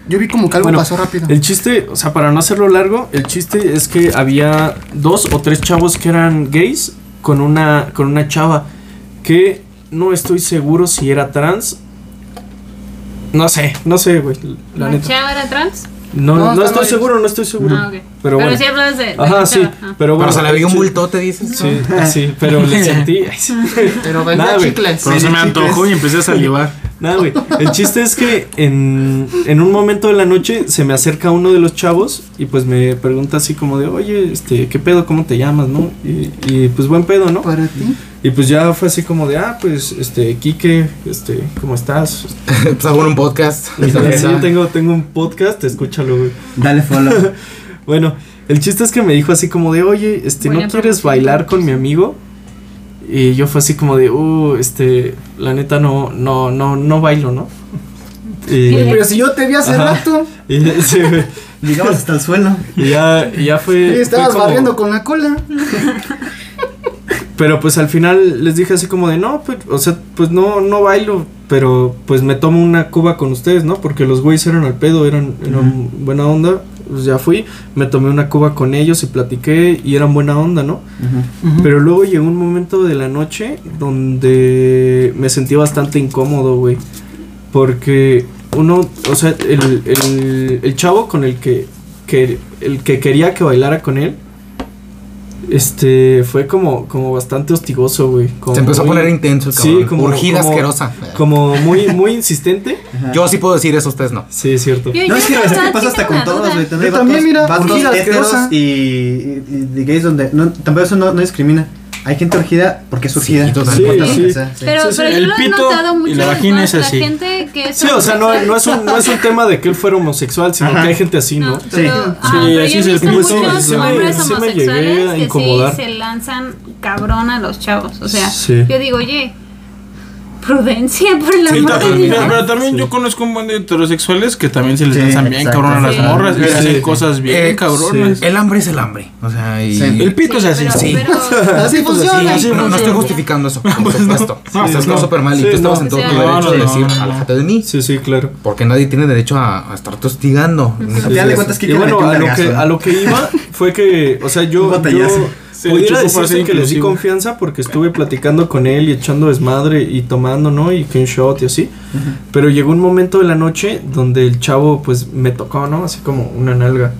Speaker 2: Yo vi como que algo
Speaker 3: Bueno, eh,
Speaker 2: pasó rápido.
Speaker 3: El chiste, o sea, para no hacerlo largo, el chiste es que había dos o tres chavos que eran gays con una, con una chava que no estoy seguro si era trans. No sé, no sé, güey, la
Speaker 5: ¿La
Speaker 3: neta.
Speaker 5: chava era trans?
Speaker 3: No,
Speaker 2: No,
Speaker 3: no,
Speaker 2: está
Speaker 3: estoy
Speaker 2: mal.
Speaker 3: seguro, no estoy seguro.
Speaker 5: Ah, ok.
Speaker 3: Pero bueno.
Speaker 5: sí hablas de. de la
Speaker 3: Ajá, sí,
Speaker 5: chava. Ah.
Speaker 3: pero bueno.
Speaker 6: Pero se le veía un
Speaker 3: sí,
Speaker 6: bultote, dices. <laughs>
Speaker 3: Sí, sí,
Speaker 2: <laughs>
Speaker 3: pero le sentí.
Speaker 2: Pero
Speaker 3: vendía
Speaker 2: vendía
Speaker 3: güey.
Speaker 2: chicles.
Speaker 1: Pero se me antojó y empecé a salivar.
Speaker 3: Nada, güey. El chiste es que en, en un momento de la noche se me acerca uno de los chavos y pues me pregunta así como de, oye, este, ¿qué pedo? ¿Cómo te llamas? ¿No? Y, y, pues buen pedo, ¿no?
Speaker 2: Para ti.
Speaker 3: Y pues ya fue así como de, ah, pues, este, Quique, este, ¿cómo estás?
Speaker 6: Pues hago un podcast.
Speaker 3: Y
Speaker 6: <laughs>
Speaker 3: yo, "Sí, tengo, tengo un podcast, escúchalo, güey.
Speaker 4: Dale follow.
Speaker 3: Bueno, el chiste es que me dijo así como de, oye, este, ¿no
Speaker 5: Buena
Speaker 3: quieres
Speaker 5: promoción.
Speaker 3: bailar con mi amigo? Y yo fue así como de, uh, este, la neta no, no, no, no bailo, ¿no? Y-
Speaker 2: Pero si yo te vi hace
Speaker 3: Ajá.
Speaker 2: rato,
Speaker 3: Y, sí, güey.
Speaker 4: Llegamos hasta el suelo.
Speaker 3: Y ya, y ya fue.
Speaker 2: y estabas
Speaker 3: fue como-
Speaker 2: barriendo con la cola.
Speaker 3: Pero pues al final les dije así como de no, pues, o sea, pues no, no bailo, pero pues me tomo una cuba con ustedes, ¿no? Porque los güeyes eran al pedo, eran, eran buena onda. Pues ya fui, me tomé una cuba con ellos y platiqué y eran buena onda, ¿no? Pero luego llegó un momento de la noche donde me sentí bastante incómodo, güey. Porque uno, o sea, el, el, el chavo con el que, que, el que quería que bailara con él, este, fue como, como bastante hostigoso, güey. como
Speaker 6: Se empezó a
Speaker 3: muy-
Speaker 6: poner intenso el
Speaker 3: Sí,
Speaker 6: cabrón.
Speaker 3: como-
Speaker 6: Urgida
Speaker 3: como-
Speaker 6: asquerosa.
Speaker 3: Como muy, muy insistente.
Speaker 6: Yo sí puedo decir eso, ustedes no.
Speaker 3: Sí, es cierto.
Speaker 5: Yo-
Speaker 4: No, es que
Speaker 5: yo
Speaker 4: así
Speaker 5: estaba-
Speaker 4: te pasa
Speaker 5: sí
Speaker 4: hasta
Speaker 5: tengo
Speaker 4: con
Speaker 5: una
Speaker 4: todos,
Speaker 5: duda.
Speaker 4: güey. También
Speaker 2: Yo
Speaker 4: vatos-
Speaker 2: también, mira,
Speaker 4: vatos
Speaker 2: orgías,
Speaker 4: héteros
Speaker 2: asquerosa.
Speaker 4: y, y, y de gays donde. No, tampoco eso no, no discrimina. Hay gente orgida porque es urgida.
Speaker 6: Sí,
Speaker 4: No
Speaker 6: total.
Speaker 4: importa
Speaker 3: Sí,
Speaker 4: lo
Speaker 3: sí.
Speaker 4: que sea, sí.
Speaker 5: Pero,
Speaker 3: Sí, sí,
Speaker 5: pero yo
Speaker 1: el
Speaker 5: lo he
Speaker 1: pito
Speaker 5: notado
Speaker 1: y
Speaker 5: mucho
Speaker 1: la
Speaker 5: de
Speaker 1: vagina
Speaker 5: cuando
Speaker 1: es así.
Speaker 5: gente que es
Speaker 3: Sí, o sea, no,
Speaker 5: homosexual.
Speaker 3: no es un, no es un tema de que él fuera homosexual, sino
Speaker 7: Ajá.
Speaker 3: que hay gente así, ¿no?
Speaker 5: Pero,
Speaker 4: Sí.
Speaker 5: ah,
Speaker 1: Sí,
Speaker 5: pero
Speaker 1: así
Speaker 5: yo he
Speaker 1: es el
Speaker 5: visto
Speaker 1: punto.
Speaker 5: muchos
Speaker 1: Sí me-
Speaker 5: hombres
Speaker 3: sí me llegué
Speaker 5: homosexuales
Speaker 3: a
Speaker 5: que sí
Speaker 3: incomodar.
Speaker 5: se lanzan cabrón a los chavos. O sea,
Speaker 3: Sí.
Speaker 5: yo digo, oye, prudencia por la
Speaker 1: Sí,
Speaker 5: amor de <laughs>
Speaker 1: también,
Speaker 5: Dios.
Speaker 1: pero, pero también yo conozco un buen de heterosexuales que también se les
Speaker 4: Sí,
Speaker 1: lanzan bien
Speaker 4: exacto.
Speaker 1: cabrón a las
Speaker 5: Sí.
Speaker 1: morras y
Speaker 3: Sí.
Speaker 1: hacen cosas bien
Speaker 6: Eh,
Speaker 1: cabronas.
Speaker 6: El hambre es el hambre. O sea, y.
Speaker 4: Sí.
Speaker 1: El
Speaker 5: Sí,
Speaker 1: pito es así.
Speaker 5: pero-
Speaker 6: sí.
Speaker 5: pero-
Speaker 4: Así funciona.
Speaker 6: Sí, no, no estoy justificando eso, por supuesto. No, estás
Speaker 3: no.
Speaker 6: no súper mal y
Speaker 3: Sí,
Speaker 6: tú estabas
Speaker 3: no.
Speaker 6: en todo tu
Speaker 5: Sí,
Speaker 6: derecho
Speaker 1: no,
Speaker 6: de
Speaker 1: no,
Speaker 6: decir,
Speaker 1: no.
Speaker 6: aléjate de mí.
Speaker 3: Sí, sí, claro.
Speaker 6: Porque nadie tiene derecho a, a estarte hostigando.
Speaker 4: A final de cuentas,
Speaker 3: Y
Speaker 4: Kike
Speaker 3: bueno, a
Speaker 4: le
Speaker 3: lo, que, a lo que iba fue que, o sea,
Speaker 4: Un
Speaker 3: yo, yo
Speaker 4: batallazo.
Speaker 1: Se le
Speaker 3: pudiera
Speaker 1: chocó para
Speaker 3: decirte
Speaker 1: ser
Speaker 3: que le di
Speaker 1: inclusivo.
Speaker 3: confianza porque estuve platicando con él y echando desmadre y tomando, ¿no? Y que un shot y así. Pero llegó un momento de la noche donde el chavo, pues, me tocó, ¿no? Así como una nalga.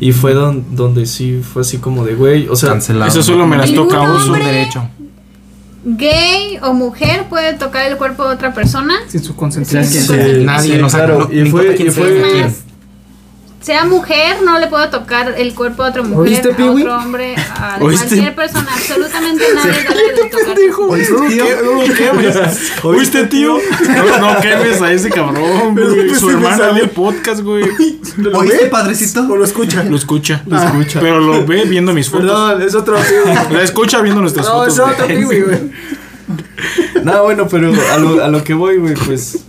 Speaker 3: Y fue don- donde sí fue así como de, güey, o sea...
Speaker 6: Cancelado.
Speaker 1: Eso solo me las
Speaker 5: Ningún
Speaker 1: toca a
Speaker 6: Es un
Speaker 1: uso.
Speaker 5: hombre.
Speaker 6: derecho.
Speaker 5: <laughs> Gay o mujer puede tocar el cuerpo de otra persona.
Speaker 2: Sin su consentimiento.
Speaker 4: Sí, sí.
Speaker 6: Nadie nos
Speaker 3: claro.
Speaker 6: no- no
Speaker 3: y fue,
Speaker 6: importa quién
Speaker 3: y
Speaker 6: sea.
Speaker 3: fue-
Speaker 5: Es más, sea mujer, no le puedo tocar el cuerpo a otra mujer,
Speaker 3: ¿Oíste,
Speaker 5: a
Speaker 3: Piwi?
Speaker 5: otro hombre, a
Speaker 1: ¿Oíste?
Speaker 5: cualquier persona,
Speaker 1: <laughs>
Speaker 5: absolutamente nadie debe de
Speaker 3: <laughs>
Speaker 5: tocar.
Speaker 1: ¿Oíste, tío? No, <laughs> no quemes a ese cabrón, güey. Su hermana ve el podcast, güey.
Speaker 4: ¿Oíste, padrecito?
Speaker 2: O lo escucha.
Speaker 1: Lo escucha. Lo escucha. Pero lo ve viendo mis fotos.
Speaker 3: Perdón, es otro piwi.
Speaker 1: La escucha viendo nuestras
Speaker 3: No,
Speaker 1: fotos.
Speaker 3: es otro
Speaker 1: güey.
Speaker 3: piwi, güey. <laughs> No, bueno, pero a lo, a lo que voy, güey, pues...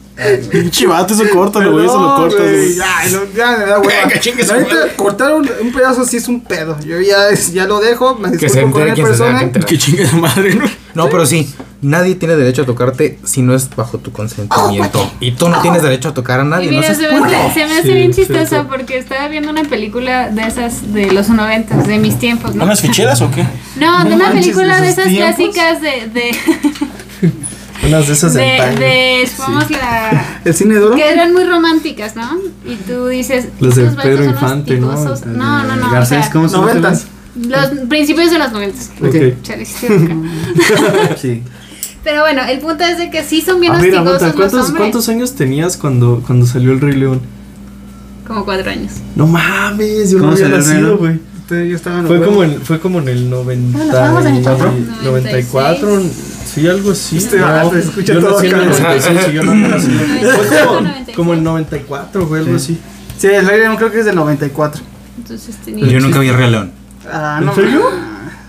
Speaker 1: Pinche vato, eso córtalo, güey. Eso lo
Speaker 2: Perdón,
Speaker 1: cortas,
Speaker 2: güey.
Speaker 1: güey.
Speaker 2: Ay, no, ya me da
Speaker 4: <laughs>
Speaker 2: hueva.
Speaker 1: Que chingue su
Speaker 2: La neta,
Speaker 1: madre.
Speaker 2: cortar un, un pedazo así es un pedo. Yo ya, es- ya lo dejo, me
Speaker 6: Que se
Speaker 2: disculpo con
Speaker 6: entere
Speaker 2: la
Speaker 6: quien se tenga
Speaker 2: persona.
Speaker 6: que enterar.
Speaker 1: Que chingue su madre, ¿no?
Speaker 6: No, pero sí, nadie tiene derecho a tocarte si no es bajo tu consentimiento. Y tú no tienes derecho a tocar a
Speaker 5: Y
Speaker 6: nadie, no
Speaker 5: mira,
Speaker 6: seas
Speaker 5: se me hace, se me hace
Speaker 3: Sí,
Speaker 5: bien
Speaker 3: sí,
Speaker 5: chistosa
Speaker 3: claro.
Speaker 5: porque estaba viendo una película de esas de los noventas, de mis tiempos, ¿no?
Speaker 1: ¿Unas ficheras o qué?
Speaker 5: No, de una
Speaker 2: manches,
Speaker 5: película
Speaker 2: ¿de
Speaker 5: de
Speaker 2: esos
Speaker 5: esas
Speaker 2: tiempos?
Speaker 5: clásicas de... de
Speaker 3: Unas de esas de
Speaker 5: de,
Speaker 3: antaño.
Speaker 5: de
Speaker 4: <laughs>
Speaker 5: supongamos la...
Speaker 2: El cine de oro.
Speaker 5: Que eran muy románticas, ¿no? Y tú dices...
Speaker 3: Los de
Speaker 5: "Estos vatos
Speaker 3: Pedro
Speaker 5: son unos
Speaker 3: Infante, ¿no?
Speaker 5: tiposos".
Speaker 3: El-
Speaker 5: No, no, no. o
Speaker 4: Garcés,
Speaker 5: sea,
Speaker 4: ¿cómo se llama? ese
Speaker 2: Noventas.
Speaker 5: Los principios de los noventas.
Speaker 3: Ok.
Speaker 5: Chale, sí, acá.
Speaker 4: güey? Sí.
Speaker 5: Pero bueno, el punto es de que sí son bien
Speaker 3: A ver,
Speaker 5: hostigosos
Speaker 3: aguanta,
Speaker 5: los
Speaker 3: ¿cuántos,
Speaker 5: hombres.
Speaker 3: ¿cuántos años tenías cuando, cuando salió el Rey León?
Speaker 5: Como cuatro años.
Speaker 3: No mames, yo no
Speaker 4: ¿Cómo
Speaker 3: había
Speaker 4: salió el Rey
Speaker 3: nacido,
Speaker 4: León?
Speaker 3: güey.
Speaker 2: Te- Yo estaba en los
Speaker 3: Fue
Speaker 2: huevos.
Speaker 3: como, en, fue como en el 94, 94, sí, algo así.
Speaker 2: Este
Speaker 3: No,
Speaker 2: vato escucha
Speaker 3: yo
Speaker 2: todo
Speaker 3: nací en el
Speaker 2: acá.
Speaker 3: 96, sí, yo no había nacido. Fue como,
Speaker 5: 95.
Speaker 3: como el 94, güey, algo así.
Speaker 2: Sí, el Rey León creo que es del 94.
Speaker 5: Entonces tenía...
Speaker 6: Yo nunca vi Real León.
Speaker 2: Ah,
Speaker 3: ¿En
Speaker 2: no.
Speaker 3: serio?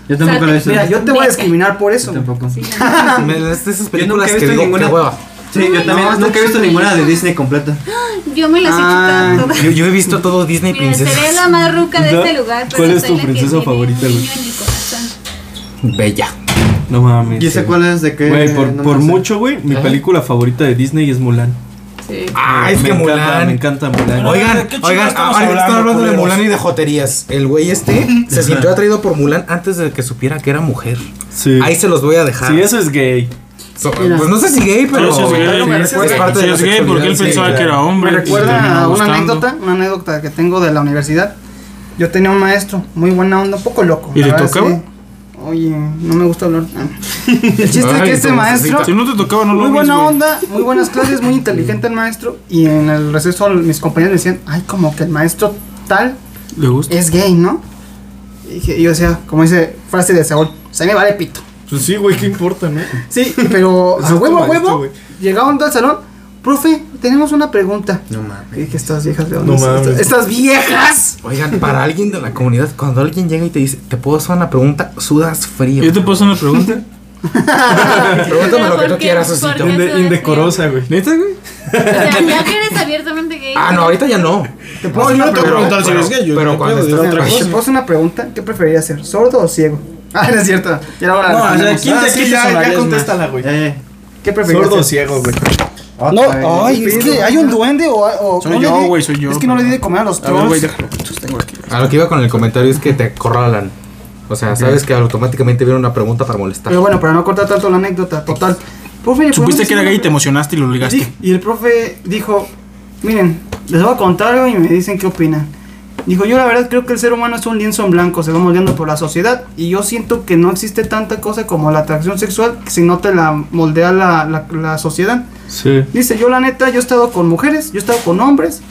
Speaker 4: Yo tampoco lo he visto.
Speaker 2: Mira, yo te voy a discriminar por eso.
Speaker 4: tampoco.
Speaker 5: Sí, no, no.
Speaker 6: Me- Es de esas
Speaker 4: Yo nunca
Speaker 6: películas
Speaker 4: he
Speaker 6: que
Speaker 4: visto
Speaker 6: digo, qué
Speaker 4: ninguna.
Speaker 6: hueva.
Speaker 4: Sí, yo también
Speaker 2: No,
Speaker 4: nunca he visto ninguna de Disney completa.
Speaker 5: Yo me las he
Speaker 2: Ah,
Speaker 5: chutado todas.
Speaker 6: Yo, yo he visto todo Disney
Speaker 5: Mira, seré la
Speaker 6: princesas.
Speaker 5: más ruca de
Speaker 3: ¿Ya?
Speaker 5: este lugar. pero
Speaker 3: ¿Cuál es
Speaker 5: soy
Speaker 3: tu
Speaker 5: la que
Speaker 3: princesa
Speaker 5: tiene un
Speaker 3: favorita, güey?
Speaker 5: niño en mi corazón.
Speaker 6: Bella.
Speaker 3: No mames.
Speaker 4: ¿Y esa cuál es de qué?
Speaker 3: Güey, por,
Speaker 4: No
Speaker 3: por
Speaker 4: me sé.
Speaker 3: mucho, güey, mi película favorita de Disney es Mulan.
Speaker 5: Sí.
Speaker 6: Ah, es
Speaker 3: me
Speaker 6: que
Speaker 3: encanta, Me
Speaker 6: Mulan.
Speaker 3: encanta Mulan.
Speaker 6: Oigan,
Speaker 1: ¿Qué chingados
Speaker 6: oigan,
Speaker 1: estamos
Speaker 6: ahorita están
Speaker 1: hablando,
Speaker 6: hablando de
Speaker 1: culeros?
Speaker 6: Mulan y de joterías. El güey este se sintió atraído por Mulan antes de que supiera que era mujer.
Speaker 3: sí.
Speaker 6: Ahí se los voy a dejar.
Speaker 3: Sí, eso es gay.
Speaker 6: So- pues no sé si gay,
Speaker 1: <laughs> Pero
Speaker 6: pero.
Speaker 1: si es gay,
Speaker 6: Sí,
Speaker 1: sí,
Speaker 6: es parte de
Speaker 1: es gay porque él pensaba que era hombre.
Speaker 2: Me
Speaker 1: y terminó
Speaker 2: recuerda a una
Speaker 1: gustando.
Speaker 2: anécdota, una anécdota que tengo de la universidad. Yo tenía un maestro, muy buena onda, un poco loco.
Speaker 1: ¿Y
Speaker 2: la
Speaker 1: le
Speaker 2: verdad,
Speaker 1: tocaba?
Speaker 2: sí. Oye, no me gusta hablar. Ah. El chiste es
Speaker 6: Ay,
Speaker 2: que este
Speaker 6: pobrecita.
Speaker 2: maestro,
Speaker 1: Si no te tocaba, no lo
Speaker 2: muy
Speaker 1: ves,
Speaker 2: buena
Speaker 1: güey.
Speaker 2: onda, muy buenas clases, muy inteligente el maestro. Y en el receso mis compañeros me decían, ay, como que el maestro tal
Speaker 1: Le gusta.
Speaker 2: es gay, ¿no? Y dije- y yo decía, como dice frase de Saúl, se me vale pito.
Speaker 3: Pues sí, güey, ¿qué importa, no?
Speaker 1: <laughs>
Speaker 2: Sí, pero a
Speaker 3: Exacto,
Speaker 2: huevo, a
Speaker 3: maestro,
Speaker 2: huevo.
Speaker 3: güey.
Speaker 2: Llegaron al salón. Profe, tenemos una pregunta.
Speaker 4: No mames.
Speaker 2: Y dije, estas viejas, ¿de
Speaker 3: No
Speaker 2: dónde son?
Speaker 3: mames.
Speaker 2: Estas- Estas viejas.
Speaker 6: Oigan, para alguien de la comunidad, cuando alguien llega y te dice, ¿te puedo hacer una pregunta? Sudas frío.
Speaker 1: Yo te puedo hacer una pregunta.
Speaker 6: Pregúntame lo que
Speaker 5: ¿Por
Speaker 6: tú
Speaker 5: qué?
Speaker 6: quieras,
Speaker 5: ¿Por
Speaker 6: Osito.
Speaker 2: este,
Speaker 5: qué?
Speaker 3: Inde- indecorosa, güey.
Speaker 1: ¿Neta, güey?
Speaker 5: O sea, ya que eres abiertamente gay.
Speaker 6: Ah, no, ahorita ya no.
Speaker 2: Te puedo hacer una
Speaker 1: te voy a
Speaker 2: pregunta.
Speaker 1: preguntar si eres gay, yo
Speaker 6: Pero
Speaker 1: no
Speaker 6: cuando
Speaker 1: puedo,
Speaker 6: estás
Speaker 1: era otra
Speaker 2: Te
Speaker 1: cosa.
Speaker 2: puedo hacer una pregunta. ¿Qué preferirías ser? ¿Sordo o ciego? <laughs> Ah, no es cierto. Ya ahora
Speaker 3: No,
Speaker 2: la
Speaker 3: o sea,
Speaker 2: respondemos.
Speaker 3: ¿quién te
Speaker 2: Ah, sí,
Speaker 3: quita
Speaker 2: ya-
Speaker 3: sonarisma?
Speaker 2: ya contéstala, güey.
Speaker 4: Eh,
Speaker 2: ¿Qué preferirías
Speaker 3: Sordo o
Speaker 2: ser?
Speaker 3: ciego, güey.
Speaker 4: otra
Speaker 2: No,
Speaker 4: vez.
Speaker 2: ay, es que hay un duende o. o
Speaker 1: Soy
Speaker 2: no le
Speaker 1: yo,
Speaker 2: di-
Speaker 1: güey, soy yo,
Speaker 2: Es que no le di de comer a los
Speaker 1: A ver, güey,
Speaker 2: trolls.
Speaker 1: déjalo. Los tengo aquí.
Speaker 6: A lo que iba con el comentario es que te corralan. O sea, sabes que automáticamente viene una pregunta para molestar.
Speaker 2: Pero bueno, para no cortar tanto la anécdota, total. Profe,
Speaker 1: Supiste
Speaker 2: ¿podemos
Speaker 1: que era
Speaker 2: hacer
Speaker 1: gay y
Speaker 2: una
Speaker 1: te emocionaste y lo
Speaker 2: Sí,
Speaker 1: ligaste.
Speaker 2: y el profe dijo, miren, les voy a contar algo y me dicen qué opinan. Dijo, yo la verdad creo que el ser humano es un lienzo en blanco, se va moldeando por la sociedad y yo siento que no existe tanta cosa como la atracción sexual si no te la moldea la, la- la sociedad.
Speaker 3: Sí.
Speaker 2: Dice, yo la neta, yo he estado con mujeres, yo he estado con hombres,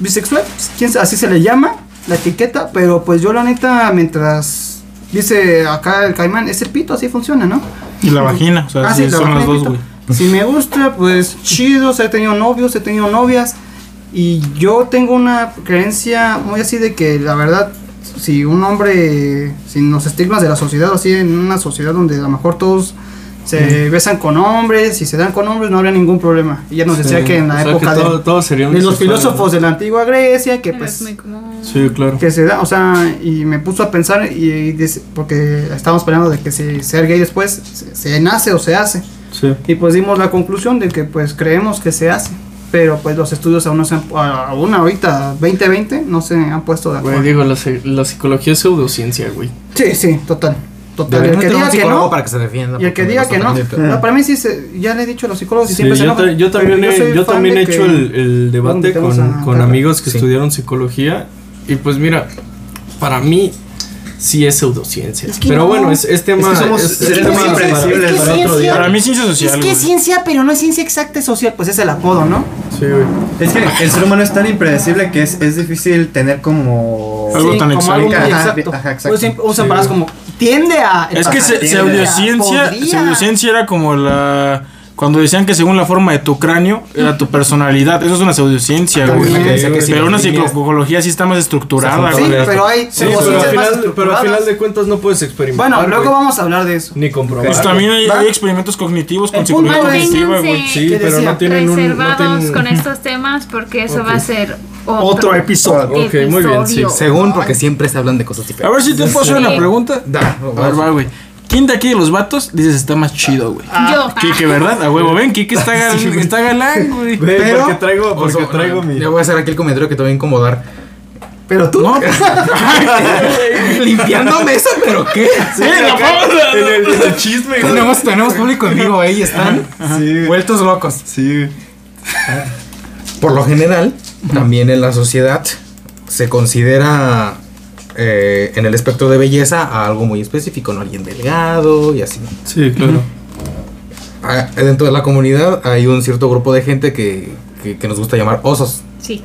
Speaker 2: bisexual, pues, quién sabe, así se le llama, la etiqueta, pero pues yo la neta, mientras dice acá el caimán, ese pito así funciona, ¿no?
Speaker 1: Y la vagina. O sea,
Speaker 2: Ah, sí,
Speaker 1: sí,
Speaker 2: la
Speaker 1: son
Speaker 2: vagina
Speaker 1: las
Speaker 2: y
Speaker 1: dos,
Speaker 2: pito.
Speaker 1: güey.
Speaker 2: Si me gusta, pues chidos. He tenido novios, he tenido novias. Y yo tengo una creencia muy así de que la verdad, si un hombre, sin los estigmas de la sociedad, así en una sociedad donde a lo mejor todos se besan con hombres y se dan con hombres, no habría ningún problema. Y ya nos decía
Speaker 3: Sí,
Speaker 2: que en la
Speaker 3: o sea, que
Speaker 2: época de,
Speaker 3: todo- todo sería
Speaker 2: de los
Speaker 3: homosexual,
Speaker 2: filósofos de la antigua Grecia, que
Speaker 5: Pero es
Speaker 2: pues
Speaker 5: muy común.
Speaker 3: Sí, claro.
Speaker 2: que se da, o sea, y me puso a pensar y, y dice- porque estábamos hablando de que si ser gay después se, se nace o se hace
Speaker 3: Sí.
Speaker 2: y pues dimos la conclusión de que pues creemos que se hace, pero pues los estudios aún no se han, a- aún ahorita 2020 no se han puesto de acuerdo.
Speaker 3: Güey, digo, la, se- la psicología es pseudociencia, güey.
Speaker 2: sí, sí, total, total.
Speaker 6: Deberíamos
Speaker 2: el que
Speaker 6: tener
Speaker 2: diga
Speaker 6: un
Speaker 2: que
Speaker 6: psicólogo
Speaker 2: no
Speaker 6: para que se defienda.
Speaker 2: y el que
Speaker 6: porque
Speaker 2: diga
Speaker 6: me
Speaker 2: que no,
Speaker 6: gusta tanto.
Speaker 2: No, para mí sí, se- ya le he dicho a los psicólogos y
Speaker 3: Sí,
Speaker 2: siempre se
Speaker 3: yo,
Speaker 2: enojan,
Speaker 3: ta- yo
Speaker 2: pero
Speaker 3: también,
Speaker 2: soy
Speaker 3: he, yo
Speaker 2: fan
Speaker 3: también
Speaker 2: de
Speaker 3: he
Speaker 2: que-
Speaker 3: hecho el, el debate
Speaker 2: invitemos
Speaker 3: con,
Speaker 2: a-
Speaker 3: con amigos que
Speaker 6: Sí.
Speaker 3: estudiaron psicología y pues mira, para mí sí es pseudociencia.
Speaker 10: Es que
Speaker 3: pero
Speaker 10: no.
Speaker 3: bueno, es, es tema...
Speaker 4: Es que somos
Speaker 3: es- es
Speaker 4: seres
Speaker 3: tema
Speaker 4: muy
Speaker 3: para-
Speaker 10: es
Speaker 4: impredecibles,
Speaker 10: que
Speaker 4: para
Speaker 10: sí
Speaker 4: otro
Speaker 10: es
Speaker 4: día.
Speaker 1: Para mí ciencia social.
Speaker 10: Es que
Speaker 1: güey.
Speaker 10: es ciencia, pero no es ciencia exacta, es social, pues es el apodo, ¿no?
Speaker 3: Sí, güey.
Speaker 4: Es que el ser humano es tan impredecible que es, es difícil tener como.
Speaker 1: Algo
Speaker 2: Sí,
Speaker 1: tan
Speaker 2: como algo
Speaker 1: exótico.
Speaker 4: Ajá,
Speaker 2: muy exacto.
Speaker 4: ajá, exacto.
Speaker 2: Pues siempre usan palabras como tiende a
Speaker 1: Es que se-
Speaker 4: Podría.
Speaker 1: pseudociencia,
Speaker 10: Podría.
Speaker 1: pseudociencia era como la cuando decían que según la forma de tu cráneo era tu personalidad, eso es una pseudociencia, güey.
Speaker 4: También la creencia que si
Speaker 1: pero
Speaker 4: las
Speaker 1: una
Speaker 4: líneas-
Speaker 1: psicología sí está más estructurada,
Speaker 2: Sí,
Speaker 1: güey.
Speaker 2: pero hay
Speaker 3: Sí,
Speaker 2: como
Speaker 3: pero, al
Speaker 2: ciencias más
Speaker 3: final, pero al final
Speaker 2: estructuradas.
Speaker 3: de cuentas no puedes experimentar.
Speaker 2: Bueno, luego
Speaker 3: güey,
Speaker 2: vamos a hablar de eso.
Speaker 3: Ni comprobar.
Speaker 1: Pues también hay, hay experimentos cognitivos con
Speaker 2: El punto
Speaker 1: psicología
Speaker 2: es-
Speaker 1: cognitiva, güey.
Speaker 5: Manténganse
Speaker 3: Sí,
Speaker 2: ¿Qué
Speaker 3: pero
Speaker 2: decía?
Speaker 3: no tienen un... No
Speaker 5: reservados
Speaker 3: tienen...
Speaker 5: con estos temas porque eso
Speaker 3: Ok.
Speaker 5: va a ser otro,
Speaker 2: Otro episodio.
Speaker 3: Ok, muy bien, sí.
Speaker 5: episodio.
Speaker 6: Según, porque siempre se hablan de cosas
Speaker 1: A
Speaker 6: diferentes.
Speaker 1: ver si te puedo hacer una pregunta.
Speaker 6: Da,
Speaker 1: A ver, va, güey. ¿Quién de aquí de los vatos dices está más chido, güey?
Speaker 3: Ah,
Speaker 5: Yo.
Speaker 1: Kike, ¿verdad? A huevo, ven, Kike está, gal- está galán, güey.
Speaker 3: Güey,
Speaker 4: Pero-
Speaker 3: porque traigo, porque
Speaker 6: Oso,
Speaker 3: traigo
Speaker 6: no,
Speaker 3: mi...
Speaker 6: Ya voy a hacer aquí el comentario que te voy a incomodar.
Speaker 2: Pero tú,
Speaker 1: No,
Speaker 2: <laughs>
Speaker 6: <laughs>
Speaker 1: pues,
Speaker 6: Limpiando mesa, pero qué.
Speaker 1: <laughs>
Speaker 3: <laughs> En el, en el chisme, güey.
Speaker 6: tenemos, Pues tenemos público en vivo ahí, están
Speaker 4: Sí, güey.
Speaker 6: vueltos locos.
Speaker 4: Sí, güey.
Speaker 6: Por lo general, también en la sociedad se considera eh, en el espectro de belleza a algo muy específico, ¿no? Alguien delgado y así.
Speaker 3: Sí, claro.
Speaker 6: Ah, Dentro de la comunidad hay un cierto grupo de gente que, que- que nos gusta llamar osos.
Speaker 5: Sí.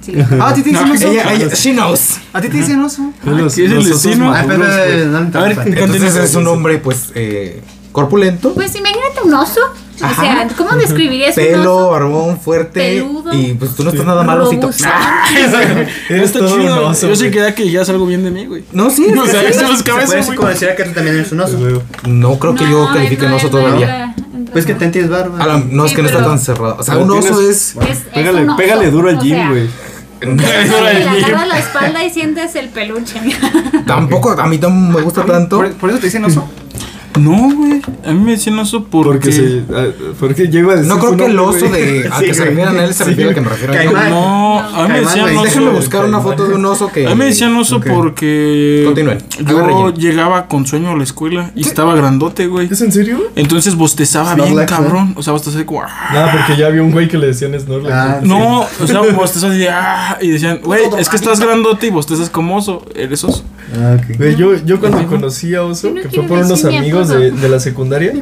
Speaker 5: Sí.
Speaker 2: ah, a ti te dicen oso.
Speaker 6: Ella, ella- she knows.
Speaker 2: A ti te dicen oso.
Speaker 3: Los-
Speaker 1: ¿qué es el
Speaker 3: los osos
Speaker 1: vecino?
Speaker 4: Ah,
Speaker 3: maduros, güey.
Speaker 4: pero, eh, no
Speaker 6: pues.
Speaker 4: me
Speaker 1: A ver,
Speaker 3: <laughs>
Speaker 6: <laughs>
Speaker 4: interrumpas.
Speaker 6: Entonces es un hombre, pues, eh, corpulento.
Speaker 5: Pues imagínate un oso. O sea, ¿cómo describirías un
Speaker 6: Pelo,
Speaker 5: oso?
Speaker 6: barbón, fuerte.
Speaker 5: Peludo.
Speaker 6: Y pues tú no estás nada mal, osito.
Speaker 5: Robusto.
Speaker 3: Ah,
Speaker 1: está chido. Yo sé que da que ya es algo bien de mí, güey.
Speaker 6: No, <laughs> sí.
Speaker 1: O sea,
Speaker 6: sí.
Speaker 1: eso es
Speaker 4: Se puede
Speaker 1: cabeza,
Speaker 4: decir
Speaker 1: güey.
Speaker 4: como decir que tú también eres un oso.
Speaker 6: No creo que yo califique en
Speaker 5: no,
Speaker 6: oso
Speaker 5: entra,
Speaker 6: todavía.
Speaker 5: entra, entra,
Speaker 4: Pues que
Speaker 5: no.
Speaker 4: te entiendes barba.
Speaker 6: A la- no, es
Speaker 5: Sí,
Speaker 6: que no está
Speaker 5: pero-
Speaker 6: tan cerrado. O sea,
Speaker 3: pero
Speaker 6: un oso
Speaker 3: tienes-
Speaker 6: es.
Speaker 5: Es- es
Speaker 3: Pégale,
Speaker 5: un oso,
Speaker 3: pégale duro al
Speaker 5: o
Speaker 3: gym,
Speaker 5: sea,
Speaker 3: güey.
Speaker 4: <laughs>
Speaker 5: <laughs> Le agarras la espalda y sientes el peluche.
Speaker 6: Tampoco, a mí tampoco me gusta tanto.
Speaker 2: Por, por eso te dicen oso.
Speaker 1: No, güey. A mí me decían oso porque.
Speaker 3: Porque se. ah, Porque yo iba a decir.
Speaker 6: No creo
Speaker 3: su
Speaker 6: que el
Speaker 3: nombre,
Speaker 6: oso
Speaker 3: güey.
Speaker 6: de. Al que se refieran a él se refiere al que me refiero yo.
Speaker 4: Caimán.
Speaker 1: No, a mí me
Speaker 4: Caimán,
Speaker 1: decían
Speaker 4: güey.
Speaker 1: oso.
Speaker 6: Déjenme buscar una foto de un oso que.
Speaker 1: A mí me decían oso
Speaker 6: Ok.
Speaker 1: porque.
Speaker 6: Continúen.
Speaker 1: Yo
Speaker 6: Agarren.
Speaker 1: llegaba con sueño a la escuela y estaba grandote, güey.
Speaker 3: ¿Es en serio?
Speaker 1: Entonces bostezaba
Speaker 4: Snorlax,
Speaker 1: bien,
Speaker 4: ¿no?
Speaker 1: cabrón. O sea, bostezaba como. "Ah".
Speaker 3: Nada, porque ya había un güey que le decían Snorlax.
Speaker 4: Ah,
Speaker 1: No, o sea, bostezaba así de, "Ah", y decían, güey, es que estás grandote y bostezas como oso. Eres oso.
Speaker 4: Ah, ok.
Speaker 3: Güey, yo, yo cuando conocí a Oso,
Speaker 5: Yo no
Speaker 3: que fue
Speaker 5: quiero
Speaker 3: por unos
Speaker 5: decir mi
Speaker 3: amigos
Speaker 5: apodo.
Speaker 3: de, de la secundaria,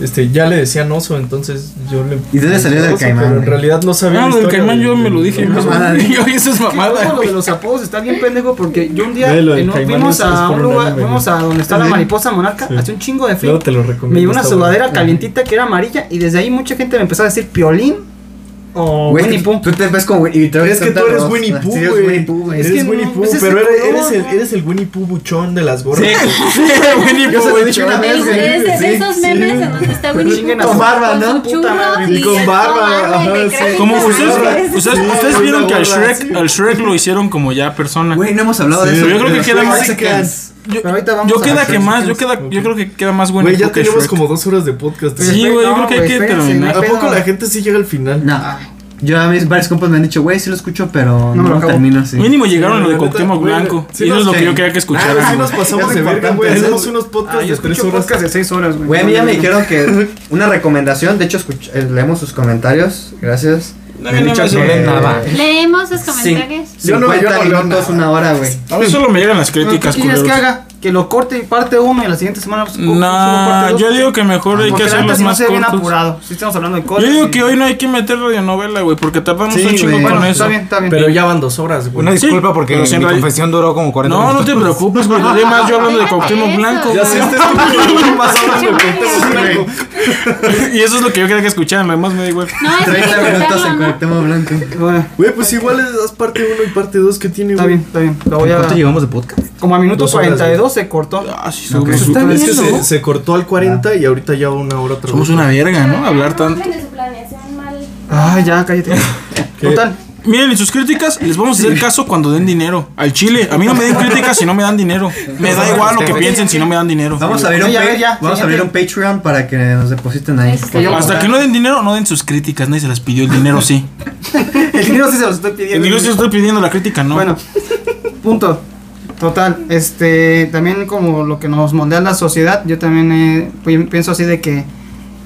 Speaker 3: este, ya le decían Oso, entonces yo le...
Speaker 4: ¿Y dónde salió del
Speaker 3: Oso,
Speaker 4: caimán,
Speaker 3: Pero en
Speaker 4: güey?
Speaker 3: realidad no sabía
Speaker 1: No,
Speaker 3: la
Speaker 1: del
Speaker 3: historia
Speaker 1: Ah, caimán
Speaker 3: de-
Speaker 1: yo me lo
Speaker 3: de-
Speaker 1: dije.
Speaker 3: de-
Speaker 1: güey.
Speaker 4: mamada.
Speaker 1: <laughs> Yo, eso es mamada,
Speaker 2: Todo lo
Speaker 1: güey.
Speaker 2: de los apodos está bien pendejo porque yo un día
Speaker 3: Ve, lo del
Speaker 2: en un-
Speaker 3: caimán
Speaker 2: fuimos
Speaker 3: es- es
Speaker 2: a
Speaker 3: por
Speaker 2: un
Speaker 3: un
Speaker 2: lugar,
Speaker 3: anime.
Speaker 2: fuimos a donde está la
Speaker 4: Sí.
Speaker 2: mariposa monarca,
Speaker 3: Sí.
Speaker 2: hace un chingo de frío.
Speaker 3: Luego te lo recomiendo.
Speaker 2: Me dio una
Speaker 3: está bueno.
Speaker 2: sudadera calientita que era amarilla y desde ahí mucha gente me empezó a decir piolín o
Speaker 4: Güey,
Speaker 2: Winnie Pooh.
Speaker 4: Tú te ves como Winnie Pooh.
Speaker 3: Es que tú eres Winnie Pooh,
Speaker 4: Sí, eres
Speaker 3: güey.
Speaker 4: Winnie Pooh, güey.
Speaker 3: Eres
Speaker 2: Es que no,
Speaker 3: Winnie Pooh,
Speaker 2: pues es
Speaker 3: pero
Speaker 2: el
Speaker 3: eres,
Speaker 2: color.
Speaker 3: eres, el, eres el Winnie Pooh buchón de las gorras.
Speaker 1: Winnie
Speaker 4: Yo se
Speaker 1: Pooh,
Speaker 4: lo dije una vez,
Speaker 5: Es, es de-
Speaker 4: güey.
Speaker 5: de esos memes en donde está Winnie
Speaker 2: Chinguen
Speaker 5: Pooh
Speaker 2: a su-
Speaker 5: con
Speaker 4: barba, ¿no?
Speaker 5: su
Speaker 2: Puta madre.
Speaker 5: churro
Speaker 3: Y con
Speaker 5: dices,
Speaker 3: barba,
Speaker 5: "No mames,
Speaker 3: ajá,
Speaker 5: te
Speaker 3: sí.
Speaker 5: crees
Speaker 1: Como
Speaker 5: que
Speaker 1: ustedes,
Speaker 5: sabes".
Speaker 1: ustedes,
Speaker 3: Sí,
Speaker 1: ustedes vieron que al
Speaker 3: una gorra,
Speaker 1: Shrek, al Shrek lo hicieron como ya persona.
Speaker 4: Güey, no hemos hablado de
Speaker 3: Sí,
Speaker 4: eso.
Speaker 1: yo creo
Speaker 4: güey.
Speaker 1: que queda más-
Speaker 4: Mexicans.
Speaker 1: Yo,
Speaker 2: Pero ahorita vamos
Speaker 1: yo
Speaker 2: a
Speaker 1: queda
Speaker 2: las
Speaker 1: que más, yo queda, yo creo que queda más bueno.
Speaker 3: Güey, ya tenemos como dos horas de podcast. ¿eh?
Speaker 1: Sí, güey, yo creo que hay que
Speaker 2: No, güey, espérense,
Speaker 1: terminar.
Speaker 3: ¿A
Speaker 2: güey.
Speaker 3: poco
Speaker 2: pedo.
Speaker 3: la gente sí llega al final?
Speaker 4: No. Yo a mis varios compas me han dicho, güey, sí lo escucho, pero no
Speaker 2: me lo
Speaker 4: lo
Speaker 2: acabo.
Speaker 4: termino así.
Speaker 1: Mínimo llegaron
Speaker 3: Sí,
Speaker 1: lo de
Speaker 3: la neta,
Speaker 1: Cuauhtémoc
Speaker 3: güey,
Speaker 1: Blanco.
Speaker 3: sí
Speaker 1: y eso es
Speaker 3: nos-
Speaker 1: lo que
Speaker 4: sí.
Speaker 1: yo quería que
Speaker 3: Claro,
Speaker 1: escucharan.
Speaker 3: sí nos
Speaker 1: güey.
Speaker 3: pasamos
Speaker 4: Es
Speaker 3: de verga, güey.
Speaker 4: importante.
Speaker 3: Hacemos unos podcasts
Speaker 2: Ah, yo
Speaker 3: de tres
Speaker 2: escucho
Speaker 3: horas.
Speaker 2: podcast de 6 horas, güey.
Speaker 4: Güey, a mí ya me dijeron que una recomendación, de hecho escuch- eh, leemos sus comentarios, gracias. Eh,
Speaker 1: No,
Speaker 4: Me han
Speaker 1: no,
Speaker 4: dicho
Speaker 1: no, no,
Speaker 4: que-
Speaker 1: Eh, no,
Speaker 6: nada.
Speaker 5: Leemos los comentarios.
Speaker 4: Sí,
Speaker 3: Yo no- yo
Speaker 4: 50
Speaker 3: no leo
Speaker 4: minutos, una hora, güey.
Speaker 1: A mí solo me llegan las
Speaker 2: Pero, ¿Qué
Speaker 1: críticas,
Speaker 2: quieres que
Speaker 1: culeros.
Speaker 2: haga? Que lo corte y parte uno y la siguiente semana pues, co- subo parte
Speaker 1: Nah,
Speaker 2: dos.
Speaker 1: yo digo que mejor hay que
Speaker 2: Porque la neta,
Speaker 1: hacerlos
Speaker 2: si no
Speaker 1: más
Speaker 2: se ve bien
Speaker 1: cortos.
Speaker 2: apurado. Si estamos hablando de cosas.
Speaker 1: Yo digo
Speaker 2: y-
Speaker 1: que hoy no hay que meter radionovela, güey, porque tardamos
Speaker 4: Sí,
Speaker 1: un chingo
Speaker 4: güey.
Speaker 1: con
Speaker 2: Bueno,
Speaker 1: eso.
Speaker 2: está bien, está bien.
Speaker 3: Pero ya van dos horas, güey.
Speaker 6: Una disculpa porque
Speaker 1: pero
Speaker 6: mi
Speaker 1: sí en realidad-
Speaker 6: confesión duró como 40
Speaker 1: No, no
Speaker 6: minutos.
Speaker 1: te preocupes, güey. Además, yo hablando de
Speaker 5: Déjate
Speaker 1: Cuauhtémoc
Speaker 5: eso,
Speaker 1: Blanco.
Speaker 5: Ya
Speaker 1: güey.
Speaker 3: este
Speaker 5: sé,
Speaker 3: es tu pasó hablando de
Speaker 5: Chale.
Speaker 3: Cuauhtémoc Blanco.
Speaker 1: <laughs> y eso es lo que yo quería que escucharan, lo demás me da igual.
Speaker 5: No, es que hay que
Speaker 4: 30 minutos
Speaker 5: cortarlo,
Speaker 4: en
Speaker 5: ¿no?
Speaker 4: Cuauhtémoc Blanco.
Speaker 2: Bueno,
Speaker 3: Güey, pues igual es haz parte 1 y parte 2 que tiene,
Speaker 2: está
Speaker 3: güey.
Speaker 2: bien, está bien. Lo voy a.
Speaker 6: ¿Cuánto llevamos de podcast?
Speaker 2: Como a minuto
Speaker 3: Dos horas,
Speaker 2: 42 se cortó.
Speaker 1: Ah, sí,
Speaker 6: Ok.
Speaker 1: somos,
Speaker 6: Pues está
Speaker 3: Es que
Speaker 6: bien,
Speaker 3: se,
Speaker 6: ¿no?
Speaker 3: se cortó al 40 y ahorita ya una hora otra
Speaker 1: somos
Speaker 3: vez.
Speaker 1: una verga, ¿no? Hablar tanto.
Speaker 11: De su planeación mal.
Speaker 2: Ah, ya,
Speaker 6: <laughs>
Speaker 2: cállate.
Speaker 3: ¿Qué?
Speaker 2: Total.
Speaker 1: Miren, en sus críticas les vamos a hacer caso cuando den dinero. Al chile, a mí no me den críticas si no me dan dinero. Me da igual lo que
Speaker 2: Este,
Speaker 1: piensen si no me dan dinero.
Speaker 4: Vamos a abrir
Speaker 2: Oye,
Speaker 4: un,
Speaker 2: a ver,
Speaker 4: pa-
Speaker 2: ya,
Speaker 4: vamos a abrir un Patreon para que nos depositen ahí.
Speaker 5: Este,
Speaker 1: Hasta que no den dinero, no den sus críticas. Nadie se las pidió, el dinero sí.
Speaker 2: El dinero sí se los estoy
Speaker 1: El
Speaker 2: pidiendo.
Speaker 1: dinero sí lo estoy pidiendo, la crítica no.
Speaker 2: Bueno, punto. Total, este, también como lo que nos moldea la sociedad, yo también eh, pi- pienso así de que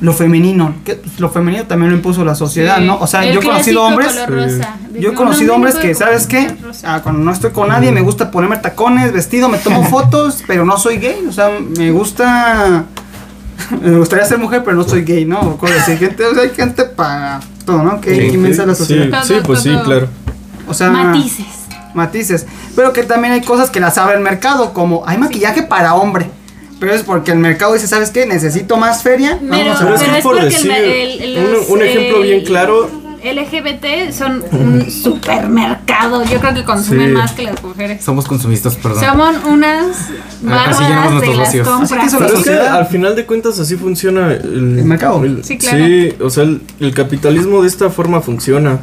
Speaker 2: lo femenino, que lo femenino también lo impuso la sociedad, ¿no? O sea,
Speaker 5: El
Speaker 2: yo he conocido
Speaker 5: clásico
Speaker 2: hombres, eh,
Speaker 5: color rosa, de
Speaker 2: yo he
Speaker 5: que
Speaker 2: conocido
Speaker 5: un
Speaker 2: hombres
Speaker 5: amigo
Speaker 2: que,
Speaker 5: de
Speaker 2: ¿sabes
Speaker 5: color
Speaker 2: qué?
Speaker 5: rosa.
Speaker 2: Ah, cuando no estoy con nadie, me gusta ponerme tacones, vestido, me
Speaker 5: <laughs>
Speaker 2: tomo fotos, pero no soy gay, o sea, me gusta, <laughs> me gustaría ser mujer, pero no soy gay, ¿no? O cosas así, gente, o sea, hay gente para todo, ¿no? Que
Speaker 3: Sí,
Speaker 2: inmensa la sociedad.
Speaker 3: Sí, sí, pues sí,
Speaker 5: Todo-
Speaker 3: claro.
Speaker 2: O sea,
Speaker 5: Matices.
Speaker 2: matices. Pero que también hay cosas que las sabe el mercado, como hay maquillaje para hombre. Pero es porque el mercado dice, ¿sabes qué? Necesito más feria.
Speaker 5: Pero,
Speaker 2: Vamos a
Speaker 5: pero
Speaker 3: Pero
Speaker 5: es,
Speaker 3: es que por
Speaker 5: porque
Speaker 3: decir,
Speaker 5: el, el- los,
Speaker 3: un- un ejemplo bien claro-
Speaker 5: LGBT son un supermercado. Yo creo que consumen
Speaker 3: Sí. Ah,
Speaker 5: más que las mujeres.
Speaker 6: Somos consumistas, perdón.
Speaker 5: Somos unas bárbaras
Speaker 6: llenamos
Speaker 5: de
Speaker 6: nuestros
Speaker 5: las
Speaker 6: vacíos.
Speaker 5: compras.
Speaker 2: Así que eso
Speaker 3: Pero
Speaker 2: La
Speaker 3: es que
Speaker 2: sociedad.
Speaker 3: al final de cuentas así funciona el,
Speaker 2: El mercado.
Speaker 3: el-
Speaker 5: Sí, claro.
Speaker 3: sí, o sea, el, el capitalismo de esta forma funciona.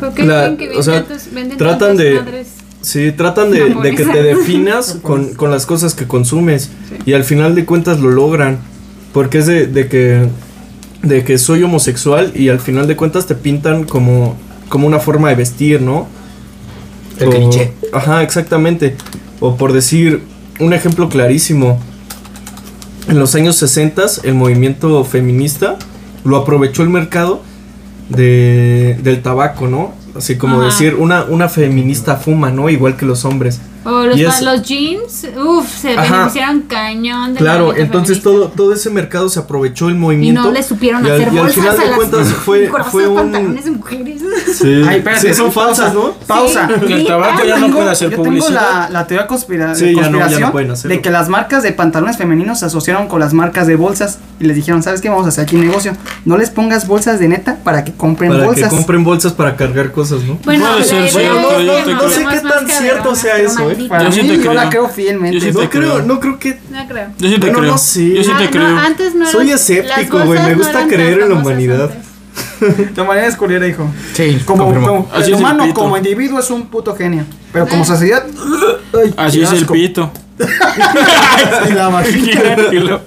Speaker 5: ¿Por qué
Speaker 3: La-
Speaker 5: creen que venden
Speaker 3: o sea,
Speaker 5: tantos- venden
Speaker 3: tratan
Speaker 5: tantas
Speaker 3: de-
Speaker 5: madres?
Speaker 3: Sí, tratan de, de que te definas con, con las cosas que consumes y al final de cuentas lo logran. Porque es de, de que de que soy homosexual y al final de cuentas te pintan como, como una forma de vestir, ¿no?
Speaker 6: El cliché.
Speaker 3: Ajá, exactamente. O por decir un ejemplo clarísimo. En los años 60 el movimiento feminista lo aprovechó el mercado de, del tabaco, ¿no? Así como
Speaker 5: Ajá.
Speaker 3: decir, una, una feminista fuma, ¿no? Igual que los hombres.
Speaker 5: O los,
Speaker 3: y es-
Speaker 5: los jeans, uff, se
Speaker 3: Ajá.
Speaker 5: beneficiaron cañón. del
Speaker 3: Claro,
Speaker 5: movimiento
Speaker 3: entonces
Speaker 5: feminista.
Speaker 3: todo, todo ese mercado se aprovechó el movimiento.
Speaker 5: Y no le supieron
Speaker 3: y al-
Speaker 5: hacer
Speaker 3: y al
Speaker 5: bolsas
Speaker 3: final
Speaker 5: a
Speaker 3: de
Speaker 5: las <laughs>
Speaker 3: cuentas fue,
Speaker 5: grosas
Speaker 3: fue un...
Speaker 5: pantalones de mujeres.
Speaker 3: Sí.
Speaker 2: Ay, espérate,
Speaker 3: Sí, son falsas, ¿no?
Speaker 2: Pausa.
Speaker 5: Sí,
Speaker 1: Que el
Speaker 5: sí,
Speaker 1: tabaco ya no
Speaker 2: Ah, Tengo-
Speaker 1: puede hacer
Speaker 2: yo tengo
Speaker 1: publicidad.
Speaker 2: la, la teoría conspira-
Speaker 3: Sí, ya no- ya no
Speaker 2: conspiración
Speaker 3: pueden hacerlo.
Speaker 2: de que las marcas de pantalones femeninos se asociaron con las marcas de bolsas y les dijeron, ¿sabes qué? Vamos a hacer aquí un negocio. No les pongas bolsas de neta para que compren
Speaker 3: Para
Speaker 2: bolsas.
Speaker 3: que compren bolsas para cargar cosas, ¿no?
Speaker 5: Bueno,
Speaker 1: Puede
Speaker 5: la
Speaker 1: ser,
Speaker 5: idea
Speaker 1: sí,
Speaker 5: es
Speaker 1: no, no,
Speaker 5: que
Speaker 1: no, no
Speaker 5: nos
Speaker 1: sé
Speaker 5: volvemos
Speaker 3: qué
Speaker 5: más
Speaker 3: tan cierto
Speaker 5: cabronas,
Speaker 3: sea
Speaker 5: pero
Speaker 3: eso, eh.
Speaker 5: malditas.
Speaker 2: Para
Speaker 1: Yo sí
Speaker 2: mí,
Speaker 1: te
Speaker 2: yo la
Speaker 1: creo.
Speaker 2: creo fielmente.
Speaker 1: Yo sí
Speaker 2: No,
Speaker 1: te
Speaker 3: No creo,
Speaker 1: creo.
Speaker 3: no creo que...
Speaker 5: No creo.
Speaker 1: Yo sí te
Speaker 3: Bueno,
Speaker 1: creo.
Speaker 3: no sé.
Speaker 1: Yo sí
Speaker 5: No,
Speaker 1: te
Speaker 5: Ah, no,
Speaker 1: creo.
Speaker 5: antes no
Speaker 3: Soy
Speaker 5: eran-
Speaker 3: escéptico,
Speaker 5: las
Speaker 3: güey, me
Speaker 5: bolsas
Speaker 3: gusta
Speaker 5: eran tan
Speaker 3: creer en la
Speaker 5: famosas
Speaker 3: humanidad.
Speaker 5: antes.
Speaker 2: De manera es culera, hijo.
Speaker 6: Sí,
Speaker 2: Como,
Speaker 6: confirmo.
Speaker 2: como
Speaker 1: Así
Speaker 2: el
Speaker 1: es el
Speaker 2: humano,
Speaker 1: pito.
Speaker 2: como individuo, es un puto genio. Pero como sociedad,
Speaker 1: Así
Speaker 2: qué
Speaker 1: es el
Speaker 2: asco. <laughs>
Speaker 1: pito.
Speaker 2: y
Speaker 1: <laughs>
Speaker 2: la vagina.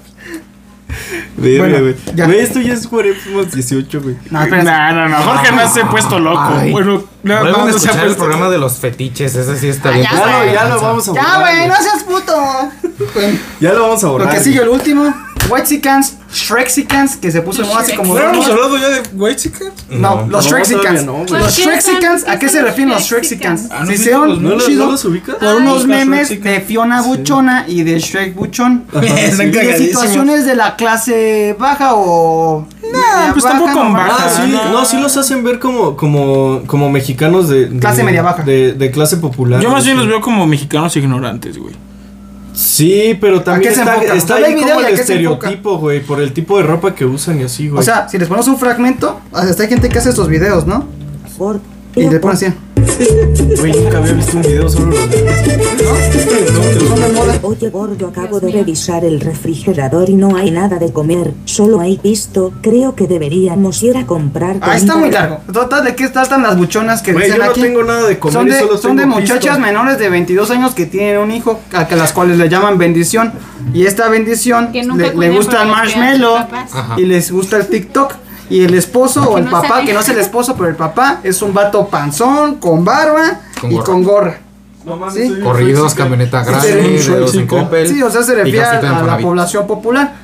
Speaker 3: Verga, güey.
Speaker 2: ya.
Speaker 3: Güey, esto ya es 18, güey.
Speaker 2: No, espérate.
Speaker 1: no, no, Jorge no se ha puesto loco.
Speaker 6: Ah. Ay.
Speaker 1: Bueno, no,
Speaker 6: Luego
Speaker 1: no,
Speaker 6: de
Speaker 1: no se ha
Speaker 6: escuchar el
Speaker 1: puesto
Speaker 6: programa de los fetiches, ese sí está
Speaker 5: Ah,
Speaker 6: bien.
Speaker 3: Ya lo, ya lo vamos a
Speaker 2: Ya,
Speaker 3: borrar.
Speaker 2: güey,
Speaker 3: güey.
Speaker 2: no seas puto.
Speaker 3: Ya lo vamos a
Speaker 2: Lo
Speaker 3: borrar.
Speaker 2: que sigue, el último. Whitexicans, Shrexicans, que se puso de moda así como.
Speaker 1: hablado ya de White Chicken?
Speaker 2: No, los
Speaker 3: No,
Speaker 2: Shrexicans.
Speaker 3: todavía no, güey.
Speaker 5: ¿Por
Speaker 2: los
Speaker 5: qué
Speaker 2: Shrexicans,
Speaker 5: son-
Speaker 2: ¿a qué se refieren los Shrexicans?
Speaker 1: Ah, ¿no
Speaker 2: Se
Speaker 1: viste los
Speaker 2: hicieron
Speaker 3: ¿No, los- no
Speaker 2: chido
Speaker 3: los ubicas?
Speaker 2: por unos
Speaker 1: Los
Speaker 2: memes
Speaker 1: Shrexicans.
Speaker 2: de Fiona Buchona y de Shrek
Speaker 3: <laughs>
Speaker 2: Buchón. Y de situaciones de la clase baja o. media
Speaker 1: pues
Speaker 2: baja,
Speaker 1: tampoco
Speaker 2: no,
Speaker 1: baja,
Speaker 3: Ah,
Speaker 1: Ah,
Speaker 3: sí,
Speaker 1: no.
Speaker 3: no, sí los hacen ver como, como, como mexicanos de, de-
Speaker 2: Clase media baja.
Speaker 3: De, de clase popular.
Speaker 1: Yo más
Speaker 3: Sí.
Speaker 1: bien los veo como mexicanos ignorantes, güey.
Speaker 3: Sí, pero también
Speaker 2: qué se
Speaker 3: está,
Speaker 2: enfocan?
Speaker 3: está
Speaker 2: ¿Dónde
Speaker 3: ahí
Speaker 2: hay video
Speaker 3: como
Speaker 2: y
Speaker 3: el
Speaker 2: a qué se enfocan?
Speaker 3: estereotipo, güey, por el tipo de ropa que usan y así, güey.
Speaker 2: O sea, si les ponemos un fragmento, hasta hay gente que hace estos videos, ¿no? Y le ponen así.
Speaker 3: güey, nunca había visto un video solo los memes. No, no, no.
Speaker 12: Oye gordo, acabo de revisar el refrigerador y no hay nada de comer, solo hay pisto, creo que deberíamos ir a comprar.
Speaker 2: Ah, está
Speaker 12: comida.
Speaker 2: muy largo. Total, ¿de qué están las buchonas que
Speaker 3: Güey,
Speaker 2: dicen
Speaker 3: yo no
Speaker 2: aquí?
Speaker 3: tengo nada de comer
Speaker 2: son
Speaker 3: y
Speaker 2: de,
Speaker 3: solo
Speaker 2: son de
Speaker 3: tengo pisto.
Speaker 2: muchachas menores de 22 años que tienen un hijo a que las cuales le llaman bendición y esta bendición
Speaker 5: Que nunca
Speaker 2: le, le
Speaker 5: cuidan
Speaker 2: gusta el
Speaker 5: porque cuidan
Speaker 2: marshmallow
Speaker 5: sus papás.
Speaker 6: Ajá.
Speaker 2: y les gusta el TikTok y el esposo o el
Speaker 5: no
Speaker 2: papá
Speaker 5: saben.
Speaker 2: que no es el esposo pero el papá es un vato panzón con barba
Speaker 6: Con
Speaker 2: y
Speaker 6: gorra.
Speaker 2: con gorra.
Speaker 3: No mames,
Speaker 2: Sí.
Speaker 3: soy un
Speaker 6: Corridos,
Speaker 3: mexican.
Speaker 6: camioneta
Speaker 2: Sí,
Speaker 6: grande,
Speaker 2: sí,
Speaker 6: dedos en
Speaker 3: sí,
Speaker 6: Coppel.
Speaker 2: Sí, o sea, se
Speaker 6: y
Speaker 2: refiere
Speaker 6: casita de
Speaker 2: a, la
Speaker 6: Infonavit.
Speaker 2: población popular.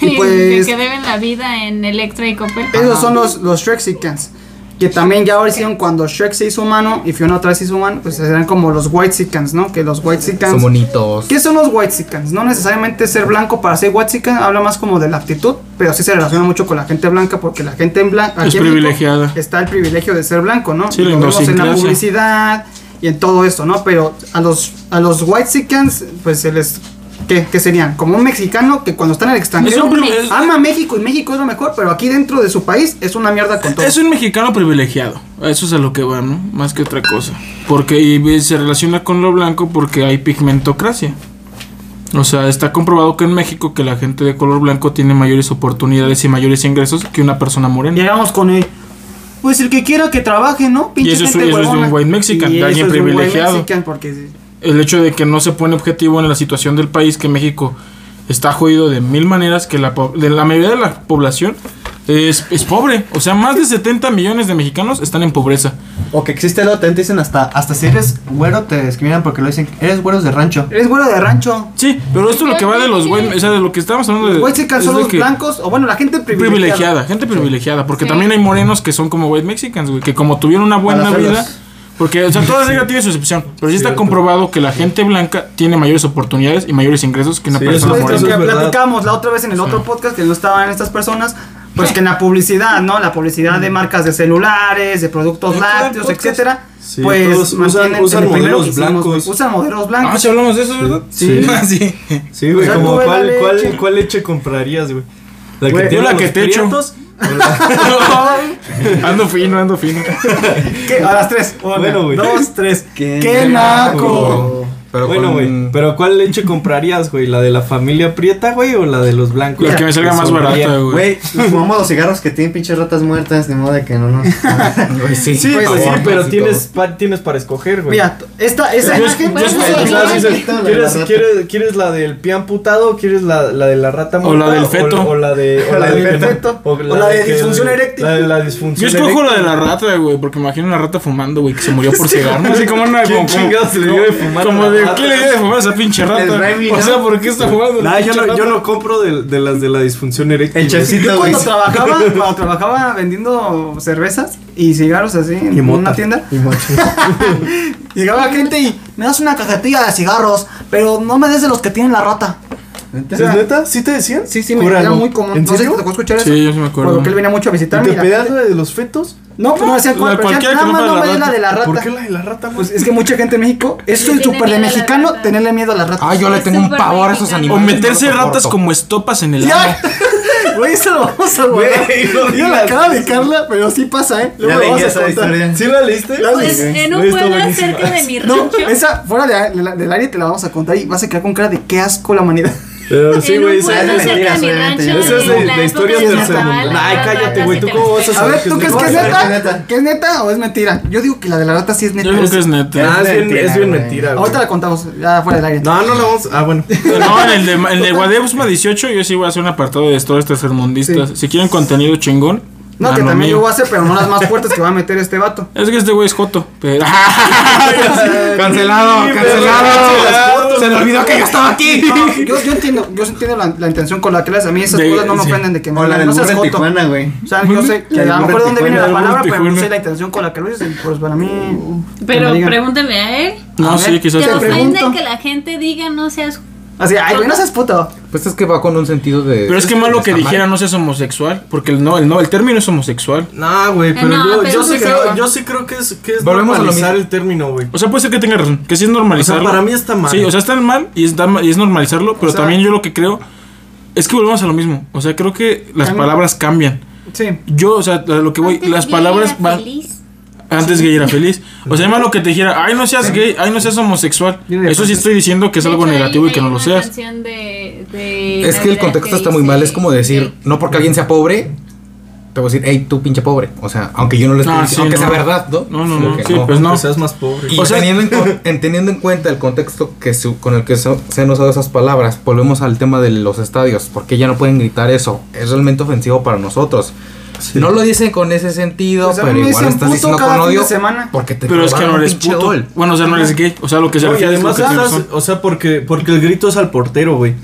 Speaker 5: Y
Speaker 2: Y
Speaker 5: de
Speaker 2: pues
Speaker 5: que deben la vida en Electra y Coppel.
Speaker 2: Esos son los, los Shrexicans. Que también ya ahora hicieron cuando Shrek se hizo humano y Fiona otra vez se hizo humano, pues serán como los Whitexicans, ¿no? Que los Whitexicans.
Speaker 6: Son bonitos.
Speaker 2: ¿Qué son los whitexicans? No necesariamente ser blanco para ser whitexican, habla más como de la actitud, pero sí se relaciona mucho con la gente blanca porque la gente en blanco
Speaker 1: Es privilegiada.
Speaker 2: está el privilegio de ser blanco, ¿no?
Speaker 1: Sí,
Speaker 2: Y
Speaker 1: la
Speaker 2: lo vemos en la
Speaker 1: idiosincrasia.
Speaker 2: publicidad y en todo esto, ¿no? Pero a los a los whitexicans pues se les ¿Qué, qué serían? Como un mexicano que cuando está en el
Speaker 1: Es
Speaker 2: extranjero
Speaker 1: un primer-
Speaker 2: ama a México y México es lo mejor, pero aquí dentro de su país es una mierda con todo.
Speaker 1: Es un mexicano privilegiado. A Eso es a lo que va, ¿no? Más que otra cosa. Porque y se relaciona con lo blanco porque hay pigmentocracia. O sea, está comprobado que en México que la gente de color blanco tiene mayores oportunidades y mayores ingresos que una persona morena.
Speaker 2: Llegamos con él. Pues el que quiera que trabaje, ¿no?
Speaker 1: Y eso es- eso es de un
Speaker 2: huevona.
Speaker 1: white mexican,
Speaker 2: Y
Speaker 1: de
Speaker 2: eso
Speaker 1: alguien
Speaker 2: es de un white
Speaker 1: privilegiado.
Speaker 2: mexican porque
Speaker 1: El hecho de que no se pone objetivo en la situación del país, que México está jodido de mil maneras, que la, po- de la mayoría de la población es, es pobre. O sea, más de 70 millones de mexicanos están en pobreza.
Speaker 4: O que existe lo te dicen hasta, hasta si eres güero te discriminan porque lo dicen, eres güeros de rancho.
Speaker 2: eres güero de rancho.
Speaker 1: Sí, pero esto es lo que va de los güey, o sea, de lo que estábamos hablando de.
Speaker 2: Los mexicanos
Speaker 1: Eh, es
Speaker 2: son
Speaker 1: de
Speaker 2: los
Speaker 1: que-
Speaker 2: blancos, o bueno, la gente privilegiada.
Speaker 1: privilegiada, gente privilegiada, porque
Speaker 5: Sí.
Speaker 1: también hay morenos que son como white mexicans, güey, que como tuvieron una buena
Speaker 4: las
Speaker 1: vida,
Speaker 4: celdas.
Speaker 1: porque o sea, toda regla tiene su excepción, pero sí está
Speaker 3: Cierto.
Speaker 1: comprobado que la gente blanca tiene mayores oportunidades y mayores ingresos que una
Speaker 3: Sí,
Speaker 1: persona
Speaker 3: eso
Speaker 2: Pues,
Speaker 3: es- Por
Speaker 2: lo
Speaker 1: morena.
Speaker 2: que
Speaker 3: es verdad.
Speaker 2: platicamos la otra vez en el otro podcast que no estaban estas personas, pues que en la publicidad, ¿no? La publicidad de marcas de celulares, de productos
Speaker 1: Ya quedan
Speaker 2: lácteos,
Speaker 1: Mm. Ah, podcast.
Speaker 2: etcétera.
Speaker 3: Sí,
Speaker 2: pues
Speaker 3: todos usan-
Speaker 2: mantienen
Speaker 3: usan
Speaker 2: el primero
Speaker 3: modelos
Speaker 2: que hicimos,
Speaker 3: blancos.
Speaker 2: güey. Usan modelos
Speaker 1: Ah,
Speaker 2: blancos.
Speaker 1: sí hablamos de eso, ¿verdad?
Speaker 3: Sí.
Speaker 1: Ah,
Speaker 3: <laughs>
Speaker 1: sí.
Speaker 3: Sí,
Speaker 2: O
Speaker 3: güey,
Speaker 2: sea,
Speaker 3: como
Speaker 2: tuve la
Speaker 3: cuál,
Speaker 2: leche.
Speaker 3: cuál, cuál leche comprarías, güey. La
Speaker 1: Güey,
Speaker 3: tiene
Speaker 1: yo la
Speaker 3: los
Speaker 1: que te echo.
Speaker 3: prietos,
Speaker 1: ando fino, ando fino. Ah,
Speaker 2: ¿Qué? A las tres. Una,
Speaker 3: Bueno, güey.
Speaker 2: dos, tres.
Speaker 4: Qué
Speaker 2: ¡Qué naco!
Speaker 6: Pero
Speaker 3: bueno,
Speaker 6: con-
Speaker 3: güey, pero ¿cuál leche comprarías, güey? ¿La de la familia prieta, güey, o la de los blancos?
Speaker 1: La que me salga más
Speaker 3: sonríen.
Speaker 1: barata, güey.
Speaker 4: Güey, nos fumamos los cigarros que tienen pinches ratas muertas, ni modo de que no <laughs> nos.
Speaker 6: Güey, sí,
Speaker 3: Sí,
Speaker 6: por
Speaker 3: pues sí,
Speaker 6: favor,
Speaker 3: pero
Speaker 6: sí,
Speaker 3: tienes, pa- tienes para escoger, güey.
Speaker 2: Mira, esta, esa
Speaker 1: Yo-
Speaker 2: imagen.
Speaker 1: yo-
Speaker 2: pues,
Speaker 1: yo-
Speaker 2: es-
Speaker 3: O sea, dices,
Speaker 4: La de la
Speaker 3: ¿quieres,
Speaker 4: rata.
Speaker 3: quieres, quieres la del pie amputado o quieres la, la de la rata
Speaker 1: O la
Speaker 3: muerta,
Speaker 1: del feto.
Speaker 3: O, la de.
Speaker 2: O <laughs> la
Speaker 3: de
Speaker 2: del
Speaker 3: que no-
Speaker 2: feto.
Speaker 3: O
Speaker 2: O la de
Speaker 3: que-
Speaker 2: disfunción eréctil.
Speaker 3: La de la disfunción
Speaker 1: Yo escojo
Speaker 3: eréctil.
Speaker 1: la de la rata, güey, porque me imagino una rata fumando, güey, que se murió por cigarro. Así como una.
Speaker 3: ¿Quién
Speaker 1: como- como-
Speaker 3: chingados le dio de fumar a
Speaker 1: Como
Speaker 3: la
Speaker 1: de.
Speaker 3: rata?
Speaker 1: ¿Quién le dio de fumar a esa pinche
Speaker 4: El
Speaker 1: rata?
Speaker 4: Raimi,
Speaker 1: O
Speaker 4: ¿no?
Speaker 1: sea, ¿por qué está fumando? la
Speaker 3: Nah, yo
Speaker 1: pinche
Speaker 3: no, yo
Speaker 1: rata?
Speaker 3: no compro de, de las de la disfunción eréctil.
Speaker 4: El
Speaker 3: güey.
Speaker 4: chefcito.
Speaker 2: Yo
Speaker 4: Güey,
Speaker 2: cuando
Speaker 1: <laughs>
Speaker 4: sí.
Speaker 2: trabajaba, cuando trabajaba vendiendo cervezas y cigarros así en
Speaker 3: Y mota.
Speaker 2: una tienda, llegaba gente y me das una cajetilla de cigarros, pero no me des de los que tienen la rata.
Speaker 3: ¿Es neta? ¿Sí te decían?
Speaker 2: Sí, sí, me
Speaker 3: Júralo.
Speaker 2: era muy común.
Speaker 3: ¿En
Speaker 2: No sé si
Speaker 3: serio?
Speaker 2: te tocó escuchar eso.
Speaker 1: Sí, yo sí me acuerdo.
Speaker 2: Porque él venía mucho a
Speaker 3: ¿Y
Speaker 2: visitarme.
Speaker 3: ¿Te
Speaker 2: y la
Speaker 3: pedías
Speaker 2: gente-
Speaker 3: la de los fetos?
Speaker 2: No, pues no decían
Speaker 1: la
Speaker 2: cuál, pero decían,
Speaker 1: cualquiera
Speaker 2: nada
Speaker 1: que
Speaker 2: más
Speaker 1: compra la
Speaker 2: no me des la
Speaker 1: rata.
Speaker 2: de la
Speaker 3: ¿Por
Speaker 2: rata.
Speaker 3: qué la de la rata, güey?
Speaker 2: Pues es que mucha gente en México, esto
Speaker 5: Le
Speaker 2: es
Speaker 5: tiene
Speaker 2: súper de
Speaker 5: miedo a la
Speaker 2: mexicano,
Speaker 5: rata.
Speaker 2: tenerle miedo a la rata.
Speaker 6: Ah, yo le tengo un
Speaker 5: Súper
Speaker 6: pavor a esos
Speaker 5: mexicano.
Speaker 1: O
Speaker 6: animales.
Speaker 1: meterse
Speaker 6: no lo
Speaker 1: ratas
Speaker 6: soporto.
Speaker 1: como estopas en el
Speaker 2: ¡Ya!
Speaker 1: agua.
Speaker 2: <laughs> Güey, eso lo vamos a guardar. Mira la cara de Carla, pero sí pasa, ¿eh? Luego
Speaker 4: Ya
Speaker 2: lo
Speaker 4: leí
Speaker 2: vamos a
Speaker 4: esa
Speaker 2: contar.
Speaker 4: historia.
Speaker 3: ¿Sí la leíste?
Speaker 5: Pues en un
Speaker 3: Güey, está
Speaker 5: pueblo
Speaker 3: buenísima.
Speaker 5: cerca de mi rancho.
Speaker 2: No, esa fuera de- de la- del área te la vamos a contar y vas a quedar con cara de qué asco la humanidad.
Speaker 3: Pero sí,
Speaker 5: en un
Speaker 3: güey.
Speaker 5: pueblo
Speaker 4: esa es
Speaker 5: cerca de
Speaker 4: mentira,
Speaker 5: mi
Speaker 4: obviamente.
Speaker 5: rancho.
Speaker 3: Esa es de-
Speaker 5: en la
Speaker 3: de
Speaker 5: época
Speaker 3: historias
Speaker 5: de
Speaker 3: tercer
Speaker 5: carnaval,
Speaker 3: mundo.
Speaker 5: las
Speaker 3: Ay, cállate,
Speaker 5: ratas
Speaker 3: güey,
Speaker 5: sí
Speaker 3: ¿tú
Speaker 5: te
Speaker 3: cómo vas a
Speaker 5: respetan.
Speaker 2: A ver, ¿tú
Speaker 3: que
Speaker 2: crees
Speaker 3: es
Speaker 2: que es
Speaker 4: neta.
Speaker 2: neta? ¿Que es neta o es mentira? Yo digo que la de la rata sí es neta.
Speaker 1: Yo creo que es neta.
Speaker 3: Ah, es bien,
Speaker 4: mentira,
Speaker 3: es bien
Speaker 4: güey.
Speaker 3: mentira, güey.
Speaker 2: Ahorita la contamos, ya fuera del aire.
Speaker 3: No, no la vamos. Ah, bueno.
Speaker 1: No, en el de, en el de Guadalupe 18 yo sí voy a hacer un apartado de historias tercermundistas. Si quieren contenido chingón.
Speaker 2: No,
Speaker 1: a
Speaker 2: que
Speaker 1: lo
Speaker 2: también
Speaker 1: mío.
Speaker 2: yo voy a hacer, pero no las más fuertes que va a meter este
Speaker 3: <laughs>
Speaker 2: vato.
Speaker 1: Es que este güey es Joto. Pero... <laughs>
Speaker 6: Cancelado, cancelado. Se me olvidó que yo estaba aquí.
Speaker 2: No, yo, yo entiendo, yo entiendo la, la intención con la que le haces. A mí esas
Speaker 1: De-
Speaker 2: cosas no me
Speaker 1: sí.
Speaker 2: ofenden de que me
Speaker 4: O la del
Speaker 2: no
Speaker 4: burro
Speaker 2: seas
Speaker 4: en
Speaker 2: joto.
Speaker 4: Tijuana, güey.
Speaker 2: O sea, yo sé que
Speaker 4: La del
Speaker 2: a lo mejor
Speaker 4: burro
Speaker 2: de
Speaker 4: en
Speaker 2: dónde
Speaker 1: Tijuana,
Speaker 2: viene la
Speaker 1: el burro
Speaker 2: palabra,
Speaker 1: en
Speaker 2: pero no
Speaker 1: Tijuana.
Speaker 2: sé la intención con la que lo dices. y Pues para mí.
Speaker 5: Pero
Speaker 2: que me digan.
Speaker 5: pregúntame a él.
Speaker 1: No, sí, quizás.
Speaker 5: ¿Te
Speaker 1: te ofende.
Speaker 5: ofende
Speaker 2: pregunto.
Speaker 5: que la gente diga no seas
Speaker 2: Así, ay, güey, no seas puto.
Speaker 6: Pues es que va con un sentido de.
Speaker 1: Pero es que malo que
Speaker 6: está mal.
Speaker 1: dijera no seas homosexual. Porque el, no, el, no, el término es homosexual.
Speaker 3: No, güey, pero
Speaker 5: No,
Speaker 3: yo,
Speaker 5: pero
Speaker 3: yo,
Speaker 5: eso
Speaker 3: sí
Speaker 5: es
Speaker 3: creo,
Speaker 5: error.
Speaker 3: yo sí creo que es, que es
Speaker 6: Volvemos a lo
Speaker 3: normalizar
Speaker 6: mismo.
Speaker 3: el término, güey.
Speaker 1: O sea, puede ser que tenga razón. Que sí es normalizarlo.
Speaker 3: O sea, para mí está mal.
Speaker 1: Sí, o sea, está mal y es, da- y es normalizarlo. Pero
Speaker 2: sea-
Speaker 1: también yo lo que creo es que volvemos a lo mismo. O sea, creo que las
Speaker 2: Cambia.
Speaker 1: palabras cambian.
Speaker 2: Sí.
Speaker 1: Yo, o sea, a lo que voy,
Speaker 5: Antes
Speaker 1: las
Speaker 5: gay
Speaker 1: palabras
Speaker 5: era
Speaker 1: van.
Speaker 5: feliz.
Speaker 1: Antes gay era feliz. O sea, es malo que te dijera, ay, no seas gay, ay, no seas homosexual.
Speaker 2: Viene de
Speaker 1: Eso sí
Speaker 2: frases.
Speaker 1: estoy diciendo que es
Speaker 5: De
Speaker 1: algo
Speaker 5: hecho, hay-
Speaker 1: negativo y
Speaker 5: hay
Speaker 1: que no lo
Speaker 5: una
Speaker 1: seas.
Speaker 5: canción de- de
Speaker 6: Es que el
Speaker 5: Navidad
Speaker 6: contexto está muy
Speaker 5: dice-
Speaker 6: mal. Es como decir, no porque alguien sea pobre, te voy a decir, hey, tú pinche pobre. O sea, aunque yo no lo esté
Speaker 1: Ah,
Speaker 6: diciendo,
Speaker 1: sí,
Speaker 6: aunque
Speaker 1: no.
Speaker 6: sea verdad, ¿no?
Speaker 1: No, no,
Speaker 6: Como
Speaker 1: no,
Speaker 6: que
Speaker 1: sí, pues no.
Speaker 3: Que seas más pobre.
Speaker 6: Y
Speaker 1: O sea-
Speaker 6: teniendo, en, cu-
Speaker 2: <laughs>
Speaker 6: en teniendo en cuenta el contexto que su- con el que so- se han usado esas palabras, volvemos al tema de los estadios, porque ya no pueden gritar eso. Es realmente ofensivo para nosotros. No lo dicen con ese sentido,
Speaker 2: Pues a mí
Speaker 6: pero
Speaker 2: me
Speaker 6: igual
Speaker 2: dicen
Speaker 6: estás
Speaker 2: puto
Speaker 6: diciendo
Speaker 2: cada
Speaker 6: con
Speaker 2: fin de
Speaker 6: odio.
Speaker 2: semana.
Speaker 6: Porque te
Speaker 1: Pero es que
Speaker 6: clavaron
Speaker 1: no
Speaker 6: un
Speaker 1: eres
Speaker 6: pinche
Speaker 1: puto.
Speaker 6: gol.
Speaker 1: Bueno, o sea, no eres gay. O sea, pues lo que se
Speaker 3: No, y
Speaker 1: refiere es lo
Speaker 3: además
Speaker 1: que tienes
Speaker 3: estás-
Speaker 1: razón.
Speaker 3: o sea, porque, porque el grito es al portero, güey.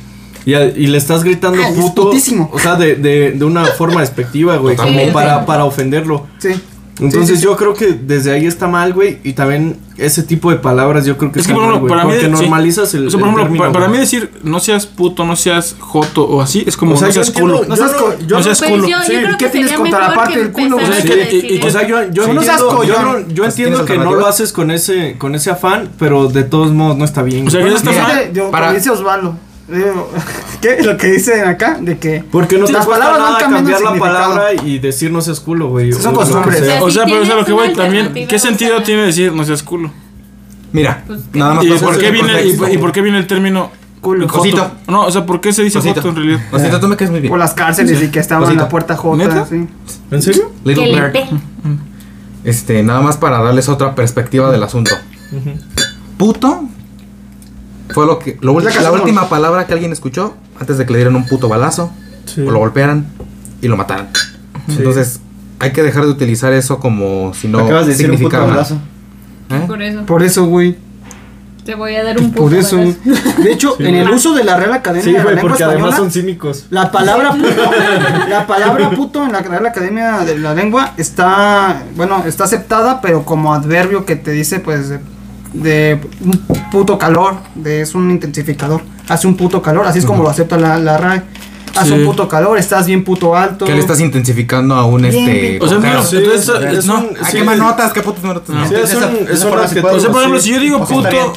Speaker 3: Y, a- y le estás gritando
Speaker 2: Ah, es
Speaker 3: puto.
Speaker 2: putísimo.
Speaker 3: O sea, de, de, de una forma despectiva, güey. Como
Speaker 6: Totalmente.
Speaker 3: para, para ofenderlo.
Speaker 2: Sí.
Speaker 3: Entonces
Speaker 2: Sí, sí, sí.
Speaker 3: yo creo que desde ahí está mal, güey. Y también ese tipo de palabras yo creo que
Speaker 1: Es que,
Speaker 3: está
Speaker 1: por
Speaker 3: mal,
Speaker 1: ejemplo,
Speaker 3: güey,
Speaker 1: para mí.
Speaker 3: Porque
Speaker 1: sí.
Speaker 3: normalizas el,
Speaker 1: O sea, por
Speaker 3: el
Speaker 1: ejemplo,
Speaker 3: término,
Speaker 1: pa- para
Speaker 3: güey.
Speaker 1: mí decir no seas puto, no seas joto o así es como
Speaker 3: O sea,
Speaker 1: no
Speaker 3: yo
Speaker 1: seas
Speaker 3: entiendo-
Speaker 1: culo.
Speaker 3: yo
Speaker 2: No seas
Speaker 3: no-
Speaker 2: co-
Speaker 3: yo
Speaker 1: no
Speaker 3: no
Speaker 1: seas
Speaker 5: Pues
Speaker 1: culo.
Speaker 5: yo, yo
Speaker 2: Sí,
Speaker 5: creo
Speaker 2: ¿qué
Speaker 5: que
Speaker 2: tienes
Speaker 5: sería
Speaker 2: contra la
Speaker 5: mejor
Speaker 2: parte
Speaker 5: que
Speaker 2: del culo?
Speaker 5: empezaras
Speaker 1: O sea,
Speaker 5: a
Speaker 1: que- y-
Speaker 5: decir
Speaker 1: y-
Speaker 3: O sea, yo, yo
Speaker 6: Sí.
Speaker 3: entiendo,
Speaker 6: No seas
Speaker 3: yo
Speaker 6: collón.
Speaker 3: no- yo
Speaker 6: Pues,
Speaker 3: entiendo
Speaker 6: ¿tienes
Speaker 3: que no lo
Speaker 6: alternativa?
Speaker 3: haces con ese, con ese afán, pero de todos modos no está bien.
Speaker 1: O sea,
Speaker 3: güey.
Speaker 1: que ya está
Speaker 6: Mira,
Speaker 1: mal.
Speaker 2: Fíjate, yo-
Speaker 6: para-
Speaker 2: como dice Osvaldo. Digo, <laughs> ¿Qué? Lo que dicen acá, de que.
Speaker 3: Porque no te
Speaker 2: Las
Speaker 3: cuesta
Speaker 2: palabras van
Speaker 3: nada
Speaker 2: cambiando
Speaker 3: cambiar
Speaker 2: el
Speaker 3: la
Speaker 2: significado.
Speaker 3: palabra y decir no seas culo, güey.
Speaker 2: Son
Speaker 3: o lo que
Speaker 2: costumbres.
Speaker 3: sea.
Speaker 1: O
Speaker 5: si
Speaker 1: sea, pero es a lo
Speaker 5: tienes
Speaker 1: que voy
Speaker 5: una
Speaker 1: también.
Speaker 5: alternativa,
Speaker 1: ¿Qué
Speaker 5: o sea,
Speaker 1: sentido tiene decir no seas culo?
Speaker 6: Mira,
Speaker 5: Pues
Speaker 6: nada más.
Speaker 1: ¿Y
Speaker 6: para
Speaker 1: por,
Speaker 6: ponerse
Speaker 1: qué
Speaker 6: en
Speaker 1: viene, y,
Speaker 6: contexto.
Speaker 1: por- y por qué viene el término
Speaker 6: Culo.
Speaker 1: joto?
Speaker 6: Cosito.
Speaker 1: No, o sea, ¿por qué se dice
Speaker 6: Cosita.
Speaker 1: joto en realidad?
Speaker 6: Cosita, tú me quedas muy bien.
Speaker 2: Por las cárceles y que estaban en la
Speaker 6: Cosita.
Speaker 2: puerta J.
Speaker 1: ¿Neta?
Speaker 2: Sí.
Speaker 3: ¿En serio?
Speaker 6: Little
Speaker 5: Que le
Speaker 6: Bird.
Speaker 5: pe-
Speaker 6: Este, nada más para darles otra perspectiva del asunto. Puto fue lo que lo ulti-
Speaker 2: Ya casi
Speaker 6: la
Speaker 2: no.
Speaker 6: última palabra que alguien escuchó antes de que le dieran un puto balazo
Speaker 3: Sí.
Speaker 6: o lo golpearan y lo mataran. Entonces, hay que dejar de utilizar eso como si no
Speaker 4: Acabas de decir un puto
Speaker 6: significara nada.
Speaker 4: abrazo.
Speaker 6: ¿Eh?
Speaker 5: Por eso.
Speaker 2: Por eso, güey.
Speaker 5: Te voy a dar un puto.
Speaker 2: Pues Por eso.
Speaker 5: balazo.
Speaker 2: De hecho, en el uso de la Real Academia
Speaker 3: Sí,
Speaker 2: de la
Speaker 3: güey,
Speaker 2: Lengua
Speaker 3: porque
Speaker 2: Española,
Speaker 3: además son cínicos.
Speaker 2: la palabra <laughs> puto, la palabra puto en la Real Academia de la Lengua está, bueno, está aceptada, pero como adverbio que te dice, pues, de, de un puto calor, de, es un intensificador, hace un puto calor, así es como lo acepta la, la RAE. Hace
Speaker 1: Sí.
Speaker 2: un puto calor, estás bien puto alto.
Speaker 6: Que le estás intensificando a un este.
Speaker 1: O sea,
Speaker 6: cojero.
Speaker 1: no, entonces,
Speaker 3: sí,
Speaker 1: eh,
Speaker 3: es
Speaker 1: no.
Speaker 3: un-
Speaker 6: Ah,
Speaker 3: sí,
Speaker 6: qué
Speaker 3: es-
Speaker 6: manotas, qué putas manotas.
Speaker 1: No.
Speaker 6: No.
Speaker 3: Sí, es
Speaker 4: Esa-
Speaker 3: un- es
Speaker 4: esa
Speaker 3: un
Speaker 4: forma se
Speaker 3: respeto.
Speaker 4: puede
Speaker 1: O sea, por ejemplo,
Speaker 4: Sí.
Speaker 1: si yo digo
Speaker 4: O sea, está
Speaker 1: puto,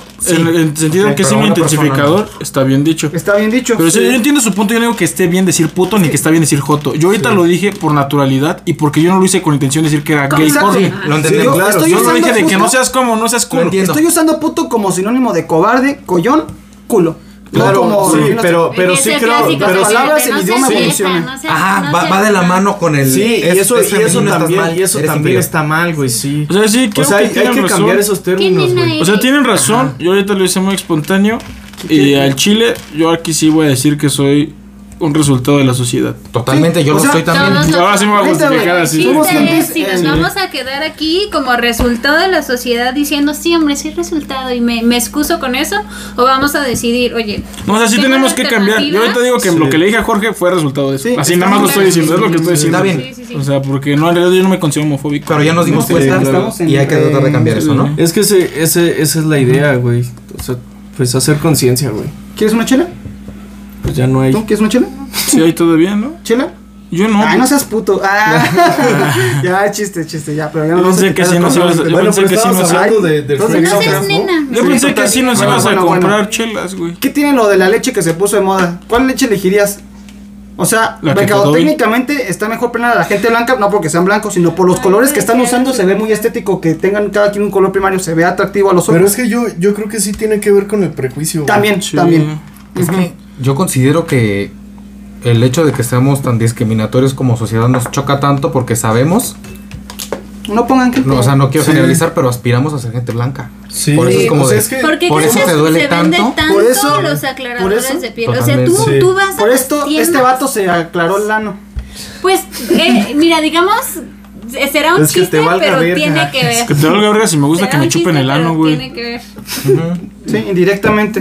Speaker 1: en
Speaker 6: bien.
Speaker 1: el sentido
Speaker 6: Sí,
Speaker 1: que es
Speaker 6: pero
Speaker 1: un
Speaker 6: una persona
Speaker 1: identificador, está bien dicho.
Speaker 2: Está bien dicho.
Speaker 1: Pero sí,
Speaker 2: sí.
Speaker 1: yo entiendo su punto, yo no digo que esté bien decir puto ni que está bien decir joto. Yo ahorita lo dije por naturalidad y porque yo no lo hice con intención de decir que era
Speaker 5: Con-
Speaker 1: gay
Speaker 5: Exacto.
Speaker 1: por
Speaker 5: Sí,
Speaker 6: Lo entendemos.
Speaker 2: yo-
Speaker 6: claro.
Speaker 2: estoy
Speaker 1: Yo lo
Speaker 2: usando
Speaker 1: dije de que
Speaker 2: puto.
Speaker 1: no seas como, no seas
Speaker 6: Lo
Speaker 1: culo.
Speaker 6: entiendo.
Speaker 2: Estoy usando puto como sinónimo de cobarde, collón, culo.
Speaker 3: Claro,
Speaker 2: no como
Speaker 3: sí,
Speaker 2: sinónimo-
Speaker 3: pero, pero
Speaker 5: Es
Speaker 3: sí
Speaker 5: el
Speaker 3: creo.
Speaker 5: clásico
Speaker 3: Pero
Speaker 5: de
Speaker 3: sí,
Speaker 2: palabras
Speaker 5: que
Speaker 2: en
Speaker 5: no
Speaker 2: idioma
Speaker 5: se
Speaker 2: funcionan.
Speaker 5: fiesta, no se-
Speaker 6: Ah,
Speaker 5: no
Speaker 6: va,
Speaker 5: se-
Speaker 6: va de la mano con el.
Speaker 3: sí, y
Speaker 6: es-
Speaker 3: eso,
Speaker 6: es
Speaker 3: y eso
Speaker 6: femenino, estás
Speaker 3: también,
Speaker 6: mal,
Speaker 3: y eso
Speaker 6: eres
Speaker 3: también
Speaker 6: inferior.
Speaker 3: está mal, güey, sí.
Speaker 1: O sea, sí,
Speaker 3: O
Speaker 1: creo
Speaker 3: sea, hay,
Speaker 1: que
Speaker 3: hay
Speaker 1: tienen
Speaker 3: que
Speaker 1: razón.
Speaker 3: cambiar esos términos,
Speaker 5: nena
Speaker 3: güey.
Speaker 1: O sea, tienen razón. Yo ahorita lo hice muy espontáneo. Y al chile, yo aquí sí voy a decir que soy un resultado de la sociedad.
Speaker 6: Totalmente, yo
Speaker 2: o
Speaker 6: lo
Speaker 2: sea,
Speaker 6: estoy también.
Speaker 5: Todos
Speaker 1: Ahora sí me voy a
Speaker 2: Ahí está,
Speaker 1: justificar
Speaker 2: güey.
Speaker 1: así.
Speaker 2: Somos
Speaker 5: Chiste
Speaker 2: gente-
Speaker 5: es, si nos
Speaker 2: eh,
Speaker 5: vamos a quedar aquí como resultado de la sociedad diciendo, sí, hombre, sí, resultado, y me, me excuso con eso, o vamos a decidir, oye,
Speaker 1: No, o sea, sí
Speaker 5: Tengo
Speaker 1: tenemos
Speaker 5: una
Speaker 1: que cambiar. Yo ahorita digo que
Speaker 3: Sí.
Speaker 1: lo que le dije a Jorge fue resultado de eso.
Speaker 2: Sí,
Speaker 1: Así
Speaker 2: está
Speaker 1: nada más lo
Speaker 5: bien.
Speaker 1: estoy diciendo, es lo que estoy
Speaker 6: Sí,
Speaker 1: diciendo.
Speaker 6: está bien.
Speaker 5: Sí, sí, sí.
Speaker 1: O sea, porque no, en realidad yo no me considero homofóbico.
Speaker 6: Pero ya nos dimos
Speaker 3: Sí,
Speaker 6: cuenta
Speaker 3: claro.
Speaker 2: Estamos en-
Speaker 6: y hay que tratar de cambiar eso, ¿no?
Speaker 3: Es que ese, ese, esa es la idea, güey. O sea, pues hacer conciencia, güey.
Speaker 2: ¿Quieres una chela?
Speaker 3: Pues ya no hay.
Speaker 2: ¿Tú quieres una chela?
Speaker 1: Sí, ahí todavía, ¿no?
Speaker 2: ¿Chela?
Speaker 1: Yo no.
Speaker 2: Ay, Ah, no seas puto. Ah. ya, chiste, chiste, ya, pero ya
Speaker 1: Yo
Speaker 2: no
Speaker 1: pensé que sí nos ibas a- yo
Speaker 3: Bueno,
Speaker 1: pensé
Speaker 3: pero
Speaker 1: que sí
Speaker 3: estábamos
Speaker 1: nos-
Speaker 3: hablando de, del
Speaker 2: Entonces,
Speaker 5: no
Speaker 3: feminismo,
Speaker 5: seas nena.
Speaker 1: yo pensé que sí nos
Speaker 2: Bueno,
Speaker 1: ibas a
Speaker 2: Ah, bueno, bueno.
Speaker 1: comprar chelas, güey.
Speaker 2: ¿Qué tiene lo de la leche que se puso de moda? ¿Cuál leche elegirías? O sea,
Speaker 1: La que te
Speaker 2: mercado-
Speaker 1: doy.
Speaker 2: técnicamente está mejor plena la gente blanca, no porque sean blancos, sino por los colores que están usando, se ve muy estético, que tengan cada quien un color primario, se ve atractivo a los
Speaker 3: Pero
Speaker 2: ojos.
Speaker 3: es que yo, yo creo que sí tiene que ver con el prejuicio. güey.
Speaker 2: También,
Speaker 1: Sí.
Speaker 2: también.
Speaker 6: Es que yo considero que el hecho de que seamos tan discriminatorios como sociedad nos choca tanto porque sabemos,
Speaker 2: No pongan que.
Speaker 6: no, o sea, no quiero
Speaker 3: Sí.
Speaker 6: generalizar, pero aspiramos a ser gente blanca.
Speaker 3: Sí,
Speaker 6: Por eso es como
Speaker 3: o sea,
Speaker 6: de-
Speaker 3: es que-
Speaker 5: Porque
Speaker 6: Por
Speaker 5: crees
Speaker 6: eso
Speaker 5: que
Speaker 6: te duele
Speaker 5: se vende
Speaker 6: tanto.
Speaker 5: tanto
Speaker 2: Por eso-
Speaker 5: los
Speaker 2: por
Speaker 5: aclaradores
Speaker 2: eso-
Speaker 5: de piel. O sea, tú,
Speaker 6: Totalmente.
Speaker 3: Sí.
Speaker 5: tú vas a
Speaker 2: Por
Speaker 5: las
Speaker 2: esto,
Speaker 5: tiendas.
Speaker 2: este vato se aclaró el lano.
Speaker 5: Pues, eh, mira, digamos, eh, será un
Speaker 3: Es que te
Speaker 5: chiste,
Speaker 3: valga
Speaker 5: pero
Speaker 3: verga.
Speaker 5: tiene que ver.
Speaker 1: Que te valga verga si me gusta
Speaker 5: Será
Speaker 1: que me
Speaker 5: un
Speaker 1: chupen
Speaker 5: chiste,
Speaker 1: el ano,
Speaker 5: pero
Speaker 1: güey.
Speaker 5: Tiene que ver.
Speaker 2: Sí, indirectamente.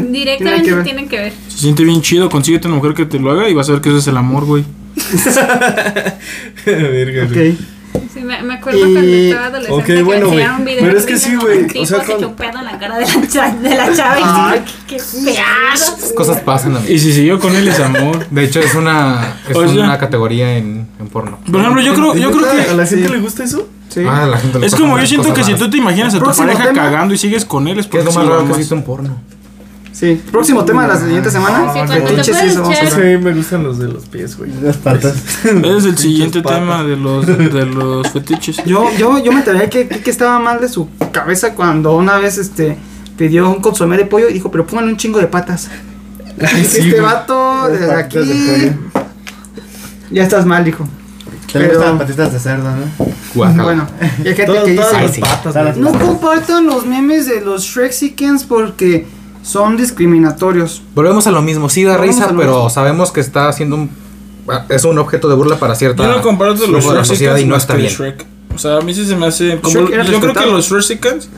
Speaker 2: Tiene
Speaker 5: Directamente
Speaker 2: que ver.
Speaker 5: tiene que ver.
Speaker 1: Se siente bien chido, consíguete una mujer que te lo haga y vas a ver que eso es el amor, güey.
Speaker 3: <laughs> Verga, güey.
Speaker 2: Ok.
Speaker 5: Sí, me, me acuerdo
Speaker 2: Y-
Speaker 5: cuando estaba adolescente
Speaker 3: ok,
Speaker 5: que
Speaker 3: bueno,
Speaker 5: me
Speaker 3: güey,
Speaker 5: enseñaron un video
Speaker 3: pero es que
Speaker 5: horrible
Speaker 3: sí,
Speaker 5: con
Speaker 3: güey,
Speaker 5: un
Speaker 3: o
Speaker 5: tipo
Speaker 3: sea,
Speaker 5: que
Speaker 3: con-
Speaker 5: chupeando en la cara de la, cha- de la chava y
Speaker 2: Ay,
Speaker 5: dije, qué feo.
Speaker 6: Esas cosas pasan a
Speaker 1: Y si siguió con él es amor.
Speaker 6: De hecho, es una, es
Speaker 1: O sea-
Speaker 6: una categoría en, en porno.
Speaker 1: Por ejemplo, yo creo, yo creo que.
Speaker 3: ¿A la gente le gusta eso?
Speaker 2: Sí.
Speaker 6: Ah, a la gente le
Speaker 1: Es
Speaker 6: pasan
Speaker 1: como yo
Speaker 6: las
Speaker 1: siento que
Speaker 6: cosas
Speaker 1: si tú
Speaker 6: raras.
Speaker 1: te imaginas a tu
Speaker 2: Próximo
Speaker 1: pareja
Speaker 2: tema.
Speaker 1: cagando y sigues con él, es
Speaker 6: ¿Qué
Speaker 1: porque
Speaker 6: es lo
Speaker 1: sí
Speaker 6: más
Speaker 1: lo
Speaker 6: raro que has
Speaker 1: amas.
Speaker 6: visto en porno?
Speaker 2: Sí. Próximo tema de la siguiente semana.
Speaker 5: Sí, cuando te
Speaker 2: Fetiches, sí,
Speaker 5: puedes
Speaker 2: vamos a
Speaker 5: echar-
Speaker 2: hablar.
Speaker 3: Sí, me gustan los de los pies, güey.
Speaker 4: Las patas.
Speaker 3: <laughs>
Speaker 1: Ese es el siguiente
Speaker 3: patas.
Speaker 1: tema de los, de los fetiches.
Speaker 2: Yo, yo, yo me enteré que, que estaba mal de su cabeza cuando una vez este pidió un consomé de pollo y dijo, pero pónganle un chingo de
Speaker 3: <laughs>
Speaker 2: patas. este vato
Speaker 4: Las
Speaker 2: desde aquí.
Speaker 4: patitas de
Speaker 2: Ya estás mal, dijo.
Speaker 4: Te
Speaker 2: Pero-
Speaker 4: gustan las patitas de cerdo, ¿no?
Speaker 6: Guácala.
Speaker 2: Bueno, y hay gente
Speaker 3: Todas,
Speaker 2: que
Speaker 3: todas
Speaker 2: dice.
Speaker 3: las patas,
Speaker 4: Todas
Speaker 3: güey.
Speaker 4: las
Speaker 2: No compartan los memes de los Shrexicans porque son discriminatorios.
Speaker 6: Volvemos a lo mismo, sí da
Speaker 2: Volvemos a
Speaker 6: risa,
Speaker 2: lo
Speaker 6: pero
Speaker 2: mismo.
Speaker 6: sabemos que está haciendo un... Es un objeto de burla para cierta...
Speaker 1: Yo no comparo de los
Speaker 6: grupo de la sociedad
Speaker 1: Rexicans
Speaker 6: y no
Speaker 1: más
Speaker 6: está
Speaker 1: que de
Speaker 6: bien.
Speaker 1: Shrek. O sea, a mí sí se me hace. como-
Speaker 2: Shrek era
Speaker 1: yo creo que
Speaker 2: respetado.
Speaker 1: los Rexicans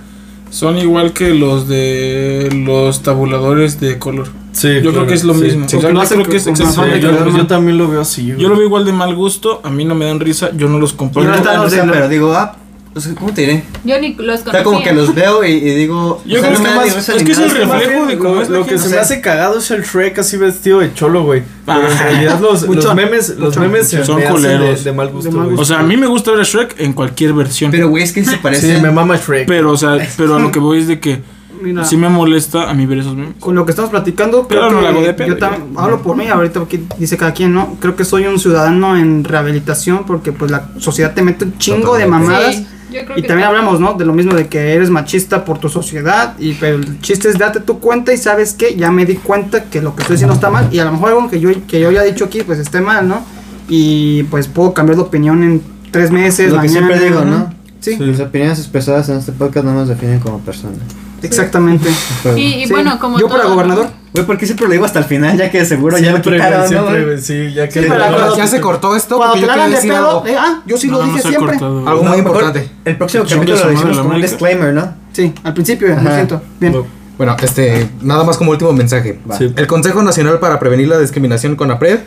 Speaker 1: son igual que los de los tabuladores de color.
Speaker 3: Sí,
Speaker 1: Yo creo
Speaker 3: claro,
Speaker 1: que es lo
Speaker 3: sí.
Speaker 1: mismo.
Speaker 2: Sí,
Speaker 1: O sea,
Speaker 2: lo
Speaker 1: yo
Speaker 2: hacen
Speaker 1: creo que es
Speaker 2: con- con
Speaker 3: Sí,
Speaker 1: exactamente
Speaker 2: Ajá, de
Speaker 3: yo,
Speaker 1: lo
Speaker 2: color,
Speaker 1: mismo.
Speaker 3: yo también lo veo así, güey.
Speaker 1: Yo lo veo igual de mal gusto, a mí no me dan risa, yo no los
Speaker 4: Yo
Speaker 1: comparto.
Speaker 4: no
Speaker 2: están
Speaker 4: están,
Speaker 2: los de-
Speaker 4: pero digo, ah, o sea, ¿cómo te diré?
Speaker 5: Yo ni los
Speaker 4: O
Speaker 5: conocía.
Speaker 4: sea, como que los veo y, y digo,
Speaker 1: Yo
Speaker 4: o sea,
Speaker 1: creo
Speaker 4: no
Speaker 1: que
Speaker 4: me da
Speaker 1: más-
Speaker 4: ni risa
Speaker 1: es
Speaker 4: ni
Speaker 1: que es
Speaker 4: nada,
Speaker 1: el
Speaker 4: es como-
Speaker 1: reflejo
Speaker 3: Más
Speaker 1: de
Speaker 3: bien,
Speaker 1: cómo
Speaker 3: lo,
Speaker 1: es la
Speaker 3: lo que
Speaker 1: gente.
Speaker 3: se me hace cagado es el Shrek así vestido de cholo, güey. Pero en
Speaker 1: Ajá.
Speaker 3: realidad los, los
Speaker 1: Mucho.
Speaker 3: memes, los
Speaker 1: Mucho.
Speaker 3: memes se
Speaker 1: Son
Speaker 3: me hacen de,
Speaker 1: culeros.
Speaker 3: de mal gusto,
Speaker 2: De mal
Speaker 3: güey.
Speaker 1: O sea, a mí me gusta ver a Shrek en cualquier versión. Pero,
Speaker 4: Pero güey, es que se
Speaker 3: Sí,
Speaker 4: parece.
Speaker 3: me mama Shrek.
Speaker 1: o sea, pero a lo que voy es de que
Speaker 2: mira,
Speaker 1: Sí me molesta a mí ver esos memes.
Speaker 2: con lo que estamos platicando, creo
Speaker 1: Claro, no
Speaker 2: que
Speaker 1: la hago de pedo,
Speaker 2: yo tam-
Speaker 1: ya.
Speaker 2: hablo por mí, ahorita aquí dice cada quien, ¿no? Creo que soy un ciudadano en rehabilitación porque pues la sociedad te mete un chingo de mamadas.
Speaker 5: Sí, yo creo
Speaker 2: Y
Speaker 5: que
Speaker 2: también
Speaker 5: todo.
Speaker 2: hablamos, ¿no? De lo mismo de que eres machista por tu sociedad. Y pero el chiste es date tu cuenta y sabes que ya me di cuenta que lo que estoy haciendo está mal. Y a lo mejor algo que yo, que yo haya dicho aquí, pues esté mal, ¿no? Y pues puedo cambiar de opinión en tres meses.
Speaker 4: Lo que
Speaker 2: mañana,
Speaker 4: siempre digo,
Speaker 2: ajá.
Speaker 4: ¿no?
Speaker 2: Sí,
Speaker 4: Las opiniones expresadas en este podcast no nos definen como personas.
Speaker 2: exactamente.
Speaker 4: Pero-
Speaker 5: Y, y
Speaker 2: Sí.
Speaker 5: bueno, como
Speaker 2: Yo para
Speaker 5: todo,
Speaker 2: gobernador.
Speaker 4: Güey, ¿por qué siempre lo digo hasta el final? Ya que seguro ya lo
Speaker 3: Siempre, güey,
Speaker 4: quitaron, ¿no?
Speaker 3: siempre,
Speaker 4: güey?
Speaker 3: güey, sí, ya que.
Speaker 2: Sí, pero cuando-
Speaker 6: Ya se cortó esto
Speaker 2: Cuando te
Speaker 6: porque yo
Speaker 2: la
Speaker 6: quería
Speaker 2: hagan de
Speaker 6: decir
Speaker 2: pedo,
Speaker 6: algo.
Speaker 2: eh, ah, yo sí lo
Speaker 1: No, no
Speaker 2: dije
Speaker 1: se ha
Speaker 2: siempre.
Speaker 1: cortado.
Speaker 6: Algo
Speaker 4: No,
Speaker 6: muy
Speaker 4: mejor
Speaker 6: importante.
Speaker 4: El próximo
Speaker 1: Chingue
Speaker 4: capítulo
Speaker 1: su
Speaker 4: lo
Speaker 1: madre,
Speaker 4: decimos
Speaker 1: la
Speaker 4: como un
Speaker 1: América.
Speaker 4: disclaimer, ¿no?
Speaker 2: Sí, al principio, lo
Speaker 4: Ajá.
Speaker 2: siento. Bien.
Speaker 6: Bueno, este, nada más como último mensaje.
Speaker 4: Va.
Speaker 3: Sí.
Speaker 6: El Consejo Nacional para Prevenir la Discriminación con APRED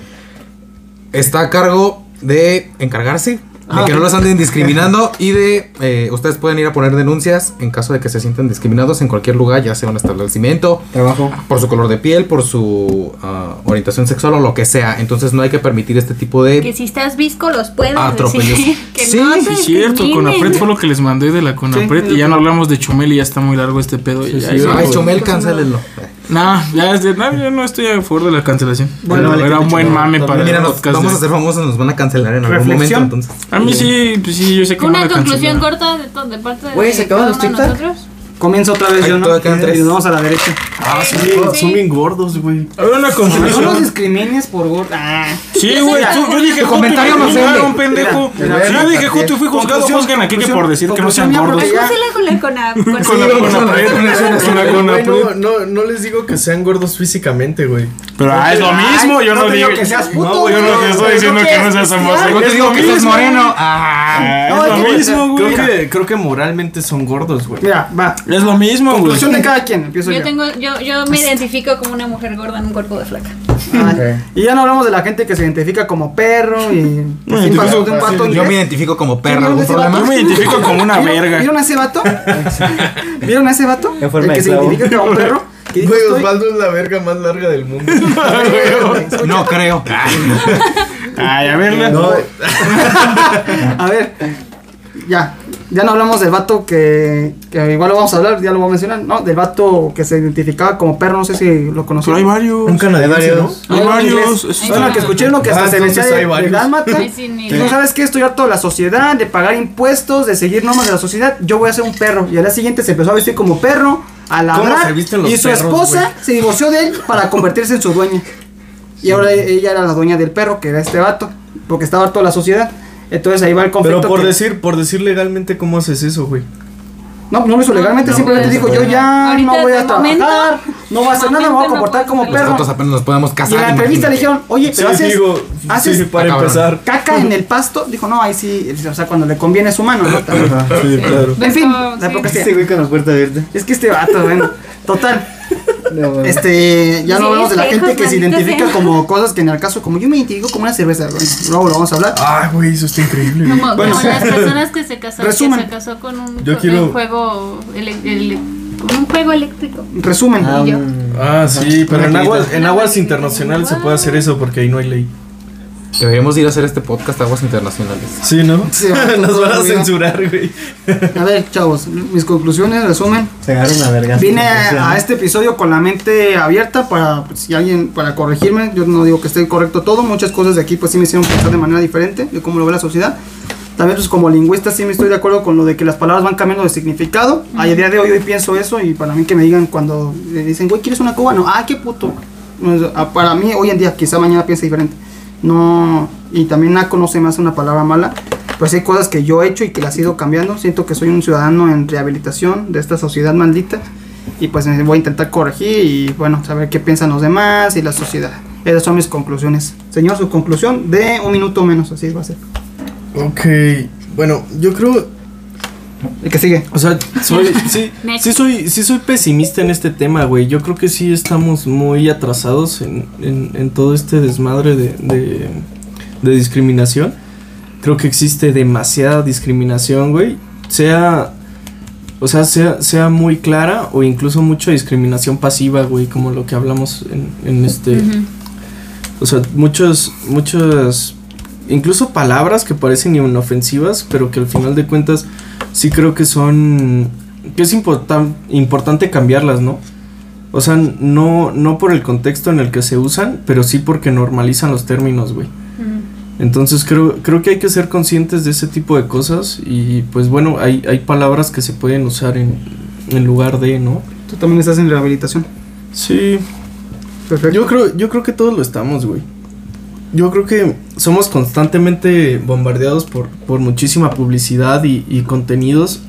Speaker 6: está a cargo de encargarse de que no los anden discriminando y de eh, ustedes pueden ir a poner denuncias en caso de que se sientan discriminados en cualquier lugar, ya sea un establecimiento,
Speaker 4: Trabajo.
Speaker 6: por su color de piel, por su ah, orientación sexual o lo que sea. Entonces no hay que permitir este tipo
Speaker 5: Que
Speaker 6: de...
Speaker 5: si estás visco los puedes
Speaker 6: Atropellos.
Speaker 5: decir. <laughs> Que
Speaker 6: Sí,
Speaker 5: no te
Speaker 6: sí,
Speaker 1: Sí, cierto,
Speaker 5: discriminen.
Speaker 1: Conapred fue lo que les mandé de la Conapred. y ya no hablamos de Chumel y ya está muy largo este pedo. ya,
Speaker 3: sí,
Speaker 1: ya,
Speaker 6: Ay,
Speaker 1: ya.
Speaker 6: Chomel, cancélenlo.
Speaker 1: Nah, ya es de- nah, yo no estoy a favor de la cancelación. Pero
Speaker 4: Bueno, vale,
Speaker 1: era
Speaker 4: que
Speaker 1: un
Speaker 4: te
Speaker 1: buen
Speaker 4: chingó.
Speaker 1: mame
Speaker 4: También
Speaker 1: para
Speaker 6: Mira,
Speaker 1: el
Speaker 6: nos-
Speaker 1: podcast.
Speaker 6: vamos a
Speaker 1: de-
Speaker 6: ser famosos, nos van a cancelar en algún
Speaker 2: Reflexión.
Speaker 6: momento. Entonces.
Speaker 1: A mí sí, pues sí, yo sé que
Speaker 5: Una
Speaker 1: van a
Speaker 5: conclusión
Speaker 1: cancelar.
Speaker 5: corta de, to- de parte de
Speaker 4: Güey, ¿se acaban
Speaker 5: cada
Speaker 4: los
Speaker 5: uno de
Speaker 4: Tic Tac?
Speaker 5: nosotros.
Speaker 2: Comienza otra vez
Speaker 6: Ahí
Speaker 2: yo, ¿no?
Speaker 6: todavía quedan
Speaker 2: Y-
Speaker 6: tres.
Speaker 2: Y nos vamos a la
Speaker 6: <laughs>
Speaker 2: derecha.
Speaker 3: Ah, sí,
Speaker 5: Sí,
Speaker 3: güey,
Speaker 5: sí.
Speaker 3: son bien gordos, güey.
Speaker 1: A ver, una
Speaker 2: No nos
Speaker 1: conclusión.
Speaker 2: discrimines por gordo. Ah.
Speaker 1: Sí, güey, tú- yo dije justo y fui
Speaker 6: comentario no sé.
Speaker 1: juzgado, un pendejo.
Speaker 4: Mira, mira,
Speaker 1: Sí, Yo
Speaker 4: mira,
Speaker 1: dije
Speaker 4: mira.
Speaker 1: justo y fui juzgado.
Speaker 2: Conclusión,
Speaker 1: Juzgan aquí que
Speaker 2: conclusión,
Speaker 1: por decir que no
Speaker 2: conclusión
Speaker 1: sean
Speaker 2: mía,
Speaker 1: gordos.
Speaker 5: Ay,
Speaker 2: porque ya-
Speaker 5: cógela con la Conap-
Speaker 1: <laughs>
Speaker 5: con
Speaker 1: Con la
Speaker 5: la-
Speaker 1: Conapred, con la
Speaker 3: Güey,
Speaker 1: Conapred.
Speaker 3: no, no, no les digo que sean gordos físicamente, güey.
Speaker 1: Pero ah, es lo
Speaker 2: Ay,
Speaker 1: mismo, yo
Speaker 2: no
Speaker 1: no
Speaker 2: te
Speaker 1: digo
Speaker 2: digo que seas puto,
Speaker 1: No, güey, yo no te
Speaker 2: güey.
Speaker 1: estoy diciendo
Speaker 2: Creo
Speaker 1: que
Speaker 2: que
Speaker 1: no
Speaker 2: es
Speaker 1: seas
Speaker 2: cristiano.
Speaker 1: homosexual.
Speaker 6: Yo te
Speaker 1: Es
Speaker 6: digo
Speaker 1: lo
Speaker 6: que estás
Speaker 1: mismo.
Speaker 6: moreno. Ah.
Speaker 1: Ah,
Speaker 2: No,
Speaker 1: Es
Speaker 2: yo-
Speaker 1: lo mismo, güey.
Speaker 3: Creo que, creo que moralmente son gordos, güey.
Speaker 2: Mira, va.
Speaker 1: Es lo mismo, güey.
Speaker 2: Conclusión de cada quien. Empiezo yo.
Speaker 5: Yo tengo, yo, yo me identifico como una mujer gorda en un cuerpo de flaca.
Speaker 2: Ay, Ah, Y ya no hablamos de la gente que se identifica como perro y.
Speaker 1: No,
Speaker 2: y
Speaker 1: yo
Speaker 2: pato-
Speaker 1: tampoco-
Speaker 2: de un pato
Speaker 6: Yo me
Speaker 2: inglés.
Speaker 6: identifico como perro,
Speaker 2: ¿Vieron
Speaker 6: ¿algún
Speaker 2: ese
Speaker 6: problema?
Speaker 1: Yo
Speaker 2: vato?
Speaker 1: me identifico como una
Speaker 2: ¿Vieron-
Speaker 1: verga.
Speaker 2: ¿Vieron a
Speaker 1: <laughs>
Speaker 2: ese vato? ¿Vieron a ese vato?
Speaker 4: En
Speaker 2: El
Speaker 4: forma
Speaker 2: que
Speaker 4: de
Speaker 2: se
Speaker 4: clavo.
Speaker 2: identifica como perro. Que dijo,
Speaker 3: Güey,
Speaker 2: estoy-
Speaker 3: Osvaldo es la verga más larga del mundo.
Speaker 2: <laughs>
Speaker 6: No creo.
Speaker 1: Ay, a verla.
Speaker 2: A ver, ya, ya no hablamos del vato que, que igual lo vamos a hablar, ya lo voy a mencionar, ¿no? Del vato que se identificaba como perro, no sé si lo
Speaker 1: Pero hay
Speaker 2: conocieron.
Speaker 1: varios.
Speaker 4: canadiense, ¿no?
Speaker 1: Hay
Speaker 2: Hay
Speaker 1: varios.
Speaker 2: inglés.
Speaker 1: es-
Speaker 2: Bueno, que escuché uno que hasta
Speaker 3: Ah,
Speaker 2: se decía
Speaker 3: entonces hay
Speaker 2: de, de
Speaker 3: varios.
Speaker 2: dálmata.
Speaker 5: Ay, sí, ni
Speaker 2: Que no
Speaker 5: idea.
Speaker 2: sabes que estoy harto de la sociedad, de pagar impuestos, de seguir normas de la sociedad, yo voy a ser un perro. Y al día siguiente se empezó a vestir como perro, a
Speaker 3: se
Speaker 2: ladrar,
Speaker 3: visten los
Speaker 2: y su
Speaker 3: perros,
Speaker 2: esposa
Speaker 3: güey?
Speaker 2: se divorció de él para convertirse en su dueña. Y ahora ella era la dueña del perro, que era este vato, porque estaba harto de la sociedad. Entonces ahí va el conflicto.
Speaker 3: Pero por
Speaker 2: que-
Speaker 3: decir, por decir legalmente cómo haces eso, güey.
Speaker 2: No, no lo hizo legalmente, simplemente dijo, yo ya
Speaker 5: Ahorita,
Speaker 2: no voy
Speaker 5: de
Speaker 2: a trabajar,
Speaker 5: momento,
Speaker 2: no voy a hacer nada, me voy a
Speaker 5: momento no
Speaker 2: comportar
Speaker 5: puedes
Speaker 2: como
Speaker 5: hacer
Speaker 2: perro.
Speaker 6: Nosotros apenas nos
Speaker 2: Y
Speaker 6: podemos
Speaker 2: en
Speaker 6: casar.
Speaker 2: la entrevista le
Speaker 6: imagínate.
Speaker 2: dijeron, oye, pero
Speaker 3: Sí,
Speaker 2: haces,
Speaker 3: digo,
Speaker 2: haces
Speaker 3: sí, para
Speaker 6: Ah, cabrón.
Speaker 3: empezar.
Speaker 2: caca en el pasto, dijo, no, ahí sí, o sea, cuando le conviene es humano. ¿no?
Speaker 3: Sí, claro.
Speaker 2: En fin,
Speaker 5: Pero,
Speaker 2: la
Speaker 5: sí.
Speaker 2: hipocresía.
Speaker 4: Este güey con la puerta abierta.
Speaker 2: Es que este vato, bueno, total,
Speaker 4: No, güey.
Speaker 2: este, ya no
Speaker 5: Sí,
Speaker 2: hablamos de la
Speaker 5: espejos,
Speaker 2: gente que se
Speaker 5: maldita
Speaker 2: identifica
Speaker 5: sea.
Speaker 2: como cosas que en el caso, como yo me identifico como una cerveza, bueno, luego lo vamos a hablar.
Speaker 3: Ay, güey, eso está increíble. güey.
Speaker 5: Como, como
Speaker 3: <laughs>
Speaker 5: las personas que se casaron,
Speaker 2: Resumen.
Speaker 5: que se casó con un,
Speaker 3: Pues, Yo
Speaker 5: con
Speaker 3: quiero-
Speaker 5: un juego ele- ele- con un juego eléctrico.
Speaker 2: Resumen,
Speaker 4: Ah,
Speaker 5: y yo.
Speaker 4: un-
Speaker 3: Ah, sí, pero en
Speaker 4: Una
Speaker 3: aguas,
Speaker 4: tigrita.
Speaker 3: en aguas internacionales se puede hacer eso porque ahí no hay ley.
Speaker 6: Deberíamos ir a hacer este podcast a aguas internacionales.
Speaker 3: Sí, ¿no?
Speaker 2: Sí, va.
Speaker 3: <laughs> Nos van a
Speaker 2: Obvio.
Speaker 3: censurar, güey.
Speaker 2: a ver, chavos, mis conclusiones, resumen.
Speaker 4: Se agarraron a vergas.
Speaker 2: Vine
Speaker 4: Sí,
Speaker 2: a
Speaker 4: ¿no?
Speaker 2: este episodio con la mente abierta para pues, si alguien para corregirme. Yo no digo que esté correcto todo, muchas cosas de aquí pues sí me hicieron pensar de manera diferente de cómo lo ve la sociedad. También pues como lingüista sí me estoy de acuerdo con lo de que las palabras van cambiando de significado. A día de hoy hoy pienso eso y para mí que me digan cuando le dicen, "Güey, ¿quieres una cuba?" No, ah, qué puto. Pues, ah, Para mí hoy en día quizá mañana piense diferente. No, y también naco no se me hace una palabra mala. Pues hay cosas que yo he hecho y que las he ido cambiando. Siento que soy un ciudadano en rehabilitación de esta sociedad maldita. Y pues me voy a intentar corregir y bueno, saber qué piensan los demás y la sociedad. Esas son mis conclusiones. Señor, su conclusión de un minuto menos, así va a ser.
Speaker 3: Ok, bueno, yo creo
Speaker 2: El que sigue.
Speaker 3: O sea, soy, sí,
Speaker 5: Next.
Speaker 3: sí soy, sí soy pesimista en este tema, güey. Yo creo que sí estamos muy atrasados en, en- en todo este desmadre de, de- de discriminación. Creo que existe demasiada discriminación, güey. Sea, o sea, sea, sea muy clara o incluso mucha discriminación pasiva, güey, como lo que hablamos en, en este...
Speaker 5: Ujú.
Speaker 3: O sea, muchos, muchas, incluso palabras que parecen inofensivas, pero que al final de cuentas sí creo que son que es importan- importante cambiarlas, ¿no? O sea, no, no por el contexto en el que se usan, pero sí porque normalizan los términos, güey.
Speaker 5: Mm.
Speaker 3: Entonces creo, creo que hay que ser conscientes de ese tipo de cosas y pues bueno, hay, hay palabras que se pueden usar en, en lugar de, ¿no?
Speaker 7: Tú también estás en rehabilitación.
Speaker 3: Sí,
Speaker 7: Perfecto.
Speaker 3: yo creo, yo creo que todos lo estamos, güey. Yo creo que somos constantemente bombardeados por, por muchísima publicidad y, y contenidos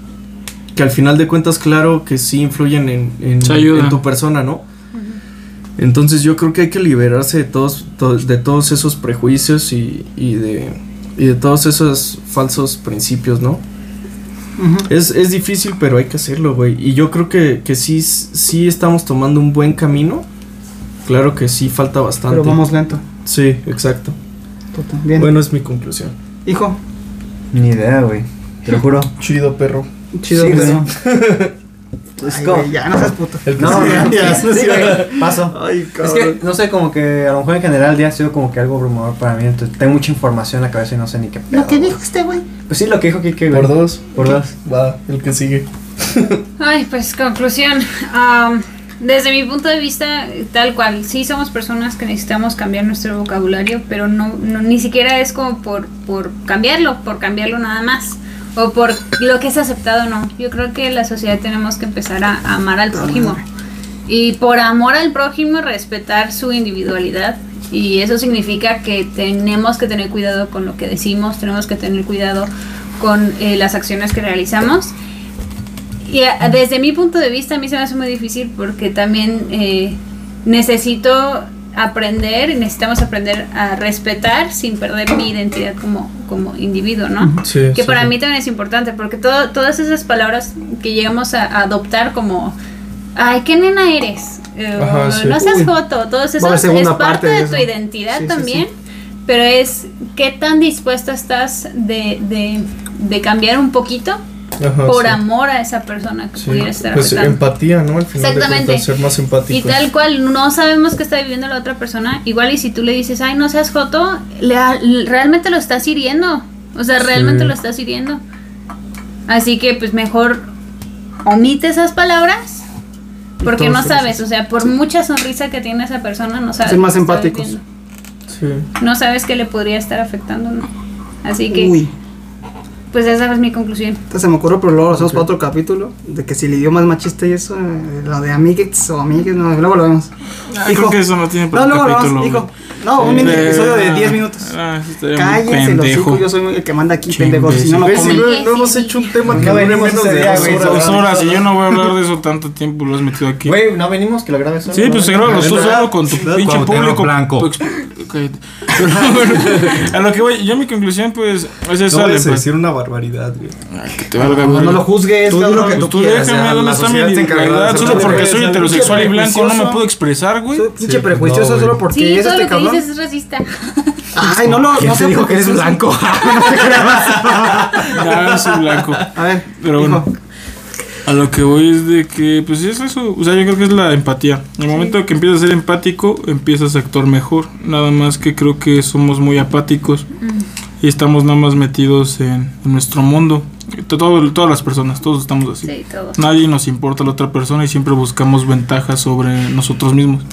Speaker 3: que al final de cuentas, claro que sí influyen en, en-
Speaker 1: Sí ayuda.
Speaker 3: en tu persona, ¿no? Entonces yo creo que hay que liberarse de todos, to- de todos esos prejuicios y, y de, y de todos esos falsos principios, ¿no? Es, es difícil, pero hay que hacerlo, güey. Y yo creo que, que sí, sí estamos tomando un buen camino. Claro que sí, falta bastante.
Speaker 7: Pero vamos lento.
Speaker 3: Sí, exacto.
Speaker 7: Tota, Bien.
Speaker 3: Bueno, es mi conclusión.
Speaker 7: Hijo,
Speaker 4: Ni idea, güey. Te lo juro.
Speaker 3: Chido, perro.
Speaker 7: chido,
Speaker 4: Sí,
Speaker 7: pero.
Speaker 4: Es
Speaker 7: Ay,
Speaker 4: como-
Speaker 7: güey, ya no seas puto.
Speaker 3: <laughs>
Speaker 4: No, no,
Speaker 3: Ya,
Speaker 4: sí,
Speaker 3: no
Speaker 4: sí,
Speaker 3: sé.
Speaker 4: güey, paso.
Speaker 3: Ay,
Speaker 4: Es que, no sé, como que a lo mejor en general ya ha sido como que algo abrumador para mí. Entonces, tengo mucha información en la cabeza y no sé ni qué pedo.
Speaker 9: Lo que dijo este güey.
Speaker 4: Pues sí, lo que dijo Kike, güey.
Speaker 3: Por dos.
Speaker 4: Por dos.
Speaker 3: Va, el que sigue.
Speaker 5: Ay, pues conclusión. Am, desde mi punto de vista, tal cual, sí somos personas que necesitamos cambiar nuestro vocabulario, pero no, no- ni siquiera es como por, por cambiarlo, por cambiarlo nada más, o por lo que es aceptado o no. Yo creo que la sociedad tenemos que empezar a, a amar al prójimo. Y por amor al prójimo, respetar su individualidad. Y eso significa que tenemos que tener cuidado con lo que decimos, tenemos que tener cuidado con eh, las acciones que realizamos. Y a- desde mi punto de vista, a mí se me hace muy difícil porque también eh, necesito aprender, necesitamos aprender a respetar sin perder mi identidad como, como individuo, ¿no?
Speaker 3: Sí, sí,
Speaker 5: que para
Speaker 3: sí.
Speaker 5: mí también es importante porque todo, todas esas palabras que llegamos a, a adoptar como, ay, ¿qué nena eres? Eh,
Speaker 3: Ajá, sí.
Speaker 5: No seas
Speaker 7: Uy.
Speaker 5: joto, todo eso
Speaker 7: Va a haber
Speaker 5: es
Speaker 7: segunda
Speaker 5: parte,
Speaker 7: parte
Speaker 5: de,
Speaker 7: de
Speaker 5: tu
Speaker 7: eso.
Speaker 5: identidad
Speaker 7: Sí, sí,
Speaker 5: también,
Speaker 7: sí.
Speaker 5: pero es qué tan dispuesta estás de, de, de cambiar un poquito
Speaker 3: Ajá,
Speaker 5: por
Speaker 3: sí.
Speaker 5: amor a esa persona que
Speaker 3: Sí.
Speaker 5: pudiera estar
Speaker 3: Pues
Speaker 5: afectando.
Speaker 3: empatía, ¿no? Al final
Speaker 5: Exactamente.
Speaker 3: de cuentas, ser más
Speaker 5: Y
Speaker 3: empáticos.
Speaker 5: tal cual, no sabemos qué está viviendo la otra persona. Igual y si tú le dices, ay, no seas joto, le a- realmente lo estás hiriendo. O sea, realmente
Speaker 3: Sí.
Speaker 5: lo estás hiriendo. Así que pues mejor omite esas palabras. Porque no
Speaker 3: Entonces,
Speaker 5: sabes, o sea, por mucha sonrisa que tiene esa persona, no sabes.
Speaker 7: Ser
Speaker 5: lo
Speaker 7: más
Speaker 5: que está
Speaker 7: empáticos.
Speaker 5: viviendo.
Speaker 3: Sí.
Speaker 5: No sabes qué le podría estar afectando, ¿no? Así que,
Speaker 7: Uy,
Speaker 5: pues esa es mi conclusión.
Speaker 7: esta se me ocurrió, pero luego lo hacemos para otro capítulo. De que si el idioma es machista y eso, eh, lo de amigues o amigues, no, luego lo vemos.
Speaker 1: Ah, creo que eso no tiene
Speaker 7: No,
Speaker 1: para
Speaker 7: luego
Speaker 1: el
Speaker 7: lo
Speaker 1: capítulo.
Speaker 7: vemos, hijo. No, un
Speaker 1: güey.
Speaker 7: mini
Speaker 1: Eh,
Speaker 7: episodio de
Speaker 1: ah,
Speaker 7: 10 minutos.
Speaker 1: Ah, sí, estaría muy
Speaker 7: Cállense los
Speaker 1: pendejo.
Speaker 7: hijos, yo soy el que manda aquí,
Speaker 1: Qué
Speaker 7: pendejo. Si no, no
Speaker 3: Güey, si
Speaker 7: comen.
Speaker 3: no, no hemos hecho un tema que
Speaker 4: No
Speaker 3: dure
Speaker 4: venimos
Speaker 3: menos
Speaker 4: ese
Speaker 3: de
Speaker 4: día,
Speaker 3: dos
Speaker 4: güey,
Speaker 3: horas.
Speaker 1: Dos horas y yo no voy a hablar de eso tanto tiempo, lo has metido aquí.
Speaker 4: Güey, no venimos que lo grabes solo.
Speaker 1: Sí, pues se graba los
Speaker 4: ¿verdad?
Speaker 1: dos solo con tu
Speaker 6: Cuauhtémoc
Speaker 1: pinche público.
Speaker 6: Blanco.
Speaker 1: Tu exp- cállate. Pero bueno, a lo que voy, yo mi conclusión pues es
Speaker 3: No
Speaker 1: esa. de,
Speaker 3: vayas a
Speaker 1: pues,
Speaker 3: decir una barbaridad, güey.
Speaker 1: que te valga,
Speaker 4: No,
Speaker 1: güey.
Speaker 4: no lo juzgues,
Speaker 6: Tú di lo
Speaker 4: cabrón.
Speaker 6: que
Speaker 1: Pues tú
Speaker 6: quieras, o
Speaker 1: déjame,
Speaker 6: sea,
Speaker 1: ¿dónde
Speaker 6: la
Speaker 1: está mi
Speaker 6: sociedad se encargará de
Speaker 1: libertad?
Speaker 6: hacer
Speaker 1: Solo
Speaker 6: todo.
Speaker 1: porque soy
Speaker 4: Eres
Speaker 1: heterosexual y blanco no me
Speaker 4: prejuicioso.
Speaker 1: puedo expresar, güey.
Speaker 7: Soy pinche
Speaker 6: Sí,
Speaker 7: prejuicioso
Speaker 6: no,
Speaker 7: solo
Speaker 6: güey.
Speaker 7: porque
Speaker 5: Sí,
Speaker 7: es
Speaker 5: todo
Speaker 7: este
Speaker 5: lo que
Speaker 7: cabrón.
Speaker 5: dices es racista.
Speaker 7: Ay, no lo.
Speaker 6: ¿Quién
Speaker 7: no
Speaker 6: te
Speaker 7: sea
Speaker 6: dijo que eres
Speaker 7: prejuicioso.
Speaker 6: blanco?
Speaker 1: Ya soy blanco.
Speaker 7: A ver,
Speaker 1: Pero bueno. A lo que voy es de que, pues sí es eso. O sea, yo creo que es la empatía. En el momento que empiezas a ser empático, empiezas a actuar mejor. Nada más que creo que somos muy apáticos y estamos nada más metidos en, en nuestro mundo. To- todo- todas las personas, todos estamos así.
Speaker 5: Sí,
Speaker 7: <laughs>
Speaker 5: todo.
Speaker 1: Nadie nos importa la otra persona y siempre buscamos ventajas sobre nosotros mismos.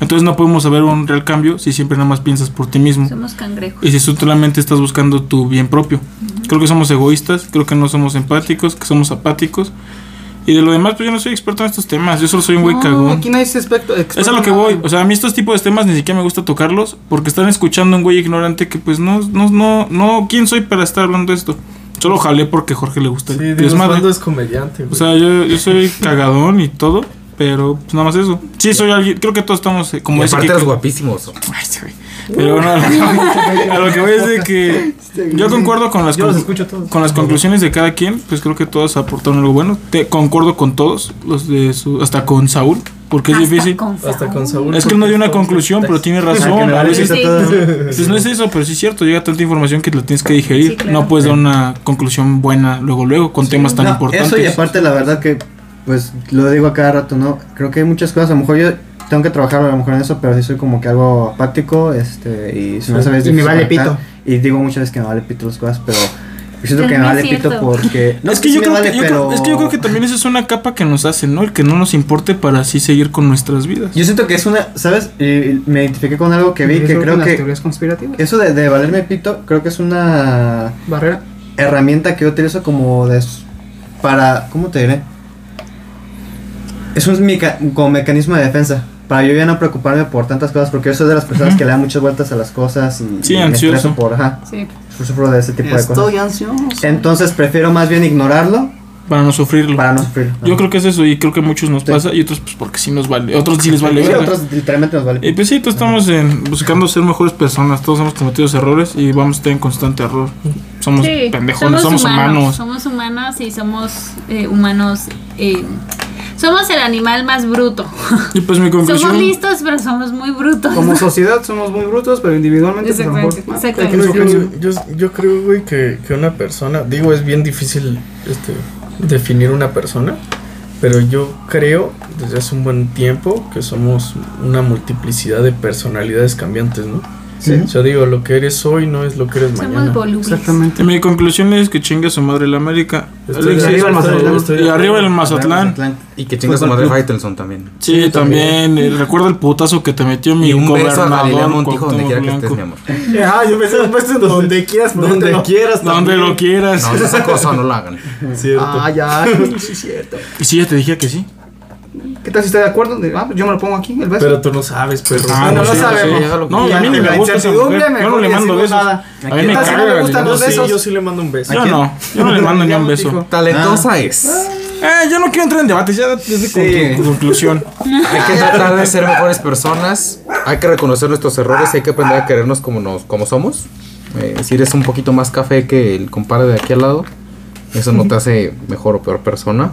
Speaker 1: Entonces no podemos saber un real cambio si siempre nada más piensas por ti mismo.
Speaker 5: Somos cangrejos.
Speaker 1: Y si tú solamente estás buscando tu bien propio. Creo que somos egoístas, creo que no somos empáticos, que somos apáticos. Y de lo demás, pues yo no soy experto en estos temas, yo solo soy un güey
Speaker 7: no,
Speaker 1: cagón.
Speaker 7: aquí nadie es experto.
Speaker 1: Es a lo que voy, o sea, a mí estos tipos de temas ni siquiera me gusta tocarlos porque están escuchando a un güey ignorante que pues no, no, no, no, ¿quién soy para estar hablando de esto? Solo jalé porque a Jorge le gusta
Speaker 3: Sí,
Speaker 1: el
Speaker 3: Dios
Speaker 1: desmadre.
Speaker 3: mando es comediante, güey.
Speaker 1: O sea, yo, yo soy cagadón y todo, pero pues nada más eso. Sí, soy alguien, creo que todos estamos eh, como
Speaker 6: Y
Speaker 1: ese
Speaker 6: aparte
Speaker 1: que-
Speaker 6: eres guapísimo. oso.
Speaker 1: Ay, este güey.
Speaker 4: Uh.
Speaker 1: Pero bueno, a lo que- a lo que voy es de que yo concuerdo con las,
Speaker 4: Este, Yo los
Speaker 1: conclu-
Speaker 4: escucho todos.
Speaker 1: con las conclusiones de cada quien, pues creo que todos aportaron algo bueno. Te, concuerdo con todos, los de su, hasta con Saúl, porque es
Speaker 5: Hasta
Speaker 1: difícil.
Speaker 5: con
Speaker 3: Hasta con Saúl.
Speaker 1: Es que no dio una conclusión, pero tiene
Speaker 4: Ah, que
Speaker 1: razón.
Speaker 4: me
Speaker 1: A
Speaker 4: vale,
Speaker 1: veces
Speaker 4: está
Speaker 5: Sí.
Speaker 4: todo.
Speaker 1: pues, no es eso, pero sí es cierto, llega tanta información que la tienes que digerir.
Speaker 5: Sí, claro.
Speaker 1: No puedes dar una conclusión buena luego, luego, con temas tan
Speaker 4: No,
Speaker 1: importantes.
Speaker 4: Eso y aparte la verdad que, pues lo digo a cada rato, ¿no? Creo que hay muchas cosas, a lo mejor yo tengo que trabajar a lo mejor en eso, pero sí soy como que algo apático, este, y se me hace a veces
Speaker 7: Y me
Speaker 4: difícil
Speaker 7: vale
Speaker 4: conectar.
Speaker 7: pito.
Speaker 4: Y digo muchas veces que me vale pito las cosas, pero Yo siento que me
Speaker 5: No es
Speaker 4: vale
Speaker 5: cierto.
Speaker 4: pito
Speaker 1: <laughs>
Speaker 4: porque.
Speaker 1: No, es, que
Speaker 4: sí
Speaker 1: yo
Speaker 4: me
Speaker 1: creo
Speaker 4: vale,
Speaker 1: que, yo
Speaker 4: pero-
Speaker 1: creo- es que yo creo que también esa es una capa que nos hace, ¿no? El que no nos importe para así seguir con nuestras vidas.
Speaker 4: Yo siento que es una. ¿Sabes? Eh, me identifiqué con algo que vi
Speaker 2: Eso
Speaker 4: que
Speaker 2: con
Speaker 4: creo
Speaker 2: las
Speaker 4: que.
Speaker 2: teorías conspirativas.
Speaker 4: Eso de, de valerme pito, creo que es una
Speaker 2: Barrera.
Speaker 4: herramienta que yo utilizo como de. s- Para. ¿Cómo te diré? Es un meca- como mecanismo de defensa. Para yo ya no preocuparme por tantas cosas, porque yo soy de las personas que le dan muchas vueltas a las cosas y,
Speaker 1: Sí,
Speaker 4: y me
Speaker 1: ansioso.
Speaker 4: estreso por. Ajá,
Speaker 5: Sí.
Speaker 4: sufro de ese tipo de cosas.
Speaker 2: Estoy ansioso.
Speaker 4: Entonces prefiero más bien ignorarlo
Speaker 1: Para no sufrirlo.
Speaker 4: para no sufrir.
Speaker 1: Yo creo que es eso y creo que a muchos nos pasa y otros pues porque sí nos vale. Otros sí les vale.
Speaker 4: Sí,
Speaker 1: verga.
Speaker 4: otros literalmente nos vale.
Speaker 1: Y pues sí, todos estamos en- buscando ser mejores personas, todos hemos cometido errores y vamos a estar en constante error. Somos
Speaker 5: Sí,
Speaker 1: pendejones, somos, humanos.
Speaker 5: Somos humanos y somos eh, humanos. eh, somos el animal más bruto.
Speaker 1: Y pues mi conclusión...
Speaker 5: somos listos, pero somos muy brutos.
Speaker 2: Como sociedad somos muy brutos, pero individualmente pues, a lo mejor-
Speaker 5: Exactamente, exactamente.
Speaker 2: Hay que
Speaker 3: Güey,
Speaker 2: buscar
Speaker 3: yo,
Speaker 2: un-
Speaker 3: yo- yo creo, güey, que, que una persona, digo, es bien difícil este, definir una persona, pero yo creo desde hace un buen tiempo que somos una multiplicidad de personalidades cambiantes, ¿no?
Speaker 4: Sí.
Speaker 3: O sea, digo, lo que eres hoy no es lo que eres mañana.
Speaker 5: Somos volubles.
Speaker 2: Exactamente.
Speaker 1: Y mi conclusión es que chingue a su madre la América.
Speaker 3: Estoy-
Speaker 1: Alexis,
Speaker 2: arriba el
Speaker 1: por favor.
Speaker 2: Mazatlán.
Speaker 3: Estoy-
Speaker 1: Y arriba el Mazatlán.
Speaker 6: Y que chingas su
Speaker 4: Fútbol
Speaker 6: madre
Speaker 4: club.
Speaker 6: Faitelson también.
Speaker 1: Sí, también. eh, recuerda el putazo que te metió mi
Speaker 6: Y un beso a
Speaker 1: gobernador.
Speaker 6: Galilea Montijo donde
Speaker 1: Cuauhtémoc
Speaker 6: quiera que
Speaker 1: Blanco.
Speaker 6: estés, mi amor.
Speaker 2: Ah, yo pensé después en donde quieras,
Speaker 3: Donde quieras,
Speaker 1: Donde lo quieras.
Speaker 6: No, esa cosa no la hagan.
Speaker 3: Cierto.
Speaker 2: Ah, ya, <laughs> sí, es cierto.
Speaker 1: Y sí, ya te dije que sí.
Speaker 2: ¿Qué tal si está de acuerdo? De- Ah, pues yo me lo pongo aquí, el beso.
Speaker 3: Pero tú no sabes, pero
Speaker 1: Ah,
Speaker 2: no,
Speaker 1: no
Speaker 2: lo
Speaker 1: sé,
Speaker 2: sabemos.
Speaker 1: sí, hágalo. No,
Speaker 2: Ya
Speaker 1: a mí ni
Speaker 2: la
Speaker 1: me gusta esa
Speaker 2: incertidumbre,
Speaker 1: mujer. Yo no
Speaker 2: mejor
Speaker 1: le
Speaker 2: ni
Speaker 1: mando
Speaker 2: decimos
Speaker 1: besos.
Speaker 2: nada.
Speaker 1: A mí
Speaker 2: ¿Qué
Speaker 1: me
Speaker 2: tal si no
Speaker 1: caga
Speaker 2: le gustan
Speaker 1: Galilea.
Speaker 2: los
Speaker 3: sí,
Speaker 2: besos?
Speaker 3: yo sí le mando un beso.
Speaker 1: Yo no, yo no le mando ni un beso.
Speaker 6: Talentosa
Speaker 1: Ah.
Speaker 6: es.
Speaker 1: Eh, yo no quiero entrar en debates, ya desde
Speaker 4: Sí.
Speaker 1: tu conclusión.
Speaker 6: Hay
Speaker 5: <laughs>
Speaker 6: que tratar de ser mejores personas. Hay que reconocer nuestros errores. Hay que aprender a querernos como, nos, como somos. Eh, si eres un poquito más café que el compadre de aquí al lado, eso no te hace mejor o peor persona.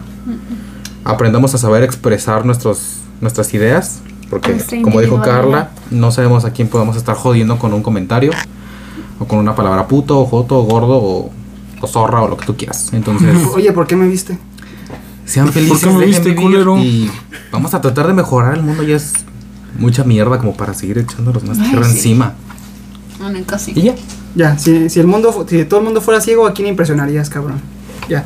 Speaker 6: Aprendamos a saber expresar nuestros, nuestras ideas. Porque,
Speaker 5: Nuestra
Speaker 6: como dijo
Speaker 5: individualidad.
Speaker 6: Carla, no sabemos a quién podemos estar jodiendo con un comentario. O con una palabra puto, o joto, o gordo, o, o zorra, o lo que tú quieras. Entonces...
Speaker 2: Oye, ¿por qué me viste?
Speaker 6: Sean felices,
Speaker 1: ¿Por qué me
Speaker 6: dejen
Speaker 1: viste,
Speaker 6: vivir
Speaker 1: culero?
Speaker 6: y vamos a tratar de mejorar el mundo. Ya es mucha mierda como para seguir echándonos más
Speaker 5: Ay,
Speaker 6: tierra
Speaker 5: sí.
Speaker 6: encima.
Speaker 5: No, nunca sí.
Speaker 6: Y ya.
Speaker 2: Ya, si, si el mundo, fu- si todo el mundo fuera ciego, ¿a quién impresionarías, cabrón? Ya.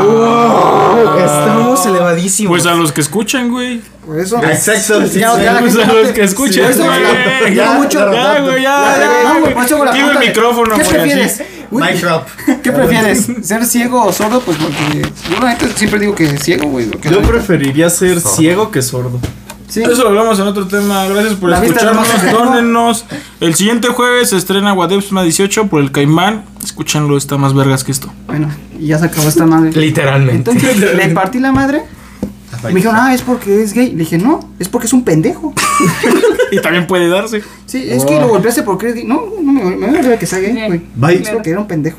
Speaker 1: Oh,
Speaker 6: estamos
Speaker 1: <laughs>
Speaker 6: elevadísimos.
Speaker 1: Pues a los que escuchan, güey.
Speaker 2: Por eso.
Speaker 4: Exacto, sí,
Speaker 2: Ya,
Speaker 4: sí.
Speaker 2: ya,
Speaker 1: Pues a los que escuchan,
Speaker 2: Sí,
Speaker 1: güey.
Speaker 2: ya,
Speaker 1: Ya,
Speaker 2: mucho.
Speaker 1: Ya, güey, ya, ya,
Speaker 2: No,
Speaker 1: güey.
Speaker 2: güey, por eso con la
Speaker 1: Tiro el
Speaker 2: punta de-
Speaker 1: micrófono,
Speaker 2: ¿Qué
Speaker 1: güey,
Speaker 2: prefieres?
Speaker 1: así.
Speaker 2: Uy,
Speaker 4: Mic drop.
Speaker 2: <laughs> ¿Qué prefieres? ¿Ser ciego o sordo? Pues porque yo la neta siempre digo que ciego, güey. porque
Speaker 3: Yo
Speaker 2: soy-
Speaker 3: preferiría ser
Speaker 6: Sordo.
Speaker 3: ciego que sordo.
Speaker 2: Sí.
Speaker 1: Eso lo hablamos en otro tema. Gracias por
Speaker 2: La vista es lo más
Speaker 1: escucharnos.
Speaker 2: importante.
Speaker 1: Dónenos. El siguiente jueves se estrena Guadepsma 18 por el Caimán. Escúchenlo, está más vergas que esto.
Speaker 2: Bueno, y ya se acabó esta madre.
Speaker 1: <laughs>
Speaker 6: Literalmente.
Speaker 2: Entonces le partí la madre. Me dijeron, ah, es porque es gay. Le dije, no, es porque es un pendejo. <laughs>
Speaker 1: Y también puede darse. Oh.
Speaker 2: Sí, es que lo golpeaste porque eres gay. No, no me, me vale que sea gay, güey.
Speaker 4: Bye.
Speaker 2: Es porque era un pendejo.